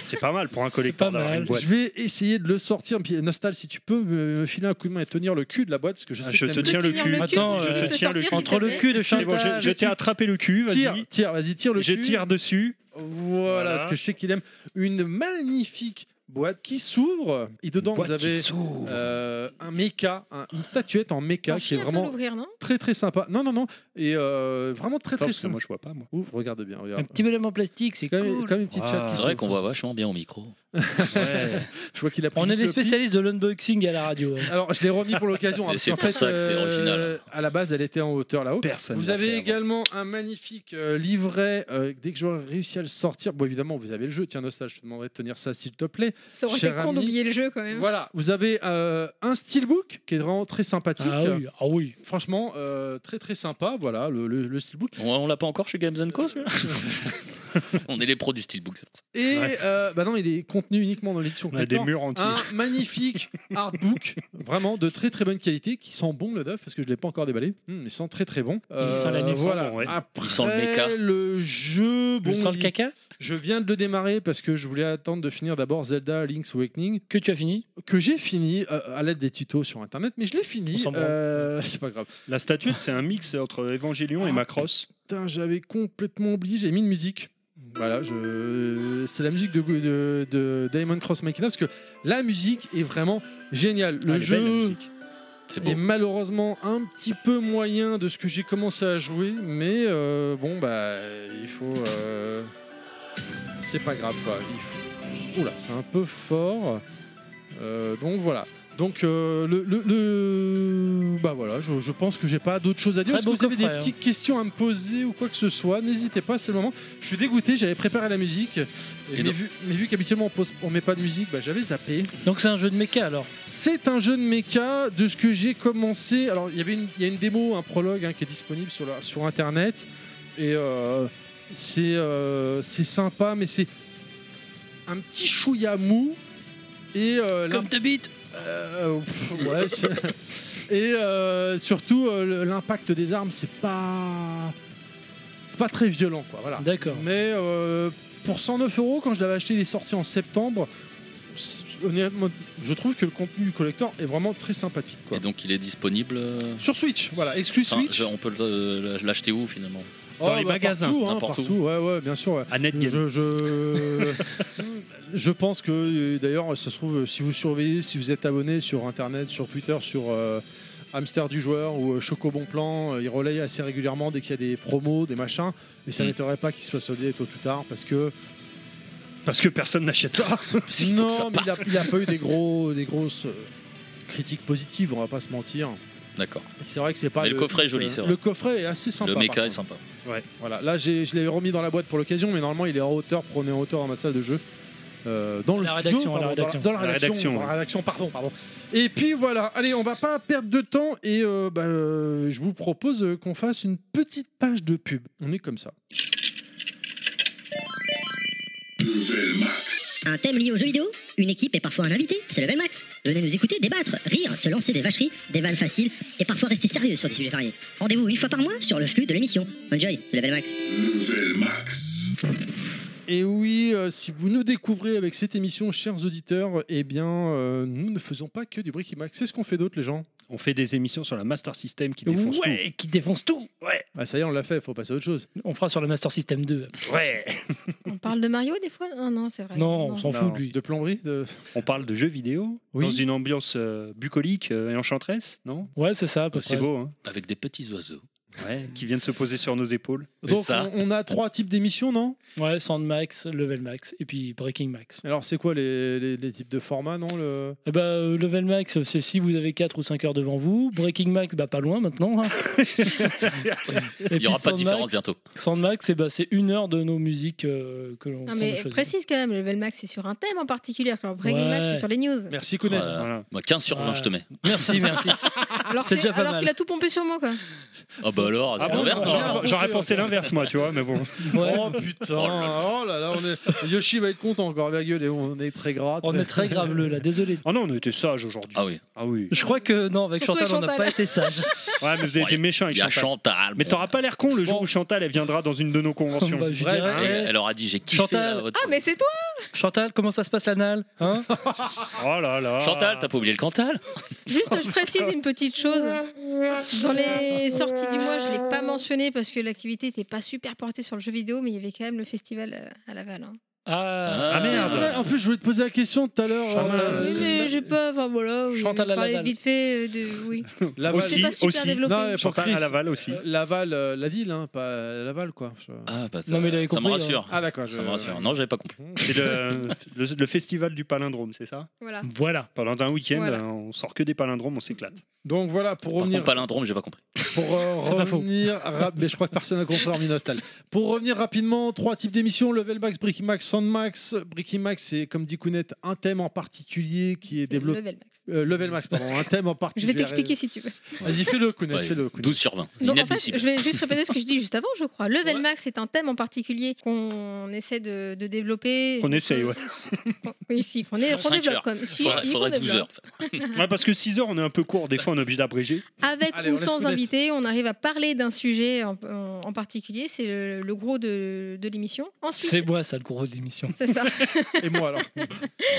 [SPEAKER 4] C'est pas mal pour un
[SPEAKER 6] C'est
[SPEAKER 4] collecteur
[SPEAKER 6] pas
[SPEAKER 4] d'avoir
[SPEAKER 6] mal.
[SPEAKER 4] une boîte.
[SPEAKER 3] Je vais essayer de le sortir. Puis, Nostal, si tu peux me, me filer un coup de main et tenir le cul de la boîte, parce que je
[SPEAKER 4] Ah,
[SPEAKER 3] sais
[SPEAKER 4] je
[SPEAKER 3] que
[SPEAKER 4] te
[SPEAKER 3] t'aimes-
[SPEAKER 4] tiens le
[SPEAKER 5] tenir
[SPEAKER 4] cul.
[SPEAKER 5] le
[SPEAKER 6] Attends,
[SPEAKER 5] cul, juste
[SPEAKER 6] euh,
[SPEAKER 5] le
[SPEAKER 4] tiens le
[SPEAKER 5] sortir,
[SPEAKER 4] cul.
[SPEAKER 5] s'il te
[SPEAKER 6] Entre le
[SPEAKER 5] plaît.
[SPEAKER 6] cul de
[SPEAKER 4] C'est bon, je,
[SPEAKER 6] chantage.
[SPEAKER 4] je t'ai attrapé le cul,
[SPEAKER 3] Tire,
[SPEAKER 4] vas-y.
[SPEAKER 3] tire, vas-y, tire le
[SPEAKER 4] Je
[SPEAKER 3] cul.
[SPEAKER 4] tire dessus.
[SPEAKER 3] Voilà,
[SPEAKER 4] Voilà.
[SPEAKER 3] parce que je sais qu'il aime une magnifique boîte qui s'ouvre. Et dedans,
[SPEAKER 4] Boîte
[SPEAKER 3] vous
[SPEAKER 4] qui
[SPEAKER 3] avez
[SPEAKER 4] s'ouvre.
[SPEAKER 3] euh, un méca, un- une statuette en méca
[SPEAKER 5] T'en
[SPEAKER 3] qui
[SPEAKER 5] chies
[SPEAKER 3] est
[SPEAKER 5] un peu
[SPEAKER 3] vraiment
[SPEAKER 5] l'ouvrir, non
[SPEAKER 3] très très sympa. Non, non, non. Et euh, vraiment très très
[SPEAKER 4] Attends, parce que
[SPEAKER 3] sympa.
[SPEAKER 4] moi, je vois pas, moi.
[SPEAKER 3] Ouf, regarde bien,
[SPEAKER 6] Un
[SPEAKER 3] regarde.
[SPEAKER 6] petit bonhomme en plastique, c'est
[SPEAKER 3] Comme,
[SPEAKER 6] cool.
[SPEAKER 3] comme une petite
[SPEAKER 4] Ah,
[SPEAKER 3] chatte.
[SPEAKER 7] C'est vrai qu'on voit vachement bien au micro.
[SPEAKER 3] Je vois qu'il a pris
[SPEAKER 6] On
[SPEAKER 3] une
[SPEAKER 6] est les
[SPEAKER 3] copie.
[SPEAKER 6] spécialistes de l'unboxing à la radio. hein.
[SPEAKER 3] Alors, je l'ai remis pour l'occasion. hein,
[SPEAKER 7] Et c'est
[SPEAKER 3] parce qu'en
[SPEAKER 7] pour ça que c'est
[SPEAKER 3] euh,
[SPEAKER 7] original.
[SPEAKER 3] À la base, elle était en hauteur là-haut.
[SPEAKER 4] Personne.
[SPEAKER 3] Vous
[SPEAKER 4] l'a
[SPEAKER 3] avez
[SPEAKER 4] fait avant.
[SPEAKER 3] également un magnifique euh, livret. euh, dès que j'aurai réussi à le sortir, bon, évidemment, vous avez le jeu. Tiens, Nostal, je te demanderai de tenir ça, s'il te plaît.
[SPEAKER 6] Ah
[SPEAKER 5] Ça aurait été
[SPEAKER 3] Cher
[SPEAKER 5] con
[SPEAKER 3] ami.
[SPEAKER 5] d'oublier le jeu quand même.
[SPEAKER 3] Voilà, vous avez euh, un steelbook qui est vraiment très sympathique.
[SPEAKER 6] Ah oui, ah oui.
[SPEAKER 3] Franchement, euh, très très sympa. Voilà, le, le- le steelbook.
[SPEAKER 7] On, on l'a pas encore chez Games Co. celui-là on est les pros du steelbook. c'est pour ça.
[SPEAKER 3] Et
[SPEAKER 4] Ouais.
[SPEAKER 3] euh, bah non, il est contenu uniquement dans l'édition.
[SPEAKER 4] On a des
[SPEAKER 3] collector.
[SPEAKER 4] murs entiers.
[SPEAKER 3] un magnifique artbook, vraiment de très très bonne qualité, qui sent bon le neuf parce que je l'ai pas encore déballé. Hmm, il sent très très bon. Euh,
[SPEAKER 6] sent la- il sent
[SPEAKER 3] voilà.
[SPEAKER 4] bon, ouais.
[SPEAKER 3] Après
[SPEAKER 7] Il sent le méca.
[SPEAKER 3] le jeu, bon,
[SPEAKER 6] Bon, sans le
[SPEAKER 3] il-
[SPEAKER 6] caca
[SPEAKER 3] Je viens de le démarrer parce que je voulais attendre de finir d'abord Zelda Link's Awakening,
[SPEAKER 6] que tu as fini
[SPEAKER 3] que j'ai fini euh, à l'aide des tutos sur internet, mais je l'ai
[SPEAKER 6] On
[SPEAKER 3] fini.
[SPEAKER 6] s'en branle.
[SPEAKER 3] Euh, c'est pas grave.
[SPEAKER 4] La statuette, c'est un mix entre Evangelion et Macross.
[SPEAKER 3] Putain, j'avais complètement oublié, j'ai mis une musique. Voilà, je... c'est la musique de, de, de Diamond Cross Machina parce que la musique est vraiment géniale. Le
[SPEAKER 4] Ah, elle est belle, la
[SPEAKER 3] jeu
[SPEAKER 4] musique.
[SPEAKER 7] C'est
[SPEAKER 3] est
[SPEAKER 7] beau.
[SPEAKER 3] malheureusement un petit peu moyen de ce que j'ai commencé à jouer, mais euh, bon, bah, il faut. euh, C'est pas grave, quoi. Il faut... Oula, c'est un peu fort. Euh, donc voilà. Donc euh, le, le- le- bah voilà, je, je pense que j'ai pas d'autres choses à dire.
[SPEAKER 6] Très
[SPEAKER 3] Est-ce que
[SPEAKER 6] beau
[SPEAKER 3] vous avez des
[SPEAKER 6] coffret, hein.
[SPEAKER 3] petites questions à me poser ou quoi que ce soit N'hésitez pas, c'est le moment. Je suis dégoûté, j'avais préparé la musique, mais
[SPEAKER 7] donc-
[SPEAKER 3] vu, mais vu qu'habituellement on, pose- on met pas de musique, bah, j'avais zappé.
[SPEAKER 6] Donc c'est un jeu de méca alors.
[SPEAKER 3] C'est un jeu de méca de ce que j'ai commencé. Alors, il y avait une, il y a une démo, un prologue hein, qui est disponible sur, la- sur internet. Et euh, c'est euh, c'est sympa, mais c'est un petit chouïa mou. Et euh,
[SPEAKER 6] Comme ta bite
[SPEAKER 3] euh, pff, ouais, c'est- et euh, surtout euh, le- l'impact des armes c'est pas c'est pas très violent quoi voilà
[SPEAKER 6] D'accord.
[SPEAKER 3] mais euh, pour 109 euros quand je l'avais acheté il est sorti en septembre c'est- honnêtement je trouve que le contenu du collector est vraiment très sympathique quoi.
[SPEAKER 7] Et donc il est disponible. euh,
[SPEAKER 3] sur Switch voilà exclus
[SPEAKER 7] enfin,
[SPEAKER 3] Switch
[SPEAKER 7] je- on peut euh, l'acheter où finalement
[SPEAKER 3] Oh,
[SPEAKER 4] dans les magasins,
[SPEAKER 3] partout, hein,
[SPEAKER 7] n'importe où.
[SPEAKER 3] partout, ouais ouais bien sûr ouais.
[SPEAKER 4] Annette Game.
[SPEAKER 3] Je, je, je pense que euh, d'ailleurs, ça se trouve, euh, si vous surveillez, si vous êtes abonné sur Internet, sur Twitter, sur euh, Hamster du joueur ou euh, Choco Bon Plan, euh, ils relayent assez régulièrement dès qu'il y a des promos, des machins. Et ça
[SPEAKER 7] Mm.
[SPEAKER 3] m'étonnerait pas qu'ils soient soldés tôt ou tard parce que.
[SPEAKER 4] Parce que personne n'achète ça.
[SPEAKER 7] Parce qu'il faut que ça
[SPEAKER 3] non, mais il a-
[SPEAKER 7] parte.
[SPEAKER 3] il a, pas eu des, gros, des grosses euh, critiques positives, on va pas se mentir.
[SPEAKER 7] D'accord.
[SPEAKER 3] C'est vrai que c'est pas.
[SPEAKER 7] Mais le coffret est joli, c'est vrai.
[SPEAKER 3] Le coffret est assez sympa.
[SPEAKER 7] Le hein.
[SPEAKER 3] par
[SPEAKER 7] mecha est
[SPEAKER 3] contre.
[SPEAKER 7] sympa.
[SPEAKER 3] Voilà, là j'ai- je l'ai remis dans la boîte pour l'occasion, mais normalement il est en hauteur, prenez en hauteur dans ma salle de jeu. Euh, dans le
[SPEAKER 6] La
[SPEAKER 3] studio,
[SPEAKER 6] rédaction, la
[SPEAKER 3] pardon, dans
[SPEAKER 6] rédaction.
[SPEAKER 3] Dans, la,
[SPEAKER 4] La
[SPEAKER 3] rédaction,
[SPEAKER 4] rédaction,
[SPEAKER 3] dans la rédaction, pardon, pardon. Et puis voilà, allez, on va pas perdre de temps et euh, bah, euh, je vous propose euh, qu'on fasse une petite page de pub. On est comme ça.
[SPEAKER 1] Un thème lié aux jeux vidéo, une équipe et parfois un invité, c'est Level Max. Venez nous écouter, débattre, rire, se lancer des vacheries, des vannes faciles et parfois rester sérieux sur des sujets variés. Rendez-vous une fois par mois sur le flux de l'émission. Enjoy, c'est Level Max.
[SPEAKER 3] Et oui, euh, si vous nous découvrez avec cette émission, chers auditeurs, eh bien, euh, nous ne faisons pas que du Bricky-Mac. C'est ce qu'on fait d'autre, les gens
[SPEAKER 4] On fait des émissions sur la Master System qui défonce
[SPEAKER 6] Ouais, qui défonce tout. Ouais.
[SPEAKER 3] Bah ça y est, on l'a fait, faut passer à autre chose.
[SPEAKER 6] On fera sur le Master System 2. après.
[SPEAKER 4] tout. Ouais.
[SPEAKER 5] On parle de Mario des fois Non, Ah, non, c'est vrai.
[SPEAKER 6] Non, on s'en
[SPEAKER 4] Non.
[SPEAKER 6] fout de lui.
[SPEAKER 3] De plomberie de...
[SPEAKER 4] On parle de jeux vidéo
[SPEAKER 3] Oui.
[SPEAKER 4] dans une ambiance euh, bucolique euh, et enchanteresse, non
[SPEAKER 6] Ouais, c'est ça. à peu
[SPEAKER 4] C'est
[SPEAKER 6] près.
[SPEAKER 4] beau, hein
[SPEAKER 7] Avec des petits oiseaux.
[SPEAKER 4] ouais, Qui viennent se poser sur nos épaules.
[SPEAKER 7] C'est
[SPEAKER 3] Donc,
[SPEAKER 7] ça.
[SPEAKER 3] on, on a trois types d'émissions, non
[SPEAKER 6] Ouais, Sandmax, Level Max et puis Breaking Max.
[SPEAKER 3] Alors, c'est quoi les, les- les types de formats, non le...
[SPEAKER 6] Eh bah, euh, Level Max, c'est si vous avez 4 ou 5 heures devant vous. Breaking Max, bah pas loin maintenant. hein. Et
[SPEAKER 7] Il
[SPEAKER 6] puis
[SPEAKER 7] n'y aura pas de
[SPEAKER 6] Sandmax-
[SPEAKER 7] différence bientôt.
[SPEAKER 6] Sandmax, eh bah, c'est une heure de nos musiques euh, que l'on
[SPEAKER 5] Non,
[SPEAKER 6] qu'on a
[SPEAKER 5] mais
[SPEAKER 6] choisies.
[SPEAKER 5] précise quand même, le Level Max c'est sur un thème en particulier, alors Breaking
[SPEAKER 6] Ouais.
[SPEAKER 5] Max c'est sur les news.
[SPEAKER 3] Merci, Kounet.
[SPEAKER 7] Voilà.
[SPEAKER 4] Voilà.
[SPEAKER 7] Moi, 15 sur 20, je te mets.
[SPEAKER 6] Merci, merci.
[SPEAKER 5] Alors,
[SPEAKER 6] C'est
[SPEAKER 5] c'est-
[SPEAKER 6] déjà pas
[SPEAKER 5] alors
[SPEAKER 6] mal.
[SPEAKER 5] qu'il a tout pompé sur moi quoi.
[SPEAKER 7] Ah bah alors, c'est
[SPEAKER 4] Ah bon,
[SPEAKER 7] l'inverse,
[SPEAKER 3] non,
[SPEAKER 7] non
[SPEAKER 4] j'aurais- J'aurais pensé l'inverse, moi, tu vois, mais bon.
[SPEAKER 6] Ouais.
[SPEAKER 3] Oh putain, oh là là, on est- Yoshi va être content encore, virgule, et on est très gras.
[SPEAKER 6] On est très graveleux là, désolé.
[SPEAKER 4] Ah non, on était sages aujourd'hui.
[SPEAKER 7] Ah oui,
[SPEAKER 4] Ah oui.
[SPEAKER 6] Je crois que non, avec
[SPEAKER 5] Surtout
[SPEAKER 6] Chantal,
[SPEAKER 5] avec
[SPEAKER 6] on n'a
[SPEAKER 5] Chantal.
[SPEAKER 6] pas été sage.
[SPEAKER 4] Ouais, mais vous
[SPEAKER 7] Bon,
[SPEAKER 4] avez été méchants
[SPEAKER 7] il
[SPEAKER 4] avec
[SPEAKER 7] y a
[SPEAKER 4] Ah, Chantal.
[SPEAKER 7] Chantal.
[SPEAKER 4] Mais
[SPEAKER 7] bon.
[SPEAKER 4] t'auras pas l'air con le jour
[SPEAKER 3] Bon.
[SPEAKER 4] où Chantal, elle viendra dans une de nos conventions.
[SPEAKER 6] Bah, je
[SPEAKER 3] Bref,
[SPEAKER 6] dirais,
[SPEAKER 7] Et
[SPEAKER 6] eh,
[SPEAKER 7] Elle aura dit j'ai kiffé
[SPEAKER 6] Chantal.
[SPEAKER 7] là, votre-
[SPEAKER 5] Ah, mais c'est toi
[SPEAKER 6] Chantal, comment ça se passe l'anal hein
[SPEAKER 4] Oh là là.
[SPEAKER 7] Chantal, t'as pas oublié le Cantal
[SPEAKER 5] Juste, je précise une petite chose. Dans les sorties du mois, je ne l'ai pas mentionné parce que l'activité n'était pas super portée sur le jeu vidéo, mais il y avait quand même le festival euh, à Laval. hein.
[SPEAKER 6] Ah,
[SPEAKER 7] Ah,
[SPEAKER 3] C'est
[SPEAKER 4] merde.
[SPEAKER 3] vrai, en plus, je voulais te poser la question tout à l'heure.
[SPEAKER 4] Chantal,
[SPEAKER 3] euh,
[SPEAKER 5] Oui,
[SPEAKER 7] c'est-
[SPEAKER 5] mais j'ai pas. Enfin voilà, oui,
[SPEAKER 6] Chantal à
[SPEAKER 5] on parlait
[SPEAKER 6] Laval.
[SPEAKER 5] vite fait euh, de. Oui.
[SPEAKER 3] Laval,
[SPEAKER 5] C'est
[SPEAKER 4] Aussi,
[SPEAKER 5] pas super
[SPEAKER 4] aussi.
[SPEAKER 5] développé.
[SPEAKER 3] Non, mais pour
[SPEAKER 4] Chantal
[SPEAKER 3] Chris.
[SPEAKER 4] à Laval aussi.
[SPEAKER 3] Laval, euh, la ville, hein, pas Laval, quoi. Je-
[SPEAKER 7] Ah bah ça,
[SPEAKER 6] Non, mais il avait
[SPEAKER 7] ça me
[SPEAKER 6] compris,
[SPEAKER 7] rassure.
[SPEAKER 3] Ah d'accord, je...
[SPEAKER 7] Ça me rassure. Non, j'avais pas compris.
[SPEAKER 4] C'est le, le- le festival du palindrome, c'est ça
[SPEAKER 5] Voilà.
[SPEAKER 6] Voilà.
[SPEAKER 4] Pendant un week-end,
[SPEAKER 5] Voilà.
[SPEAKER 4] euh, on sort que des palindromes, on s'éclate.
[SPEAKER 3] Donc voilà, pour
[SPEAKER 7] Par
[SPEAKER 3] revenir
[SPEAKER 7] contre, palindrome, j'ai pas compris.
[SPEAKER 3] Pour euh,
[SPEAKER 6] C'est pas faux.
[SPEAKER 3] revenir, rap- mais je crois que personne n'a compris hormis Nostal. Pour revenir rapidement, trois types d'émissions Level Max, Bricky Max, Sound Max. Bricky Max, c'est comme dit Kounet, un thème en particulier qui est
[SPEAKER 5] Le
[SPEAKER 3] développé.
[SPEAKER 5] Level Max.
[SPEAKER 3] euh, level Max, pardon, un thème en
[SPEAKER 5] Je
[SPEAKER 3] particulier.
[SPEAKER 5] vais t'expliquer si tu veux.
[SPEAKER 3] Vas-y, fais-le, Kounet,
[SPEAKER 7] Ouais,
[SPEAKER 3] fais-le. Kounet.
[SPEAKER 7] 12 sur 20.
[SPEAKER 5] Donc, en
[SPEAKER 7] Inadmissible.
[SPEAKER 5] fait, je vais juste répéter ce que je dis juste avant, je crois. Level
[SPEAKER 6] Ouais.
[SPEAKER 5] Max est un thème en particulier qu'on essaie de, de développer.
[SPEAKER 4] Qu'on essaye, ouais.
[SPEAKER 5] Oui, si, qu'on est-
[SPEAKER 7] Sur
[SPEAKER 5] qu'on
[SPEAKER 7] cinq
[SPEAKER 5] développe
[SPEAKER 7] heures.
[SPEAKER 5] comme. Si,
[SPEAKER 7] Faudrait,
[SPEAKER 5] si, qu'on
[SPEAKER 7] faudrait 12
[SPEAKER 5] développe.
[SPEAKER 7] heures.
[SPEAKER 4] Ouais, parce que 6 heures, on est un peu court, des fois on est obligé d'abréger.
[SPEAKER 5] Avec
[SPEAKER 3] Allez, on
[SPEAKER 5] ou
[SPEAKER 3] laisse
[SPEAKER 5] sans
[SPEAKER 3] connaître.
[SPEAKER 5] invité, on arrive à parler d'un sujet en, en- en particulier. C'est le, le gros de, de l'émission.
[SPEAKER 6] C'est
[SPEAKER 5] Ensuite,
[SPEAKER 6] moi ça le gros de l'émission.
[SPEAKER 5] c'est ça.
[SPEAKER 3] Et moi alors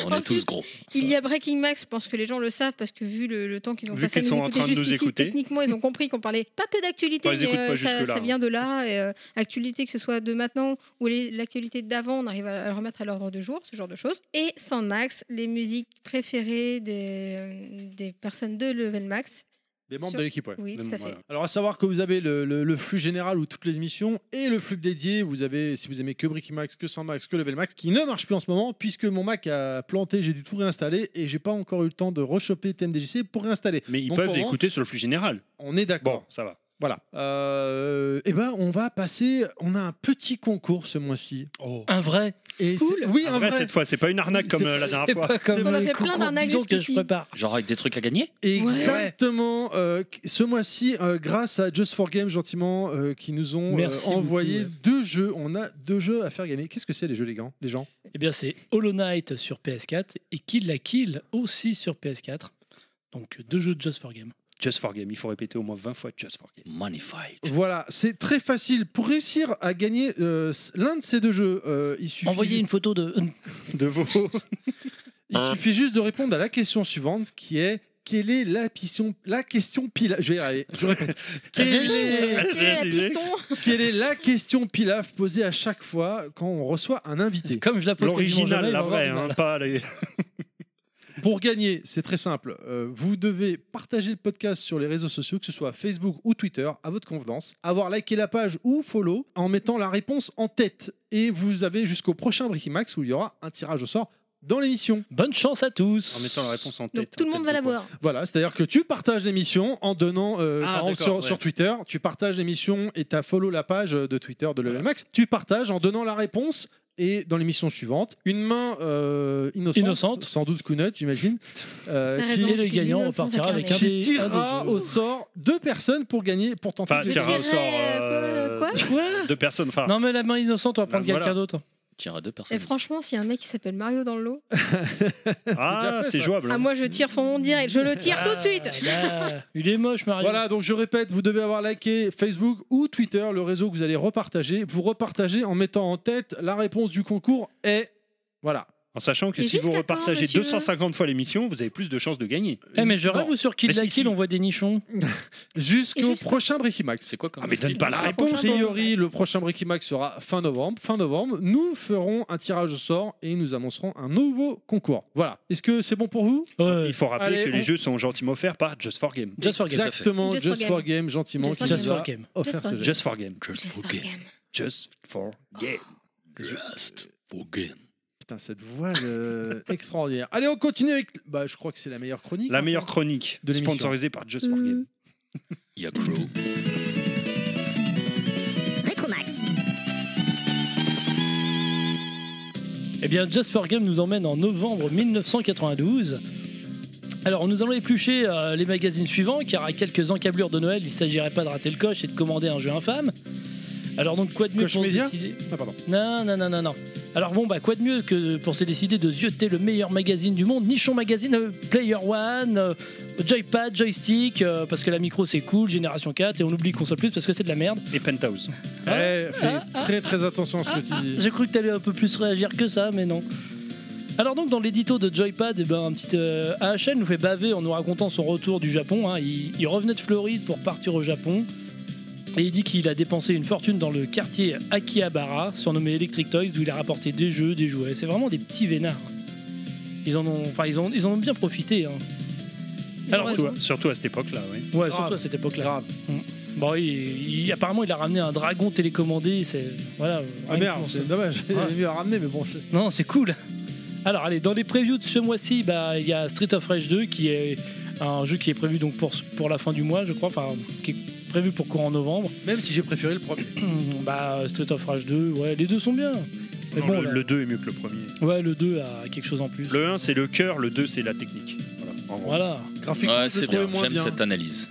[SPEAKER 7] On est tous
[SPEAKER 5] Ensuite,
[SPEAKER 7] gros.
[SPEAKER 5] Il y a Breaking Max. Je pense que les gens le savent parce que vu le, le temps qu'ils ont
[SPEAKER 4] Vu
[SPEAKER 5] passé à
[SPEAKER 4] qu'ils
[SPEAKER 5] nous
[SPEAKER 4] sont en
[SPEAKER 5] écouter
[SPEAKER 4] train de nous
[SPEAKER 5] jusqu'ici,
[SPEAKER 4] écouter.
[SPEAKER 5] techniquement, ils ont compris qu'on parlait pas que d'actualité,
[SPEAKER 4] Ouais, ils
[SPEAKER 5] mais
[SPEAKER 4] écoutent
[SPEAKER 5] euh, ça,
[SPEAKER 4] pas jusque-là,
[SPEAKER 5] ça
[SPEAKER 4] hein.
[SPEAKER 5] vient de là. Et, euh, actualité, que ce soit de maintenant ou les- l'actualité d'avant, on arrive à, à le remettre à l'ordre du jour, ce genre de choses. Et Sandmax, les musiques préférées des, euh, des personnes de Level Max.
[SPEAKER 3] Des membres
[SPEAKER 5] Sur-
[SPEAKER 3] de l'équipe, ouais.
[SPEAKER 5] Oui, tout à fait.
[SPEAKER 4] Voilà.
[SPEAKER 3] Alors à savoir que vous avez le, le- le flux général ou toutes les émissions et le flux dédié. Vous avez, si vous aimez que Bricky Max, que Sans Max, que Level Max, qui ne marche plus en ce moment puisque mon Mac a planté, j'ai dû tout réinstaller et j'ai pas encore eu le temps de rechoper TMDJC pour réinstaller.
[SPEAKER 4] Mais ils
[SPEAKER 3] Bon,
[SPEAKER 4] peuvent
[SPEAKER 3] pour moi-
[SPEAKER 4] écouter sur le flux général.
[SPEAKER 3] On est d'accord.
[SPEAKER 4] Bon, ça va.
[SPEAKER 3] Voilà. Euh, eh ben, on va passer. On a un petit concours ce mois-ci.
[SPEAKER 6] Un vrai.
[SPEAKER 3] Et
[SPEAKER 5] Cool.
[SPEAKER 3] c'est- Oui,
[SPEAKER 4] En
[SPEAKER 3] un
[SPEAKER 4] vrai,
[SPEAKER 3] vrai.
[SPEAKER 4] cette fois, Ah bah, c'est pas une arnaque comme
[SPEAKER 3] C'est-
[SPEAKER 4] euh, la dernière
[SPEAKER 6] C'est
[SPEAKER 4] fois.
[SPEAKER 6] pas comme
[SPEAKER 5] On a
[SPEAKER 6] le
[SPEAKER 5] fait plein
[SPEAKER 6] concours
[SPEAKER 5] d'arnaques
[SPEAKER 6] bidon que je
[SPEAKER 5] jusqu'ici.
[SPEAKER 6] prépare.
[SPEAKER 7] Genre avec des trucs à gagner
[SPEAKER 3] Exactement. euh, ce mois-ci, euh, grâce à Just for Games, gentiment, euh, qui nous ont euh,
[SPEAKER 6] Merci
[SPEAKER 3] envoyé
[SPEAKER 6] beaucoup,
[SPEAKER 3] deux jeux. On a deux jeux à faire gagner. Qu'est-ce que c'est les jeux, les gants, les gens
[SPEAKER 6] Eh bien, c'est Hollow Knight sur PS4 et Kill la Kill aussi sur PS4. Donc, deux jeux de Just for Game.
[SPEAKER 4] Just for Game, il faut répéter au moins 20 fois Just for Game.
[SPEAKER 7] Magnifique.
[SPEAKER 3] Voilà, c'est très facile. Pour réussir à gagner euh, l'un de ces deux jeux, euh, il suffit.
[SPEAKER 6] Envoyez une photo de.
[SPEAKER 4] De vos.
[SPEAKER 3] Il suffit juste de répondre à la question suivante qui est quelle est la, pisson- la question pile Je vais y arriver, je répète. Quelle est,
[SPEAKER 5] Quelle est la piston
[SPEAKER 3] quelle est la question pilaf posée à chaque fois quand on reçoit un invité
[SPEAKER 6] Comme je la pose quasiment
[SPEAKER 4] L'original,
[SPEAKER 6] jamais, il
[SPEAKER 4] la
[SPEAKER 6] va avoir
[SPEAKER 4] vraie,
[SPEAKER 6] du mal.
[SPEAKER 4] hein, pas les.
[SPEAKER 3] Pour gagner, c'est très simple. Euh, vous devez partager le podcast sur les réseaux sociaux, que ce soit Facebook ou Twitter, à votre convenance, avoir liké la page ou follow en mettant la réponse en tête. Et vous avez jusqu'au prochain Bricky Max où il y aura un tirage au sort dans l'émission.
[SPEAKER 6] Bonne chance à tous.
[SPEAKER 4] En mettant la réponse en tête.
[SPEAKER 5] Donc tout le
[SPEAKER 4] en
[SPEAKER 5] monde
[SPEAKER 4] tête
[SPEAKER 5] va
[SPEAKER 4] de
[SPEAKER 5] l'avoir.
[SPEAKER 3] Voilà, c'est-à-dire que tu partages l'émission en donnant, euh,
[SPEAKER 4] Ah,
[SPEAKER 3] par exemple, sur,
[SPEAKER 4] d'accord, ouais.
[SPEAKER 3] sur Twitter, tu partages l'émission et tu follow la page euh, de Twitter de Level Max, tu partages en donnant la réponse. Et dans l'émission suivante, une main euh, innocente,
[SPEAKER 6] Innocente.
[SPEAKER 3] sans doute Kounet, j'imagine, euh,
[SPEAKER 5] T'as
[SPEAKER 3] qui,
[SPEAKER 5] raison,
[SPEAKER 6] Et
[SPEAKER 5] je
[SPEAKER 6] le
[SPEAKER 5] suis
[SPEAKER 6] gagnant
[SPEAKER 5] innocente
[SPEAKER 6] repartira avec un
[SPEAKER 5] incarnée.
[SPEAKER 3] qui
[SPEAKER 6] des.
[SPEAKER 3] tirera
[SPEAKER 6] un des deux.
[SPEAKER 3] au sort deux personnes pour gagner, pour tenter
[SPEAKER 4] Enfin,
[SPEAKER 3] de
[SPEAKER 5] Je
[SPEAKER 4] tirera
[SPEAKER 5] dirais
[SPEAKER 4] au sort,
[SPEAKER 5] euh, quoi,
[SPEAKER 4] euh,
[SPEAKER 5] quoi
[SPEAKER 6] Quoi
[SPEAKER 4] pointe. Deux personnes, enfin.
[SPEAKER 6] Non, mais la main innocente, on va prendre
[SPEAKER 4] Bah,
[SPEAKER 6] quelqu'un
[SPEAKER 4] voilà.
[SPEAKER 6] d'autre.
[SPEAKER 7] Tiens, à deux personnes.
[SPEAKER 5] Et franchement, s'il y a un mec qui s'appelle Mario dans le lot,
[SPEAKER 4] Ah,
[SPEAKER 3] déjà fait,
[SPEAKER 4] c'est
[SPEAKER 3] ça.
[SPEAKER 4] jouable.
[SPEAKER 5] ah moi je tire son nom direct, je le tire tout de suite.
[SPEAKER 6] Ah, là, Il est moche, Mario.
[SPEAKER 3] Voilà, donc je répète, vous devez avoir liké Facebook ou Twitter, le réseau que vous allez repartager. Vous repartagez en mettant en tête la réponse du concours est. Voilà.
[SPEAKER 4] En sachant que
[SPEAKER 5] Et
[SPEAKER 4] si vous
[SPEAKER 5] jusqu'à quand,
[SPEAKER 4] repartagez
[SPEAKER 5] monsieur
[SPEAKER 4] 250 fois l'émission, vous avez plus de chances de gagner.
[SPEAKER 6] Eh, mais je
[SPEAKER 4] Non.
[SPEAKER 6] rêve ou sur Kill
[SPEAKER 4] Mais
[SPEAKER 6] la
[SPEAKER 4] si, si.
[SPEAKER 6] Kill, on voit des nichons.
[SPEAKER 3] Jusqu'au
[SPEAKER 5] Et juste-
[SPEAKER 3] prochain Breaky Max.
[SPEAKER 7] C'est quoi quand
[SPEAKER 4] Ah,
[SPEAKER 7] même
[SPEAKER 4] mais donne pas la
[SPEAKER 5] Ah,
[SPEAKER 4] réponse.
[SPEAKER 3] A
[SPEAKER 5] prochain
[SPEAKER 3] priori,
[SPEAKER 5] Breaking Max.
[SPEAKER 3] le prochain Breaking Max sera fin novembre. Fin novembre, nous ferons un tirage au sort et nous annoncerons un nouveau concours. Voilà. Est-ce que c'est bon pour vous
[SPEAKER 6] Ouais.
[SPEAKER 4] Il faut rappeler
[SPEAKER 3] Allez,
[SPEAKER 4] que
[SPEAKER 3] on-
[SPEAKER 4] les jeux sont gentiment offerts par Just for Game.
[SPEAKER 6] Just for game.
[SPEAKER 7] Exact.
[SPEAKER 3] Exactement, Just,
[SPEAKER 5] Just for
[SPEAKER 3] for Game, gentiment,
[SPEAKER 5] Just
[SPEAKER 3] qui
[SPEAKER 5] for
[SPEAKER 6] Just
[SPEAKER 3] nous
[SPEAKER 6] for
[SPEAKER 3] a
[SPEAKER 6] game.
[SPEAKER 3] offert
[SPEAKER 5] Just for
[SPEAKER 3] ce jeu.
[SPEAKER 4] Just for Game.
[SPEAKER 7] Just
[SPEAKER 5] Just
[SPEAKER 7] for
[SPEAKER 5] for
[SPEAKER 7] game.
[SPEAKER 5] game.
[SPEAKER 4] Just for Game.
[SPEAKER 7] Just for game.
[SPEAKER 3] Putain, cette voix euh, extraordinaire. Allez, on continue avec. Bah, je crois que c'est la meilleure chronique.
[SPEAKER 4] La meilleure chronique
[SPEAKER 3] De l'émission.
[SPEAKER 4] sponsorisée par Just for Game.
[SPEAKER 7] Y'a Crow.
[SPEAKER 1] Rétromax.
[SPEAKER 6] Eh bien, Just for Game nous emmène en novembre 1992. Alors, nous allons éplucher euh, les magazines suivants, car à quelques encablures de Noël, il s'agirait pas de rater le coche et de commander un jeu infâme. Alors, donc, quoi de mieux
[SPEAKER 3] Coche
[SPEAKER 6] pour se
[SPEAKER 3] Média
[SPEAKER 6] décider
[SPEAKER 3] Ah, pardon.
[SPEAKER 6] Non, non, non, non, non. Alors, bon, bah, quoi de mieux que pour se décider de zioter le meilleur magazine du monde Nichon Magazine, euh, Player One, euh, Joypad, Joystick, euh, parce que la micro c'est cool, Génération 4, et on oublie console plus parce que c'est de la merde.
[SPEAKER 4] Et Penthouse.
[SPEAKER 3] Eh, fais très très attention à ce que tu dis.
[SPEAKER 6] J'ai cru que t'allais un peu plus réagir que ça, mais non. Alors donc dans l'édito de Joypad, eh ben, un petit euh, AHL nous fait baver en nous racontant son retour du Japon. hein. Il, il revenait de Floride pour partir au Japon. Et il dit qu'il a dépensé une fortune dans le quartier Akihabara, surnommé Electric Toys, d'où il a rapporté des jeux, des jouets. C'est vraiment des petits vénards. Ils en ont, enfin, ils en- ils en ont bien profité. hein. Alors,
[SPEAKER 5] Heureusement.
[SPEAKER 4] Surtout à- Surtout à cette époque-là, oui.
[SPEAKER 6] Ouais,
[SPEAKER 3] Grave.
[SPEAKER 6] surtout à cette
[SPEAKER 3] Ah,
[SPEAKER 6] époque-là.
[SPEAKER 3] Grave.
[SPEAKER 6] Bon, il- il- apparemment, il a ramené un dragon télécommandé. C'est voilà. rien
[SPEAKER 3] Ah
[SPEAKER 6] que
[SPEAKER 3] merde,
[SPEAKER 6] pour ça.
[SPEAKER 3] c'est dommage.
[SPEAKER 6] Ouais.
[SPEAKER 3] J'avais mieux à ramener, mais bon. c'est-
[SPEAKER 6] Non, c'est cool. Alors, allez, dans les previews de ce mois-ci, bah, il y a Street of Rage 2 qui est un jeu qui est prévu donc pour, pour la fin du mois, je crois, enfin, qui est prévu pour courant novembre.
[SPEAKER 3] Même si j'ai préféré le premier.
[SPEAKER 6] bah, Street of Rage 2, ouais, les deux sont bien. Mais
[SPEAKER 4] Non,
[SPEAKER 6] bon,
[SPEAKER 4] le,
[SPEAKER 6] là-
[SPEAKER 4] 2 est mieux que le premier.
[SPEAKER 6] ouais, le 2 a quelque chose en plus.
[SPEAKER 4] Le 1, c'est le cœur, le 2, c'est la technique. Voilà. en gros.
[SPEAKER 6] Voilà.
[SPEAKER 3] Graphiquement,
[SPEAKER 7] Ouais,
[SPEAKER 3] je le
[SPEAKER 7] c'est
[SPEAKER 3] trouvais
[SPEAKER 7] bien.
[SPEAKER 3] moins
[SPEAKER 7] J'aime
[SPEAKER 3] bien.
[SPEAKER 7] cette analyse.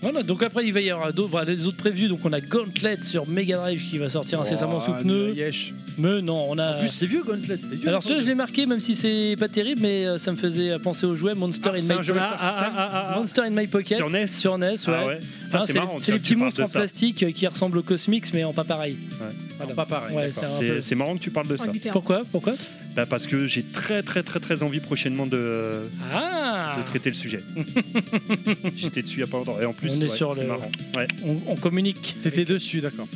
[SPEAKER 6] Voilà, donc après, il va y avoir d'autres, voilà, les autres previews. Donc, on a Gauntlet sur Mega Drive qui va sortir incessamment sous
[SPEAKER 3] Oh,
[SPEAKER 6] pneu.
[SPEAKER 3] Yesh.
[SPEAKER 6] Mais non, on a.
[SPEAKER 3] En plus, c'est hein. vieux Gauntlet, c'était vieux.
[SPEAKER 6] Euh, alors celui-là je l'ai marqué même si c'est pas terrible mais euh, ça me faisait penser au jouet Monster,
[SPEAKER 3] Ah,
[SPEAKER 6] in,
[SPEAKER 3] c'est
[SPEAKER 6] my
[SPEAKER 3] un jeu
[SPEAKER 6] Pocket.
[SPEAKER 3] Master System
[SPEAKER 6] Monster in My Pocket
[SPEAKER 4] Sur NES.
[SPEAKER 6] sur NES, ouais.
[SPEAKER 4] Ah ouais. Ça,
[SPEAKER 6] Ah,
[SPEAKER 4] c'est
[SPEAKER 6] c'est
[SPEAKER 4] marrant.
[SPEAKER 6] c'est les
[SPEAKER 4] que
[SPEAKER 6] petits
[SPEAKER 4] tu parles
[SPEAKER 6] monstres
[SPEAKER 4] de
[SPEAKER 6] en
[SPEAKER 4] ça.
[SPEAKER 6] plastique euh, qui ressemblent au Cosmix mais en pas pareil.
[SPEAKER 3] Non, Pas pareil.
[SPEAKER 6] Ouais,
[SPEAKER 3] d'accord.
[SPEAKER 6] c'est un peu-
[SPEAKER 4] C'est c'est marrant que tu parles de
[SPEAKER 5] Oh,
[SPEAKER 4] ça.
[SPEAKER 5] différent.
[SPEAKER 6] Pourquoi Pourquoi
[SPEAKER 4] Bah, parce que j'ai très très très très envie prochainement de,
[SPEAKER 6] Ah
[SPEAKER 4] de traiter le sujet. J'étais dessus il y a pas longtemps. Et en plus,
[SPEAKER 6] On est
[SPEAKER 4] ouais,
[SPEAKER 6] sur
[SPEAKER 4] c'est
[SPEAKER 6] le-
[SPEAKER 4] marrant. Ouais.
[SPEAKER 6] on, on communique.
[SPEAKER 3] T'étais dessus, d'accord.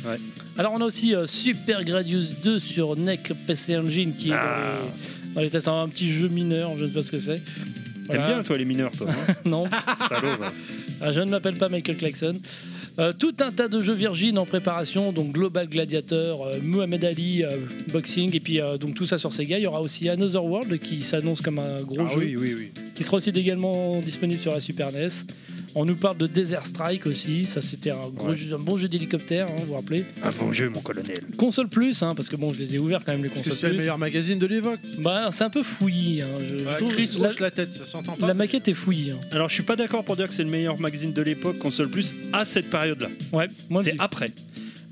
[SPEAKER 6] Alors on a aussi euh, Super Gradius 2 sur NEC PC Engine qui est
[SPEAKER 4] Ah.
[SPEAKER 6] dans les, dans les tests. un petit jeu mineur, je ne sais pas ce que c'est.
[SPEAKER 4] T'aimes
[SPEAKER 6] Voilà.
[SPEAKER 4] bien, toi, les mineurs, toi. hein
[SPEAKER 6] Non,
[SPEAKER 4] Salaud, ouais.
[SPEAKER 6] Ah, je ne m'appelle pas Michael Clarkson. Euh, tout un tas de jeux Virgin en préparation, donc Global Gladiator, euh, Muhammad Ali, euh, Boxing, et puis euh, donc tout ça sur Sega. Il y aura aussi Another World qui s'annonce comme un gros
[SPEAKER 3] Ah
[SPEAKER 6] jeu,
[SPEAKER 3] oui, oui, oui.
[SPEAKER 6] qui sera aussi également disponible sur la Super NES. On nous parle de Desert Strike aussi, ça c'était un, gros
[SPEAKER 4] Ouais.
[SPEAKER 6] jeu- un bon jeu d'hélicoptère, hein, vous vous rappelez.
[SPEAKER 4] Un bon jeu, mon colonel.
[SPEAKER 6] Console Plus, hein, parce que bon, je les ai ouverts quand même les
[SPEAKER 3] Parce que
[SPEAKER 6] consoles
[SPEAKER 3] c'est le
[SPEAKER 6] Plus.
[SPEAKER 3] meilleur magazine de l'époque.
[SPEAKER 6] Bah, c'est un peu fouillis. hein, je- je
[SPEAKER 3] Bah,
[SPEAKER 6] trouve
[SPEAKER 3] Chris
[SPEAKER 6] la,
[SPEAKER 3] hoche la tête, ça s'entend pas.
[SPEAKER 6] la maquette est fouillie. hein.
[SPEAKER 4] Alors, je suis pas d'accord pour dire que c'est le meilleur magazine de l'époque, console plus, à cette période-là.
[SPEAKER 6] Ouais, moi aussi.
[SPEAKER 4] C'est après.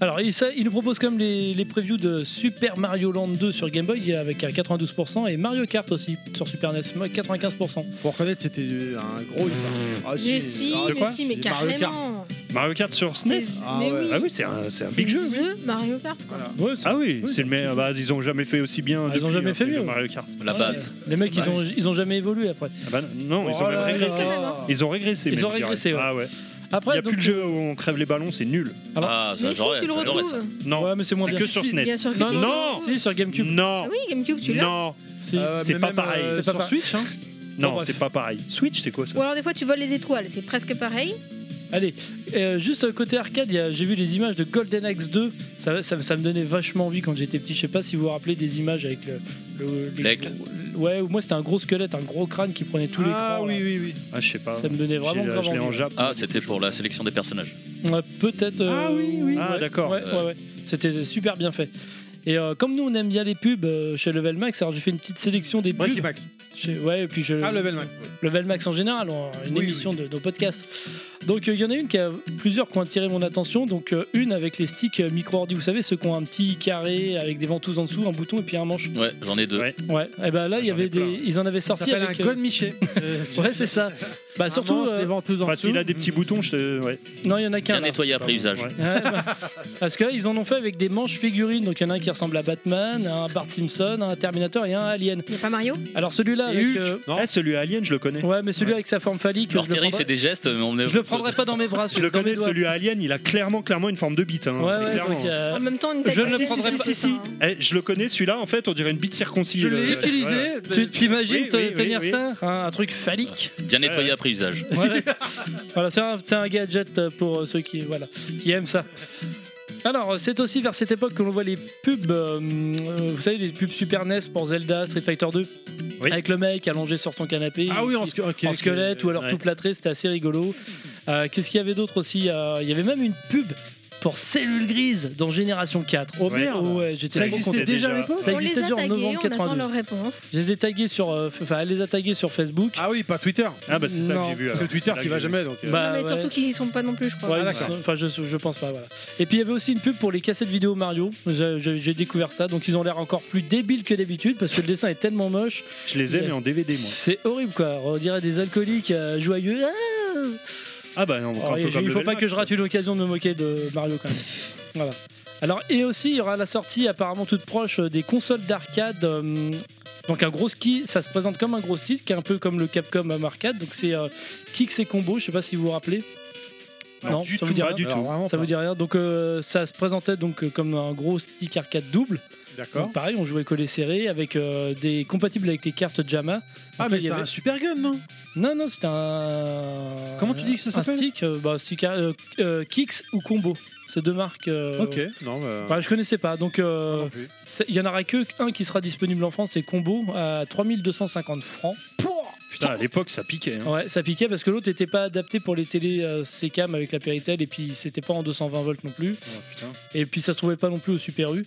[SPEAKER 6] Alors, il, ça, il nous propose quand même les, les previews de Super Mario Land 2 sur Game Boy avec un 92% et Mario Kart aussi sur Super E NES, 95%.
[SPEAKER 3] Faut reconnaître, c'était un gros. hit, hein. Ah,
[SPEAKER 5] Mais si,
[SPEAKER 3] ah,
[SPEAKER 5] mais
[SPEAKER 3] quoi
[SPEAKER 5] si, mais
[SPEAKER 3] C'est Mario Kart.
[SPEAKER 5] carrément.
[SPEAKER 4] Mario Kart sur SNES.
[SPEAKER 5] C'est-
[SPEAKER 3] Ah
[SPEAKER 5] mais
[SPEAKER 3] ouais.
[SPEAKER 5] oui.
[SPEAKER 4] Ah oui, c'est un, c'est un
[SPEAKER 5] C'est
[SPEAKER 4] big jeu. oui.
[SPEAKER 5] The Mario Kart. quoi.
[SPEAKER 3] Voilà.
[SPEAKER 6] Ouais, c'est-
[SPEAKER 4] Ah oui,
[SPEAKER 6] Oui,
[SPEAKER 4] c'est le meilleur. Bah, ils ont jamais fait aussi bien.
[SPEAKER 6] Ah, ils ont
[SPEAKER 4] depuis,
[SPEAKER 6] jamais
[SPEAKER 4] hein,
[SPEAKER 6] fait
[SPEAKER 4] les
[SPEAKER 6] mieux.
[SPEAKER 4] jeux Mario Kart.
[SPEAKER 7] La base.
[SPEAKER 6] les mecs, ils ont, ils ont jamais évolué après.
[SPEAKER 4] Ah bah, non, ils
[SPEAKER 3] Oh
[SPEAKER 4] ont même
[SPEAKER 3] là
[SPEAKER 4] régressé.
[SPEAKER 3] là.
[SPEAKER 5] même, hein.
[SPEAKER 4] Ils ont régressé.
[SPEAKER 6] Ils
[SPEAKER 4] même,
[SPEAKER 6] ont
[SPEAKER 4] je dirais.
[SPEAKER 6] régressé, ouais.
[SPEAKER 4] Ah ouais. Il
[SPEAKER 6] Après,
[SPEAKER 4] n'y a
[SPEAKER 6] donc-
[SPEAKER 4] plus de jeu où on crève les ballons, c'est nul.
[SPEAKER 7] Ah,
[SPEAKER 5] Mais si,
[SPEAKER 7] j'adorais.
[SPEAKER 5] tu le
[SPEAKER 7] j'adorais ça.
[SPEAKER 5] retrouves.
[SPEAKER 4] Non,
[SPEAKER 6] Ouais, mais c'est moins
[SPEAKER 4] hein. c'est
[SPEAKER 6] bien.
[SPEAKER 4] que sur
[SPEAKER 5] Si,
[SPEAKER 4] SNES.
[SPEAKER 5] bien sûr que
[SPEAKER 4] non,
[SPEAKER 5] si.
[SPEAKER 4] non,
[SPEAKER 6] Si, sur GameCube.
[SPEAKER 4] non,
[SPEAKER 5] Ah oui, GameCube, tu l'as.
[SPEAKER 4] non,
[SPEAKER 6] Si.
[SPEAKER 3] Ah ouais,
[SPEAKER 4] C'est
[SPEAKER 3] mais
[SPEAKER 4] pas
[SPEAKER 3] même,
[SPEAKER 4] pareil.
[SPEAKER 3] euh,
[SPEAKER 6] C'est pas
[SPEAKER 3] sur
[SPEAKER 6] pareil.
[SPEAKER 3] Switch, hein.
[SPEAKER 4] non,
[SPEAKER 6] bref.
[SPEAKER 4] c'est pas pareil. Switch, c'est quoi ça
[SPEAKER 5] Ou alors des fois tu voles les étoiles, c'est presque pareil.
[SPEAKER 6] Allez, euh, juste côté arcade, il y a- j'ai vu les images de Golden Axe 2. Ça, ça- ça me donnait vachement envie quand j'étais petit. Je sais pas si vous vous rappelez des images avec le. le- les
[SPEAKER 7] L'aigle.
[SPEAKER 6] gros- Ouais, ou moi c'était un gros squelette, un gros crâne qui prenait tout
[SPEAKER 3] Ah
[SPEAKER 6] l'écran.
[SPEAKER 3] oui,
[SPEAKER 6] là.
[SPEAKER 3] oui, oui.
[SPEAKER 4] Ah, je sais pas.
[SPEAKER 6] Ça me donnait vraiment
[SPEAKER 4] J'ai-
[SPEAKER 6] grave
[SPEAKER 4] je l'ai en
[SPEAKER 6] envie.
[SPEAKER 4] Jap.
[SPEAKER 7] Ah, c'était pour la sélection des personnages.
[SPEAKER 6] Ouais, Peut-être. euh,
[SPEAKER 3] Ah oui, oui.
[SPEAKER 4] Ah, d'accord.
[SPEAKER 6] Ouais, ouais, ouais. C'était super bien fait. Et euh, comme nous on aime bien les pubs euh, chez Level Max, alors j'ai fait une petite sélection des pubs.
[SPEAKER 3] Breaky Max.
[SPEAKER 6] Chez- Ouais, et puis je.
[SPEAKER 3] Ah, level Max.
[SPEAKER 6] Level Max en général, en- une
[SPEAKER 3] Oui,
[SPEAKER 6] émission de nos podcasts. Donc euh, il y en a une qui a plusieurs qui ont attiré mon attention. Donc euh, une avec les sticks euh, micro-ordi, vous savez, ceux qui ont un petit carré avec des ventouses en dessous, un bouton et puis un manche.
[SPEAKER 7] Ouais, j'en ai deux.
[SPEAKER 4] Ouais.
[SPEAKER 6] Ouais, et ben là il y
[SPEAKER 4] J'en ai
[SPEAKER 6] avait
[SPEAKER 4] plein.
[SPEAKER 6] des. Ils en avaient
[SPEAKER 3] Ça
[SPEAKER 6] sorti
[SPEAKER 3] s'appelle un
[SPEAKER 6] avec. euh,
[SPEAKER 3] God Miché.
[SPEAKER 6] Ouais, c'est ça. Bah surtout.
[SPEAKER 3] Surtout,
[SPEAKER 6] euh,
[SPEAKER 3] les ventouses en
[SPEAKER 4] Enfin,
[SPEAKER 3] dessous.
[SPEAKER 4] s'il a des petits boutons, je te. Ouais.
[SPEAKER 6] Non, il y en a qu'un.
[SPEAKER 7] Bien
[SPEAKER 6] là.
[SPEAKER 7] nettoyé après usage.
[SPEAKER 4] Ouais.
[SPEAKER 6] Ouais, bah, parce que là, ils en ont fait avec des manches figurines. Donc il y en a un qui ressemble à Batman, un Bart Simpson, un Terminator et un Alien.
[SPEAKER 5] Il n'y a pas Mario
[SPEAKER 6] Alors celui-là.
[SPEAKER 3] Et
[SPEAKER 6] avec,
[SPEAKER 3] Hulk.
[SPEAKER 6] euh,
[SPEAKER 3] Non.
[SPEAKER 4] Ah, celui à Alien, je le connais.
[SPEAKER 6] Ouais, mais celui avec sa forme phallique.
[SPEAKER 7] Alors
[SPEAKER 6] je le
[SPEAKER 7] Thierry
[SPEAKER 6] prendrais-
[SPEAKER 7] fait des gestes, mais on est.
[SPEAKER 6] je le prendrai pas dans mes bras.
[SPEAKER 4] Je le
[SPEAKER 6] dans mes
[SPEAKER 4] connais,
[SPEAKER 6] doigts.
[SPEAKER 4] celui à Alien, il a clairement, clairement une forme de bite. hein.
[SPEAKER 6] Ouais, ouais,
[SPEAKER 4] Clairement.
[SPEAKER 6] donc, euh,
[SPEAKER 5] En même temps, une
[SPEAKER 6] je
[SPEAKER 5] tête
[SPEAKER 6] ne le
[SPEAKER 5] Ah, si,
[SPEAKER 6] prendrai
[SPEAKER 5] si,
[SPEAKER 6] pas-
[SPEAKER 5] si, si.
[SPEAKER 4] Eh, je le connais, celui-là, en fait, on dirait une bite circoncise. euh,
[SPEAKER 3] Je l'ai
[SPEAKER 4] Ouais. Ouais.
[SPEAKER 3] utilisé.
[SPEAKER 6] Tu t'imagines
[SPEAKER 4] Oui,
[SPEAKER 6] te-
[SPEAKER 4] oui, oui,
[SPEAKER 6] tenir
[SPEAKER 4] oui.
[SPEAKER 6] ça hein, Un truc phallique
[SPEAKER 7] Bien nettoyé
[SPEAKER 4] Ouais.
[SPEAKER 7] après usage.
[SPEAKER 6] Voilà, Voilà, c'est un, c'est un gadget euh, pour euh, ceux qui, voilà, qui aiment ça. Alors, euh, c'est aussi vers cette époque que l'on voit les pubs, euh, euh, vous savez, les pubs Super NES pour Zelda, Street Fighter 2,
[SPEAKER 4] Oui.
[SPEAKER 6] avec le mec allongé sur son canapé.
[SPEAKER 3] Ah oui,
[SPEAKER 6] qui-
[SPEAKER 3] en, sque- ok,
[SPEAKER 6] en
[SPEAKER 3] ok.
[SPEAKER 6] squelette ou alors
[SPEAKER 4] ouais.
[SPEAKER 6] tout plâtré, c'était assez rigolo. Euh, Qu'est-ce qu'il y avait d'autre aussi Euh, Il y avait même une pub pour Cellule Grise dans Génération 4.
[SPEAKER 3] Oh merde.
[SPEAKER 6] ouais, j'étais
[SPEAKER 3] Ça
[SPEAKER 6] trop
[SPEAKER 3] existait
[SPEAKER 6] content.
[SPEAKER 3] déjà à
[SPEAKER 4] déjà.
[SPEAKER 3] l'époque
[SPEAKER 6] Ça
[SPEAKER 5] On les
[SPEAKER 6] existait
[SPEAKER 5] a
[SPEAKER 6] déjà en
[SPEAKER 5] tagués,
[SPEAKER 6] novembre
[SPEAKER 5] on attend
[SPEAKER 6] 92.
[SPEAKER 5] leur réponse.
[SPEAKER 6] Je les ai tagués sur, euh, enfin, elle les a tagués sur Facebook.
[SPEAKER 3] Ah oui, pas Twitter.
[SPEAKER 4] Ah, bah, c'est ça
[SPEAKER 6] Non.
[SPEAKER 4] que j'ai vu. alors.
[SPEAKER 3] C'est Twitter
[SPEAKER 4] C'est là
[SPEAKER 3] qui
[SPEAKER 4] que
[SPEAKER 3] va
[SPEAKER 4] j'ai vu.
[SPEAKER 3] jamais. donc, euh,
[SPEAKER 6] Bah,
[SPEAKER 5] non, mais
[SPEAKER 6] ouais.
[SPEAKER 5] surtout qu'ils y sont pas non plus, je crois.
[SPEAKER 6] Ouais, ils
[SPEAKER 3] ah, d'accord.
[SPEAKER 6] sont- Enfin, je, je pense pas. Voilà. Et puis il y avait aussi une pub pour les cassettes vidéo Mario. Je- je- J'ai découvert ça, donc ils ont l'air encore plus débiles que d'habitude parce que le dessin est tellement moche.
[SPEAKER 4] Je les ai, mais en DVD, moi.
[SPEAKER 6] C'est horrible quoi. On dirait des alcooliques euh, joyeux. Ah
[SPEAKER 4] Ah, bah, non, un
[SPEAKER 6] Alors,
[SPEAKER 4] peu
[SPEAKER 6] il
[SPEAKER 4] comme
[SPEAKER 6] il faut
[SPEAKER 4] Level
[SPEAKER 6] pas
[SPEAKER 4] Max,
[SPEAKER 6] que je
[SPEAKER 4] quoi.
[SPEAKER 6] rate une occasion de me moquer de Mario quand même. voilà. Alors et aussi il y aura la sortie apparemment toute proche euh, des consoles d'arcade. euh, donc un gros ski, ça se présente comme un gros titre, qui est un peu comme le Capcom Home Arcade. Donc c'est euh, Kicks et Combo, je sais pas si vous vous rappelez.
[SPEAKER 4] Non, du
[SPEAKER 6] ça
[SPEAKER 4] tout,
[SPEAKER 6] vous dit
[SPEAKER 4] pas
[SPEAKER 6] rien
[SPEAKER 4] du
[SPEAKER 3] alors,
[SPEAKER 4] tout.
[SPEAKER 3] vraiment
[SPEAKER 6] Ça
[SPEAKER 3] pas.
[SPEAKER 6] vous dit rien. Donc euh, ça se présentait donc euh, comme un gros stick arcade double.
[SPEAKER 3] D'accord.
[SPEAKER 6] Donc, pareil, on jouait collé serré avec euh, des compatibles avec les cartes Jama.
[SPEAKER 3] Ah,
[SPEAKER 6] Donc,
[SPEAKER 3] mais
[SPEAKER 6] il y
[SPEAKER 3] c'était
[SPEAKER 6] avait-
[SPEAKER 3] un super gun, non
[SPEAKER 6] Non non, c'était un.
[SPEAKER 3] Comment tu dis que ça
[SPEAKER 6] Un
[SPEAKER 3] s'appelle
[SPEAKER 6] stick, euh, bah, stick euh, euh, Kicks ou Combo. C'est deux marques. euh,
[SPEAKER 3] Ok, Ah. non, bah,
[SPEAKER 6] bah, je connaissais pas. Donc euh,
[SPEAKER 4] Oh,
[SPEAKER 3] non plus.
[SPEAKER 6] c'est- il y en aura que un qui sera disponible en France, c'est Combo à 3250 francs.
[SPEAKER 4] Putain, à l'époque, ça piquait. hein.
[SPEAKER 6] Ouais, ça piquait parce que l'autre était pas adapté pour les télé euh, CCAM avec la Péritel et puis c'était pas en 220 volts non plus.
[SPEAKER 4] Oh, putain.
[SPEAKER 6] Et puis ça se trouvait pas non plus au Super U.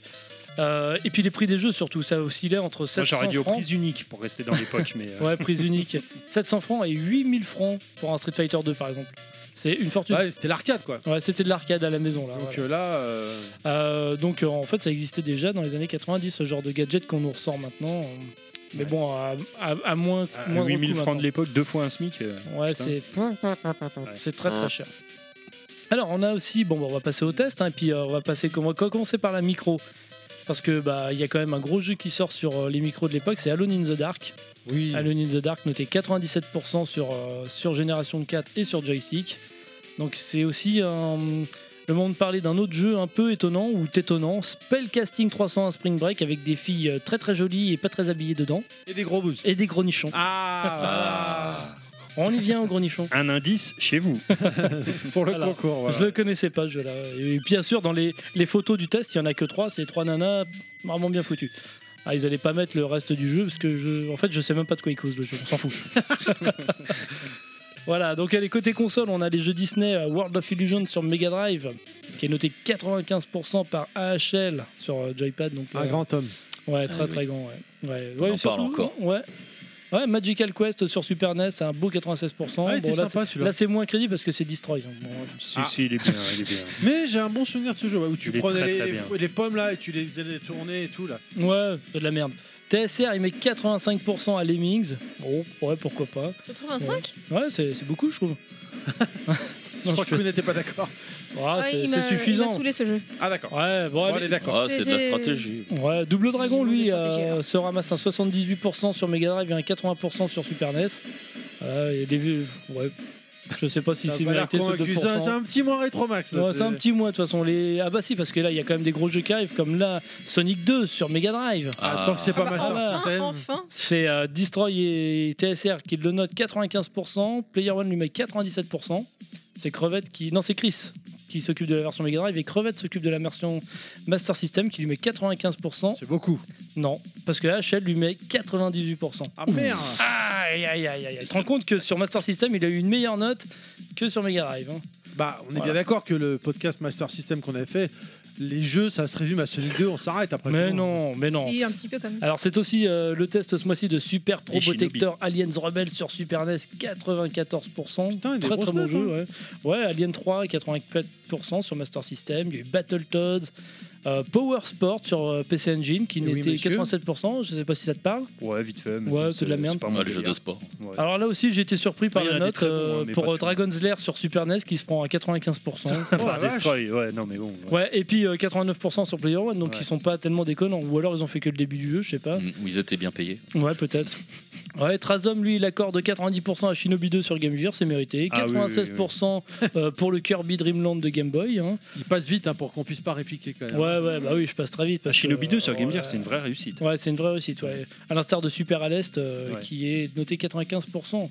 [SPEAKER 6] Euh, et puis les prix des jeux surtout, ça oscillait entre
[SPEAKER 4] Moi,
[SPEAKER 6] 700
[SPEAKER 4] j'aurais dit aux
[SPEAKER 6] francs.
[SPEAKER 4] prises uniques pour rester dans l'époque, mais. euh,
[SPEAKER 6] Ouais, prise unique. 700 francs et 8000 francs pour un Street Fighter 2 par exemple. C'est une fortune. Ouais,
[SPEAKER 3] Ouais, c'était l'arcade, quoi.
[SPEAKER 6] c'était de l'arcade à la maison là.
[SPEAKER 3] Donc
[SPEAKER 6] voilà.
[SPEAKER 3] euh, là, euh,
[SPEAKER 6] Euh, donc euh, en fait ça existait déjà dans les années 90 ce genre de gadget qu'on nous ressort maintenant. euh, Mais
[SPEAKER 4] Ouais.
[SPEAKER 6] bon, à, à- à moins,
[SPEAKER 4] à
[SPEAKER 6] moins
[SPEAKER 4] 8000
[SPEAKER 6] gros coût
[SPEAKER 4] francs de
[SPEAKER 6] maintenant.
[SPEAKER 4] l'époque, deux fois un SMIC. euh,
[SPEAKER 6] Ouais,
[SPEAKER 4] putain.
[SPEAKER 6] c'est c'est très très cher. Alors on a aussi bon bah, on va passer au test hein, et puis euh, on va passer on va commencer par la micro parce que bah il y a quand même un gros jeu qui sort sur euh, les micros de l'époque, c'est Alone in the Dark.
[SPEAKER 3] oui.
[SPEAKER 6] Alone in the Dark noté 97% sur, euh, sur Génération 4 et sur joystick. Donc c'est aussi un- le moment de parler d'un autre jeu un peu étonnant ou tétonnant, Spellcasting 301 Spring Break avec des filles euh, très très jolies et pas très habillées dedans
[SPEAKER 3] Et des gros boosts.
[SPEAKER 6] et des gros nichons.
[SPEAKER 3] Ah,
[SPEAKER 7] Ah.
[SPEAKER 6] On y vient aux gros nichons.
[SPEAKER 4] Un indice chez vous.
[SPEAKER 3] voilà. Pour le
[SPEAKER 6] Alors,
[SPEAKER 3] concours, voilà.
[SPEAKER 6] Je le connaissais pas ce jeu-là. Et bien sûr, dans les, les photos du test, il y en a que trois. C'est trois nanas vraiment bien foutues. Ah, ils allaient pas mettre le reste du jeu parce que je, en fait, je sais même pas de quoi il cause le jeu. On s'en fout. voilà. Donc, allez, côté console, on a les jeux Disney euh, World of Illusion sur Mega Drive, qui est noté 95% par AHL sur euh, Joypad. Donc,
[SPEAKER 3] Un
[SPEAKER 6] euh,
[SPEAKER 3] grand homme.
[SPEAKER 6] Ouais, très
[SPEAKER 7] Ah oui.
[SPEAKER 6] très grand. Ouais. Ouais.
[SPEAKER 7] On
[SPEAKER 6] Ouais,
[SPEAKER 7] en parle encore.
[SPEAKER 6] Ouais. Ouais, Magical Quest sur Super NES, c'est un beau
[SPEAKER 3] Ah,
[SPEAKER 6] 96%.
[SPEAKER 3] il
[SPEAKER 6] Bon,
[SPEAKER 3] était
[SPEAKER 6] là,
[SPEAKER 3] sympa
[SPEAKER 6] c'est- là,
[SPEAKER 3] celui-là.
[SPEAKER 6] c'est moins crédible parce que c'est Destroy. hein. Bon,
[SPEAKER 4] Si,
[SPEAKER 3] Ah.
[SPEAKER 4] si, il est bien. Il est bien.
[SPEAKER 3] Mais j'ai un bon souvenir de ce jeu ouais, où tu
[SPEAKER 4] Il est
[SPEAKER 3] prenais
[SPEAKER 4] très,
[SPEAKER 3] les,
[SPEAKER 4] très
[SPEAKER 3] les,
[SPEAKER 4] bien.
[SPEAKER 3] fou- les pommes là et tu les faisais les tourner et tout là.
[SPEAKER 6] Ouais, c'est de la merde. TSR, il met 85% à Lemmings. Bon, ouais, pourquoi pas.
[SPEAKER 5] Ah, 85
[SPEAKER 6] Ouais, c'est c'est beaucoup, je trouve.
[SPEAKER 3] je
[SPEAKER 6] Non,
[SPEAKER 3] crois
[SPEAKER 6] je
[SPEAKER 3] que vous n'étiez pas d'accord.
[SPEAKER 6] Ah,
[SPEAKER 5] Ouais,
[SPEAKER 6] c'est
[SPEAKER 5] il
[SPEAKER 6] c'est
[SPEAKER 5] m'a- Il m'a
[SPEAKER 6] suffisant.
[SPEAKER 5] saoulé ce jeu.
[SPEAKER 3] Ah d'accord.
[SPEAKER 6] Ouais, bon,
[SPEAKER 3] Bon,
[SPEAKER 6] allez.
[SPEAKER 3] allez, d'accord.
[SPEAKER 7] Ah, c'est de la
[SPEAKER 5] C'est-
[SPEAKER 7] stratégie.
[SPEAKER 6] Ouais, Double Dragon,
[SPEAKER 5] J'ai
[SPEAKER 6] lui,
[SPEAKER 5] joué des stratégies,
[SPEAKER 6] euh, se ramasse un 78% sur Mega Drive et un 80% sur Super E NES. Voilà, et les vieux- ouais. Je sais pas si
[SPEAKER 3] Ça a
[SPEAKER 6] c'est
[SPEAKER 3] pas l'air
[SPEAKER 6] mérité ce
[SPEAKER 3] convaincu. C'est un-
[SPEAKER 6] 2%.
[SPEAKER 3] c'est un petit moins rétro max. là,
[SPEAKER 6] Ouais, c'est un petit mois de toute façon. Les... Ah bah si, parce que là, il y a quand même des gros jeux qui arrivent, comme là, Sonic 2 sur Mega Drive.
[SPEAKER 3] Ah, tant que c'est pas
[SPEAKER 5] Ah bah,
[SPEAKER 3] Master
[SPEAKER 5] enfin,
[SPEAKER 3] System.
[SPEAKER 5] Enfin,
[SPEAKER 6] C'est euh, Destroy et TSR qui le notent 95%, Player One lui met 97%, C'est Crevette qui. Non, c'est Chris qui s'occupe de la version Mega Drive et Crevette s'occupe de la version Master System qui lui met 95%.
[SPEAKER 3] C'est beaucoup.
[SPEAKER 6] Non, parce que la HL lui met 98%.
[SPEAKER 3] Ah merde
[SPEAKER 6] Aïe aïe aïe aïe. Tu te rends compte que sur Master System, il a eu une meilleure note que sur Mega Drive. hein.
[SPEAKER 3] Bah, on est
[SPEAKER 6] Voilà.
[SPEAKER 3] bien d'accord que le podcast Master System qu'on avait fait, les jeux, ça se résume à Sonic 2, on s'arrête après. c'est
[SPEAKER 6] Mais
[SPEAKER 3] bon.
[SPEAKER 6] non, mais non.
[SPEAKER 5] Si, un petit peu comme
[SPEAKER 6] Alors c'est aussi euh, le test ce mois-ci de Super Pro
[SPEAKER 4] Et Shinobi.
[SPEAKER 6] Protector Aliens Rebel sur Super E NES 94%.
[SPEAKER 3] Putain, il y a des
[SPEAKER 6] très
[SPEAKER 3] grosses
[SPEAKER 6] très bon
[SPEAKER 3] notes,
[SPEAKER 6] jeu.
[SPEAKER 4] hein.
[SPEAKER 6] Ouais. Ouais, Alien 3 84% sur Master System. Il y a eu Battletoads. euh, Power Sport sur euh, PC Engine qui
[SPEAKER 3] Oui,
[SPEAKER 6] n'était
[SPEAKER 3] monsieur.
[SPEAKER 6] 87%, je sais pas si ça te parle.
[SPEAKER 4] Ouais, vite fait. mais
[SPEAKER 6] Ouais, c'est de la merde.
[SPEAKER 4] pas
[SPEAKER 7] Ah,
[SPEAKER 4] mon
[SPEAKER 7] le jeu
[SPEAKER 4] délire.
[SPEAKER 7] de sport.
[SPEAKER 4] Ouais.
[SPEAKER 6] Alors là aussi j'ai été surpris par
[SPEAKER 4] Il y en
[SPEAKER 6] la
[SPEAKER 4] a des
[SPEAKER 6] note
[SPEAKER 4] très bons,
[SPEAKER 6] euh,
[SPEAKER 4] hein, mais pas
[SPEAKER 6] pour euh,
[SPEAKER 4] celui-là.
[SPEAKER 6] Dragon's Lair sur Super NES qui se prend à 95%.
[SPEAKER 3] Oh, la
[SPEAKER 4] Par
[SPEAKER 3] vache.
[SPEAKER 4] Destroy, ouais, non, mais bon. ouais.
[SPEAKER 6] Ouais, et puis euh, 89% sur Player One, donc
[SPEAKER 4] Ouais.
[SPEAKER 6] ils sont pas tellement déconnants. Ou alors ils ont fait que le début du jeu, je sais pas.
[SPEAKER 7] Mm, Où ils étaient bien payés.
[SPEAKER 6] Ouais, peut-être. Ouais, Trazom, lui, il accorde 90% à Shinobi 2 sur Game Gear, c'est mérité.
[SPEAKER 4] Ah oui,
[SPEAKER 6] 96% euh, pour le Kirby Dreamland de Game Boy. hein.
[SPEAKER 3] Il passe vite hein, pour qu'on puisse pas répliquer quand même.
[SPEAKER 6] Ouais, ouais, bah oui, je passe très vite. parce que,
[SPEAKER 4] Shinobi 2 sur
[SPEAKER 6] euh,
[SPEAKER 4] Game Gear,
[SPEAKER 6] ouais.
[SPEAKER 4] c'est une vraie réussite.
[SPEAKER 6] Ouais, c'est une vraie réussite, ouais. À l'instar de Super à l'Est, euh,
[SPEAKER 4] Ouais.
[SPEAKER 6] qui est noté 95%.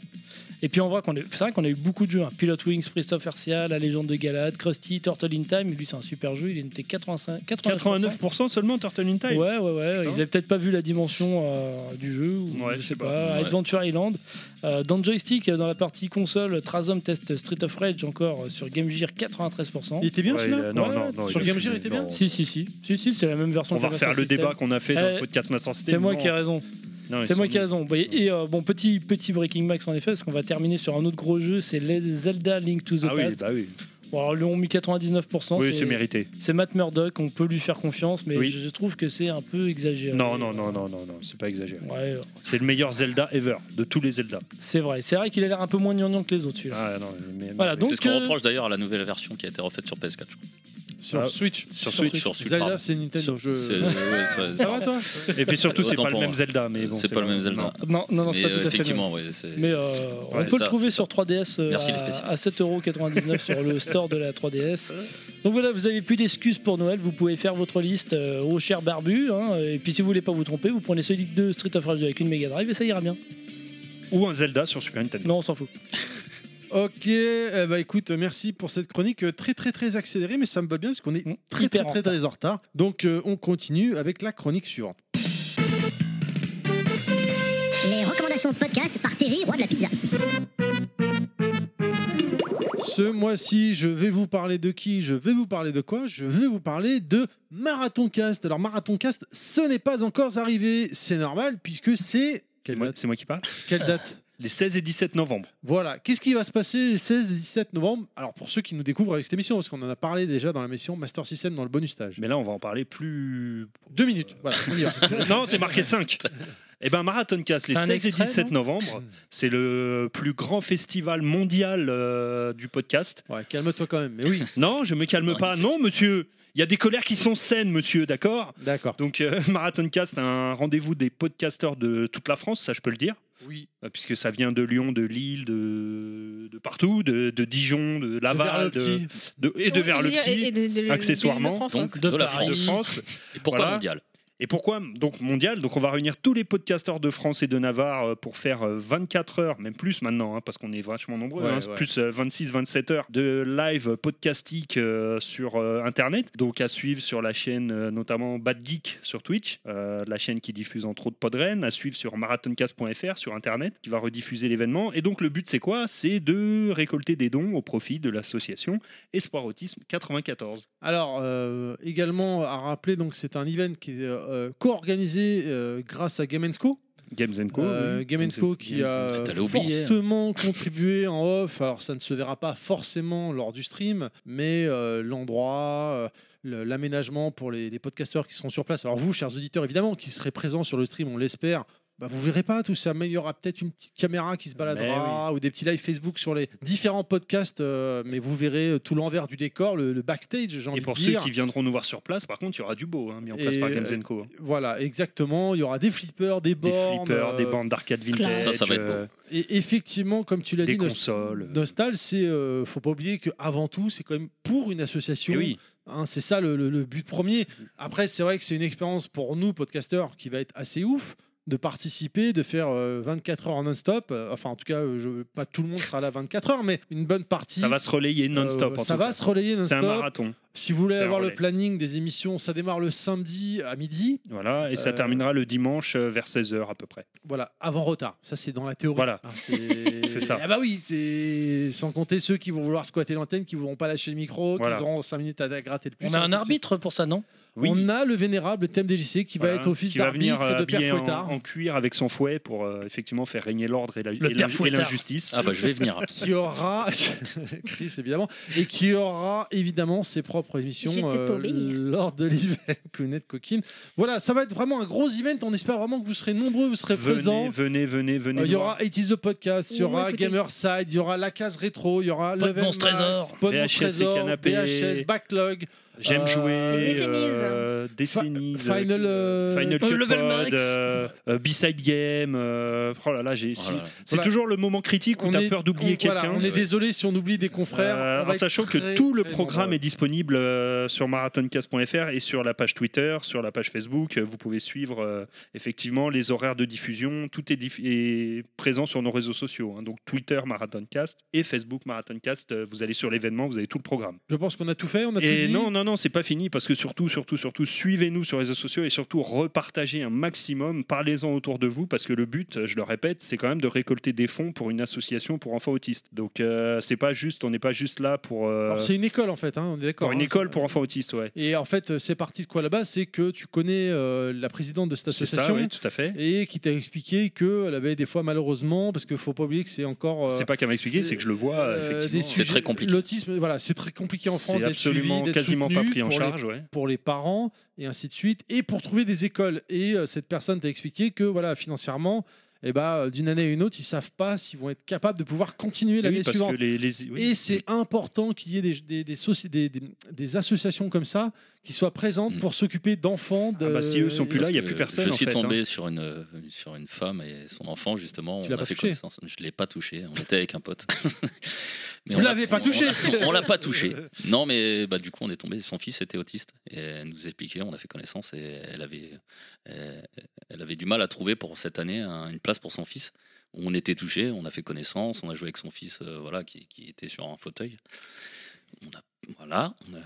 [SPEAKER 6] Et puis on voit qu'on est... c'est vrai qu'on a eu beaucoup de jeux. hein. Pilot Wings, Christophe Hercia, La Légende de Galad, Krusty, Turtle in Time. Lui, c'est un super jeu. Il est noté 85, 89%.
[SPEAKER 4] 89% seulement Turtle in Time.
[SPEAKER 6] Ouais, ouais, ouais. Ils
[SPEAKER 4] Putain.
[SPEAKER 6] avaient peut-être pas vu la dimension euh, du jeu, ou
[SPEAKER 4] Hein Ouais,
[SPEAKER 6] je
[SPEAKER 4] je
[SPEAKER 6] sais
[SPEAKER 4] sais
[SPEAKER 6] pas.
[SPEAKER 7] Ouais.
[SPEAKER 6] Adventure Island. Euh, dans le joystick, euh, dans la partie console, Trazom teste Street of Rage encore euh, sur Game Gear 93%.
[SPEAKER 3] Il était bien
[SPEAKER 4] Ouais, il
[SPEAKER 3] celui-là
[SPEAKER 4] a- non,
[SPEAKER 6] Ouais,
[SPEAKER 4] non, non,
[SPEAKER 3] Sur
[SPEAKER 4] il a
[SPEAKER 3] Game
[SPEAKER 4] fini,
[SPEAKER 3] Gear, il était
[SPEAKER 4] non.
[SPEAKER 3] bien
[SPEAKER 6] Si, si, si. Si, si, c'est la même version
[SPEAKER 4] On
[SPEAKER 6] que
[SPEAKER 4] va
[SPEAKER 6] la
[SPEAKER 4] refaire
[SPEAKER 6] version
[SPEAKER 4] le
[SPEAKER 6] système.
[SPEAKER 4] débat qu'on a fait dans
[SPEAKER 6] Euh,
[SPEAKER 4] le podcast Master System.
[SPEAKER 6] C'est moi
[SPEAKER 4] Non.
[SPEAKER 6] qui ai raison.
[SPEAKER 4] Non, ils
[SPEAKER 6] C'est
[SPEAKER 4] sont
[SPEAKER 6] moi qui ai
[SPEAKER 4] nuls.
[SPEAKER 6] raison. Bah, Et euh, bon, petit, petit Breaking Max en effet, parce qu'on va terminer sur un autre gros jeu, c'est les Zelda Link to the
[SPEAKER 4] Ah oui,
[SPEAKER 6] Past.
[SPEAKER 4] bah oui.
[SPEAKER 6] Bon, alors, lui, on mis 99%.
[SPEAKER 4] Oui,
[SPEAKER 6] c'est-
[SPEAKER 4] c'est mérité.
[SPEAKER 6] C'est Matt Murdock, on peut lui faire confiance, mais
[SPEAKER 4] Oui.
[SPEAKER 6] je trouve que c'est un peu exagéré.
[SPEAKER 4] Non, non, non, non, non, non, c'est pas exagéré.
[SPEAKER 6] Ouais,
[SPEAKER 4] C'est le meilleur Zelda ever, de tous les Zelda.
[SPEAKER 6] c'est vrai. C'est vrai qu'il a l'air un peu moins gnangnan que les autres, celui-là.
[SPEAKER 4] Ah, non, mais-
[SPEAKER 6] Voilà,
[SPEAKER 4] mais-
[SPEAKER 6] donc,
[SPEAKER 7] C'est ce qu'on
[SPEAKER 6] euh,
[SPEAKER 7] reproche d'ailleurs à la nouvelle version qui a été refaite sur PS4. je crois.
[SPEAKER 3] Sur
[SPEAKER 4] Ah.
[SPEAKER 3] Switch.
[SPEAKER 7] Sur,
[SPEAKER 6] Switch,
[SPEAKER 7] Switch, sur Switch.
[SPEAKER 3] Zelda,
[SPEAKER 7] pardon.
[SPEAKER 3] c'est Nintendo. je-
[SPEAKER 7] C'est- ouais, c'est-
[SPEAKER 3] Ça va toi
[SPEAKER 4] Et puis surtout, c'est
[SPEAKER 7] Autant
[SPEAKER 4] pas le
[SPEAKER 7] pour
[SPEAKER 4] même
[SPEAKER 7] moi.
[SPEAKER 4] Zelda. mais bon,
[SPEAKER 7] euh, c'est pas le même Zelda.
[SPEAKER 4] Non.
[SPEAKER 6] Non, non, non,
[SPEAKER 7] Mais
[SPEAKER 6] c'est pas
[SPEAKER 7] euh,
[SPEAKER 6] tout à fait. le même.
[SPEAKER 7] effectivement, ouais, c'est-
[SPEAKER 6] Mais euh, on
[SPEAKER 7] c'est
[SPEAKER 6] peut le
[SPEAKER 7] ça,
[SPEAKER 6] trouver
[SPEAKER 7] c'est
[SPEAKER 6] sur 3DS euh,
[SPEAKER 7] Merci les
[SPEAKER 6] à,
[SPEAKER 7] spécialistes.
[SPEAKER 6] à 7,99€ sur le store de la 3DS. Donc voilà, vous avez plus d'excuses pour Noël, vous pouvez faire votre liste euh, au cher barbu. hein, et puis si vous voulez pas vous tromper, vous prenez Sonic 2 Street of Rage 2 avec une Mega Drive et ça ira bien.
[SPEAKER 4] Ou un Zelda sur Super Nintendo.
[SPEAKER 6] Non, on s'en fout.
[SPEAKER 3] Ok, eh bah écoute, merci pour cette chronique euh, très très très accélérée, mais ça me va bien parce qu'on est
[SPEAKER 6] Mm.
[SPEAKER 3] très très
[SPEAKER 6] Hyper
[SPEAKER 3] très,
[SPEAKER 6] en retard.
[SPEAKER 3] très en retard. Donc euh, on continue avec la chronique suivante.
[SPEAKER 1] Les recommandations de podcast par Terry, roi de la pizza.
[SPEAKER 3] Ce mois-ci, je vais vous parler de qui Je vais vous parler de quoi Je vais vous parler de Marathon Cast. Alors Marathon Cast, ce n'est pas encore arrivé, c'est normal puisque c'est
[SPEAKER 4] C'est
[SPEAKER 3] quelle
[SPEAKER 4] moi-
[SPEAKER 3] date,
[SPEAKER 4] C'est moi qui parle.
[SPEAKER 3] Quelle date
[SPEAKER 4] Les 16 et 17 novembre.
[SPEAKER 3] Voilà, qu'est-ce qui va se passer les 16 et 17 novembre Alors pour ceux qui nous découvrent avec cette émission, parce qu'on en a parlé déjà dans la mission Master System dans le bonus stage.
[SPEAKER 4] Mais là, on va en parler plus.
[SPEAKER 3] Deux minutes, voilà, on y va.
[SPEAKER 4] non, c'est marqué 5. Eh ben, Marathon Cast, les
[SPEAKER 6] T'as un
[SPEAKER 4] 16 et
[SPEAKER 6] extrait,
[SPEAKER 4] 17 novembre, c'est le plus grand festival mondial euh, du podcast.
[SPEAKER 3] Ouais, calme-toi quand même, mais oui,
[SPEAKER 4] Non, je me calme
[SPEAKER 7] Ouais,
[SPEAKER 4] pas.
[SPEAKER 7] c'est-
[SPEAKER 4] Non, monsieur, il y a des colères qui sont saines, monsieur, d'accord
[SPEAKER 3] d'accord.
[SPEAKER 4] Donc, euh, Marathon Cast, un rendez-vous des podcasteurs de toute la France, ça je peux le dire,
[SPEAKER 3] Oui,
[SPEAKER 4] euh, puisque ça vient de Lyon, de Lille, de, de partout, de, de Dijon, de Laval, de-
[SPEAKER 3] Verlepied.
[SPEAKER 4] de- et de vers le petit. accessoirement.
[SPEAKER 7] Donc,
[SPEAKER 6] De
[SPEAKER 7] de, la
[SPEAKER 6] Paris.
[SPEAKER 4] de
[SPEAKER 7] France.
[SPEAKER 4] France.
[SPEAKER 7] Et pourquoi
[SPEAKER 4] Voilà.
[SPEAKER 7] mondial
[SPEAKER 4] Et pourquoi donc mondial Donc on va réunir tous les podcasteurs de France et de Navarre euh, pour faire euh, 24 heures, même plus maintenant, hein, parce qu'on est vachement nombreux,
[SPEAKER 3] Ouais,
[SPEAKER 4] hein, c'est
[SPEAKER 3] ouais.
[SPEAKER 4] plus 26-27 heures de live podcastique euh, sur euh, Internet. Donc à suivre sur la chaîne euh, notamment Bad Geek sur Twitch, euh, la chaîne qui diffuse entre autres Podren, à suivre sur marathoncast.fr sur Internet, qui va rediffuser l'événement. Et donc le but c'est quoi C'est de récolter des dons au profit de l'association Espoir Autisme 94.
[SPEAKER 3] Alors, euh, également à rappeler, donc c'est un event qui est euh, co-organisé euh, grâce à Game Co.
[SPEAKER 4] Games Co.
[SPEAKER 3] Euh,
[SPEAKER 4] oui.
[SPEAKER 3] Game Co qui
[SPEAKER 4] Games
[SPEAKER 3] a
[SPEAKER 7] T'allais
[SPEAKER 4] hein.
[SPEAKER 7] oublier.
[SPEAKER 3] fortement contribué en off. Alors, ça ne se verra pas forcément lors du stream, mais euh, l'endroit. euh, le- L'aménagement pour les, les podcasteurs qui seront sur place. Alors, vous, chers auditeurs, évidemment, qui serez présents sur le stream, on l'espère, bah, vous verrez pas tout ça. Mais il y aura peut-être une petite caméra qui se baladera ou des petits lives Facebook sur les différents podcasts. euh, mais vous verrez tout l'envers du décor, le, le backstage, j'ai envie
[SPEAKER 4] Et
[SPEAKER 3] de
[SPEAKER 4] pour
[SPEAKER 3] dire.
[SPEAKER 4] ceux qui viendront nous voir sur place, par contre, il y aura du beau hein, mis en place
[SPEAKER 3] Et,
[SPEAKER 4] par Games
[SPEAKER 3] euh,
[SPEAKER 4] Co. hein.
[SPEAKER 3] Voilà, exactement. Il y aura des flippers, des
[SPEAKER 4] Des
[SPEAKER 3] bornes.
[SPEAKER 4] flippers,
[SPEAKER 3] euh,
[SPEAKER 4] des bandes d'arcade vintage,
[SPEAKER 2] classe.
[SPEAKER 7] Ça, ça va être beau.
[SPEAKER 4] euh,
[SPEAKER 3] Et effectivement, comme tu l'as
[SPEAKER 4] des
[SPEAKER 3] dit, Nost-
[SPEAKER 4] consoles.
[SPEAKER 3] Nostal, c'est euh, faut pas oublier que avant tout, c'est quand même pour une association.
[SPEAKER 4] Eh oui,
[SPEAKER 3] hein, c'est ça le, le- le but premier. Après, c'est vrai que c'est une expérience pour nous podcasteurs qui va être assez ouf. de participer, de faire euh, 24 heures non-stop. Euh, Enfin, en tout cas, euh, je, pas tout le monde sera là 24 heures, mais une bonne partie.
[SPEAKER 4] Ça va se relayer non-stop.
[SPEAKER 3] Euh,
[SPEAKER 4] en
[SPEAKER 3] ça
[SPEAKER 4] tout
[SPEAKER 3] va
[SPEAKER 4] cas.
[SPEAKER 3] se relayer
[SPEAKER 4] C'est un
[SPEAKER 3] non-stop.
[SPEAKER 4] marathon.
[SPEAKER 3] Si vous voulez
[SPEAKER 4] C'est un
[SPEAKER 3] avoir le
[SPEAKER 4] relais.
[SPEAKER 3] planning des émissions, ça démarre le samedi à midi.
[SPEAKER 4] Voilà, et ça
[SPEAKER 3] Euh,
[SPEAKER 4] terminera le dimanche euh, vers 16h à peu près.
[SPEAKER 3] Voilà, avant retard. Ça, c'est dans la théorie.
[SPEAKER 4] Voilà.
[SPEAKER 3] Hein, c'est
[SPEAKER 4] C'est ça.
[SPEAKER 3] Ah bah oui, c'est sans compter ceux qui vont vouloir squatter l'antenne, qui ne voudront pas lâcher le micro,
[SPEAKER 4] Voilà.
[SPEAKER 3] qui auront 5 minutes à gratter le plus.
[SPEAKER 6] On a
[SPEAKER 3] ainsi
[SPEAKER 6] un
[SPEAKER 3] de
[SPEAKER 6] arbitre pour ça, non
[SPEAKER 3] suite. On a le vénérable thème DJC qui
[SPEAKER 4] Voilà,
[SPEAKER 3] va être office
[SPEAKER 4] qui va venir
[SPEAKER 3] d'arbitre
[SPEAKER 4] euh,
[SPEAKER 3] de Pierre
[SPEAKER 4] habillé en,
[SPEAKER 3] Fouettard,
[SPEAKER 4] en cuir avec son fouet pour euh, effectivement faire régner l'ordre et la- et
[SPEAKER 6] Le père
[SPEAKER 4] l'in- et
[SPEAKER 6] Fouettard.
[SPEAKER 4] l'injustice.
[SPEAKER 7] Ah bah je vais venir.
[SPEAKER 3] qui aura. Chris, évidemment. Et qui aura évidemment ses propres émissions
[SPEAKER 2] J'étais
[SPEAKER 3] euh,
[SPEAKER 2] pas obéie.
[SPEAKER 3] lors de l'event Counette Coquine. Voilà, ça va être vraiment un gros event. On espère vraiment que vous serez nombreux, vous serez présents.
[SPEAKER 4] Venez, venez, venez, venez.
[SPEAKER 3] Euh, Il y
[SPEAKER 4] nous
[SPEAKER 3] aura 80s The Podcast, il y
[SPEAKER 2] Ou
[SPEAKER 3] aura
[SPEAKER 2] écoutez.
[SPEAKER 3] Gamerside, il y aura La Case Rétro, il y aura
[SPEAKER 6] Pod
[SPEAKER 3] Level
[SPEAKER 6] Monstre
[SPEAKER 3] Max,
[SPEAKER 6] Trésor.
[SPEAKER 3] Pod Monstre
[SPEAKER 4] VHS et
[SPEAKER 3] Trésor,
[SPEAKER 4] Canapé.
[SPEAKER 3] VHS, Backlog,
[SPEAKER 4] voir. J'aime
[SPEAKER 3] euh,
[SPEAKER 4] jouer.
[SPEAKER 5] Décennies.
[SPEAKER 4] euh, décennies.
[SPEAKER 3] Final, euh,
[SPEAKER 4] Final
[SPEAKER 6] Euh,
[SPEAKER 4] Cut
[SPEAKER 6] Level
[SPEAKER 4] Pod,
[SPEAKER 6] Max.
[SPEAKER 4] euh, euh, B-Side Game. euh, oh là là, j'ai. si-
[SPEAKER 7] Voilà.
[SPEAKER 4] C'est
[SPEAKER 3] Voilà.
[SPEAKER 4] toujours le moment critique où t'as
[SPEAKER 3] est-
[SPEAKER 4] peur d'oublier
[SPEAKER 3] Bah, on- voilà,
[SPEAKER 4] quelqu'un.
[SPEAKER 3] on est désolé si on oublie des confrères.
[SPEAKER 4] Euh,
[SPEAKER 3] On va
[SPEAKER 4] en
[SPEAKER 3] être
[SPEAKER 4] sachant que
[SPEAKER 3] très,
[SPEAKER 4] tout le
[SPEAKER 3] très
[SPEAKER 4] programme
[SPEAKER 3] nombreux.
[SPEAKER 4] est disponible euh, sur marathoncast.fr et sur la page Twitter, sur la page Facebook. Euh, Vous pouvez suivre euh, effectivement les horaires de diffusion. Tout est, diff- est présent sur nos réseaux sociaux. hein. donc Twitter Marathoncast et Facebook Marathoncast. Euh, Vous allez sur l'événement, vous avez tout le programme.
[SPEAKER 3] Je pense qu'on a tout fait, on a tout
[SPEAKER 4] Et
[SPEAKER 3] dit.
[SPEAKER 4] non, euh, non, non, c'est pas fini parce que surtout, surtout, surtout, suivez-nous sur les réseaux sociaux et surtout repartagez un maximum, parlez-en autour de vous parce que le but, je le répète, c'est quand même de récolter des fonds pour une association pour enfants autistes. Donc euh, c'est pas juste, on n'est pas juste là pour, euh,
[SPEAKER 3] Alors, c'est une école en fait, hein, on est d'accord.
[SPEAKER 4] pour une
[SPEAKER 3] hein,
[SPEAKER 4] école
[SPEAKER 3] c'est-
[SPEAKER 4] pour enfants autistes, ouais.
[SPEAKER 3] Et en fait, euh, c'est parti de quoi là-bas C'est que tu connais euh, la présidente de cette
[SPEAKER 4] C'est ça,
[SPEAKER 3] association
[SPEAKER 4] oui, tout à fait.
[SPEAKER 3] et qui t'a expliqué qu'elle avait des fois malheureusement, parce qu'il faut pas oublier que c'est encore. euh,
[SPEAKER 4] C'est pas qu'à m'expliquer, c'est que je le vois
[SPEAKER 3] euh, des
[SPEAKER 4] effectivement.
[SPEAKER 3] sujets-
[SPEAKER 7] très compliqué.
[SPEAKER 3] L'autisme, voilà, c'est très compliqué en France
[SPEAKER 4] C'est
[SPEAKER 3] d'être
[SPEAKER 4] absolument
[SPEAKER 3] suivi, d'être
[SPEAKER 4] quasiment pas
[SPEAKER 3] soutenu
[SPEAKER 4] pris en
[SPEAKER 3] pour les-
[SPEAKER 4] charge, ouais.
[SPEAKER 3] pour les parents et ainsi de suite et pour trouver des écoles et euh, cette personne t'a expliqué que voilà financièrement eh ben, euh, d'une année à une autre ils savent pas s'ils vont être capables de pouvoir continuer
[SPEAKER 4] Et Eh oui,
[SPEAKER 3] l'année
[SPEAKER 4] parce
[SPEAKER 3] suivante
[SPEAKER 4] que les, les- oui.
[SPEAKER 3] et c'est important qu'il y ait des, des, des, soci- des- des- des associations comme ça qui soient présentes
[SPEAKER 7] Mm.
[SPEAKER 3] pour s'occuper d'enfants de
[SPEAKER 4] Ah bah, si eux sont plus là, il y a
[SPEAKER 7] Parce
[SPEAKER 4] plus
[SPEAKER 7] que
[SPEAKER 4] personne,
[SPEAKER 7] Je
[SPEAKER 4] en
[SPEAKER 7] suis
[SPEAKER 4] fait, hein.
[SPEAKER 7] tombé sur, une, euh, sur une femme et son enfant, justement.
[SPEAKER 3] Tu l'as
[SPEAKER 7] on a
[SPEAKER 3] pas
[SPEAKER 7] fait
[SPEAKER 3] touché
[SPEAKER 7] connaissance. Je l'ai pas touché. On était avec un pote.
[SPEAKER 3] Vous
[SPEAKER 7] Mais on l'a-
[SPEAKER 3] l'avez pas
[SPEAKER 7] on- on
[SPEAKER 3] touché
[SPEAKER 7] l'a- On l'a pas touché. Non, mais bah, du coup, on est tombé. Son fils était autiste. Et elle nous expliquait, on a fait connaissance. Et elle avait, elle, elle avait du mal à trouver pour cette année un- une place pour son fils. On était touché, on a fait connaissance, on a joué avec son fils euh, voilà, qui, qui était sur un fauteuil. On a, voilà, on a,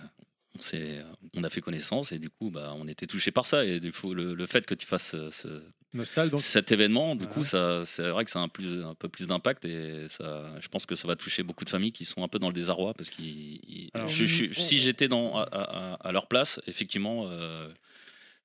[SPEAKER 7] on, s'est- on a fait connaissance et du coup, bah, on était touché par ça. Et du coup, le, le fait que tu fasses ce- ce,
[SPEAKER 3] Nostal, donc
[SPEAKER 7] cet événement, du coup,
[SPEAKER 3] Ouais.
[SPEAKER 7] ça, c'est vrai que ça a un, plus, un peu plus d'impact et ça, je pense que ça va toucher beaucoup de familles qui sont un peu dans le désarroi parce que
[SPEAKER 4] Alors,
[SPEAKER 7] si j'étais dans à, à- à- à leur place, effectivement, euh,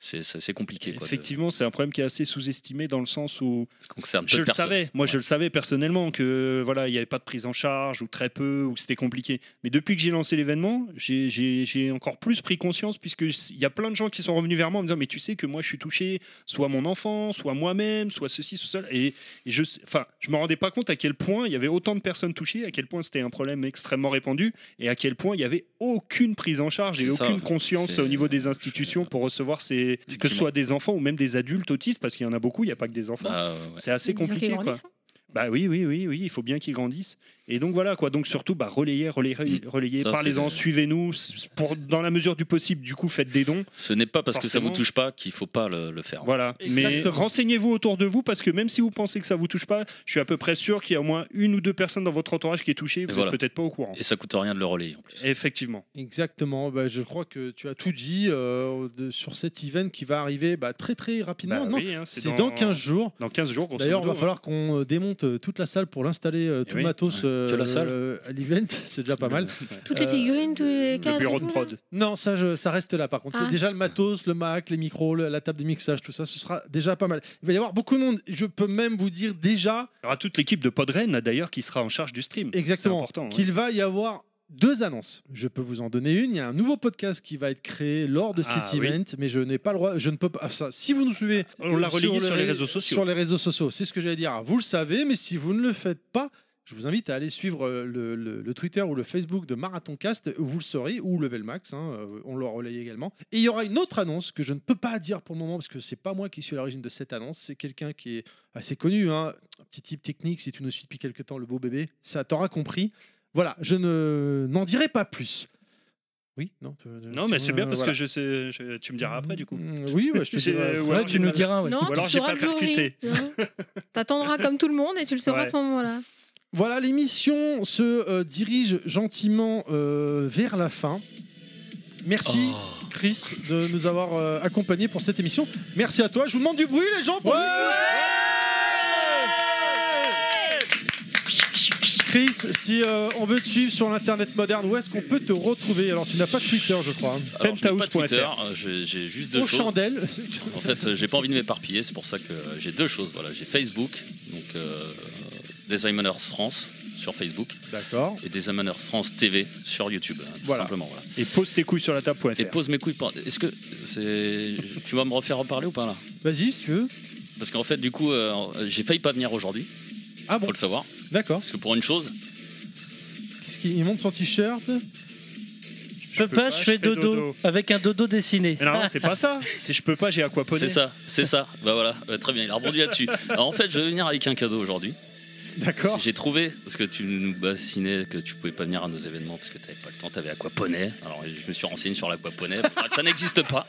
[SPEAKER 7] c'est, c'est- c'est compliqué. Quoi, de-
[SPEAKER 4] Effectivement, c'est un problème qui est assez sous-estimé dans le sens où
[SPEAKER 7] ça concerne peu
[SPEAKER 4] je
[SPEAKER 7] de
[SPEAKER 4] le
[SPEAKER 7] personnes.
[SPEAKER 4] savais, moi je
[SPEAKER 7] Ouais.
[SPEAKER 4] le savais personnellement que voilà, il n'y avait pas de prise en charge ou très peu ou que c'était compliqué. Mais depuis que j'ai lancé l'événement, j'ai- j'ai j'ai encore plus pris conscience puisque s- il y a plein de gens qui sont revenus vers moi en me disant mais tu sais que moi je suis touché, soit mon enfant, soit moi-même, soit ceci, soit cela. Et, et je, sais- enfin, je me rendais pas compte à quel point il y avait autant de personnes touchées, à quel point c'était un problème extrêmement répandu et à quel point il y avait aucune prise en charge et
[SPEAKER 7] C'est ça.
[SPEAKER 4] aucune conscience
[SPEAKER 7] C'est-
[SPEAKER 4] au niveau des institutions pour recevoir ces que ce
[SPEAKER 7] Effectivement.
[SPEAKER 4] soit des enfants ou même des adultes autistes parce qu'il y en a beaucoup, il n'y a pas que des enfants.
[SPEAKER 7] Bah, ouais.
[SPEAKER 4] C'est assez
[SPEAKER 5] Disons
[SPEAKER 4] compliqué.
[SPEAKER 5] qu'ils
[SPEAKER 4] Quoi.
[SPEAKER 5] grandissent.
[SPEAKER 4] Bah oui, oui, oui, oui, il faut bien qu'ils grandissent. Et donc voilà, quoi. Donc surtout, bah, relayez, relayez,
[SPEAKER 7] Mm.
[SPEAKER 4] relayez,
[SPEAKER 7] Ça,
[SPEAKER 4] parlez-en,
[SPEAKER 7] c'est-
[SPEAKER 4] suivez-nous. s- Pour, dans la mesure du possible, du coup, faites des dons.
[SPEAKER 7] Ce n'est pas parce que ça
[SPEAKER 4] Forcément.
[SPEAKER 7] vous touche pas qu'il faut pas le, le faire. hein.
[SPEAKER 4] Voilà. Mais
[SPEAKER 3] Exactement.
[SPEAKER 4] renseignez-vous autour de vous parce que même si vous pensez que ça vous touche pas, je suis à peu près sûr qu'il y a au moins une ou deux personnes dans votre entourage qui est touchée. Vous n'êtes
[SPEAKER 7] voilà.
[SPEAKER 4] peut-être pas au courant.
[SPEAKER 7] Et ça coûte rien de le relayer. En plus.
[SPEAKER 4] Effectivement.
[SPEAKER 3] Exactement, Bah, je crois que tu as tout dit euh, de- sur cet event qui va arriver bah, très très rapidement.
[SPEAKER 4] Bah
[SPEAKER 3] non,
[SPEAKER 4] oui, hein,
[SPEAKER 3] c'est dans 15 jours.
[SPEAKER 4] dans 15 jours. grosso
[SPEAKER 3] D'ailleurs, il va
[SPEAKER 4] modo, hein.
[SPEAKER 3] falloir qu'on euh, démonte euh, toute la salle pour l'installer, euh,
[SPEAKER 4] Eh
[SPEAKER 3] tout
[SPEAKER 4] oui.
[SPEAKER 3] le matos
[SPEAKER 7] Ouais.
[SPEAKER 3] euh,
[SPEAKER 7] Que la salle.
[SPEAKER 3] euh, à l'event, c'est déjà pas mal.
[SPEAKER 5] Toutes les
[SPEAKER 3] Euh,
[SPEAKER 5] figurines, tous les cadres.
[SPEAKER 4] hein. Le bureau
[SPEAKER 5] et
[SPEAKER 4] de
[SPEAKER 5] tout,
[SPEAKER 4] prod.
[SPEAKER 3] Non, ça, je- ça reste là par contre.
[SPEAKER 5] Ah.
[SPEAKER 3] Déjà le matos, le Mac, les micros, le- la table de mixage, tout ça, ce sera déjà pas mal. Il va y avoir beaucoup de monde. Je peux même vous dire déjà
[SPEAKER 4] Il y aura toute l'équipe de Podren d'ailleurs qui sera en charge du stream. C'est
[SPEAKER 3] exactement
[SPEAKER 4] important, hein.
[SPEAKER 3] qu'il va y avoir deux annonces. Je peux vous en donner une. Il y a un nouveau podcast qui va être créé lors de
[SPEAKER 4] Ah,
[SPEAKER 3] cet
[SPEAKER 4] oui.
[SPEAKER 3] event, mais je n'ai pas le droit. Je ne peux pas. ah, ça, si vous nous suivez,
[SPEAKER 4] On l'a relayé sur les
[SPEAKER 3] ré-
[SPEAKER 4] réseaux sociaux.
[SPEAKER 3] Sur les réseaux sociaux, c'est ce que j'allais dire. Vous le savez, mais si vous ne le faites pas, je vous invite à aller suivre euh, le, le- le Twitter ou le Facebook de Marathoncast, où vous le saurez, ou Level Max, hein, euh, on le relaye également. Et il y aura une autre annonce que je ne peux pas dire pour le moment, parce que c'est pas moi qui suis à l'origine de cette annonce, c'est quelqu'un qui est assez connu, hein, un petit type technique, si tu nous suis depuis quelques temps, le beau bébé, ça t'aura compris. Voilà, je ne n'en dirai pas plus. Oui, non. tu-
[SPEAKER 4] Non,
[SPEAKER 3] tu-
[SPEAKER 4] mais c'est bien
[SPEAKER 3] euh,
[SPEAKER 4] parce
[SPEAKER 3] voilà.
[SPEAKER 4] que je sais, je- tu me diras après du coup.
[SPEAKER 3] Mm, Oui, ouais, je te
[SPEAKER 4] C'est-
[SPEAKER 3] dirai.
[SPEAKER 4] ouais,
[SPEAKER 3] après.
[SPEAKER 6] Ouais, tu nous diras, ouais.
[SPEAKER 5] Non,
[SPEAKER 4] Ou alors,
[SPEAKER 5] tu
[SPEAKER 4] j'ai
[SPEAKER 5] sauras
[SPEAKER 4] pas
[SPEAKER 5] le jour J.
[SPEAKER 4] percuté.
[SPEAKER 5] non. T'attendras comme tout le monde et tu le sauras à
[SPEAKER 4] Ouais.
[SPEAKER 5] ce moment-là.
[SPEAKER 3] Voilà, l'émission se euh, dirige gentiment euh, vers la fin. Merci
[SPEAKER 7] Oh.
[SPEAKER 3] Chris de nous avoir euh, accompagnés pour cette émission. Merci à toi. Je vous demande du bruit les gens. pour lui. Chris, si euh, on veut te suivre sur l'internet moderne, où est-ce qu'on peut te retrouver Alors tu n'as pas de Twitter, je crois. hein.
[SPEAKER 7] Alors, je n'ai pas
[SPEAKER 4] Penthouse.fr.
[SPEAKER 7] Twitter, euh, j'ai j'ai juste deux
[SPEAKER 3] Aux
[SPEAKER 7] choses.
[SPEAKER 3] chandelles.
[SPEAKER 7] En fait, euh, j'ai pas envie de m'éparpiller, c'est pour ça que euh, j'ai deux choses. Voilà, j'ai Facebook, donc euh, Design Manners France sur Facebook
[SPEAKER 3] D'accord.
[SPEAKER 7] et Design Manners France TV sur YouTube, hein, tout
[SPEAKER 4] Voilà.
[SPEAKER 7] simplement. Voilà.
[SPEAKER 4] Et pose tes couilles sur la table.fr.
[SPEAKER 7] Et pose mes couilles. par- Est-ce que c'est tu vas me refaire reparler ou pas là
[SPEAKER 3] Vas-y si tu veux.
[SPEAKER 7] Parce qu'en fait, du coup, euh, j'ai failli pas venir aujourd'hui.
[SPEAKER 3] Ah bon.
[SPEAKER 7] Faut le savoir.
[SPEAKER 3] D'accord.
[SPEAKER 7] Parce que pour une chose,
[SPEAKER 3] Qu'est-ce qu'il il monte son t-shirt
[SPEAKER 6] Je peux pas, je fais dodo, avec un dodo dessiné.
[SPEAKER 4] Mais non, c'est pas ça. C'est je peux pas, j'ai aquaponé.
[SPEAKER 7] c'est ça, c'est ça. Bah voilà, Euh, très bien. Il a rebondi là-dessus. Alors, en fait, je vais venir avec un cadeau aujourd'hui.
[SPEAKER 3] D'accord.
[SPEAKER 7] J'ai trouvé, parce que tu nous bassinais que tu pouvais pas venir à nos événements parce que t'avais pas le temps, t'avais aquaponais. Alors je me suis renseigné sur l'aquaponais, ça n'existe pas.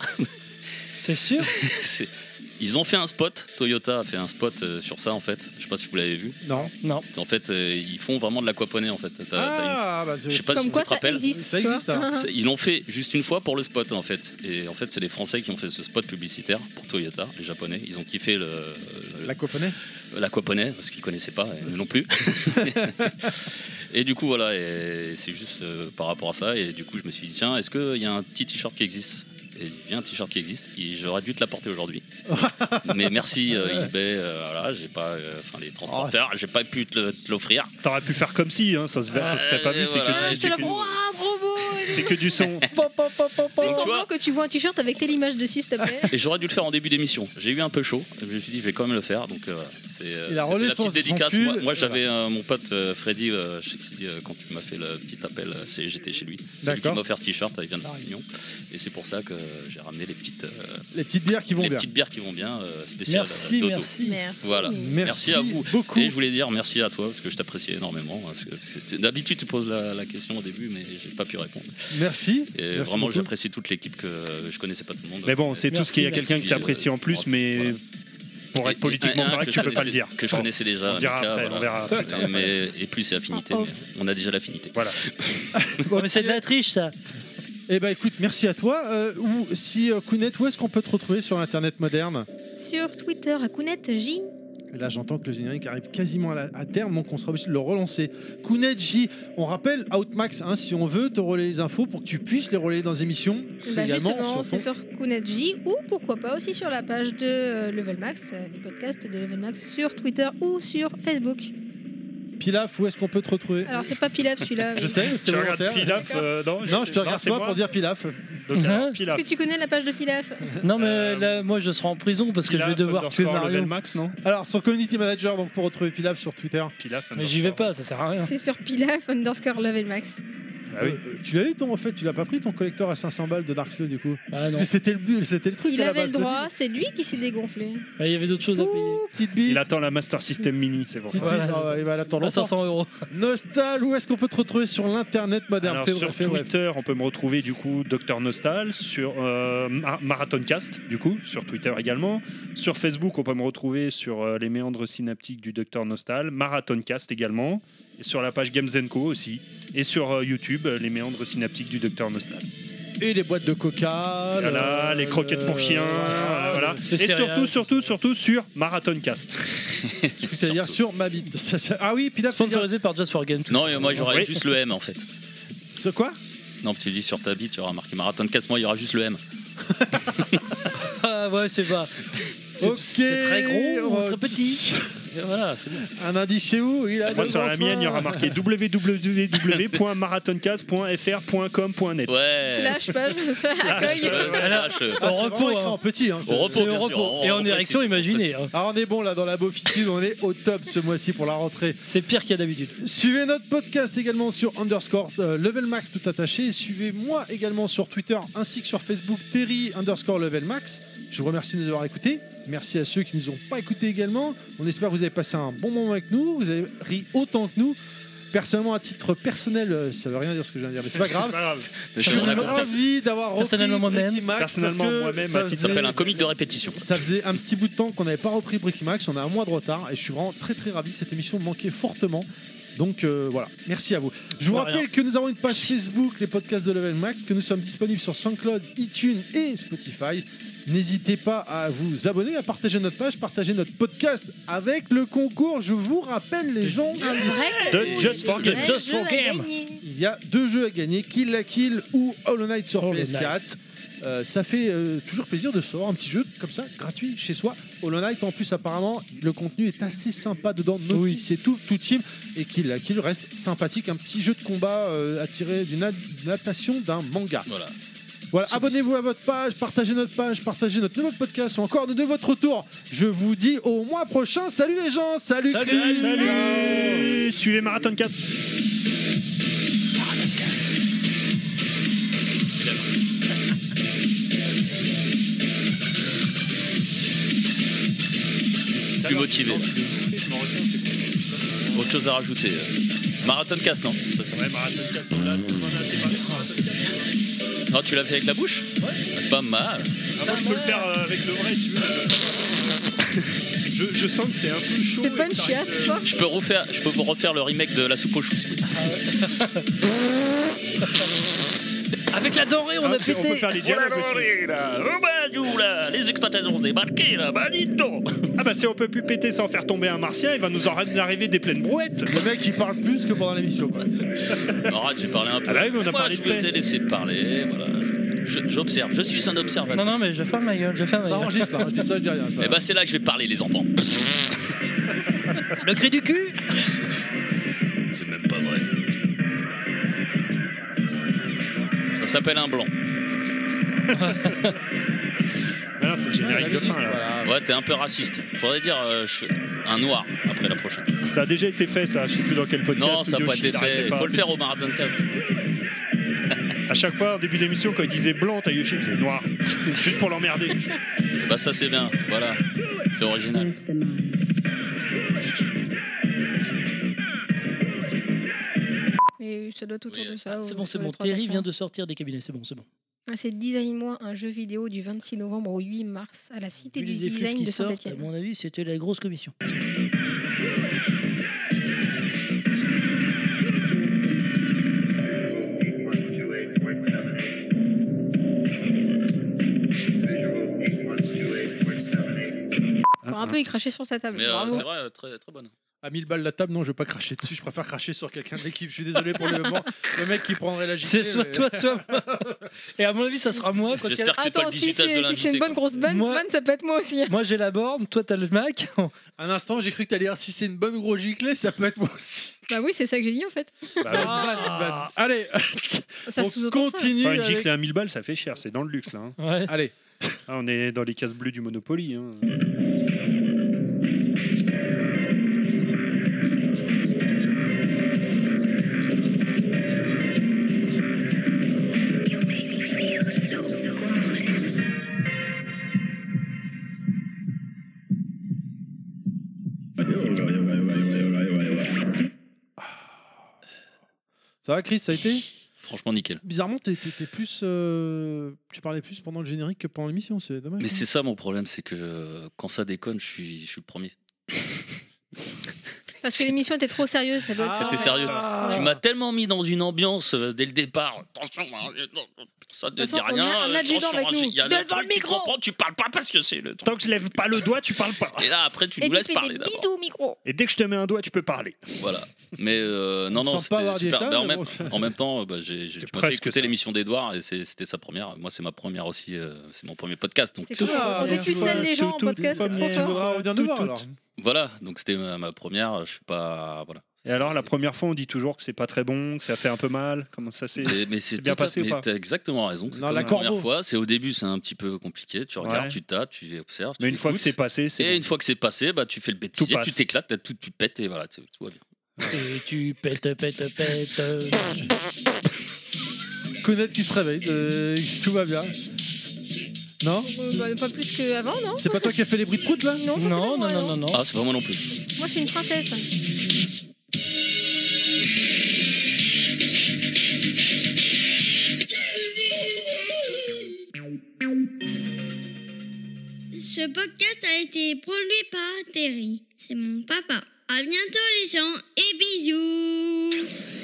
[SPEAKER 6] T'es sûr
[SPEAKER 7] C'est- Ils ont fait un spot, Toyota a fait un spot euh, sur ça en fait. Je sais pas si vous l'avez vu.
[SPEAKER 3] Non.
[SPEAKER 6] Non.
[SPEAKER 7] En fait, euh, ils font vraiment de l'aquaponais en fait. T'as- t'as une-
[SPEAKER 3] Ah bah
[SPEAKER 7] Je sais
[SPEAKER 3] c'est.
[SPEAKER 7] pas si
[SPEAKER 5] Comme
[SPEAKER 7] tu
[SPEAKER 5] quoi
[SPEAKER 7] te
[SPEAKER 5] ça
[SPEAKER 7] rappelles.
[SPEAKER 5] existe.
[SPEAKER 3] Ça
[SPEAKER 5] tu vois.
[SPEAKER 3] existe, hein.
[SPEAKER 7] C'est- Ils l'ont fait juste une fois pour le spot en fait. Et en fait, c'est les Français qui ont fait ce spot publicitaire pour Toyota, les Japonais. Ils ont kiffé le, le-
[SPEAKER 3] La coponée.
[SPEAKER 7] l'aquaponais parce qu'ils connaissaient pas et nous non plus et du coup voilà et c'est juste euh, par rapport à ça et du coup je me suis dit tiens est-ce qu'il y a un petit t-shirt qui existe et il y a un t-shirt qui existe et j'aurais dû te l'apporter aujourd'hui mais merci euh, eBay euh, voilà j'ai pas euh, enfin les transporteurs j'ai pas pu te le- te l'offrir
[SPEAKER 4] T'aurais pu faire comme si, hein, ça se verrait, ça se serait pas
[SPEAKER 7] Euh,
[SPEAKER 4] vu. C'est
[SPEAKER 7] voilà.
[SPEAKER 5] Ah, je
[SPEAKER 4] que,
[SPEAKER 5] te
[SPEAKER 4] c'est
[SPEAKER 5] la
[SPEAKER 4] que-
[SPEAKER 5] prends. Ouah, bravo
[SPEAKER 4] c'est que du son.
[SPEAKER 6] Pop, pop, pop, pop, pop.
[SPEAKER 5] Fais
[SPEAKER 7] tu
[SPEAKER 5] semblant
[SPEAKER 7] vois.
[SPEAKER 5] que tu vois un t-shirt avec telle image dessus, s'il te plaît.
[SPEAKER 7] et j'aurais dû le faire en début d'émission j'ai eu un peu chaud je me suis dit je vais quand même le faire donc euh, c'est euh,
[SPEAKER 3] Il a
[SPEAKER 7] c'était
[SPEAKER 3] relé
[SPEAKER 7] la
[SPEAKER 3] son-
[SPEAKER 7] petite dédicace
[SPEAKER 3] son cul.
[SPEAKER 7] moi, moi, j'avais euh, mon pote euh, Freddy euh, chez qui euh, quand tu m'as fait le petit appel euh, c'est- j'étais chez lui C'est lui qui
[SPEAKER 3] D'accord.
[SPEAKER 7] m'a offert ce t-shirt, il vient de la Réunion. Et c'est pour ça que j'ai ramené les petites, euh,
[SPEAKER 3] Les petites bières qui vont
[SPEAKER 7] les
[SPEAKER 3] bien.
[SPEAKER 7] petites bières qui vont bien, euh, spéciales
[SPEAKER 6] Merci,
[SPEAKER 7] euh, Dodo.
[SPEAKER 6] merci.
[SPEAKER 5] Merci.
[SPEAKER 7] Voilà.
[SPEAKER 3] Merci,
[SPEAKER 7] Merci à vous.
[SPEAKER 3] beaucoup.
[SPEAKER 7] Et je voulais dire merci à toi parce que je t'apprécie énormément. hein, parce que c'est- D'habitude, tu poses la, la question au début, mais j'ai pas pu répondre.
[SPEAKER 3] Merci.
[SPEAKER 7] Et
[SPEAKER 3] Merci
[SPEAKER 7] vraiment,
[SPEAKER 3] beaucoup.
[SPEAKER 7] j'apprécie toute l'équipe que euh, je connaissais pas tout le monde.
[SPEAKER 4] Mais bon, c'est tout
[SPEAKER 6] Merci,
[SPEAKER 4] ce qu'il y a
[SPEAKER 6] merci.
[SPEAKER 4] quelqu'un qui t'apprécie en plus, mais
[SPEAKER 7] Voilà.
[SPEAKER 4] pour
[SPEAKER 7] Et-
[SPEAKER 4] être
[SPEAKER 7] et
[SPEAKER 4] politiquement
[SPEAKER 7] un
[SPEAKER 4] correct,
[SPEAKER 7] que
[SPEAKER 4] tu
[SPEAKER 7] je
[SPEAKER 4] peux pas le
[SPEAKER 7] connaissais-
[SPEAKER 4] dire.
[SPEAKER 7] Que je
[SPEAKER 4] Bon,
[SPEAKER 7] connaissais déjà.
[SPEAKER 4] on dira
[SPEAKER 7] Mika,
[SPEAKER 4] après, on verra plus tard.
[SPEAKER 7] Et, mais- et plus c'est affinité.
[SPEAKER 5] En
[SPEAKER 7] mais on a déjà l'affinité.
[SPEAKER 4] Voilà.
[SPEAKER 6] Oh, mais c'est de la triche, ça.
[SPEAKER 3] Eh ben écoute, merci à toi. Euh, ou si euh, Kounet, où est-ce qu'on peut te retrouver sur Internet moderne
[SPEAKER 5] Sur Twitter, à Kounet J.
[SPEAKER 3] Là, j'entends que le générique arrive quasiment à, la- à terme, donc on sera obligé de le relancer. Kounet J, on rappelle Outmax, hein, si on veut te relayer les infos pour que tu puisses les relayer dans les émissions. C'est
[SPEAKER 5] Bah
[SPEAKER 3] également
[SPEAKER 5] justement,
[SPEAKER 3] sur
[SPEAKER 5] c'est
[SPEAKER 3] ton-
[SPEAKER 5] sur Kounet J ou pourquoi pas aussi sur la page de euh, Level Max, euh, les podcasts de Level Max sur Twitter ou sur Facebook.
[SPEAKER 3] Pilaf, où est-ce qu'on peut te retrouver
[SPEAKER 5] Alors c'est pas Pilaf celui-là.
[SPEAKER 3] Euh, Je
[SPEAKER 5] mais-
[SPEAKER 3] sais, c'était
[SPEAKER 4] Tu regardes
[SPEAKER 3] volontaire.
[SPEAKER 4] Pilaf euh, Non,
[SPEAKER 3] Non, je te regarde
[SPEAKER 4] c'est
[SPEAKER 3] toi
[SPEAKER 4] moi.
[SPEAKER 3] pour dire Pilaf.
[SPEAKER 4] Donc, alors,
[SPEAKER 6] Hein
[SPEAKER 4] Pilaf.
[SPEAKER 5] Est-ce que tu connais la page de Pilaf
[SPEAKER 6] Non, mais
[SPEAKER 4] Euh,
[SPEAKER 6] là, moi, je serai en prison parce que je vais
[SPEAKER 4] Pilaf
[SPEAKER 6] devoir tuer
[SPEAKER 4] underscore level
[SPEAKER 6] Mario.
[SPEAKER 4] max, non
[SPEAKER 3] Alors, son community manager, donc pour retrouver Pilaf sur Twitter.
[SPEAKER 4] Pilaf.
[SPEAKER 6] Mais j'y vais pas, ça sert à rien.
[SPEAKER 5] C'est sur Pilaf underscore Level Max.
[SPEAKER 4] Ah oui.
[SPEAKER 3] Euh, tu l'as eu ton en fait, tu l'as pas pris ton collecteur à 500 balles de Dark Souls du coup
[SPEAKER 6] Ah non,
[SPEAKER 3] Parce que c'était le but, c'était le truc
[SPEAKER 5] Il
[SPEAKER 3] à la
[SPEAKER 5] avait le
[SPEAKER 3] base,
[SPEAKER 5] droit, c'est lui qui s'est dégonflé.
[SPEAKER 6] Bah, il y avait d'autres choses à payer.
[SPEAKER 3] Ouh, Petite bille.
[SPEAKER 4] Il attend la Master System Mini, c'est pour
[SPEAKER 3] Petite
[SPEAKER 4] ça.
[SPEAKER 6] Voilà,
[SPEAKER 3] bille.
[SPEAKER 6] c'est
[SPEAKER 3] Ah ouais,
[SPEAKER 6] ça.
[SPEAKER 3] il va l'attendre
[SPEAKER 6] À
[SPEAKER 3] longtemps.
[SPEAKER 6] 500 euros.
[SPEAKER 3] Nostal, où est-ce qu'on peut te retrouver sur l'internet moderne
[SPEAKER 4] Alors,
[SPEAKER 3] Fais
[SPEAKER 4] sur
[SPEAKER 3] bref, fais bref.
[SPEAKER 4] Twitter, on peut me retrouver du coup Docteur Nostal, sur euh, Ma- Marathoncast du coup, sur Twitter également. Sur Facebook, on peut me retrouver sur euh, les méandres synaptiques du Docteur Nostal, Marathoncast également, et sur la page Games Co aussi, et sur euh, YouTube, euh, les méandres synaptiques du Docteur Nostal.
[SPEAKER 3] Et les boîtes de coca.
[SPEAKER 4] Voilà,
[SPEAKER 3] le- Euh,
[SPEAKER 4] les croquettes pour
[SPEAKER 3] le-
[SPEAKER 4] chiens, voilà.
[SPEAKER 3] ah,
[SPEAKER 4] voilà.
[SPEAKER 6] le
[SPEAKER 4] Et
[SPEAKER 6] céréales,
[SPEAKER 4] surtout,
[SPEAKER 6] c'est
[SPEAKER 4] surtout, surtout sur Marathoncast.
[SPEAKER 3] C'est-à-dire sur ma bite. Ça, ça- Ah oui, Pilaf, tu veux dire-
[SPEAKER 6] Sponsorisé par Just for Games.
[SPEAKER 7] Non, mais moi j'aurais
[SPEAKER 4] Oui.
[SPEAKER 7] juste le M en fait.
[SPEAKER 3] ce quoi
[SPEAKER 7] Non, tu dis sur ta bite, tu auras marqué marathon de 4 mois, il y aura juste le M.
[SPEAKER 6] Ah ouais, c'est pas. C'est
[SPEAKER 3] Ok,
[SPEAKER 6] c'est très gros ou
[SPEAKER 3] euh,
[SPEAKER 6] très petit. Et Voilà, c'est bon.
[SPEAKER 3] Un indice chez vous Il a
[SPEAKER 4] Moi,
[SPEAKER 3] deux
[SPEAKER 4] sur la
[SPEAKER 3] grosses mains.
[SPEAKER 4] mienne, il y aura marqué www.marathoncast.fr.com.net.
[SPEAKER 7] Ouais.
[SPEAKER 5] Slash page, slash
[SPEAKER 7] Ouais,
[SPEAKER 5] accueil.
[SPEAKER 7] ouais,
[SPEAKER 6] Alors-
[SPEAKER 7] slash, euh,
[SPEAKER 3] Ah,
[SPEAKER 6] Au
[SPEAKER 3] c'est
[SPEAKER 6] repos,
[SPEAKER 3] vraiment écrit
[SPEAKER 6] hein.
[SPEAKER 3] en petit. hein,
[SPEAKER 7] Au
[SPEAKER 3] ce-
[SPEAKER 7] repos,
[SPEAKER 6] C'est
[SPEAKER 7] bien
[SPEAKER 6] au
[SPEAKER 7] sûr,
[SPEAKER 6] repos.
[SPEAKER 7] on-
[SPEAKER 6] Et en
[SPEAKER 7] on précise,
[SPEAKER 6] érection,
[SPEAKER 7] on
[SPEAKER 6] imaginez.
[SPEAKER 7] précise.
[SPEAKER 6] hein.
[SPEAKER 3] Alors on est bon là dans la beaufitude, on est au top ce mois-ci pour la rentrée.
[SPEAKER 6] hein. C'est pire qu'il y a d'habitude.
[SPEAKER 3] Suivez notre podcast également sur underscore euh, level max tout attaché. Suivez moi également sur Twitter ainsi que sur Facebook Terry underscore level max. Je vous remercie de nous avoir écoutés. Merci à ceux qui ne nous ont pas écoutés également. On espère que vous avez passé un bon moment avec nous. Vous avez ri autant que nous. personnellement, à titre personnel, euh, ça veut rien dire ce que je viens de dire, mais c'est pas
[SPEAKER 4] C'est
[SPEAKER 3] grave.
[SPEAKER 4] pas grave.
[SPEAKER 7] Mais
[SPEAKER 3] J'ai
[SPEAKER 7] je suis d'accord.
[SPEAKER 3] envie d'avoir repris
[SPEAKER 10] Personnellement moi-même.
[SPEAKER 3] Bricky Max parce
[SPEAKER 4] Personnellement
[SPEAKER 3] que
[SPEAKER 4] moi-même,
[SPEAKER 3] ça
[SPEAKER 4] à titre
[SPEAKER 7] Ça s'appelle
[SPEAKER 3] faisait-
[SPEAKER 7] un comique de répétition.
[SPEAKER 3] ça faisait un petit bout de temps qu'on n'avait pas repris Bricky Max, on a un mois de retard et je suis vraiment très très ravi. Cette émission manquait fortement. Donc euh, voilà, merci à vous. Je vous
[SPEAKER 6] De
[SPEAKER 3] rappelle
[SPEAKER 6] rien.
[SPEAKER 3] que nous avons une page Facebook, les podcasts de Level Max, que nous sommes disponibles sur SoundCloud, iTunes et Spotify. N'hésitez pas à vous abonner, à partager notre page, partager notre podcast avec le concours. Je vous rappelle les gens,
[SPEAKER 2] Un vrai
[SPEAKER 4] De Just for Game.
[SPEAKER 2] vrai
[SPEAKER 6] Just
[SPEAKER 2] jeu
[SPEAKER 6] for
[SPEAKER 2] à
[SPEAKER 6] Game.
[SPEAKER 2] gagner.
[SPEAKER 3] il y a deux jeux à gagner, Kill la Kill ou Hollow Knight sur
[SPEAKER 6] Hollow
[SPEAKER 3] PS4. Euh, ça fait euh, toujours plaisir de sortir un petit jeu comme ça, gratuit, chez soi. Hollow Knight, en plus, apparemment, le contenu est assez sympa dedans. Naughty,
[SPEAKER 6] Oui.
[SPEAKER 3] c'est tout, tout team. Et Kill la Kill reste sympathique. Un petit jeu de combat euh, attiré d'une ad- natation d'un manga.
[SPEAKER 7] Voilà.
[SPEAKER 3] Voilà,
[SPEAKER 7] Sous-
[SPEAKER 3] abonnez-vous à votre page, partagez notre page, partagez notre nouveau podcast ou encore de, de votre retour. Je vous dis au mois prochain. Salut les gens Salut,
[SPEAKER 6] Salut,
[SPEAKER 3] Chris
[SPEAKER 6] salut.
[SPEAKER 4] Salut Suivez Marathon Cast.
[SPEAKER 7] Plus motivé. Autre chose à rajouter. euh, Marathon casse, non Ça, c'est vrai. Non, tu l'as fait avec la bouche Ouais. Pas mal.
[SPEAKER 8] Ah, moi, je peux le faire euh, avec le vrai, si tu veux. Je, je sens que c'est un peu chaud.
[SPEAKER 2] C'est
[SPEAKER 8] et que
[SPEAKER 2] punchy
[SPEAKER 8] t'arrives,
[SPEAKER 2] à
[SPEAKER 8] euh,
[SPEAKER 2] ça.
[SPEAKER 7] Je peux, refaire, je peux vous refaire le remake de la soupe aux choux.
[SPEAKER 10] Avec la denrée,
[SPEAKER 4] Ah,
[SPEAKER 10] on a
[SPEAKER 8] Ah, On peut faire les dialogues aussi.
[SPEAKER 7] les extraterrestres débarqués là, bah dis donc
[SPEAKER 8] Ah bah si on peut plus péter sans faire tomber un martien, il va nous en arriver des pleines brouettes.
[SPEAKER 3] Le mec, il parle plus que pendant l'émission. quoi.
[SPEAKER 7] Arrête, j'ai parlé un peu.
[SPEAKER 8] Ah bah oui, mais on a
[SPEAKER 7] Moi,
[SPEAKER 8] parlé
[SPEAKER 7] je
[SPEAKER 8] de
[SPEAKER 7] vous
[SPEAKER 8] paix.
[SPEAKER 7] ai laissé parler, voilà. Je- J'observe, je, suis un observateur.
[SPEAKER 10] Non, non, mais je ferme ma gueule, je ferme ma
[SPEAKER 3] Ça
[SPEAKER 10] gueule.
[SPEAKER 3] enregistre là, je dis ça, je dis rien. ça.
[SPEAKER 7] Et bah c'est là que je vais parler, les enfants.
[SPEAKER 10] Le cri du cul
[SPEAKER 7] C'est même pas vrai. Ça s'appelle un blanc.
[SPEAKER 8] Ah non, c'est le générique de fin là.
[SPEAKER 7] Ouais, t'es un peu raciste. Faudrait dire euh, je fais un noir après la prochaine.
[SPEAKER 4] Ça a déjà été fait, ça. Je sais plus dans quel podcast.
[SPEAKER 7] Non, ça n'a
[SPEAKER 4] Yoshi,
[SPEAKER 7] pas été
[SPEAKER 4] il arrêtait
[SPEAKER 7] fait.
[SPEAKER 4] pas.
[SPEAKER 7] Faut le faire au Marathon Cast.
[SPEAKER 4] À chaque fois, au début d'émission, quand il disait blanc, t'as Yoshi, c'est noir. Juste pour l'emmerder.
[SPEAKER 7] Bah ça c'est bien, voilà. C'est original.
[SPEAKER 5] Mais ça doit être autour
[SPEAKER 7] Oui,
[SPEAKER 5] de ça.
[SPEAKER 10] C'est
[SPEAKER 5] Oh, ouais,
[SPEAKER 10] bon,
[SPEAKER 5] sur
[SPEAKER 10] c'est
[SPEAKER 5] les
[SPEAKER 10] bon.
[SPEAKER 5] trois,
[SPEAKER 10] Terry
[SPEAKER 5] quatre
[SPEAKER 10] vient
[SPEAKER 5] ans.
[SPEAKER 10] de sortir des cabinets, c'est bon, c'est bon.
[SPEAKER 5] Ah, C'est Design-moi, un jeu vidéo du 26 novembre au 8 mars à la Cité
[SPEAKER 10] Vu
[SPEAKER 5] du
[SPEAKER 10] les effluves
[SPEAKER 5] Design
[SPEAKER 10] qui
[SPEAKER 5] de
[SPEAKER 10] sortent, à
[SPEAKER 5] Saint-Etienne.
[SPEAKER 10] mon avis, c'était la grosse commission.
[SPEAKER 5] Pour un peu, il crachait sur sa table.
[SPEAKER 7] Mais euh,
[SPEAKER 5] Bravo.
[SPEAKER 7] c'est vrai, euh, très, très bonne.
[SPEAKER 3] À 1000 balles la table, non, je vais pas cracher dessus. Je préfère cracher sur quelqu'un de l'équipe. Je suis désolé pour le moment. Le mec qui prendrait la JT.
[SPEAKER 10] C'est soit
[SPEAKER 3] mais-
[SPEAKER 10] toi, soit moi. Et à mon avis, ça sera moi. Quand il y a-
[SPEAKER 7] J'espère que c'est pas
[SPEAKER 5] Attends,
[SPEAKER 7] le
[SPEAKER 5] si
[SPEAKER 7] digital de
[SPEAKER 5] c'est si c'est
[SPEAKER 7] l'invité.
[SPEAKER 5] une bonne
[SPEAKER 7] quoi.
[SPEAKER 5] grosse bonne,
[SPEAKER 10] Moi-
[SPEAKER 5] bonne, ça peut être moi aussi. hein.
[SPEAKER 10] Moi, j'ai la borne, toi, t'as le Mac.
[SPEAKER 3] Un instant, j'ai cru que t'allais dire si c'est une bonne grosse giclée, ça peut être moi aussi.
[SPEAKER 5] Bah oui, c'est ça que j'ai dit en fait.
[SPEAKER 3] Bah, Allez,
[SPEAKER 5] Ça
[SPEAKER 3] on
[SPEAKER 5] sous-entend ça.
[SPEAKER 3] continue.
[SPEAKER 4] Enfin, une
[SPEAKER 3] avec-
[SPEAKER 4] gicle à 1000 balles, ça fait cher. C'est dans le luxe là. hein.
[SPEAKER 10] Ouais.
[SPEAKER 3] Allez,
[SPEAKER 4] Ah, on est dans les cases bleues du Monopoly. hein.
[SPEAKER 3] ça va, Chris Ça a été
[SPEAKER 7] Franchement nickel.
[SPEAKER 3] Bizarrement, t'es- t'es- t'es plus, euh, tu parlais plus pendant le générique que pendant l'émission. C'est dommage.
[SPEAKER 7] Mais
[SPEAKER 3] hein.
[SPEAKER 7] c'est ça mon problème, c'est que euh, quand ça déconne, je suis, je suis le premier.
[SPEAKER 5] Parce que l'émission était trop sérieuse, ça doit être Ah, ça.
[SPEAKER 7] C'était sérieux. Tu m'as tellement mis dans une ambiance euh, dès le départ. Attention, hein, euh, non, personne ne
[SPEAKER 5] toute
[SPEAKER 7] dit
[SPEAKER 5] façon, on
[SPEAKER 7] rien.
[SPEAKER 5] a un
[SPEAKER 7] euh,
[SPEAKER 5] adjudant
[SPEAKER 7] attention,
[SPEAKER 5] avec
[SPEAKER 7] hein,
[SPEAKER 5] nous.
[SPEAKER 7] il y a
[SPEAKER 5] Devant
[SPEAKER 7] un truc,
[SPEAKER 5] le micro.
[SPEAKER 7] Tu comprends, tu parles pas parce que c'est le truc.
[SPEAKER 4] Tant que je lève pas le doigt, tu parles pas.
[SPEAKER 7] Et là, après, tu
[SPEAKER 5] Et
[SPEAKER 7] nous
[SPEAKER 5] tu
[SPEAKER 7] laisses
[SPEAKER 5] fais des
[SPEAKER 7] parler d'abord.
[SPEAKER 5] bisous au micro.
[SPEAKER 4] Et dès que je te mets un doigt, tu peux parler.
[SPEAKER 7] Voilà. Mais euh, non,
[SPEAKER 3] On
[SPEAKER 7] non,
[SPEAKER 3] sent pas avoir
[SPEAKER 7] c'était
[SPEAKER 3] dit ça,
[SPEAKER 7] super. Ben, en,
[SPEAKER 3] mais
[SPEAKER 7] même,
[SPEAKER 3] bon, ça-
[SPEAKER 7] en même temps, euh, bah, j'ai, j'ai-
[SPEAKER 4] C'était
[SPEAKER 7] tu m'as fait
[SPEAKER 4] presque ça.
[SPEAKER 7] écouter l'émission d'Edouard et c'est- c'était sa première. Moi, c'est ma première aussi. euh, c'est mon premier podcast. Donc
[SPEAKER 5] C'est cool.
[SPEAKER 3] Ah,
[SPEAKER 5] On
[SPEAKER 3] bien
[SPEAKER 5] dépucelle
[SPEAKER 3] joué.
[SPEAKER 5] les gens en
[SPEAKER 4] Tout, tout,
[SPEAKER 5] podcast,
[SPEAKER 4] tout,
[SPEAKER 5] c'est trop
[SPEAKER 3] Tu
[SPEAKER 5] fort.
[SPEAKER 3] voudras revenir nous voir alors.
[SPEAKER 7] voilà. Donc c'était ma, ma première. Je suis pas. Voilà.
[SPEAKER 4] Et alors, la première fois, on dit toujours que c'est pas très bon, que ça fait un peu mal. Comment ça c'est
[SPEAKER 7] Mais, mais c'est
[SPEAKER 4] C'est bien
[SPEAKER 7] tout à-
[SPEAKER 4] passé ou
[SPEAKER 7] mais
[SPEAKER 4] pas
[SPEAKER 7] T'as exactement raison. C'est
[SPEAKER 3] Non,
[SPEAKER 7] comme
[SPEAKER 3] la
[SPEAKER 7] la première
[SPEAKER 3] corbeau.
[SPEAKER 7] fois. C'est au début, c'est un petit peu compliqué. Tu regardes,
[SPEAKER 4] Ouais.
[SPEAKER 7] tu tapes, tu observes.
[SPEAKER 4] Mais
[SPEAKER 7] tu
[SPEAKER 4] une fois que
[SPEAKER 7] écoutes.
[SPEAKER 4] c'est passé, c'est.
[SPEAKER 7] et
[SPEAKER 4] bon.
[SPEAKER 7] une fois que c'est passé, bah, tu fais le bêtisier,
[SPEAKER 4] passe.
[SPEAKER 7] tu t'éclates, t'as tout, tu pètes et voilà, tout tout va bien.
[SPEAKER 6] Et tu pètes, pètes, pètes.
[SPEAKER 3] Connaître qui se réveille, euh, tout va bien. Non
[SPEAKER 5] Euh, bah, Pas plus qu'avant, non
[SPEAKER 3] C'est pas toi qui as fait les bruits de prout là
[SPEAKER 5] Non, ça, c'est pas
[SPEAKER 10] Non, non,
[SPEAKER 5] moi,
[SPEAKER 10] non, non, non.
[SPEAKER 7] Ah, c'est pas moi non plus.
[SPEAKER 5] Moi, je suis une princesse.
[SPEAKER 9] Ce podcast a été produit par Terry. C'est mon papa. À bientôt les gens et bisous